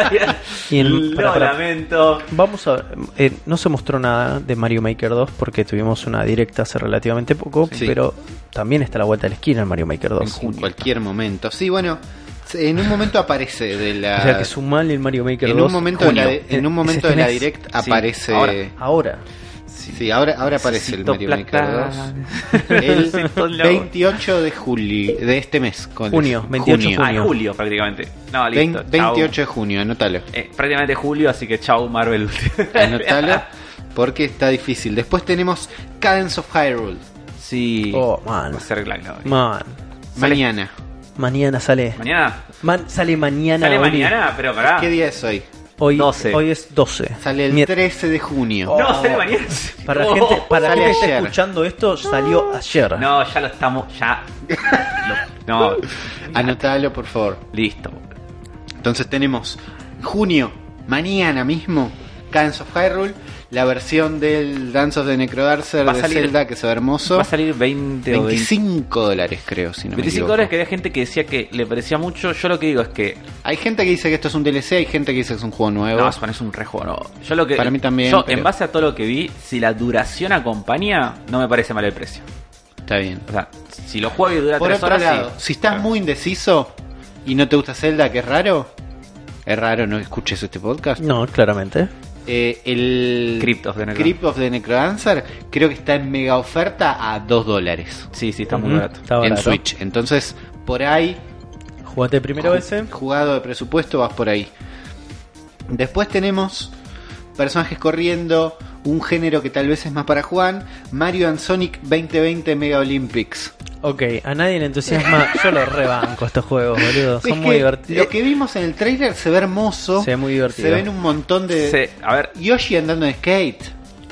Y el- lo para, para. lamento. Vamos a ver. eh, no se mostró nada de Mario Maker 2 porque tuvimos una directa hace relativamente poco. Sí. Pero también está a la vuelta de la esquina el Mario Maker 2. En cualquier momento. Sí, bueno, en un momento aparece de <laughs> la. O sea que sumal el Mario Maker en, 2. un momento de la, junio. en un Es momento este de la mes. direct Sí, aparece. ahora. Ahora. Sí, ahora, ahora aparece el Necesito Mario plata. Maker 2. Necesito El la- 28 de julio de este mes. con- Junio, 28 junio. de Ah, en julio prácticamente. No, Ah, listo. Vein- chau. 28 de junio, anótalo. Eh, prácticamente julio, así que chau Marvel. <laughs> Anótalo porque está difícil. Después tenemos Cadence of Hyrule. sí. Oh, man. Va a ser Black Label. Man. Sale- Mañana. Mañana sale. Mañana. Man- sale mañana. Sale Oli. mañana, pero pará. ¿Qué día es hoy? Hoy, 12. hoy es 12. Sale el Mier- 13 de junio. No, <laughs> sale mañana. Para Oh. la gente, para la Sale gente que está ayer. escuchando esto, salió ayer. No, ya lo estamos. Ya. Lo- no. Anótalo, por favor. Listo. Entonces tenemos junio, mañana mismo, Cadence of Hyrule, la versión del Dance of the Necrodancer Va a de salir- Zelda que se ve hermoso. Va a salir 20 o 20. 25 dólares creo, si no me 25 equivoco. dólares que había gente que decía que le parecía mucho. Yo lo que digo es que. Hay gente que dice que esto es un DLC, hay gente que dice que es un juego nuevo. No, Swan es un rejuego. no. Yo lo que. Para mí también, Yo, pero- en base a todo lo que vi, si la duración acompaña, no me parece mal el precio. Está bien. O sea, si lo juego y dura Por 3 otro horas. lado, sí. si estás Claro. muy indeciso y no te gusta Zelda, que es raro, es raro no escuches este podcast. No, claramente. Eh, el Crypt of the Necro- Crypt of the Necrodancer creo que está en mega oferta a 2 dólares Sí, sí, está muy Ujú. barato. Está en barato. Switch. Entonces, por ahí Jugate primero Ju- ese. Jugado de presupuesto, vas por ahí. Después tenemos personajes corriendo, un género que tal vez es más para Juan, Mario and Sonic 2020 Mega Olympics. Ok, a nadie le entusiasma. <laughs> Yo lo rebanco estos juegos, boludo. Son Es muy que divertidos. Lo que vimos en el trailer se ve hermoso. Se ve muy divertido. Se ven un montón de... Se- a ver, Yoshi andando en skate.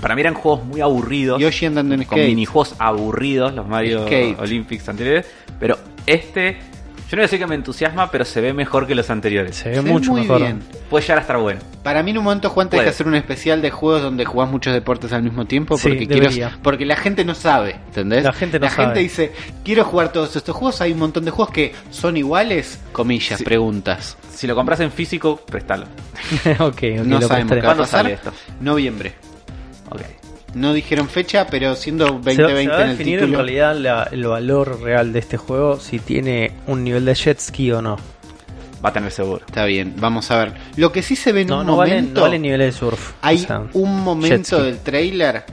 para mí eran juegos muy aburridos. Yoshi andando en con skate. minijuegos aburridos, los Mario Skate. Olympics anteriores. Pero este, Yo no voy a decir que me entusiasma, pero se ve mejor que los anteriores. Se ve Se ve mucho muy mejor. bien. Puede llegar a estar bueno. Para mí en un momento Juan tenés Puede. que hacer un especial de juegos donde jugás muchos deportes al mismo tiempo Sí, porque quiero- debería. porque la gente no sabe, ¿entendés? La gente no La gente sabe. dice, quiero jugar todos estos juegos, hay un montón de juegos que son iguales, comillas, Sí. preguntas. Si lo compras en físico, prestalo. <laughs> ok, ok, no lo sabemos prestaré. qué va a ¿Cuándo pasar. sale esto? Noviembre. Ok. No dijeron fecha, pero siendo Se va- 2020 se va a en el definir título. en realidad la- el valor real de este juego, si tiene un nivel de jet ski o no. Va a tener seguro. Está bien, vamos a ver. Lo que sí se ve en No, un no vale, momento. no vale nivel de surf. Hay o sea, un jet ski. momento del trailer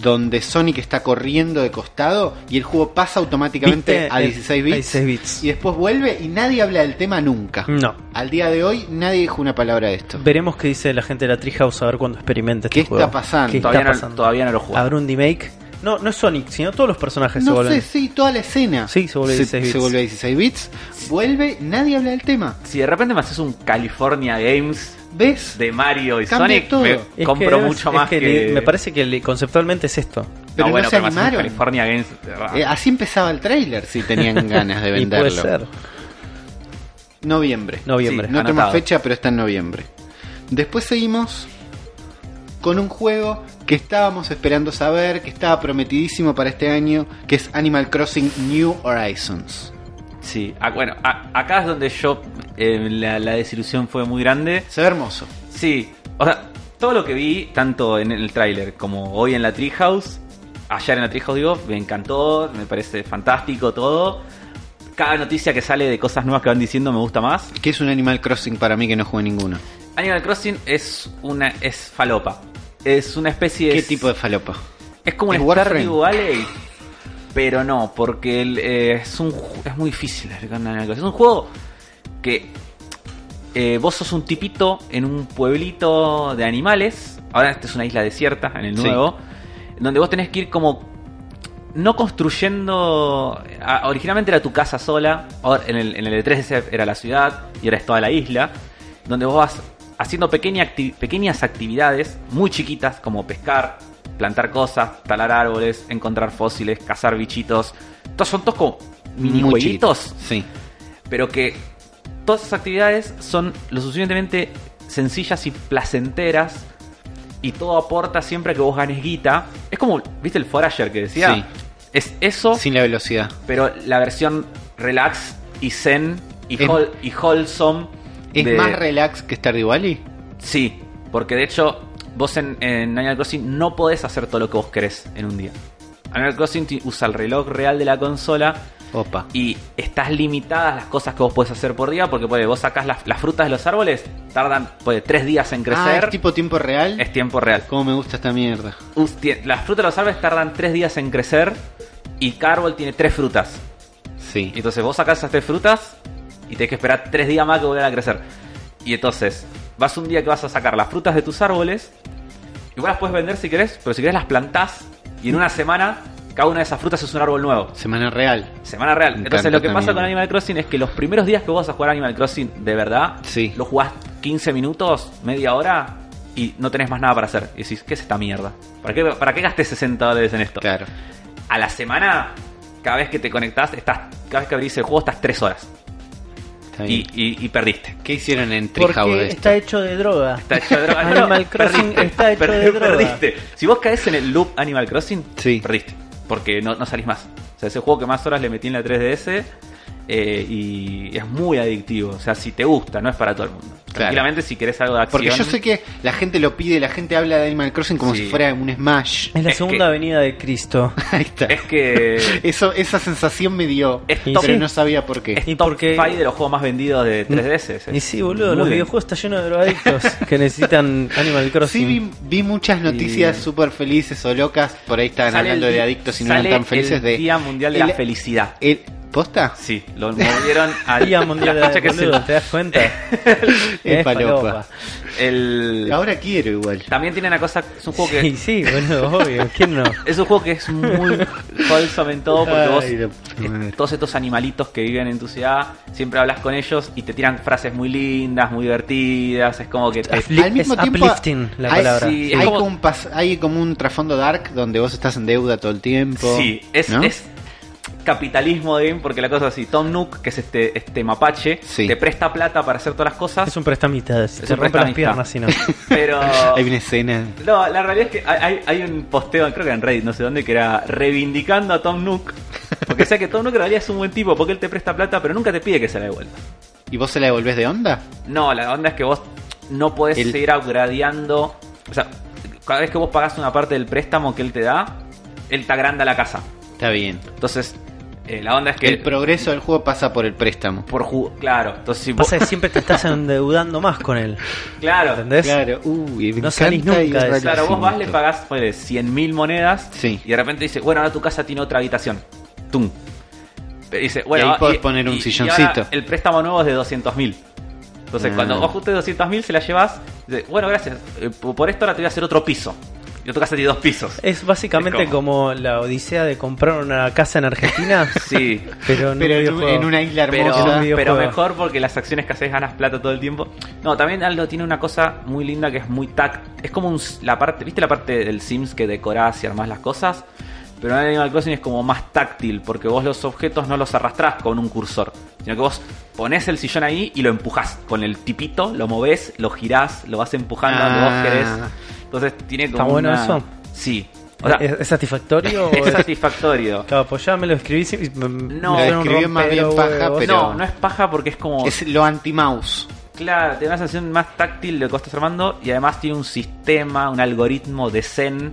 donde Sonic está corriendo de costado y el juego pasa automáticamente ¿Viste? a 16 bits, A 16 bits. y después vuelve y nadie habla del tema nunca. No. Al día de hoy nadie dijo una palabra de esto. Veremos qué dice la gente de la Treehouse a ver cuando experimente este ¿Qué está juego. pasando? ¿Qué está Todavía, no, pasando? todavía no lo jugué. ¿Habrá un remake? No, no es Sonic, sino todos los personajes se No sé, vuelven. sí, toda la escena. Sí, se vuelve 16 bits. se vuelve a 16 bits, vuelve, nadie habla del tema. Si de repente me haces un California Games ¿Ves? de Mario y Cambia Sonic, todo. me Es Es compro que es- mucho es más que. que le- me parece que le- conceptualmente es esto. Pero no bueno, se me haces un animaron. California Games. Eh, así empezaba el trailer si <laughs> tenían ganas de Y puede venderlo. ser. Noviembre. Noviembre. Sí, No Anotado. tenemos fecha, pero está en noviembre. Después seguimos con un juego que estábamos esperando saber, que estaba prometidísimo para este año, que es Animal Crossing New Horizons. Sí, ah, bueno, a- acá es donde yo. eh, la, la desilusión fue muy grande. Se ve hermoso. Sí, o sea, todo lo que vi, tanto en el tráiler como hoy en la Treehouse, ayer en la Treehouse digo, me encantó, me parece fantástico todo. Cada noticia que sale de cosas nuevas que van diciendo me gusta más. Que es un Animal Crossing para mí que no jugué ninguno. Animal Crossing es una es falopa. Es una especie de ¿Qué tipo de falopa? es como un es Warframe? Stardew Valley, pero no, porque el, eh, es un ju- es muy difícil explicar nada de la cosa. Es un juego que eh, vos sos un tipito en un pueblito de animales. Ahora esta es una isla desierta en el Sí. nuevo, donde vos tenés que ir como no construyendo. a- originalmente era tu casa sola. ahora en el, en el E3 era la ciudad y ahora es toda la isla. Donde vos vas haciendo pequeña acti- pequeñas actividades muy chiquitas, como pescar, plantar cosas, talar árboles, encontrar fósiles, cazar bichitos. Estos son todos como mini Muy jueguitos, chiquito. Sí. pero que todas esas actividades son lo suficientemente sencillas y placenteras. Y todo aporta siempre a que vos ganes guita. Es como, ¿viste el Forager que decía? Sí. Es eso Sin la velocidad. pero la versión relax y zen y, Es- whol- y wholesome. ¿Es de- más relax que Stardew Valley? Sí, porque de hecho vos en, en Animal Crossing no podés hacer todo lo que vos querés en un día. Animal Crossing ti- usa el reloj real de la consola Opa. y estás limitadas las cosas que vos podés hacer por día porque ponele, vos sacás las, las frutas de los árboles, tardan ponele, tres días en Ah, crecer, ¿es tipo tiempo real? es tiempo real. Cómo me gusta esta mierda. Us- tie- Las frutas de los árboles tardan tres días en crecer y cada árbol tiene tres frutas. Sí. Y Entonces vos sacás esas tres frutas y tenés que esperar tres días más que vuelvan a crecer. Y entonces vas un día que vas a sacar las frutas de tus árboles. Igual las puedes vender si querés, pero si querés las plantás y en una semana cada una de esas frutas es un árbol nuevo. Semana real. Semana real. Me Entonces encanta lo que pasa también. con Animal Crossing es que los primeros días que vos vas a jugar Animal Crossing de verdad, Sí. lo jugás 15 minutos, media hora y no tenés más nada para hacer. Y decís, ¿qué es esta mierda? ¿Para qué, para qué gasté 60 dólares en esto? Claro. a la semana, cada vez que te conectás, estás, cada vez que abrís el juego estás tres horas. Está Y, bien. y- y perdiste. ¿Qué hicieron en Treehouse de este Porque esto? está hecho de droga. Está hecho de droga. Animal Crossing está hecho de droga. Perdiste. Si vos caes en el loop Animal Crossing, Sí. perdiste. Porque no, no salís más. O sea, es el juego que más horas le metí en la 3DS. eh, y es muy adictivo. O sea, si te gusta, no es para todo el mundo. Tranquilamente, si querés algo de acción. Porque yo sé que la gente lo pide, la gente habla de Animal Crossing como Sí. si fuera un <laughs> Smash. Es la Es segunda que- avenida de <laughs> Cristo. Ahí está. <laughs> Es que. Eso, esa sensación me dio, Es pero top. no sabía por Es qué. Y top porque- five de los juegos más vendidos de 3DS. ese. Y sí, boludo, Muy los bien. videojuegos están llenos de <laughs> drogadictos que necesitan Animal Sí, Crossing. vi, vi muchas noticias Y- súper felices o locas. Por ahí estaban Sale hablando el de di- adictos y no eran sale tan felices. el de Día Mundial de el- la Felicidad. el- ¿Posta? Sí, <laughs> lo movieron al Día Mundial de <laughs> la fecha que boludo, ¿te das cuenta? <laughs> Es palopa. se- el- Ahora quiero igual. también tiene una cosa, es un juego que Sí, sí, boludo, obvio, ¿quién no? es un juego que es muy <laughs> wholesome en todo porque vos Ay, la puta eh, madre. todos estos animalitos que viven en tu ciudad, siempre hablas con ellos y te tiran frases muy lindas, muy divertidas, es como que te- Afli- Al mismo es tiempo, uplifting la hay- palabra. sí, es hay, como- como un pas- hay como un trasfondo dark donde vos estás en deuda todo el tiempo. Sí, es, ¿no? es capitalismo de porque la cosa es así, Tom Nook, que es este, este mapache, Sí. te presta plata para hacer todas las cosas, Es un prestamista, se Es te un rompe las prestamista. piernas si no. pero... <laughs> Hay una escena. No, la realidad es que hay, hay- hay un posteo, creo que en Reddit, no sé dónde, que era reivindicando a Tom Nook. Porque sea que Tom Nook en realidad es un buen tipo, porque él te presta plata, pero nunca te pide que se la devuelva. ¿Y vos se la devolvés de onda? No, la onda es que vos no podés El- seguir upgradeando. O sea, cada vez que vos pagás una parte del préstamo que él te da, él te agranda la casa. Está bien. Entonces, eh, la onda es que. El progreso del juego pasa por el préstamo. por ju- Claro, entonces si vos- Pasa que siempre te estás endeudando más con él. Claro, ¿Entendés? Claro, uy, me No salís encanta nunca ir de- claro, vos relacionado. vas, le pagás ponele, 100.000 monedas Sí. y de repente dice, bueno, ahora tu casa tiene otra habitación. Tum. Pero Dice, bueno, Y ahí podés poner un silloncito. ahora el préstamo nuevo es de 200.000. Entonces, Ah. cuando vos ajustes 200.000, se la llevas. Dice, bueno, gracias. eh, por por esto ahora te voy a hacer otro piso. Y tu casa tiene dos pisos. Es básicamente Es como... la odisea de comprar una casa en Argentina, <laughs> Sí. pero en Pero un en, un- videojuego. en una isla Pero, Es un hermosa. videojuego. pero mejor porque las acciones que haces ganas plata todo el tiempo. No, también Aldo tiene una cosa muy linda que es muy tact. Es como un, la parte, ¿viste la parte del Sims que decorás y armás las cosas? Pero en Animal Crossing es como más táctil porque vos los objetos no los arrastrás con un cursor, sino que vos ponés el sillón ahí y lo empujás con el tipito, lo movés, lo girás, lo vas empujando donde Ah. vos querés. Entonces tiene como ¿Está bueno una- eso? Sí. O sea, ¿Es, es, es <laughs> satisfactorio? o es... <laughs> satisfactorio. Claro, apoyame, lo escribís y me- me No. hicieron Lo un escribió más bien rompehuevos. paja, pero- No, no es paja porque es como Es lo anti-mouse. Claro, tiene una sensación más táctil de lo que estás armando y además tiene un sistema, un algoritmo de Zen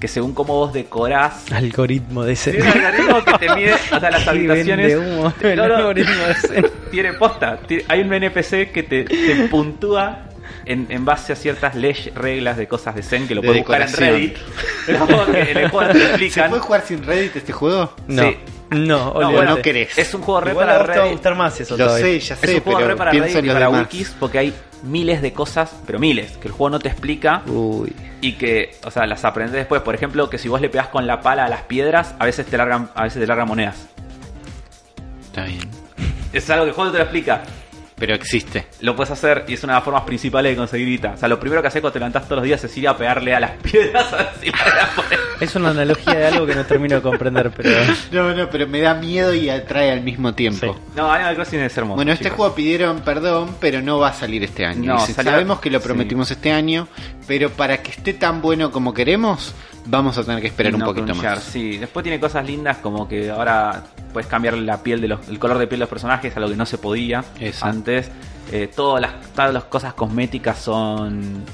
que según cómo vos decorás... Algoritmo de ese... Tiene un algoritmo que te mide <laughs> hasta <laughs> las Y habitaciones. vende humo, <laughs> el No, no, algoritmo de ese. tiene posta. Tiene- hay un NPC que te, te puntúa en, en base a ciertas leyes, reglas de cosas de Zen que lo De puedes buscar en decoración. Reddit. <laughs> No, que en el juego te ¿Se explican. puede jugar sin Reddit este juego? No, Sí. no, No, olvídate. bueno, no querés. Es un juego re Igual a para vos te va a Reddit. gustar más eso Lo todavía. sé, ya Es sé, un juego re pero para pienso Reddit en y los para demás. wikis porque hay miles de cosas, pero miles, que el juego no te explica Uy. y que, o sea, las aprendes después. Por ejemplo, que si vos le pegás con la pala a las piedras, a veces te largan, a veces te largan monedas. Está bien. Es algo que el juego no te lo explica. Pero existe. Lo puedes hacer y es una de las formas principales de conseguir guita. O sea, lo primero que haces cuando te levantás todos los días es ir a pegarle a las <laughs> piedras a ver si largan monedas. Es una analogía de algo que no termino de comprender, <laughs> pero... No, no, pero me da miedo y atrae al mismo tiempo. Sí. No, Animal Crossing es hermoso. Bueno, este chicos. juego pidieron perdón, pero no va a salir este año. No, Y si salió- Sabemos que lo prometimos este año, pero para que esté tan bueno como queremos, vamos a tener que esperar Y un no poquito crunchar, más. Sí, después tiene cosas lindas como que ahora puedes cambiar la piel de los, el color de piel de los personajes, algo que no se podía Eso. antes. Eh, todas, las, todas las cosas cosméticas son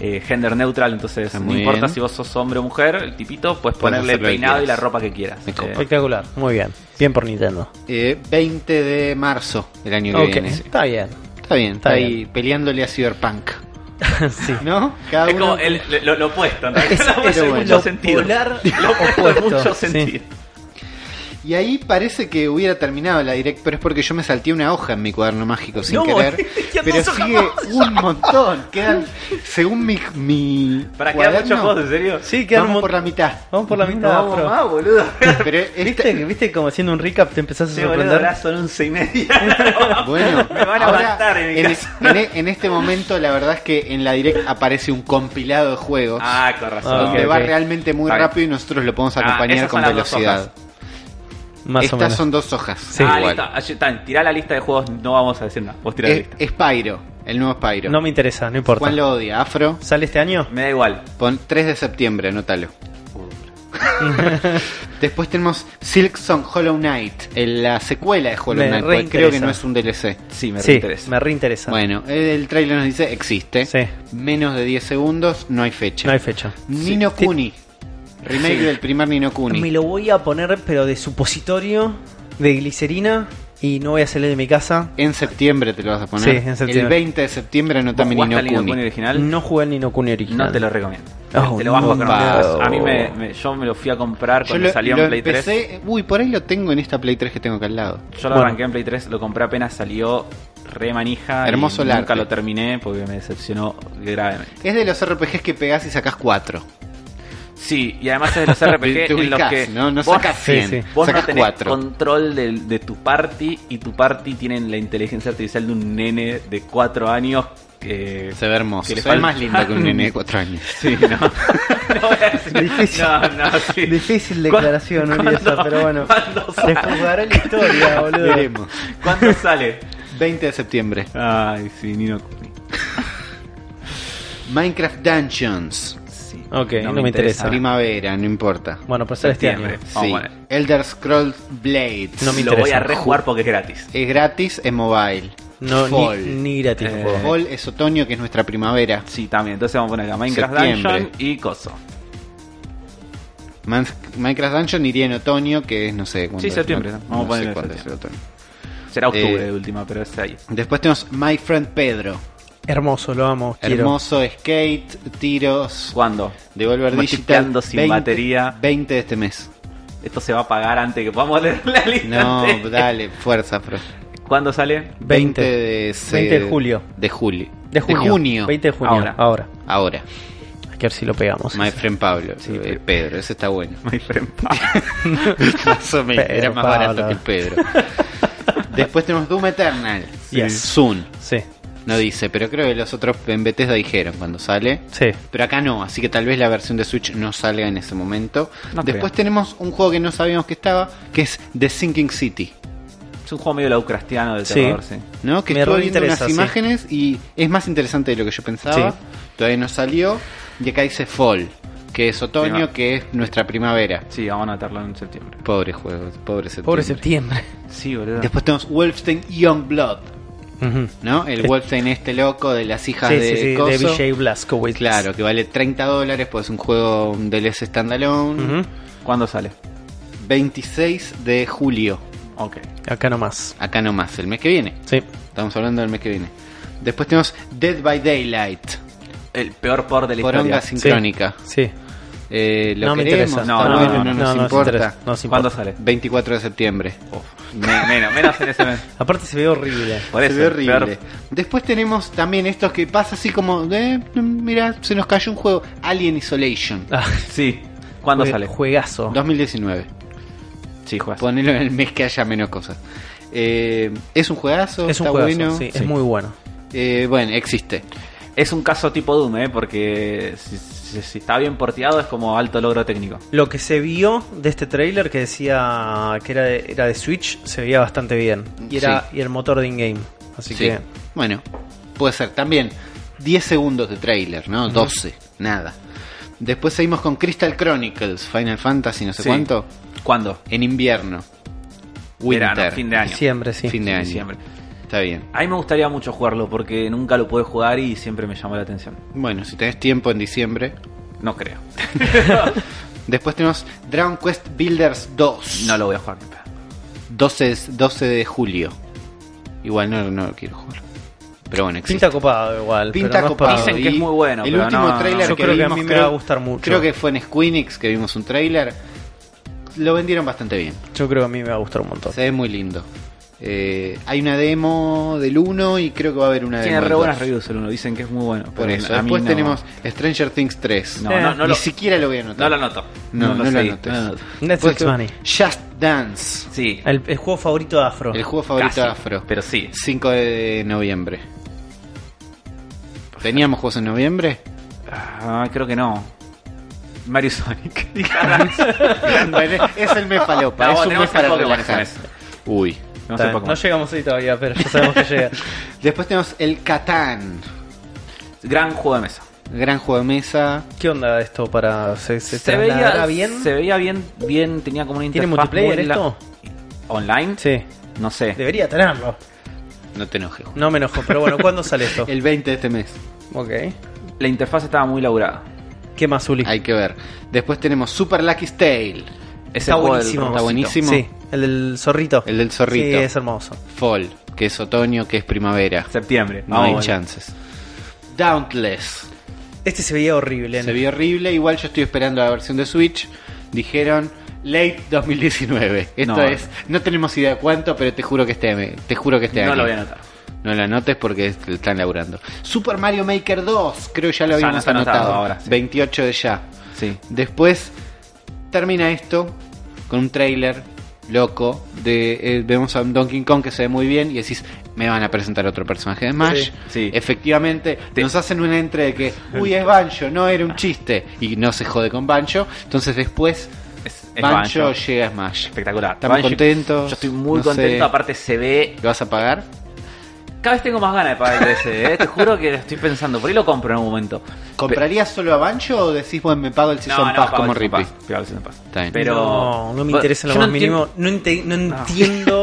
eh, gender neutral, entonces Está no muy importa bien. si vos sos hombre o mujer, el tipito, puedes ponerle hacer el lo que peinado y la quieras. ropa que quieras. Me copa. Eh, Espectacular, muy bien. Bien por Nintendo. Eh, 20 de marzo del año que Ok, viene. está bien. <laughs> Está bien, está, Está ahí bien. peleándole a Cyberpunk. sí. ¿No? Cada es como uno. <laughs> el- lo, lo opuesto, <laughs> ¿no? Es- No, es en bueno. mucho lo sentido. <laughs> polar Lo opuesto en opuesto, mucho sí. sentido. Y ahí parece que hubiera terminado la direct, pero es porque yo me salté una hoja en mi cuaderno mágico sin No, <laughs> querer. ya no Pero son sigue un montón. Quedan, según mi, mi ¿Para quedar cuaderno, muchos juegos, en serio? Sí, quedan un vamos mon- por la mitad. Vamos por la mitad, No, pero- más, boludo. Pero ¿Viste, este, ¿Viste como haciendo un recap te empezás a <laughs> Sí, boludo, sorprender? ahora son once y <laughs> media. <laughs> Bueno, Me van a ahora, matar en mi casa. en, en este momento, la verdad es que en la direct aparece un compilado de juegos Ah, con razón. donde ok, va ok. realmente muy Está bien. rápido y nosotros lo podemos Ah, acompañar esas con son las dos velocidad. Más o Estas menos. son dos hojas. ah, igual. Eh, listo. Ah, yo- tan, tirá la lista de juegos, no vamos a decir nada. Vos tirá la Es, lista. es Spyro, el nuevo Spyro. No me interesa, no importa. Juan lo odia, Afro. ¿Sale este año? Me da igual. Pon 3 de <laughs> septiembre, anótalo. Después tenemos Silk Song Hollow Knight, el- la secuela de Hollow Me Knight, porque creo que reinteresa. no es un DLC. Sí, me sí, reinteresa. me reinteresa. Bueno, el trailer nos dice existe. Sí. Menos de 10 segundos, no hay fecha. No hay fecha. Nino Sí. Kuni. Remake del primer Nino Kuni. Me lo voy a poner, pero de supositorio, de glicerina, y no voy a salir de mi casa. En septiembre te lo vas a poner. Sí, en septiembre. El 20 de septiembre anota ¿Vos mi jugaste al Nino Nino Kuni Kuni. original? No jugué al Nino Kuni original. <laughs> No te lo recomiendo. Oh, te lo bajo no. con un- No. A mí me, me- yo me lo fui a comprar Yo cuando lo, salió lo en Play 3. empecé. Uy, por ahí lo tengo en esta Play 3 que tengo acá al lado. Yo lo Bueno. arranqué en Play 3, lo compré apenas salió re manija. y Hermoso el Nunca arte. lo terminé porque me decepcionó gravemente. Es de los RPGs que pegás y sacás 4. Sí, y además es de los RPG <laughs> Te en los ubicás, que ¿no? No vos- sacás sí, 100, sí. Vos sacás no tenés 4. control de, de tu party y tu party tienen la inteligencia artificial de un nene de 4 años eh, <laughs> Se ve hermoso. Que le Se ve falta- más linda que <laughs> un nene de 4 años. Sí, <laughs> no. No, voy a decir- Difícil. no, no, sí. Difícil declaración, ¿Cuándo- Uri, esa, pero bueno. ¿Cuándo Se sale? juzgará la <laughs> Ah, historia, boludo. Veremos. ¿Cuándo sale? 20 de septiembre. Ay, sí, Nino Kuni. Minecraft Dungeons. Sí. Ok, no me interesa. Ah. Primavera, no importa. Bueno, pero sale este año. Septiembre. Sí. Vamos a ver. Elder Scrolls Blades. No me Lo voy interesa. a rejugar porque es gratis. Es gratis, es mobile. No, ni, Fall. ni gratis. Eh, juego. Fall es otoño, que es nuestra primavera. Sí, también. Entonces vamos a poner acá Minecraft Septiembre. Dungeon y Coso. Man- Minecraft Dungeon iría en otoño, que es, no sé, cuándo Sí, es, septiembre, no- ¿no? Vamos a no ponerlo sé en cuándo es el septiembre. otoño. Será octubre Eh, de última, pero es ahí. Después tenemos My Friend Pedro. Hermoso, lo amo. Quiero. Hermoso skate, tiros, ¿Cuándo? Devolver Digital. Macheteando sin batería. 20 de <laughs> este mes. Esto se va a pagar antes que podamos leer la lista. No, antes. dale, fuerza, bro. ¿Cuándo sale? 20. de, se- 20 de julio. De julio. De junio. junio. 20 de junio. Ahora. Ahora. Ahora. Hay que ver si lo pegamos. My ese. friend Pablo. Sí, eh, pero- Pedro, ese está bueno. My friend Pablo. <laughs> Más o menos, Pedro, Era más Pablo. barato que el Pedro. Después tenemos Doom Eternal. Yes. Soon. Sí, No dice, pero creo que los otros en Bethesda dijeron cuando sale. sí. Pero acá no, así que tal vez la versión de Switch no salga en ese momento. No Después creo. tenemos un juego que no sabíamos que estaba, que es The Sinking City. Es un juego medio laucrastiano del Sí. terror, sí. ¿no? Que Me estuve viendo unas reinteresa, sí. imágenes y es más interesante de lo que yo pensaba. Sí. Todavía no salió. Y acá dice Fall, que es otoño, Prima- que es nuestra primavera. Sí, vamos a anotarlo en septiembre. Pobre juego, pobre septiembre. Pobre septiembre. Sí, boludo. Después tenemos Wolfenstein Youngblood, Ujú. ¿no? El Es- Wolfenstein este loco de las hijas Sí, de sí, sí. De Coso. BJ Blazkowicz. Claro, que vale 30 dólares, pues es un juego un DLC standalone. Ujú. ¿Cuándo sale? 26 de julio, Ok. Acá nomás. acá nomás, el mes que viene. Sí. Estamos hablando del mes que viene. Después tenemos Dead by Daylight, El peor por de la poronga historia. sincrónica. Sí. Eh, lo no me queremos, interesa. No, tal no, vez no, no, no, nos nos importa. interesa. No nos ¿Cuándo importa. sale? 24 de septiembre. Uf, me- menos, menos en ese mes. Aparte se ve <laughs> horrible. Por Se eso, ve el horrible. peor- Después tenemos también estos que pasa así como, eh, mira, se nos cayó un juego, Alien Isolation, Ah, Sí. ¿Cuándo jue- sale? Juegazo. 2019. Sí, juegas. Ponelo en el mes que haya menos cosas. Eh, es un juegazo, es un está juegazo. bueno. sí, Sí. es muy bueno. Eh, bueno, existe. Es un caso tipo Doom, ¿eh? Porque si, si- si está bien porteado es como alto logro técnico. Lo que se vio de este trailer que decía que era de, era de Switch se veía bastante bien. Y era y el motor de in-game. Así Sí. que. Bueno, puede ser también 10 segundos de trailer, ¿no? 12, nada. Después seguimos con Crystal Chronicles, Final Fantasy, no sé Sí. cuánto. ¿Cuándo? En invierno. Winter. Verano, fin de año. Diciembre, sí. Fin de año. Diciembre. Está bien. A mí me gustaría mucho jugarlo porque nunca lo pude jugar y siempre me llamó la atención. Bueno, si tenés tiempo en diciembre. No creo. Después tenemos Dragon Quest Builders 2. No lo voy a jugar ni en pedo. 12, es- 12 de julio. Igual no, no lo quiero jugar. Pero bueno, existe. Pinta copado igual. Pinta pero no es copado. para- Dicen que es Y muy bueno, El pero último no, trailer yo que creo que a vimos, mí me va a gustar mucho. Creo que fue en Squeenix que vimos un trailer. Lo vendieron bastante bien. Yo creo que a mí me va a gustar un montón. Se ve muy lindo. Eh, hay una demo del 1 y creo que va a haber una Tiene demo. re del buenas dos. reviews el uno, dicen que es muy bueno. Por pero eso. a mí Después no- tenemos Stranger Things 3. No, no, Eh, no Ni lo- siquiera lo voy a No anotar. lo anoto. No, no lo seguí, anotes. no lo anoto. Netflix Después Money. tenemos Just Dance. Sí. El, el juego favorito de Afro. El juego favorito casi, de Afro. Pero sí. 5 de noviembre. ¿Teníamos juegos en <laughs> noviembre? Ah, creo que no. Mario y <laughs> Sonic. Bueno, es el mes palopa. No, es un tenemos mes para el Pokémon ese relajarse. Uy. no Está sé bien. Pokémon. No llegamos ahí todavía, pero ya sabemos que llega. Después tenemos el Catán. Gran juego de mesa. Gran juego de mesa. ¿Qué onda esto para.? ¿Se, se, se veía trasladará bien? Se veía bien, bien, tenía como una ¿Tiene interfaz. multiplayer muy la- esto? ¿Online? Sí. No sé. Debería tenerlo. No te enojes. Juan. No me enojo, pero bueno, ¿cuándo sale esto? <laughs> El 20 de este mes. Ok. La interfaz estaba muy laburada. ¿Qué más, Uli? Hay que ver. Después tenemos Super Lucky Tale. Ese Está juego del buenísimo. Está robotcito. buenísimo. Sí, el del zorrito. El del zorrito. Sí, es hermoso. Fall, que es otoño, que es primavera. Septiembre. No Vamos, hay bueno. chances. Dauntless. Este se veía horrible. Se vio horrible. Igual yo estoy esperando la versión de Switch. Dijeron late 2019. Esto No. es. No tenemos idea cuánto, pero te juro que este, te juro que este No año. lo voy a anotar. No la anotes porque est- están laburando. Super Mario Maker 2, creo ya lo Ya habíamos está anotado. anotado ahora, sí. 28 de ya. Sí. Después termina esto con un trailer loco de eh, vemos a un Donkey Kong que se ve muy bien y decís me van a presentar otro personaje de Smash. Sí. Sí. Efectivamente, Te- nos hacen una entre de que, uy, es Banjo, no era un chiste. Y no se jode con Banjo. Entonces después, Es, es Banjo, Banjo. llega a Smash. Espectacular. Estamos Banjo. contentos. Yo estoy muy No contento. sé, Aparte, se ve. ¿Lo vas a pagar? Cada vez tengo más ganas de pagar el DLC. ¿eh? Te juro que lo estoy pensando. Por ahí lo compro en algún <laughs> momento. ¿Comprarías solo a Banjo o decís, bueno, me pago el No, Season no, Pass pago como el Season Rippy? Pass, pago el Season Pass. Está bien. Pero. no, no me Bueno, interesa lo yo no más mínimo. No, ente- no No. entiendo.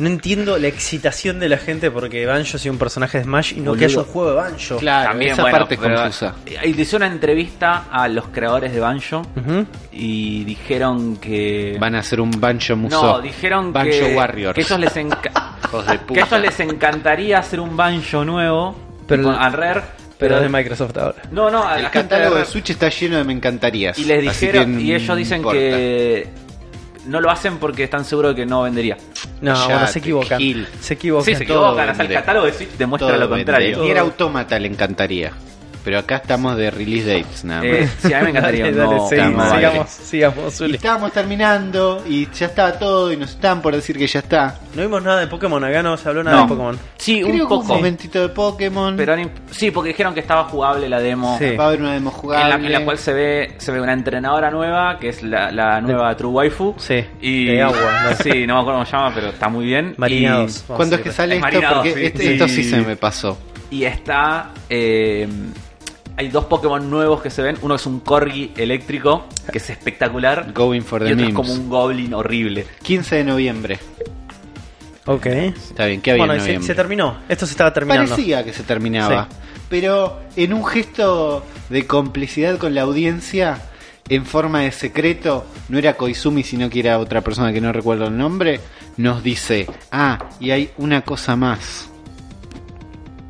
no entiendo la excitación de la gente porque Banjo sea un personaje de Smash y no que Boludo. haya un juego de Banjo. Claro, También, esa bueno, parte es pero- confusa. eh, hice una entrevista a los creadores de Banjo Ujú. y dijeron que. Van a hacer un Banjo Musou. no, dijeron Banjo que. Warriors. Que ellos les, <laughs> enca- Hijos de que puta. ellos les encantaría hacer un Banjo nuevo. Pero- Pero, con, al Rare. Pero es de Pero. Microsoft ahora. no, no, a El Ah, la gente catálogo de Rare. Switch está lleno de me encantarías. Y les así dijeron, que y ellos no dicen importa. que no lo hacen porque están seguros de que no vendería. No, Ya, bueno, se equivocan. Gil. Se equivocan. Sí, se todo equivocan, hasta el vende. catálogo de Switch demuestra Todo lo contrario. vende. Y era autómata, le encantaría. Pero acá estamos de release dates, nada más. Eh, sí, a mí me encantaría. Dale, un dale, nuevo seguimos, está Camaro. mal. sigamos, sigamos, Y Zuli. estábamos terminando y ya estaba todo y nos están por decir que ya está. No vimos nada de Pokémon, acá no se habló nada No. de Pokémon. Sí, Creo un que un poco. momentito de Pokémon. Pero ni- sí, porque dijeron que estaba jugable la demo. Sí. Va a haber una demo En jugable. la, en la cual se ve se ve una entrenadora nueva, que es la, la nueva True Waifu. Sí, Y, de agua, ¿no? <laughs> Sí, no me acuerdo cómo se llama, pero está muy bien. Marinados. vamos ¿Cuándo a es que decirlo. sale Es esto? marinado, Porque sí. este- esto sí Y- se me pasó. Y está. eh, hay dos Pokémon nuevos que se ven. Uno es un Corgi eléctrico, que es espectacular. Going for y the otro memes. es como un Goblin horrible. 15 de noviembre. Ok. Está bien, ¿qué había Bueno, y en se, noviembre? se terminó. Esto se estaba terminando. Parecía que se terminaba. Pero en un gesto de complicidad con la audiencia, en forma de secreto, no era Koizumi sino que era otra persona que no recuerdo el nombre, nos dice, ah, y hay una cosa más.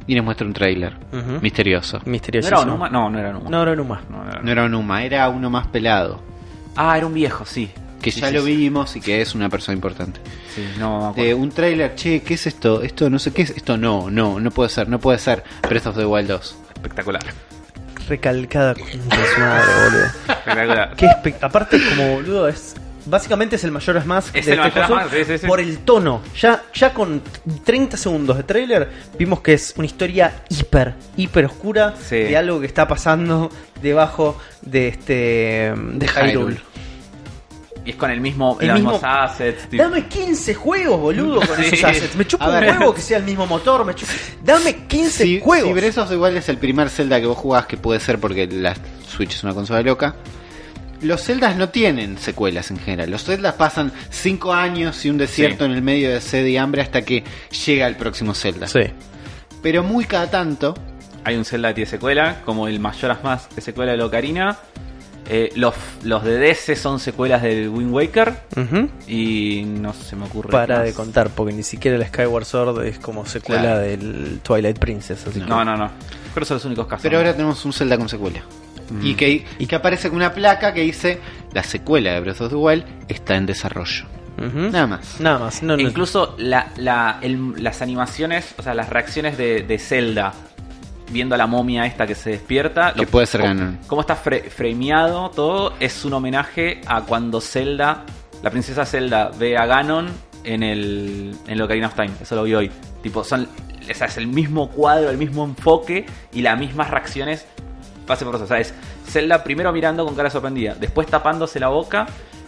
Y nos muestra un tráiler Ujú. misterioso. ¿No Misterioso. era Onuma? No, no era Onuma. No, no, no más. No, no era No era un Uma, era uno más pelado. Ah, era un viejo, sí. Que Sí, ya sí, lo sí. vimos y que es una persona importante. Sí, no me acuerdo. Eh, un tráiler, che, ¿qué es esto? Esto no sé qué es. Esto no, no, no puede ser, no puede ser. Breath of the Wild 2. <laughs> Espectacular. Recalcada contra su madre, boludo. Espectacular. Qué espe- Aparte, como boludo, es. Básicamente es el mayor es más este Es el mayor es más, sí, sí, sí. por el tono. Ya, ya con 30 segundos de tráiler vimos que es una historia hiper, hiper oscura Sí. de algo que está pasando debajo de este de Hyrule. Hyrule. Y es con el mismo, El los mismo- mismos assets. tipo. Dame 15 juegos, boludo, con Sí. esos assets. Me chupa A un ver. huevo que sea el mismo motor. Me chupa- Dame 15 Si, juegos. si Breath of the Wild es el primer Zelda que vos jugás, que puede ser porque la Switch es una consola loca, los Zeldas no tienen secuelas en general. Los Zeldas pasan 5 años y un desierto Sí. en el medio de sed y hambre hasta que llega el próximo Zelda. Sí. Pero muy cada tanto, Hay un Zelda que tiene secuela, como el Mayoras Más es secuela de Ocarina. Eh, los, los de DC son secuelas del Wind Waker. Ujú. Y no se me ocurre. Para más. de contar, porque ni siquiera el Skyward Sword es como secuela Claro. del Twilight Princess. Así No, no, no. Creo que son los únicos casos. pero ahora tenemos un Zelda con secuela. Y, que, y que aparece con una placa que dice, la secuela de Breath of the Wild está en desarrollo. que- Ujú. Nada más. Nada más. Mm. No, no. E Incluso la- la- el- las animaciones, o sea, las reacciones de, de Zelda viendo a la momia esta que se despierta. Que puede ser cómo- Ganon. Cómo está fre- frameado todo es un homenaje a cuando Zelda, la princesa Zelda, ve a Ganon en el en el Ocarina of Time. Eso lo vi hoy. Tipo, son. O sea, es el mismo cuadro, el mismo enfoque y las mismas reacciones pase por eso. O sea, es Zelda primero mirando con cara sorprendida, después tapándose la boca,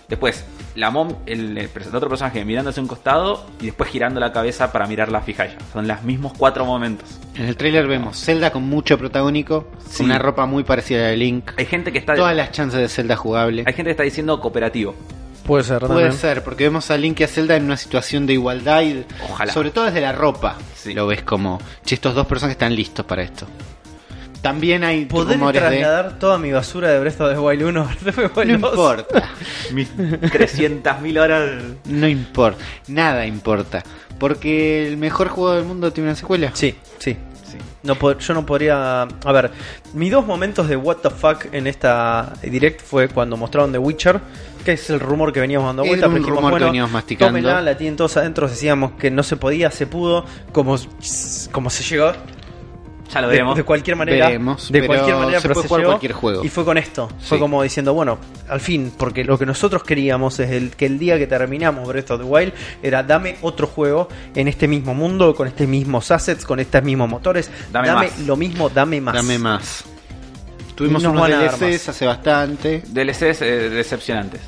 después la mom, el, el pers- el otro personaje mirándose a un costado y después girando la cabeza para mirarla fija a ella. Son los mismos cuatro momentos. En el tráiler vemos Zelda con mucho protagónico, Sí. con una ropa muy parecida a la de Link, Hay gente que está todas las chances de Zelda jugable. hay gente que está diciendo cooperativo. Puede ser, Puede también. ser, porque vemos a Link y a Zelda en una situación de igualdad y Ojalá. sobre todo desde la ropa. Sí. Lo ves como, che, estos dos personajes están listos para esto. También hay Poder rumores de... trasladar toda mi basura de Breath of the Wild 1 a Breath of the Wild 2. No importa, <laughs> Mis 300.000 horas. no importa, nada importa, porque el mejor juego del mundo tiene una secuela. Sí, sí. Sí. No po- yo no podría. A ver, mis dos momentos de what the fuck en esta direct fue cuando mostraron The Witcher, que es el rumor que veníamos dando Era vuelta. un pero dijimos, rumor que bueno, veníamos masticando. tómenla, la tienen todos adentro. Decíamos que no se podía, se pudo, como, como se llegó. Ya lo de- veremos. De, cualquier manera. Veremos, de pero cualquier manera se puede prosiguió jugar cualquier juego. Y fue con esto. Fue Sí. como diciendo, bueno, al fin, porque lo que nosotros queríamos es el, que el día que terminamos Breath of the Wild era dame otro juego en este mismo mundo, con estos mismos assets, con estos mismos motores. Dame Dame, más. lo mismo, dame más. Dame más. Tuvimos Nos unos van a dar más. DLCs hace bastante. DLCs eh, decepcionantes.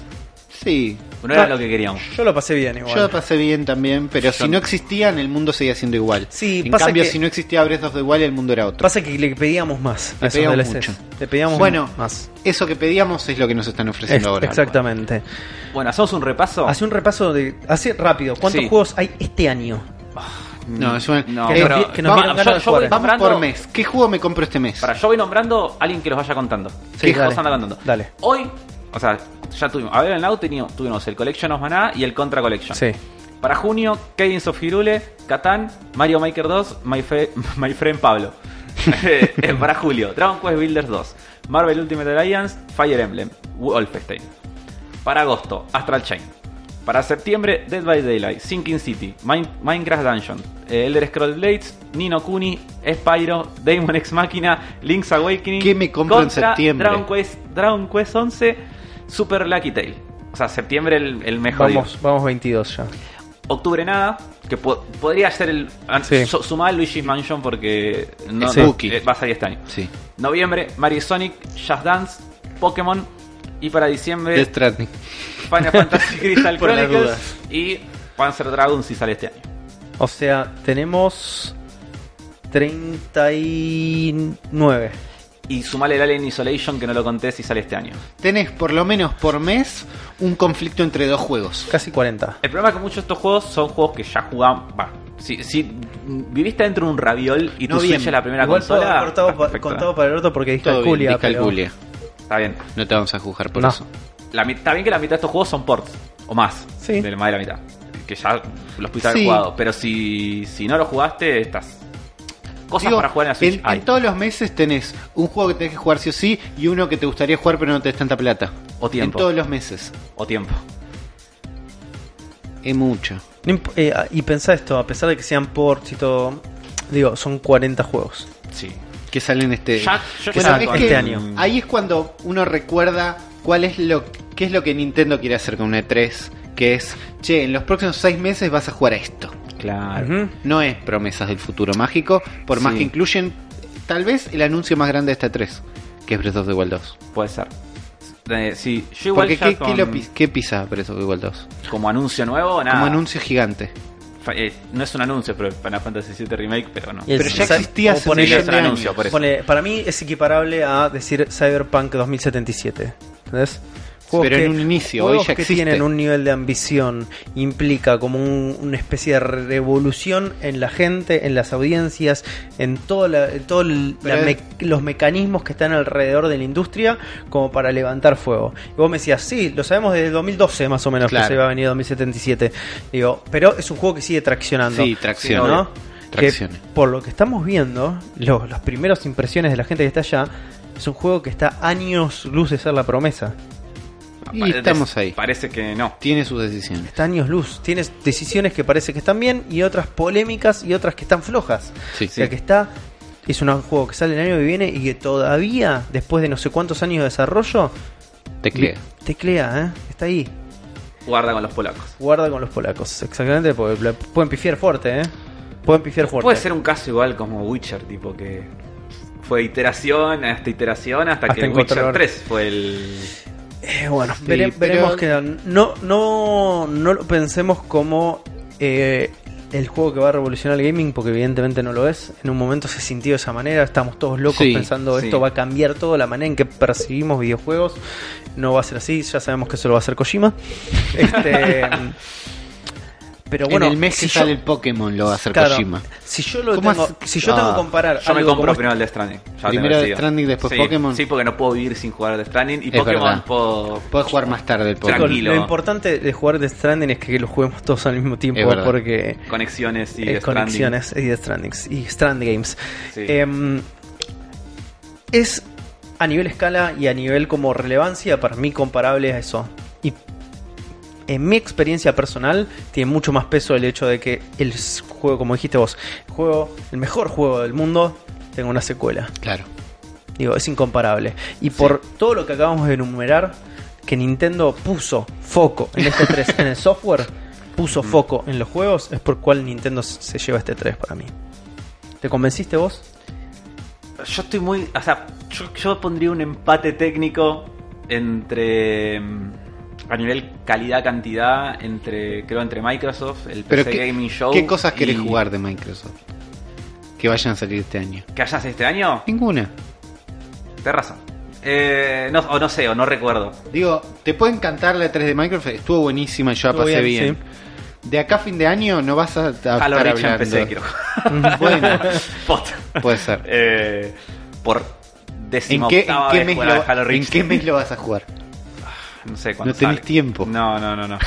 Sí. No era lo que queríamos. Yo lo pasé bien igual. Yo la pasé bien también, pero si Yo- no existían, el mundo seguía siendo igual. Sí, en pasa cambio, que- si no existía Breath of the Wild, el mundo era otro. Pasa que le pedíamos más. Le a esos pedíamos DLCs. mucho. Le pedíamos Bueno, más. Eso que pedíamos es lo que nos están ofreciendo Es- ahora. Oh. exactamente. Bueno, hacemos un repaso. Hace un repaso de. Hace rápido. ¿Cuántos Sí. juegos hay este año? No, es una- No, Eh, pero- que nos dieron vamos- yo- ganas de yo voy jugar. Vamos nombrando- por mes. ¿Qué juego me compro este mes? Para yo voy nombrando a alguien que los vaya contando. Sí, ¿Qué dale. cosas anda contando? Dale. Hoy, o sea, ya tuvimos. A ver, en Now tuvimos, tuvimos el Collection of Maná y el Contra Collection. Sí. Para junio, Cadence of Hirule, Catán, Mario Maker 2, My, Fe- <laughs> My Friend Pablo. <laughs> Eh, Para julio, Dragon Quest Builders 2, Marvel Ultimate Alliance, Fire Emblem, Wolfenstein. Para agosto, Astral Chain. Para septiembre, Dead by Daylight, Sinking City, Min- Minecraft Dungeon, eh, Elder Scrolls Blades, Nino Kuni, Spyro, Demon Ex Machina, Link's Awakening. ¿Qué me compro en Contra, septiembre? Dragon Quest, Dragon Quest 11, Super Lucky Tail. O sea, septiembre el, el mejor. Vamos, vamos 22 ya. Octubre nada, que po- podría ser el... an- Sí. su- Sumá Luigi's Mansion porque no, Es no- Spooky. eh, va a salir este año. Sí. Noviembre, Mario y Sonic, Just Dance, Pokémon y para diciembre Death Stranding. Final <laughs> Fantasy Crystal este- Por las Chronicles y Panzer Dragon si sale este año. O sea, tenemos 39. Y sumale el Alien Isolation que no lo conté si sale este año. Tenés por lo menos por mes un conflicto entre dos juegos. Casi 40. El problema es que muchos de estos juegos son juegos que ya jugamos. Va, si, si viviste dentro de un raviol y tu No bien. Switch es la primera Igual puedo consola. haber cortado está pa- perfecto. contado para el otro porque Todo bien, discalculia. pero- discalculia. Está bien. No te vamos a juzgar por No. eso. La, mi- está bien que la mitad de estos juegos son ports, o más, Sí. de la- más de la mitad. Que ya los pudiste haber Sí. jugado. Pero si, si no lo jugaste, estás. Cosas Digo, para jugar en la Switch. en- hay. en todos los meses tenés un juego que tenés que jugar sí o sí y uno que te gustaría jugar pero no te des tanta plata. O tiempo. En todos los meses. O tiempo. Es mucho. No imp- eh, y pensá esto, a pesar de que sean ports y todo, digo, son 40 juegos. Sí. Que salen este. Ya- yo Bueno, saco es este que año. Ahí es cuando uno recuerda cuál es lo qué es lo que Nintendo quiere hacer con un E3, que es, che, en los próximos seis meses vas a jugar a esto. Claro. Ujú. No es promesas del futuro mágico, por más Sí. que incluyen tal vez el anuncio más grande de esta 3, que es Breath of the Wild 2. Puede ser. Eh, sí, yo igual Porque ya ¿qué, qué con- lo pi- qué pisa Breath of the Wild 2? como anuncio nuevo, nada. Como anuncio gigante. Fa- eh, no es un anuncio, pero Final Fantasy VII Remake, pero no. Y Pero es- ya sa- existía o hace un ponele- Sí, es millón un de anuncio, años. por eso. ponele- para mí es equiparable a decir Cyberpunk 2077. ¿Entendés? Pero en un inicio, juegos hoy ya que existe. tienen un nivel de ambición implica como un- una especie de revolución en la gente, en las audiencias, en todos todo el- Pero la es- me- los mecanismos que están alrededor de la industria como para levantar fuego. Y vos me decías, sí, lo sabemos desde 2012 más o menos Claro. que se va a venir 2077. Digo, pero es un juego que sigue traccionando. Sí, tracciona. ¿no? Tracciona. Que, por lo que estamos viendo, lo- las primeras impresiones de la gente que está allá, es un juego que está años luz de ser la promesa. Y Parece- estamos ahí. Parece que no. Tiene sus decisiones. Está años luz. Tienes decisiones que parece que están bien y otras polémicas y otras que están flojas. Sí, O sea que está. Es un juego que sale el año que viene y que todavía, después de no sé cuántos años de desarrollo, Teclea. teclea, ¿eh? Está ahí. Guarda con los polacos. Guarda con los polacos, exactamente, porque la- pueden pifiar fuerte, ¿eh? Pueden pifiar fuerte. Puede ser un caso igual como Witcher, tipo que fue iteración hasta iteración hasta, Hasta que Witcher encontrar- 3 fue el. Eh, bueno, Sí, vere- pero- veremos que no, no, no lo pensemos como eh, el juego que va a revolucionar el gaming, porque evidentemente no lo es. En un momento se sintió de esa manera, estamos todos locos Sí, pensando sí. esto va a cambiar todo, la manera en que percibimos videojuegos. No va a ser así, ya sabemos que eso lo va a hacer <laughs> Kojima. Este, pero bueno, en el mes que si sale yo- el Pokémon lo va a hacer claro, Kojima. Si yo lo ¿Cómo tengo, hace- si yo tengo Ah, que comparar Yo me algo compro como primero el Death Stranding. Ya te Primero lo Death digo. Stranding, después Sí, Pokémon. Sí, porque no puedo vivir sin jugar Death Stranding. Y Es Pokémon verdad. puedo. Podés jugar más tarde el Pokémon. Chicos, Tranquilo. Lo importante de jugar Death Stranding es que lo juguemos todos al mismo tiempo Es verdad. porque Conexiones y eh, Death Stranding. conexiones y Death Strandings y Strand Games. Sí. Em, es a nivel escala y a nivel como relevancia para mí comparable a eso. Y en mi experiencia personal tiene mucho más peso el hecho de que el s- juego, como dijiste vos, el juego, el mejor juego del mundo tenga una secuela. Claro. Digo, es incomparable. Y por todo lo que acabamos de enumerar, que Nintendo puso foco en este 3 en el software, puso foco en los juegos, es por cual Nintendo se se lleva este 3 para mí. ¿Te convenciste vos? Yo estoy muy. O sea, yo, yo pondría un empate técnico entre. mm, A nivel calidad-cantidad, entre creo entre Microsoft, el Pero PC qué, Gaming Show. ¿qué cosas querés y- jugar de Microsoft? Que vayan a salir este año. ¿Que hayas este año? Ninguna. Tenés razón. Eh, no, o no sé, o no recuerdo. Digo, te puede encantar la 3 de Microsoft, estuvo buenísima, yo la Estuvo pasé bien. bien, De acá a fin de año no vas a, a Halo estar Reach en PC, hablando. creo. <laughs> Bueno, Posta. puede ser. Eh, por ¿En qué, en decimoctava qué vez mes jugar al Halo lo, en Reach. qué mes lo vas a <laughs> jugar? No sé cuándo No tenés sale. tiempo. No, no, no, no.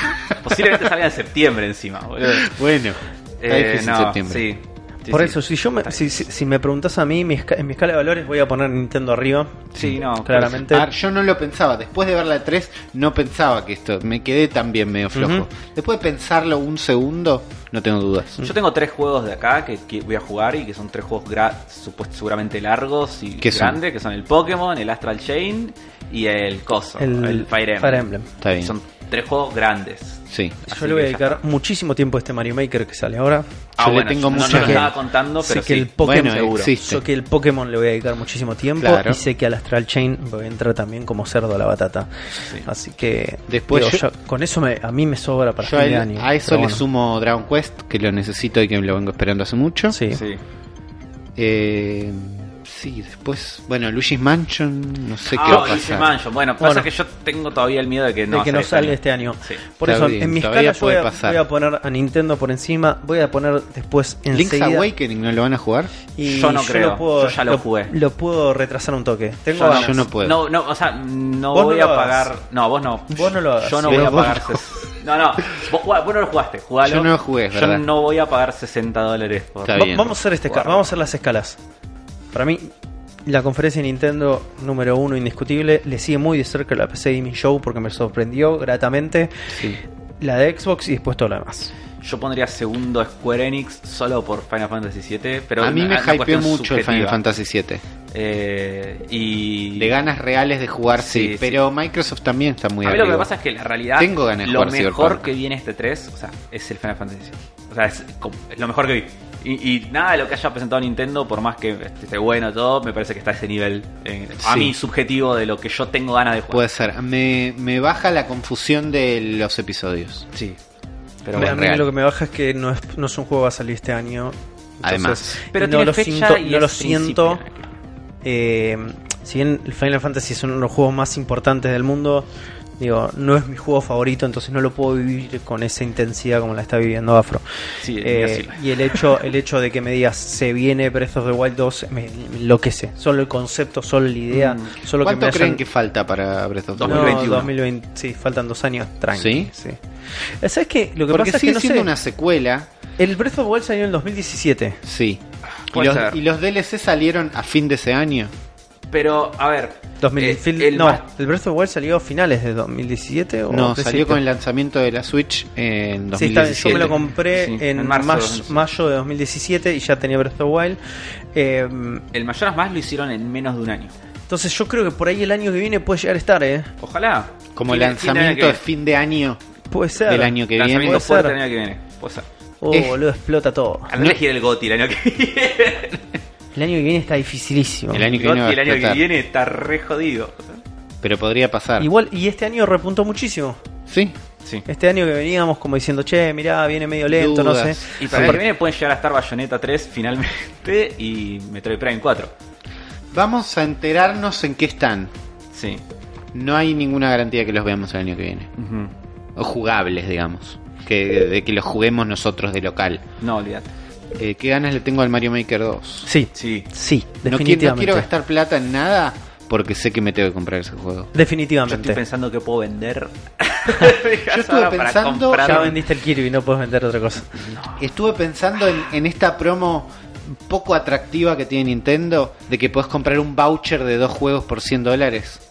Posiblemente salga en septiembre encima, boludo. Bueno, <laughs> está Eh, difícil no, septiembre. sí. Sí, por sí. eso, si yo me, si, si- si me preguntás a mí, mi esca- en mi escala de valores voy a poner Nintendo arriba. Sí, no, claramente. A ver, Ah, yo no lo pensaba. Después de ver la 3, no pensaba que esto. Me quedé también medio flojo. Ujú. Después de pensarlo un segundo, no tengo dudas. Yo tengo tres juegos de acá que, que voy a jugar y que son tres juegos gra- supuest- seguramente largos y ¿Qué son? grandes, que son el Pokémon, el Astral Chain y el Coso, el, El- Fire Emblem. Fire Emblem. Está bien. Son tres juegos grandes. Sí. Así Yo le voy a que ya dedicar muchísimo tiempo a este Mario Maker que sale ahora. Ah, Yo le bueno, tengo no, mucha no lo fe. estaba contando, sé pero sí. que el Pokémon Bueno, eh, seguro. existe. Yo que el Pokémon le voy a dedicar muchísimo tiempo Claro. y sé que al Astral Chain voy a entrar también como cerdo a la batata. Sí. Así que Después digo, yo- ya- con eso me- a mí me sobra para Yo fin a, de él- año. a eso pero le bueno. sumo Dragon Quest, que lo necesito y que lo vengo esperando hace mucho. Sí. Sí. Eh, sí, después. Bueno, Luigi's Mansion, no sé qué va Ah, a y pasar. ese Mansion. Bueno, pasa Bueno. que yo tengo todavía el miedo de que de no, que no sale este año. Sí. Por Está eso, bien, en mi todavía escala yo voy puede a, pasar. voy a poner a Nintendo por encima, voy a poner después Link's enseguida. Awakening no lo van a jugar. y Yo no creo, lo puedo- yo ya lo jugué. Lo puedo retrasar un toque. Tengo Yo no- ganas. yo no puedo. No, no, o sea, no Vos no voy lo a pagar. hagas. No, vos no. Vos no lo hagas. Yo no Sí, voy a vos pagar. no. ses- No, no. Vos, jugá- vos no lo jugaste, jugalo. Yo no lo jugué, es Yo verdad. no voy a pagar 60 dólares por. Está Va- bien. vamos a hacer este esca- Guarda. vamos a hacer las escalas. Para mí, la conferencia de Nintendo número uno indiscutible le sigue muy de cerca la PC Gaming Show porque me sorprendió gratamente Sí. la de Xbox y después todo lo demás. Yo pondría segundo Square Enix solo por Final Fantasy VII. Pero a mí me una- una hypeó cuestión mucho el subjetiva. Final Fantasy VII. Eh, y. De ganas reales de jugar, sí. Sí, sí. Pero Microsoft también está muy a mí lo que arriba. me pasa es que la realidad. Tengo ganas de Lo jugar mejor Cyberpunk. que viene este 3, o sea, es el Final Fantasy VII. O sea, es, com- es lo mejor que vi. Y, y nada de lo que haya presentado Nintendo, por más que este, esté bueno todo, me parece que está a ese nivel. eh, A Sí. mí, subjetivo de lo que yo tengo ganas de jugar. Puede ser. Me, me baja la confusión de los episodios. Sí. Pero Me- bueno, a mí real. lo que me baja es que no es, no es un juego que va a salir este año. Entonces, Además. Pero no tiene lo fecha siento. y no es lo siento. principio. Eh, si bien el Final Fantasy es uno de los juegos más importantes del mundo, digo, no es mi juego favorito, entonces no lo puedo vivir con esa intensidad como la está viviendo Afro. Sí, Eh, ni así. y el hecho, el hecho de que me digas se viene Breath of the Wild 2, me me enloquece. Solo el concepto, solo la idea, Mm. solo que me ¿Cuánto hayan- creen que falta para Breath of the No, 2021? 2020, sí, faltan dos años, tranqui. ¿Sí? Eh, ¿Sabes qué? Lo que Porque pasa es sigue que no siendo sé, una secuela. el Breath of the Wild salió en el 2017. Sí. Y Puede los, ser. y los DLC salieron a fin de ese año. Pero, a ver. 2000 eh, fil- el no, más- el Breath of the Wild salió a finales de 2017 o No, 17. salió con el lanzamiento de la Switch en 2017. Sí, está bien, yo me lo compré Sí, en, en marzo de mas- 2017. mayo de 2017 y ya tenía Breath of the Wild. Eh, El Mayoras Más lo hicieron en menos de un año. entonces yo creo que por ahí el año que viene puede llegar a estar, ¿eh? Ojalá. Como Tiene- lanzamiento tiene de fin de año Puede ser. del año que lanzamiento viene. Puede fuerte ser. el año que viene. Puede ser. Oh, Es- boludo, explota todo. Andrés gira el GOTI el año que viene. El año que viene está dificilísimo. El año que viene va a Gotti el año que explotar. viene está re jodido. Pero podría pasar. Igual, y este año repuntó muchísimo. Sí. Sí. Este año que veníamos como diciendo, che, mirá, viene medio lento, no Dudas. sé. Y Sí. para el año que viene pueden llegar a estar Bayonetta 3 finalmente y Metroid Prime 4. Vamos a enterarnos en qué están. Sí. No hay ninguna garantía que los veamos el año que viene. Ujú. O jugables, digamos. Que, de que los juguemos nosotros de local. No, olvídate. Eh, ¿Qué ganas le tengo al Mario Maker 2? Sí, Sí. sí, No, qui- no definitivamente. quiero gastar plata en nada porque sé que me tengo que comprar ese juego. Yo estoy definitivamente. pensando que puedo vender. Yo estuve <laughs> Ahora para pensando- comprar- Ya vendiste el Kirby, no puedes vender otra cosa. Estuve pensando en, en esta promo poco atractiva que tiene Nintendo de que podés comprar un voucher de dos juegos por 100 dólares.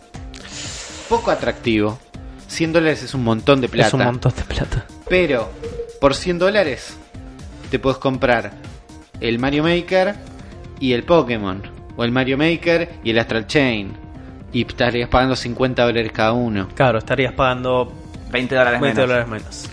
Poco atractivo. 100 dólares es un montón de plata. Es un montón de plata. Pero por 100 dólares te puedes comprar el Mario Maker, y el Pokémon. O el Mario Maker y el Astral Chain. Y estarías pagando 50 dólares cada uno. Claro, estarías pagando 20 dólares 20 menos. dólares menos.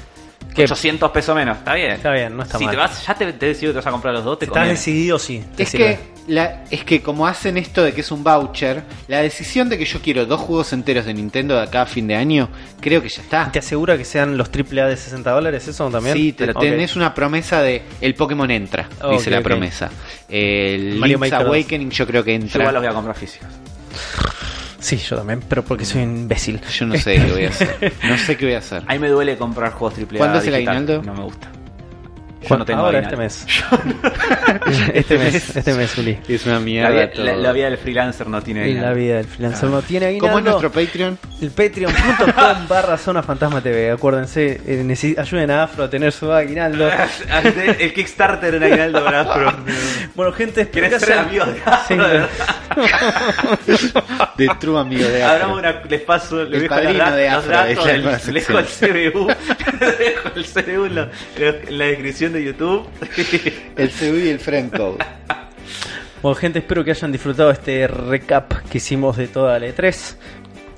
Que 800 pesos menos, está bien. Está bien, no está si mal. te vas, ya te, te decido que te vas a comprar los dos, te estás conviene. decidido, sí. te Es sirve. que, la, es que como hacen esto de que es un voucher, la decisión de que yo quiero dos juegos enteros de Nintendo de acá a fin de año, creo que ya está. ¿Te asegura que sean los AAA de 60 dólares eso también? Sí, te- Ok. tenés una promesa de el Pokémon entra, Ok, dice la ok. promesa. El Mario Link's Maker dos. Awakening yo creo que Yo igual los entra. voy a comprar físicos. Sí, yo también, pero porque soy un imbécil. Yo no sé qué voy <laughs> a hacer. No sé qué voy a hacer. A mí me duele comprar juegos AAA. ¿Cuándo es el digital. aguinaldo? No me gusta. Yo Bueno, no tengo ahora este aguinaldo. mes. <laughs> este mes, este mes, Juli. Es una La, mierda. vida- todo. la- la vida del freelancer no tiene Y la aguinaldo. vida del Ah. freelancer no tiene aguinaldo. ¿Cómo es nuestro <laughs> Patreon? El patreon.com <laughs> barra zona fantasma TV. Acuérdense, eh, necesi- ayuden a Afro a tener su <laughs> aguinaldo. Ah. Ante- el Kickstarter en aguinaldo para Afro. Bueno, gente, espero que ¿Querés ser hayan- amigo de Afro? Sí. de verdad? De True Amigo <laughs> de Afro. Hablamos una, les paso les El dejo padrino los de datos, Afro, es la del- nueva les dejo el CBU, <laughs> les dejo el CBU en la, en la descripción de YouTube. <laughs> El CBU y el Franco. Bueno, gente, espero que hayan disfrutado este recap que hicimos de toda la E3.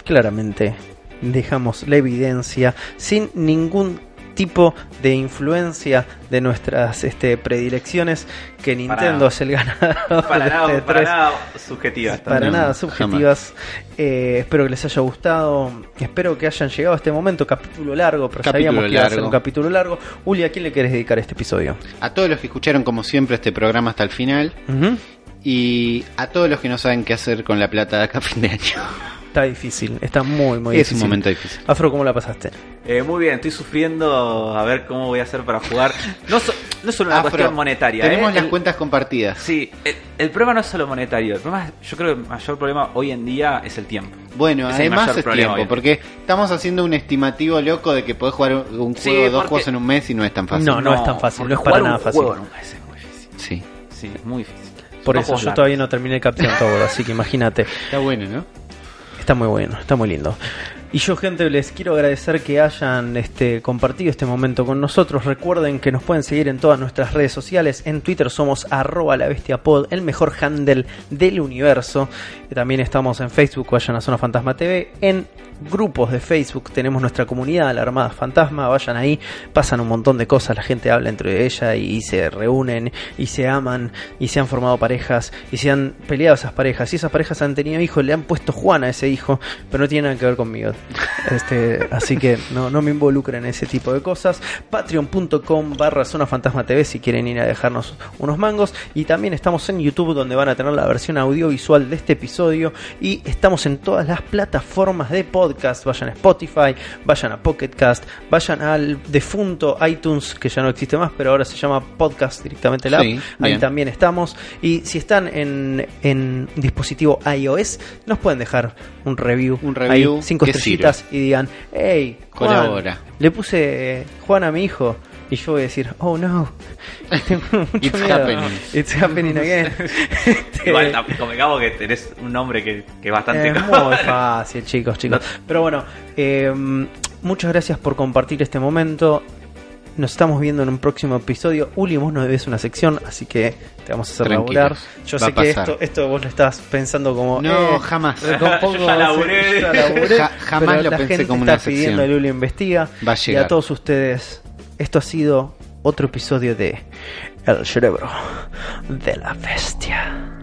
Claramente, dejamos la evidencia sin ningún tipo de influencia de nuestras este, predilecciones que Nintendo nada. es el ganador <laughs> Para de Este nada, esta para E3. nada subjetiva. está Para No, nada jamás. subjetivas. Eh, espero que les haya gustado. Espero que hayan llegado a este momento. Capítulo largo, pero Capítulo sabíamos que iba a ser largo. un capítulo largo. Uli, ¿a quién le querés dedicar este episodio? A todos los que escucharon como siempre este programa hasta el final. Ujú. Y a todos los que no saben qué hacer con la plata de acá a fin de año. <laughs> Está difícil, está muy, muy es difícil. un momento difícil. Afro, ¿cómo la pasaste? Eh, muy bien, estoy sufriendo a ver cómo voy a hacer para jugar. No, so- no es solo una Afro, cuestión monetaria. Tenemos eh, las el- cuentas compartidas. Sí, el, el problema no es solo monetario. El problema, es- yo creo que el mayor problema hoy en día es el tiempo. Bueno, Es el además mayor es problema, tiempo, obviamente. porque estamos haciendo un estimativo loco de que podés jugar un un Sí, juego, dos porque- juegos en un mes y no es tan fácil. No, no es tan fácil, no es jugar para un nada fácil. juego nunca es muy difícil. Sí. Sí, es muy difícil. Por Son eso juegos yo largos. todavía no terminé el Captain Tower, así que imagínate. Está bueno, ¿no? Está muy bueno, está muy lindo. Y yo, gente, les quiero agradecer que hayan este, compartido este momento con nosotros. Recuerden que nos pueden seguir en todas nuestras redes sociales. En Twitter somos arroba la bestia pod, el mejor handle del universo. También estamos en Facebook, vayan a Zona Fantasma TV. En grupos de Facebook tenemos nuestra comunidad, la Armada Fantasma. Vayan ahí, pasan un montón de cosas, la gente habla entre ella y se reúnen y se aman y se han formado parejas y se han peleado esas parejas. Y esas parejas han tenido hijos, le han puesto Juan a ese hijo, pero no tiene nada que ver conmigo. Este, así que no, no me involucren en ese tipo de cosas. Patreon.com barra Zona Fantasma TV si quieren ir a dejarnos unos mangos. Y también estamos en YouTube donde van a tener la versión audiovisual de este episodio. Y estamos en todas las plataformas de podcast. Vayan a Spotify, vayan a Pocket Cast, vayan al defunto iTunes que ya no existe más, pero ahora se llama Podcast directamente la app. Sí, Ahí bien. también estamos. Y si están en, en dispositivo iOS, nos pueden dejar un review. Un review ahí, cinco que estrellitas y digan, hey, Juan, Colabora. le puse eh, Juan a mi hijo. Y yo voy a decir, oh <laughs> no, tengo mucho It's miedo. happening. It's happening <laughs> again. Este, <laughs> Igual, tam- convengamos que tenés un nombre que, que es bastante <laughs> es caro. Eh, muy fácil, chicos, chicos. Pero bueno, eh, muchas gracias por compartir este momento. Nos estamos viendo en un próximo episodio. Uli, vos no debes una sección, así que te vamos a hacer Tranquilos, laburar. Yo sé va a que pasar. esto, esto vos lo estás pensando como. No, eh, jamás. <laughs> recompongo, Yo ya laburé. ya laburé, Ja- jamás pero lo la pensé gente como una está sección. pidiendo el Uli investiga. Va a y a llegar. todos ustedes, esto ha sido otro episodio de El cerebro de la bestia.